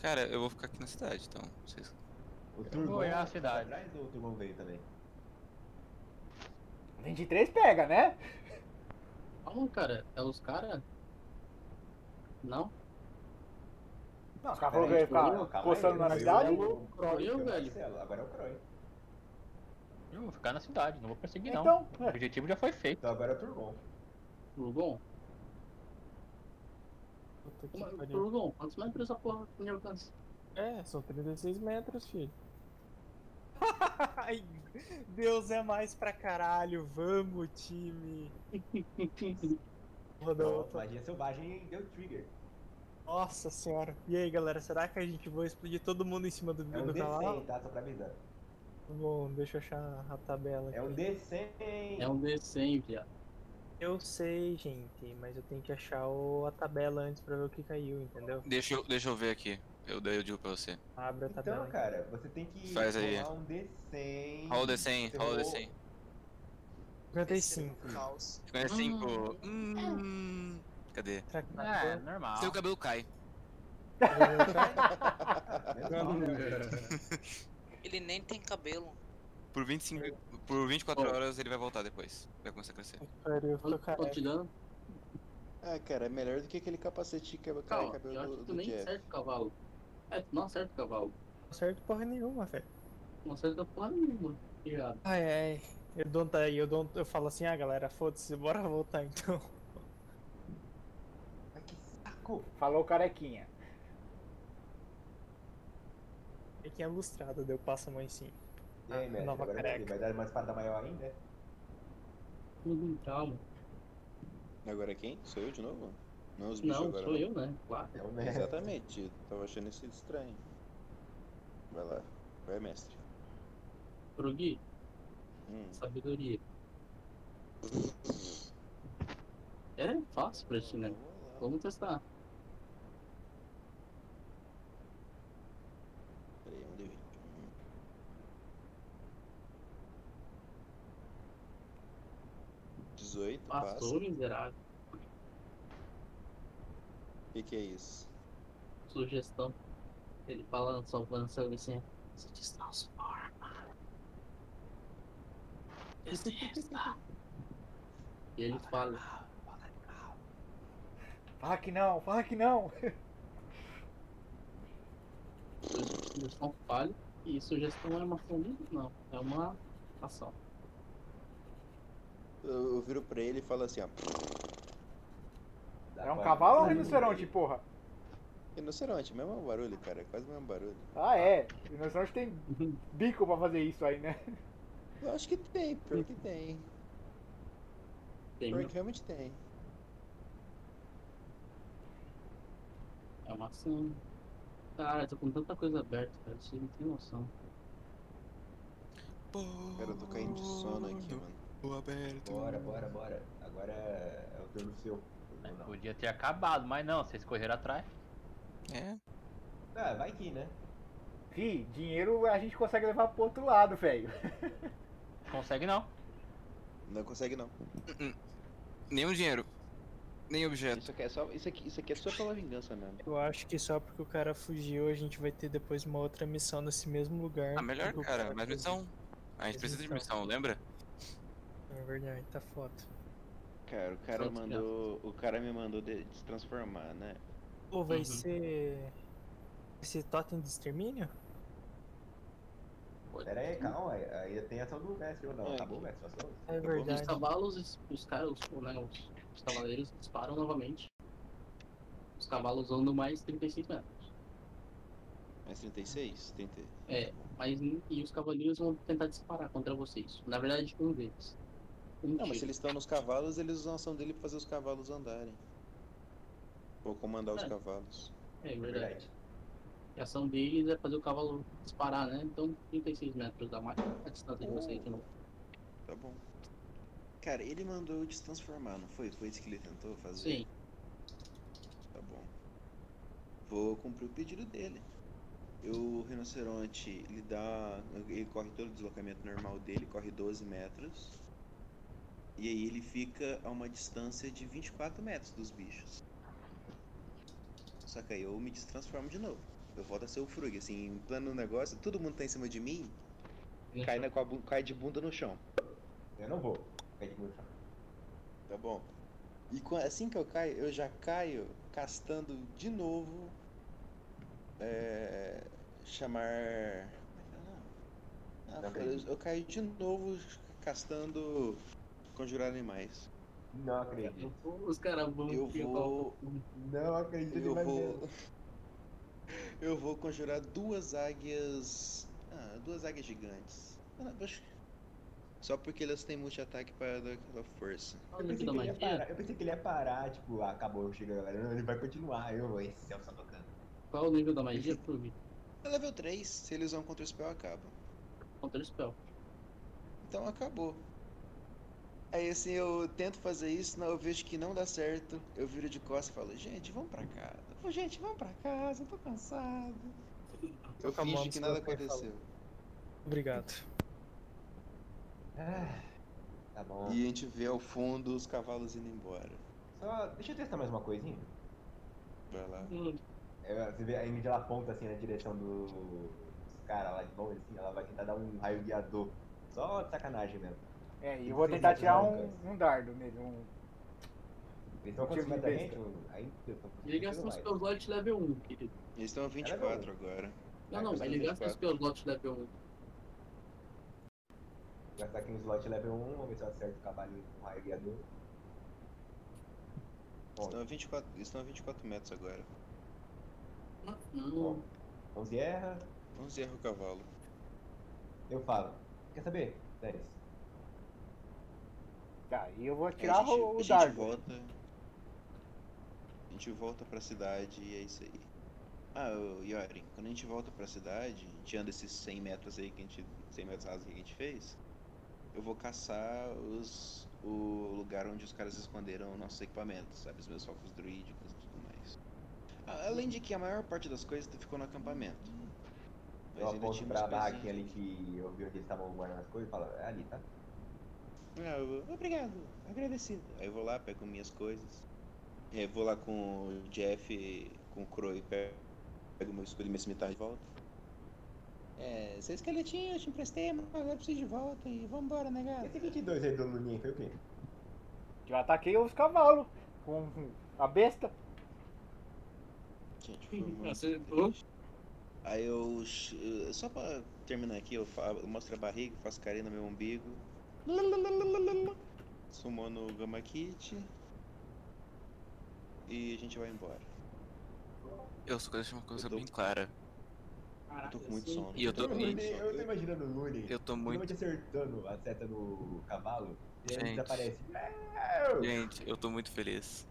Cara, eu vou ficar aqui na cidade, então. Vocês...
O Turgon
é
olhar
tá
a cidade.
atrás ou o Turgon veio também?
23 pega, né?
Calma, cara. É os caras? Não?
Não, os caras falaram que
tipo,
ia ficar coçando na
É
cidade.
Croy, velho.
Agora é o Croy.
Eu vou ficar na cidade, não vou perseguir não.
Então,
O objetivo já foi feito.
Então agora é o Turgon.
Turgon?
Puta que
Uma-
pariu.
Turgon, quantos metros essa porra tem alcance?
É, são 36 metros, filho. Ai, Deus é mais pra caralho, vamos time! Rodou.
Nossa, Magia selvagem deu trigger. É
Nossa senhora. E aí galera, será que a gente vai explodir todo mundo em cima do,
É um
do
D100,
cavalo?
tá? Só pra avisar.
Bom, deixa eu achar a tabela aqui.
É um Então, D100.
É um D100, viado.
Eu sei, gente, mas eu tenho que achar o- a tabela antes pra ver o que caiu, entendeu?
Deixa, eu, deixa eu ver aqui. Eu daí eu digo pra você.
Abre a tabela.
Então, cara, você tem que
Faz aí.
rolar um D100.
Hum,
Roll the 100, roll the
Você
100.
55.
Caos.
55. Hum. Cadê?
É, normal.
Seu cabelo cai.
Ele nem tem cabelo.
Por 25, por 24 horas ele vai voltar depois. Vai começar a crescer.
Pariu, ficou
é
Quanto de
careca.
dano?
Ah, cara, é melhor do que aquele capacete que é
Calma,
cabelo
eu acho
do-
que
do
tu nem
Jeff.
acerta o cavalo. É, tu não acerta o cavalo.
Não certo porra nenhuma, velho.
Não acerta porra nenhuma. Viado.
Ai, ai. Eu dou tá aí, eu dou eu falo assim, ah galera, foda-se, bora voltar então.
Ai, que saco.
Falou carequinha.
É que é lustrado, daí eu passo a mão em cima.
E aí, mestre,
Nova
agora
careca.
vai vai dar uma espada maior ainda? é?
Hum, Calma.
Agora quem? Sou eu de novo? Não os bichos
Não,
agora.
sou
né?
eu, né? Claro.
É o mestre.
Exatamente, tava achando isso estranho. Vai lá, vai mestre.
Progui,
Hum,
sabedoria. É fácil pra ti, né? Vamos testar.
peraí, onde eu vi? Dezoito,
Passou,
passa.
miserável.
O que, que é isso?
Sugestão. Ele fala na sua voz assim. Sugestão, suporte. Desista. E ele fala.
Fala que não, fala que não.
Sugestão falha. E sugestão é uma ação livre? Não, é uma ação.
Eu, eu viro pra ele e falo assim, ó.
Dá
É um
pra-
cavalo ou um rinoceronte, porra?
Rinoceronte, é mesmo barulho, cara, É quase mesmo barulho.
Ah, é. Rinoceronte tem bico pra fazer isso aí, né?
Eu acho que tem, pior que tem.
Tem,
Pior que realmente tem.
é uma ação. Cara, eu tô com tanta coisa aberta, cara. Você não tem noção.
Cara, eu tô caindo de sono aqui, mano.
Tô aberto.
Bora, bora, bora. Agora é o turno seu. Turgon não.
né? Podia ter acabado, mas não, vocês correram atrás.
É.
Ah, vai que, né?
Fih, dinheiro a gente consegue levar pro outro lado, velho.
Consegue não.
Não consegue não.
Nenhum dinheiro. Nem objeto.
Isso aqui é só, isso aqui, isso aqui é só pela vingança mesmo.
Eu acho que só porque o cara fugiu, a gente vai ter depois uma outra missão nesse mesmo lugar. Tipo,
Ah, melhor,
Porque o
cara. Mais missão. A gente
Mas
precisa de
missão.
missão, lembra?
É verdade, tá foda.
Cara, o cara
Só desgraça.
mandou. O cara me mandou de, se transformar, né?
Ou vai
Uhum.
ser. Esse totem de extermínio?
Pera aí, calma, ainda tem ação do mestre ou não.
É.
Acabou, mestre, sua ação.
Os cavalos, es- os caras, os, né, os, os cavaleiros disparam novamente. Os cavalos andam mais 35 metros.
Mais 36? 30.
É, mas n- e os cavaleiros vão tentar disparar contra vocês. Na verdade, um deles. Um
Não, mas se
tiro.
eles estão nos cavalos, eles usam a ação dele pra fazer os cavalos andarem. Ou comandar os
É.
cavalos.
É verdade. E a ação deles é fazer o cavalo disparar, né? Então 36 metros da ma- a distância de vocês né? de novo.
Tá bom. Cara, ele mandou eu te transformar, não foi? Foi isso que ele tentou fazer?
Sim.
Tá bom. Vou cumprir o pedido dele. Eu, o rinoceronte, ele dá. Ele corre todo o deslocamento normal dele, corre 12 metros. E aí ele fica a uma distância de 24 metros dos bichos. Só que aí eu me destransformo de novo. Eu volto a ser o Frug, assim, em plano negócio, todo mundo tá em cima de mim, cai, na, com a bu- cai de bunda no chão.
Eu não vou. Cai de bunda no chão.
Tá bom. E quan- assim que eu caio, eu já caio castando de novo. é, chamar. é Ah,
Também.
foda-se, eu, caio de novo castando Conjurar Animais.
Não acredito.
Os caras vão.
Eu vou.
Não acredito
Eu
demais
vou.
mesmo.
Eu vou conjurar duas águias. Ah, duas águias gigantes. Ah, não, acho que- Só porque elas têm multi-ataque para dar aquela força.
é
Eu pensei, que ele ia
um
parar, eu pensei que ele ia parar, tipo, ah, acabou, chega, galera. Não, Ele vai continuar, eu vou, esse céu só tocando.
Qual é o nível da magia, Frug?
É level 3, se eles vão contra o spell, acaba.
Contra o spell.
Então acabou. Aí assim, eu tento fazer isso, não, eu vejo que não dá certo. Eu viro de costas e falo, gente, vamos pra casa. Ô, gente, vamos pra casa, eu tô cansado. Eu
Tá bom,
fingi que nada
desculpa, eu falei.
aconteceu.
Obrigado.
Tá bom.
E a gente vê ao fundo os cavalos indo embora.
Só, deixa eu testar mais uma coisinha.
Vai lá.
É, você vê, a Ingrid ela aponta assim na direção do- dos caras lá de longe, assim, ela vai tentar dar um raio guiador. Só de sacanagem mesmo.
É, e
Tem
eu vou
que ser
tentar
dentro,
tirar
né,
um, um dardo nele. Um...
Eles estão
Tiro de
aproximando da
besta.
gente? ou- Ainda estão
Ele gasta os spell slot level 1, querido. Ah,
Eles estão a 24 agora.
Não, não, ele gasta os spell slot level 1.
Vou gastar aqui um slot level 1, vamos ver se eu acerto o cavalinho com raio guiador.
Estão a 24, eles estão a 24 metros agora.
Hum,
11 então erra,
Vamos errar o cavalo.
eu falo. Quer saber? 10.
Tá, e eu vou
Aí
tirar
É, a gente,
o,
a
o
gente
dardo.
volta. A gente volta pra cidade e é isso aí. Ah, ô, Yorin, quando a gente volta pra cidade, a gente anda esses 100 metros aí que a gente. 100 metros rasos que a gente fez. Eu vou caçar os, o lugar onde os caras esconderam nossos equipamentos, sabe? Os meus focos druídicos e tudo mais. Ah, Além de que a maior parte das coisas ficou no acampamento.
Eu aponto pra
umas
barraquinha ali que eu vi onde eles estavam guardando as coisas e falo, é ali, tá?
Ah, eu- Obrigado, agradecido. Aí eu vou lá, pego minhas coisas. É, vou lá com o Jeff, com o Crow e pe- pego meu escudo e minha cimitarra de volta. É, seu esqueletinho eu te emprestei, mas agora eu preciso de volta e vambora, né, negado.
Esse 22 aí do Luninha foi o quê?
Eu ataquei os cavalos com a besta.
Gente, foi muito
Acertou.
triste. Aí eu. ch- eu- Só pra terminar aqui, eu, fa- eu mostro a barriga, faço carinho no meu umbigo. Sumou no Gamma Kit. E a gente vai embora.
Eu só quero deixar uma coisa bem clara.
Eu tô com muito sono.
E eu tô-
Eu, imaginei- eu tô imaginando o Luni.
Eu tô
Ele vai
muito.
te acertando a seta no cavalo e aí ele
Gente.
desaparece.
Gente, eu tô muito feliz.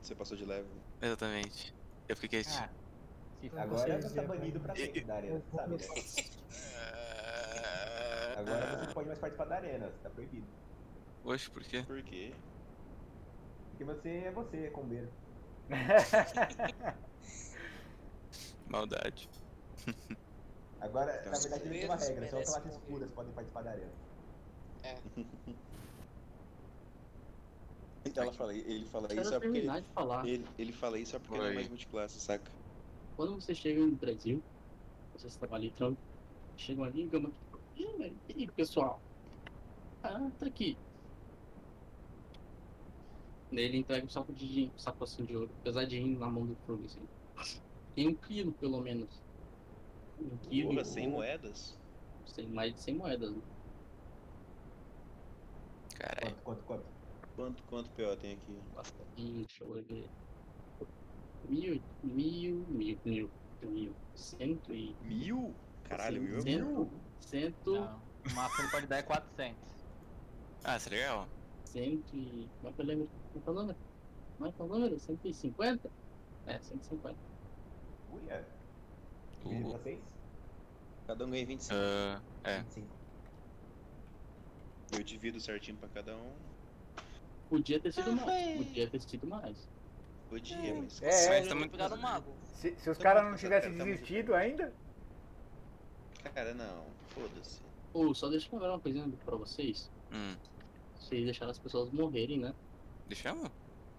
Você passou de leve.
Exatamente. Eu fiquei tipo, quietinho.
é
Agora você tá banido pra sempre da arena, você sabe? né? Agora você não pode mais participar da arena, você tá proibido.
Oxe, por quê?
Por quê?
Porque você é você, é combeiro.
Maldade.
Agora,
Então,
na verdade, não tem uma
Combeiros
regra, só
merecem
classes puras podem participar da arena.
Então ela fala, ele fala
Quero
isso só porque.
terminar de falar.
Ele, ele fala isso só porque ele é mais multiclasse, saca?
Quando vocês chegam no Brasil, vocês estão ali, então, chegam ali e gama. E aí, pessoal? Ah, tá aqui. Daí ele entrega um saco de dinheiro, um saco assim de ouro, pesadinho na mão do Krug, assim. Tem um quilo, pelo menos. Um quilo.
Porra, 100 moedas?
Tem mais de 100 moedas. né?
Caralho.
Quanto, quanto?
Quanto, quanto PO tem aqui?
Hum, deixa eu ver. Mil, mil, mil, mil, mil. Cento e.
Mil? Caralho, mil é
Cento. Cento.
O máximo que pode dar é 400.
Ah, isso é legal.
Cento e. é Vai pra lembrar. Vai pra número. Vai pra número. 150? É, 150.
Uia.
Uh.
Vocês?
Cada um ganha 25.
Ah, é.
Eu divido certinho pra cada um.
Podia ter
Ah,
sido mais. Podia ter sido mais.
Podia, mas.
É, é.
Mas tá muito-
Cuidado no mago.
Se, se os
Tá
caras
muito cansado,
não
cara,
tivessem
tá muito
desistido ainda,
Cara, não. Foda-se.
Ou só deixa eu falar uma coisinha pra vocês.
Hum.
Vocês deixaram as pessoas morrerem, né?
Deixamos?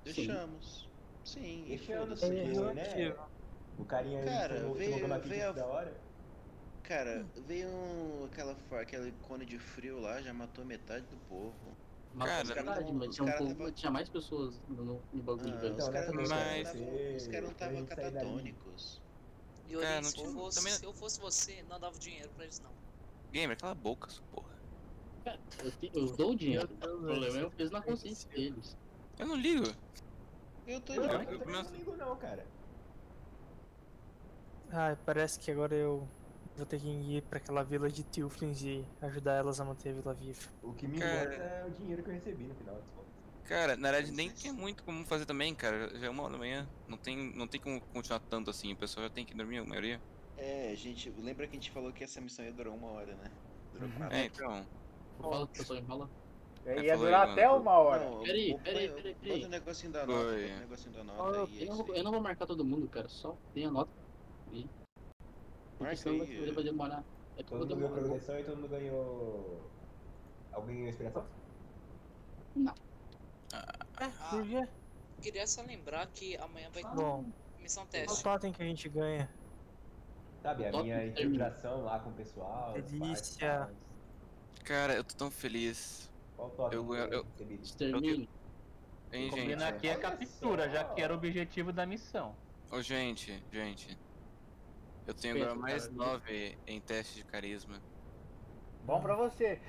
Deixamos. Sim, e
Deixando
foda-se.
porque, né? O carinha aí
Cara,
colocou-
veio-
colocou na pizza
veio a-
da hora.
Cara, veio um- aquela, fa- aquela cone de frio lá, já matou metade do povo.
Mas
Cara,
os
os caras
verdade,
não-
mas
os
tinha, um
caras
povo-
tava-
tinha mais pessoas no, no- no bagulho,
Ah,
velho.
os
Então,
caras não
né, também,
estavam os caras não
pra
estavam
gente sair dali.
catatônicos.
E eu,
É, não
se, eu
tinha-
fosse,
também-
se eu fosse você, não dava dinheiro pra eles, não.
Gamer, cala a boca, sua porra.
Eu, te- eu dou o dinheiro.
Meu
O
Deus,
problema é
velho,
o peso na consciência deles.
Eu não ligo.
Eu tô
Não,
Eu-
eu,
eu-
também
eu-
não ligo não, cara.
Ai, Ah, parece que agora eu vou ter que ir pra aquela vila de Tilflins e ajudar elas a manter a vila viva.
O que me
Cara.
importa é o dinheiro que eu recebi no final das contas.
Cara, na verdade nem tem muito como fazer também, cara. Já é uma hora da manhã. Não tem, não tem como continuar tanto assim. O pessoal já tem que dormir, a maioria.
É, gente, lembra que a gente falou que essa missão ia durar uma hora, né? Durou quatro.
É, então.
Eu falo que o pessoal enrola.
É,
ia
falou aí,
durar
mano.
até uma hora.
Não,
Peraí,
o- o-
peraí,
põe-
peraí, peraí.
Bota o negocinho da nota,
Foi.
bota o negocinho da
Ó,
nota aí.
eu, não vou, eu não vou marcar todo mundo, cara. Só tem a nota. E... Porque
Marca
senão vai,
aí,
vai demorar. É que eu vou
Todo mundo ganhou
demorar.
progressão e todo mundo ganhou... Alguém ganhou inspiração?
É.
Ah,
Por quê?
queria só lembrar que amanhã vai ter
Bom,
missão
qual
teste.
totem que a gente ganha?
Sabe, a
Top
minha
term.
infiltração lá com o pessoal. os pais,
Delícia.
pais.
Cara, eu tô tão feliz.
Qual o top
Eu-
que
eu-
recebi?
Extermínio.
Hein,
Combina
gente?
aqui a
olha
captura, já
só.
que era o objetivo da missão.
Ô, gente, gente. Eu tenho
Pensa,
agora mais
cara. né?
9 em teste de carisma.
Bom pra você.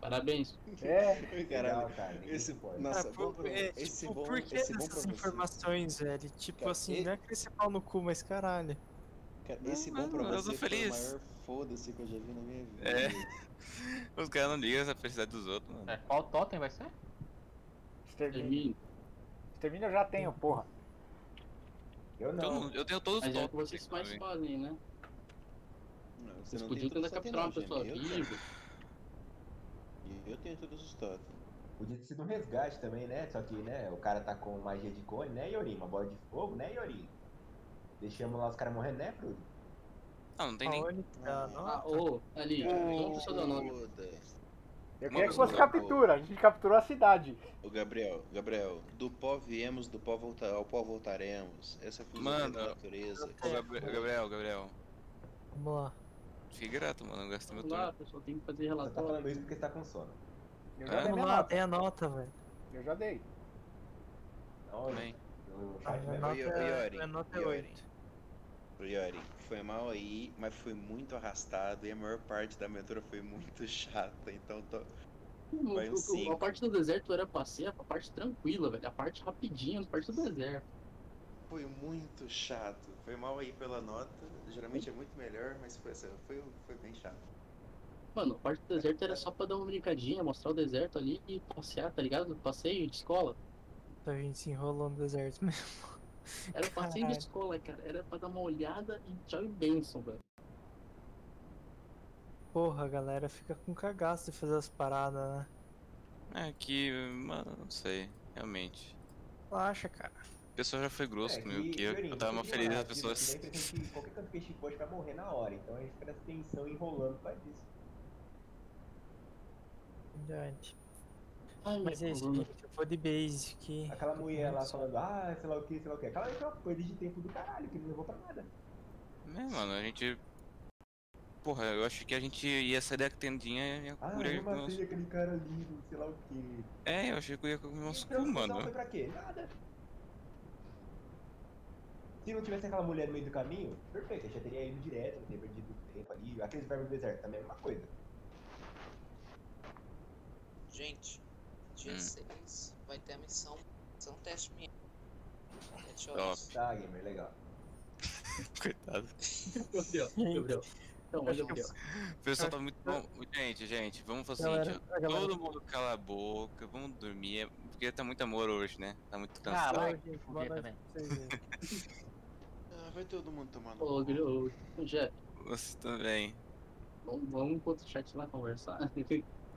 Parabéns.
É,
Caralho.
Legal, cara. ninguém
Esse,
se importa.
nossa,
Cara,
bom
pô,
pra,
é,
esse
tipo,
bom,
por que
esse bom pra
essas
você.
informações, velho? Tipo
Cara,
assim,
e-
não é que esse pau no cu, mas caralho.
Cara, esse
Não,
bom pra
mano, eu tô
você foi o
feliz.
maior foda-se que eu já vi na minha vida.
É. Os caras não ligam essa felicidade dos outros, mano.
É, qual totem vai ser?
é
extermínio.
Extermínio.
Extermínio eu já tenho, porra.
Eu
Todo
não.
mundo- eu tenho todos os
Mas é o
toques.
que vocês mais fazem, né?
Não, você
Vocês
não
podiam
tem
tentar
todos os
capturar uma
totem,
pessoa
não, gente.
viva.
Eu tenho- Eu tenho todos os totem.
Podia ter sido um resgate também, né? Só que, né, o cara tá com magia de cone, né, Yori? Uma bola de fogo, né, Yori? Deixamos lá os caras morrendo, né, Bruno?
Não, não tem nem.
Aonde tá?
Ah,
Nossa.
ô, ali,
É,
só pessoa dá nome.
Foda-se.
Eu
Uma
queria que
pessoa
fosse
boa.
captura. A gente capturou a cidade.
Ô Gabriel, Gabriel, do pó viemos, do pó volta, ao pó voltaremos. Essa é a filosofia
Mano,
da natureza.
é?
Ô, Gabri- Gabriel, Gabriel.
Vamos lá.
Fiquei grato, mano. Eu gastei meu
Vamos lá,
turno.
a pessoa tem que fazer
Você tá
relatório.
falando isso porque você tá com sono.
Eu já
É?
dei
Vamos
minha
lá, é.
nota.
tem a nota, velho.
Eu já dei.
Não,
Também.
no
A
chat,
minha
né?
nota
Oi, oi, Yori.
é- minha nota é
Yori.
8.
Priori, foi mal aí, mas foi muito arrastado e a maior parte da aventura foi muito chata, então tô...
Hum,
Vai um
o- o-
cinco.
a parte do deserto era pra ser a parte tranquila, velho. A parte rapidinha, a parte do deserto.
foi muito chato. Foi mal aí pela nota, geralmente é muito melhor, mas foi, essa- foi, foi bem chato.
Mano, a parte do deserto era só pra dar uma brincadinha, mostrar o deserto ali e passear, tá ligado? Passeio de escola.
Então A gente se enrolou no deserto mesmo.
Era um passeio de
Caralho.
escola, cara. Era pra dar uma olhada e tchau e benção, velho.
Porra, a galera fica com cagaço de fazer as paradas, né?
É que, mano, não sei. Realmente.
Relaxa, cara.
O pessoal já foi grosso
É,
comigo
e,
aqui. Eu,
Yuri,
eu tava
não
mal
tem
feliz
nada,
as pessoas.
tipo, dá a impressão que Qualquer canto que a gente pode vai morrer na hora, então a gente fica nessa tensão enrolando pra isso.
Verdade.
Ai, meu
Mas é isso,
coluna.
gente. Eu vou de base que.
Aquela mulher lá falando, ah, sei lá o que, sei lá o que. Aquela é uma perda de tempo do caralho, que não levou pra nada.
É, mano, a gente. Porra, eu acho que a gente ia sair da tendinha e ia
Ah,
curar
eu
com o nosso.
matei aquele cara ali, sei lá o que.
É, eu achei que eu ia comer o nosso
Então,
cu,
não
mano.
Foi pra quê? Nada. Se não tivesse aquela mulher no meio do caminho, perfeito, eu já teria ido direto, não teria perdido tempo ali. A aqueles vermes do deserto, é a mesma coisa.
Gente,
Hum.
dia 6 vai ter a missão. Missão teste minha. Sete horas.
Top. Tá, gamer, legal.
Coitado.
Gabriel, Gabriel. Não, é olha aqui, ó.
O pessoal tá muito bom. Gente, gente, vamos fazer o
Galera,
seguinte: ó.
a galera-
todo mundo cala a boca, vamos dormir, é- porque tá muito amor hoje, né? Tá muito
Ah,
cansado.
vai, gente, boa noite pra vocês aí.
Ah, vai todo mundo tomar no
Ô,
cu.
Guilherme, ô, Jeff,
Você também.
vamos, vamos pro outro chat lá conversar.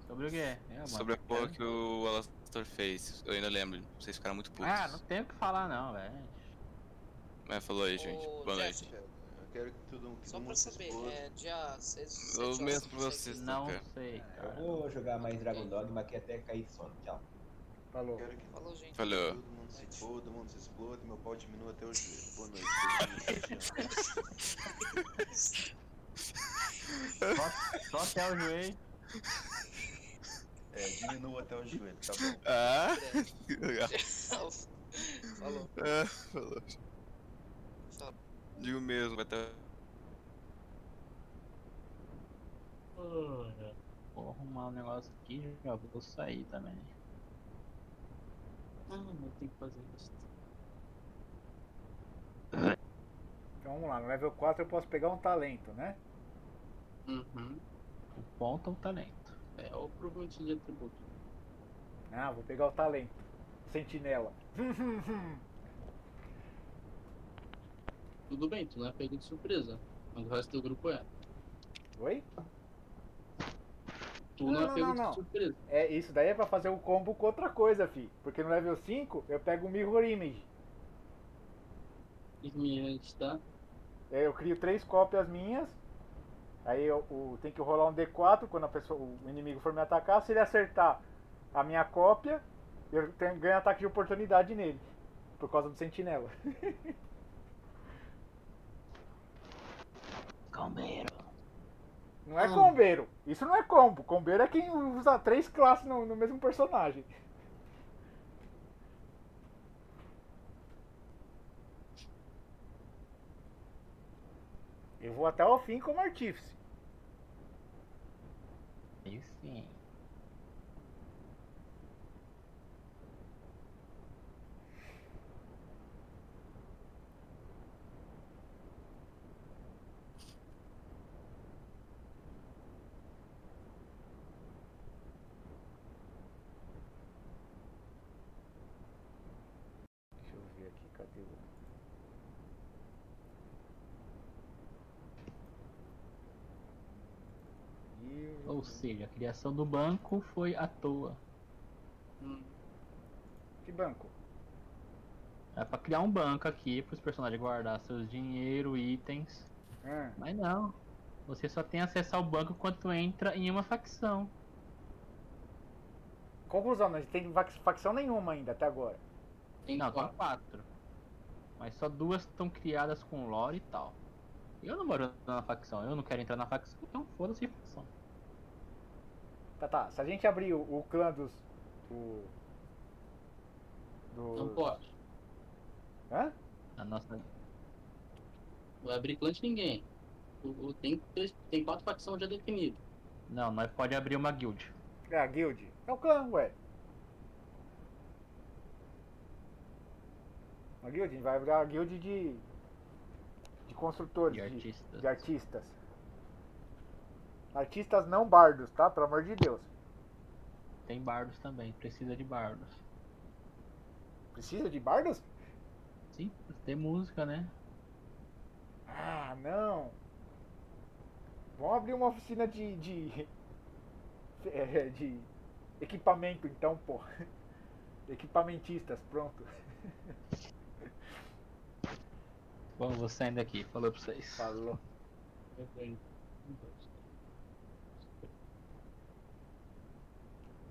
Sobre o quê? É,
Sobre a porra que o Alastor fez, eu ainda lembro, vocês ficaram muito putos.
Ah, não tem o que falar não, velho.
Mas falou aí, gente. Boa noite.
Eu quero que todo mundo.
Só pra saber, é dia 6
Eu mesmo pra vocês,
Não
Tuca.
sei,
Eu
cara.
vou jogar mais Dragon Dogma aqui até cair de sono. Tchau.
Falou.
Quero que
Falou, gente.
Falou.
todo mundo se foda, todo mundo se exploda, meu pau diminua até o joelho. Boa noite. todo mundo se
Só, só até o joelho.
É, diminua até o joelho, tá bom.
Ah, legal.
Falou.
Ah, falou. Digo mesmo, vai estar.
É.
Vou arrumar um negócio aqui e já vou sair também.
Ah, não tem que fazer isso.
Então vamos lá, no level 4 eu posso pegar um talento, né?
Uhum.
O ponto ou o talento?
É o provavelmente de atributo.
Ah, vou pegar o talento. Sentinela.
Tudo bem, tu não é pego de surpresa. Mas o resto do grupo é.
Oi?
Tu não, é pego de surpresa.
É, isso daí é pra fazer o combo com outra coisa, fi. Porque no level 5 eu pego o Mirror Image.
Ignorante, tá?
É, Eu crio três cópias minhas. Aí eu, o- tem que rolar um D4 quando a pessoa, o inimigo for me atacar. Se ele acertar a minha cópia, eu tenho, ganho ataque de oportunidade nele. Por causa do sentinela.
Calmeiro.
Não é combeiro. Isso não é combo. Combeiro é quem usa três classes no, no mesmo personagem. Eu vou até o fim como artífice.
Aí sim.
Deixa eu ver aqui, cadê o.
Ou seja, a criação do banco foi à toa.
Que banco?
É pra criar um banco aqui pros personagens guardar seus dinheiro, itens.
Ah,
Mas não. Você só tem acesso ao banco quando entra em uma facção.
conclusão, não né? tem vac- facção nenhuma ainda até agora.
Tem
não,
quatro.
tem quatro. Mas só duas estão criadas com lore e tal. Eu não moro na facção, eu não quero entrar na facção, então foda-se facção.
Tá, tá. Se a gente abrir o, o clã dos. Do. Do.
Não pode.
Hã?
A nossa.
Vai abrir clã de é ninguém. O, o- tem, três, tem quatro facções já definidas.
Não, nós pode abrir uma guild.
É a guild? É o clã, ué. A guild, a gente vai abrir a guild de. De construtores.
De
de-
artistas.
de artistas. Artistas não bardos, tá? Pelo amor de Deus.
Tem bardos também, precisa de bardos.
Precisa de bardos?
Sim, tem música, né?
Ah, não. Vamos abrir uma oficina de. de. é, de equipamento então, pô. Equipamentistas, pronto.
Bom, vou saindo aqui, falou pra vocês.
Falou.
Eu tenho. Um, dois,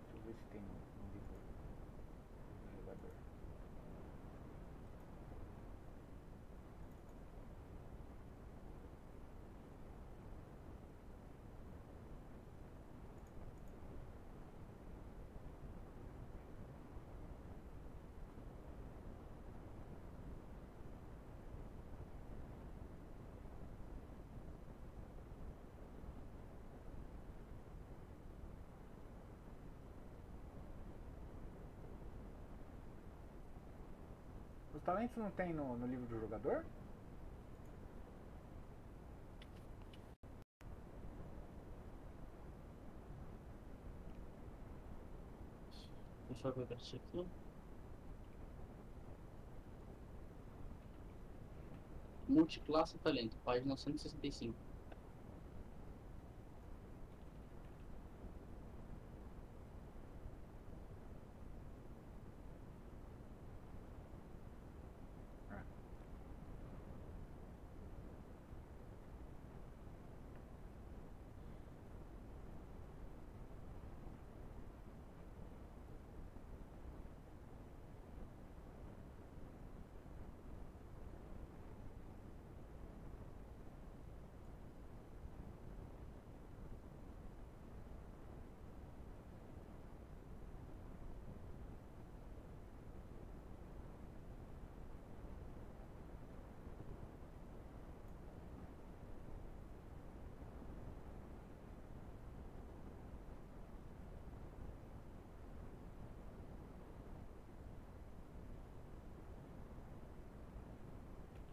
Deixa eu ver se tem um livro. Um jogador. os talentos não tem no, no livro do jogador?
Deixa eu ver isso aqui. Multiclasse Talento, página 165.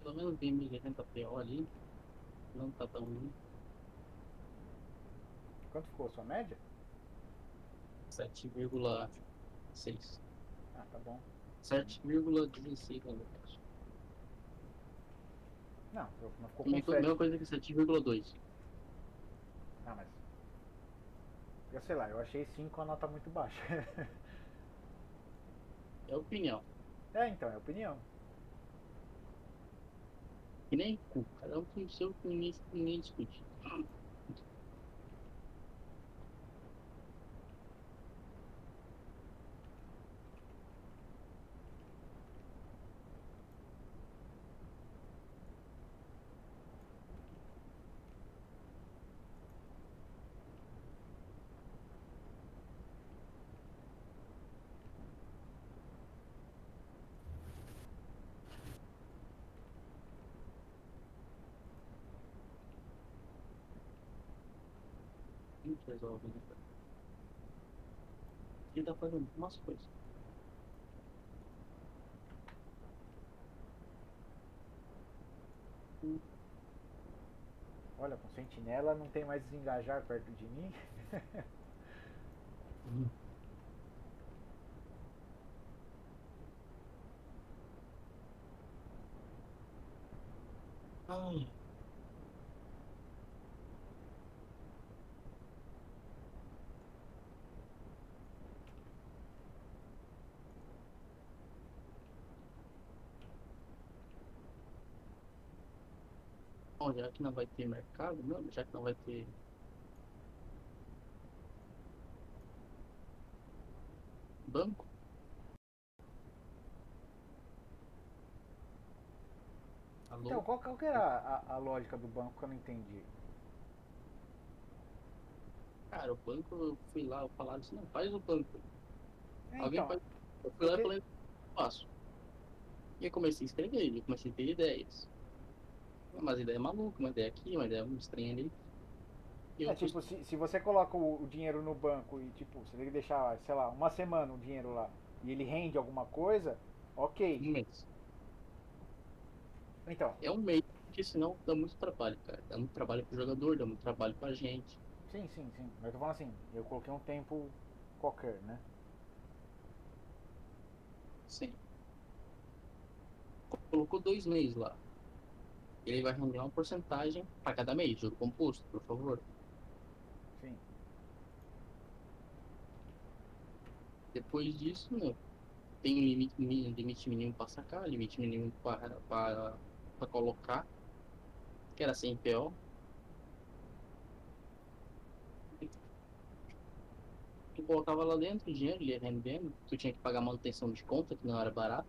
Pelo menos bem 1080 PO ali. Não tá tão ruim.
Quanto ficou a sua média?
7,6.
Ah, tá bom.
7,16 na verdade.
Não, eu- não ficou
Uma
com
co- mesma
7.
coisa que 7,2.
Ah, mas. Eu sei lá, eu achei 5 a nota muito baixa.
É opinião.
É, então, é opinião.
Que nem cu. Cada um com o seu que ninguém, ninguém discute. Muito resolve, né? cara? Ele tá fazendo umas coisas.
Olha, com sentinela não tem mais desengajar perto de mim.
Ai. Bom, já que não vai ter mercado mesmo, já que não vai ter. Banco? Alô?
Então, qual, qual que era a, a lógica do banco que eu não entendi?
Cara, o banco, eu fui lá, eu falaram assim, não, faz o banco.
É,
Alguém
então,
faz. Eu fui lá e falei, faço. E aí comecei a escrever, eu comecei a ter ideias. Umas ideias malucas, uma ideia aqui, uma ideia estranha ali. E eu
É tipo, se, se você coloca o, o dinheiro no banco e tipo, você tem que deixar, sei lá, uma semana o dinheiro lá e ele rende alguma coisa, ok.
Um mês.
Então,
É um meio, porque senão dá muito trabalho, cara. Dá muito trabalho pro jogador, dá muito trabalho pra gente.
sim, sim, sim. Mas eu tô falando assim, eu coloquei um tempo qualquer, né?
Sim. Colocou dois meses lá. Ele vai render uma porcentagem pra cada mês, juro composto, por favor.
Sim.
Depois disso, meu, tem um limite, mínimo- limite mínimo pra sacar, limite mínimo para, para, para colocar, que era 100 PO. Tu colocava lá dentro o dinheiro, ele ia rendendo, tu tinha que pagar manutenção de conta, que não era barato,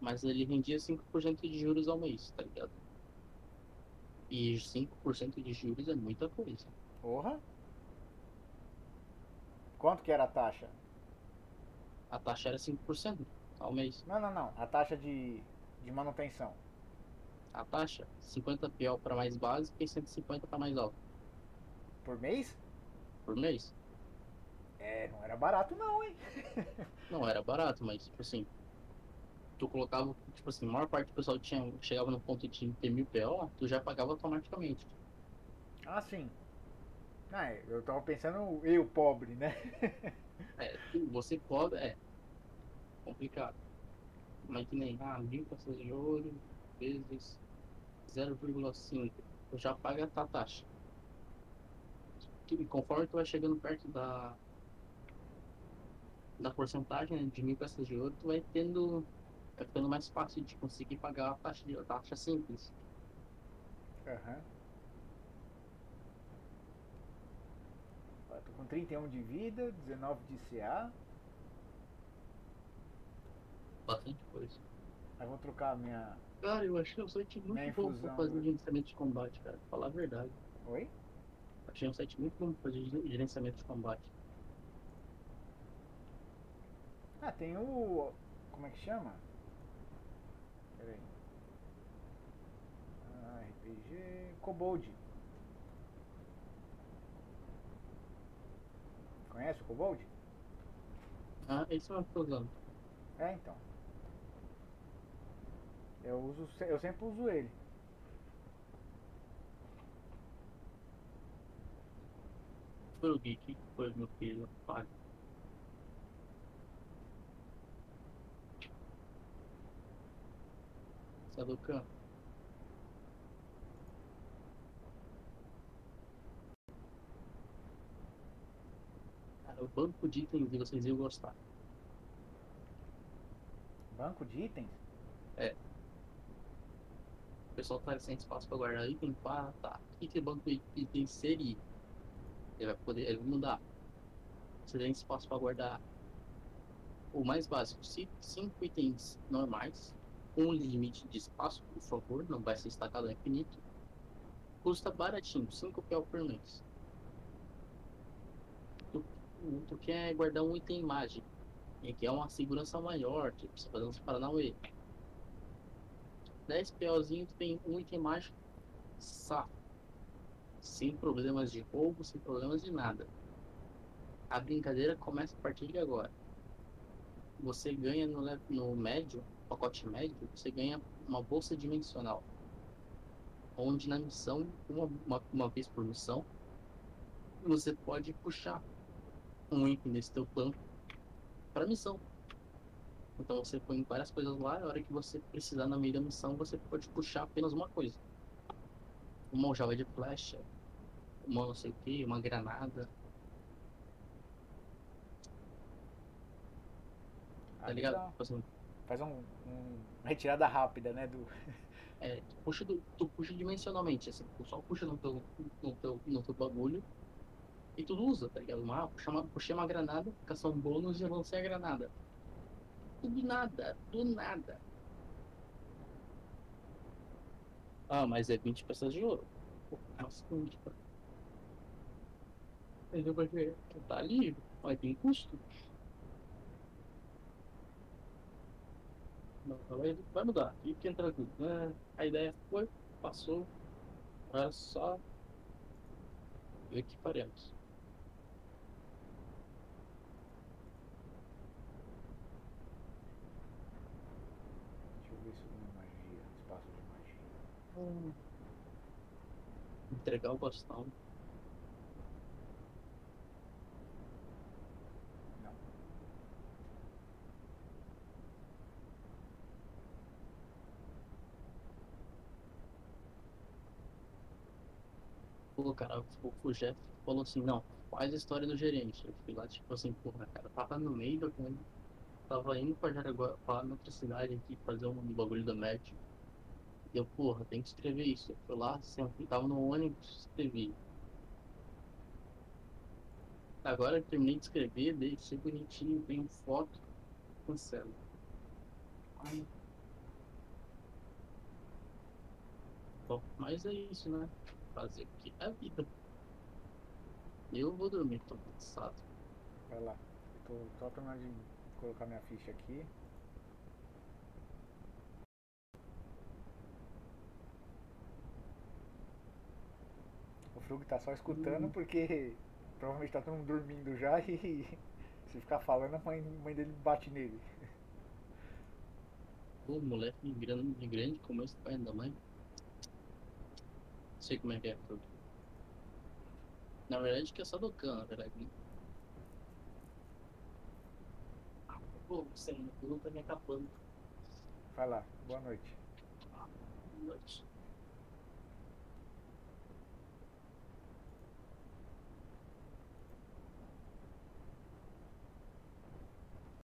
mas ele rendia 5% de juros ao mês, tá ligado? E 5% de juros é muita coisa.
Porra! Quanto que era a taxa?
A taxa era 5% ao mês.
Não, não, não. A taxa de, de manutenção.
A taxa, 50 PO para mais básica e 150 para mais alta.
Por mês?
Por mês.
É, não era barato não, hein?
Não era barato, mas tipo assim. tu colocava, tipo assim, a maior parte do pessoal tinha, chegava no ponto de ter mil PO, tu já pagava automaticamente.
Ah, sim. Ah, é, eu tava pensando eu pobre, né?
É, tu- você pobre, é complicado. Mas que nem, ah, mil peças de ouro vezes 0,5, tu já paga a tua taxa. E conforme tu vai chegando perto da da porcentagem né, de mil peças de ouro, tu vai tendo, vai ficando mais fácil de conseguir pagar a taxa, de, a taxa simples.
Aham. Ó, Tô com 31 de vida, 19 de CA.
Bastante coisa.
Aí vou trocar a minha.
Cara, eu achei um site muito
Minha
bom pra
infusão,
fazer
né?
gerenciamento de combate, cara, pra falar a verdade.
Oi?
Achei um site muito bom pra fazer gerenciamento de combate.
Ah, tem o. Como é que chama? Pera aí. Ah, RPG. Cobold. Conhece o Cobold?
Ah, esse eu tô usando.
É, então. Eu, uso, se- eu sempre uso ele.
Foi o Geek, que foi meu filho, pai. Sadokan. Cara, o banco de itens de vocês iam gostar.
Banco de itens?
É. O pessoal tá sem espaço pra guardar item, pá, tá. O que que é banco de itens seria? Ele vai poder ele vai mudar. Você tem espaço pra guardar o mais básico, ci- cinco itens normais, um limite de espaço, por favor, não vai ser estacado ao infinito. Custa baratinho, 5 PL por mês. Tu, tu quer guardar um item mágico, e que é uma segurança maior, tipo, você fazer uns Paranauê. 10 PLzinho, tu tem um item mágico, safo sem problemas de roubo, sem problemas de nada. A brincadeira começa a partir de agora. Você ganha no, le- no médio, pacote médio, você ganha uma bolsa dimensional. Onde na missão, uma, uma, uma vez por missão, você pode puxar um item desse teu plano para missão. Então você põe várias coisas lá, a hora que você precisar na meio da missão, você pode puxar apenas uma coisa uma aljava de flecha, uma não sei o que, uma granada. Tá
Ah,
ligado?
legal.
Tipo assim,
Faz um, um- uma retirada rápida, né? Do...
é, tu puxa, do- tu puxa dimensionalmente, assim, tu só puxa no teu, no teu, no teu bagulho e tu usa, tá ligado? Uma, puxa uma, puxei uma granada, caçar um bônus e eu lancei a granada. Do nada, do nada. Ah, mas é 20 peças de ouro. Pô, Nossa, 20 peças. Ele vai ver, tá livre, mas tem custo. Não, vai, vai mudar, fiquem tranquilos. né? A ideia foi, passou, agora é só ver que paremos.
Deixa eu ver se eu tenho magia. Espaço de magia.
Entregar o bastão.
Não.
Pô, cara, o, o chefe falou assim, não, faz a história do gerente. Eu fui lá, tipo assim, porra, cara, tava no meio da coisa. Tava indo pra Jaraguá, pra outra cidade aqui, fazer um bagulho do médico. E eu, porra, tem que escrever isso. Eu fui lá, sempre tava no ônibus, escrevi. Agora que terminei de escrever, deixei bonitinho, tenho foto, cancelo. Ai. Bom, mas é isso, né? Fazer o que é a vida. Eu vou dormir, tô cansado.
Vai lá. Eu tô só terminando de colocar minha ficha aqui. O Frug tá só escutando
Hum.
porque provavelmente tá todo mundo dormindo já e se ficar falando a mãe, mãe dele bate nele.
Pô, moleque grande, grande como esse pai da mãe. Sei como é que é, Fruto. Na verdade, que é só do Khan, na verdade. né? Ah, Pô, você não tá me acabando.
Vai lá, boa noite.
Boa noite.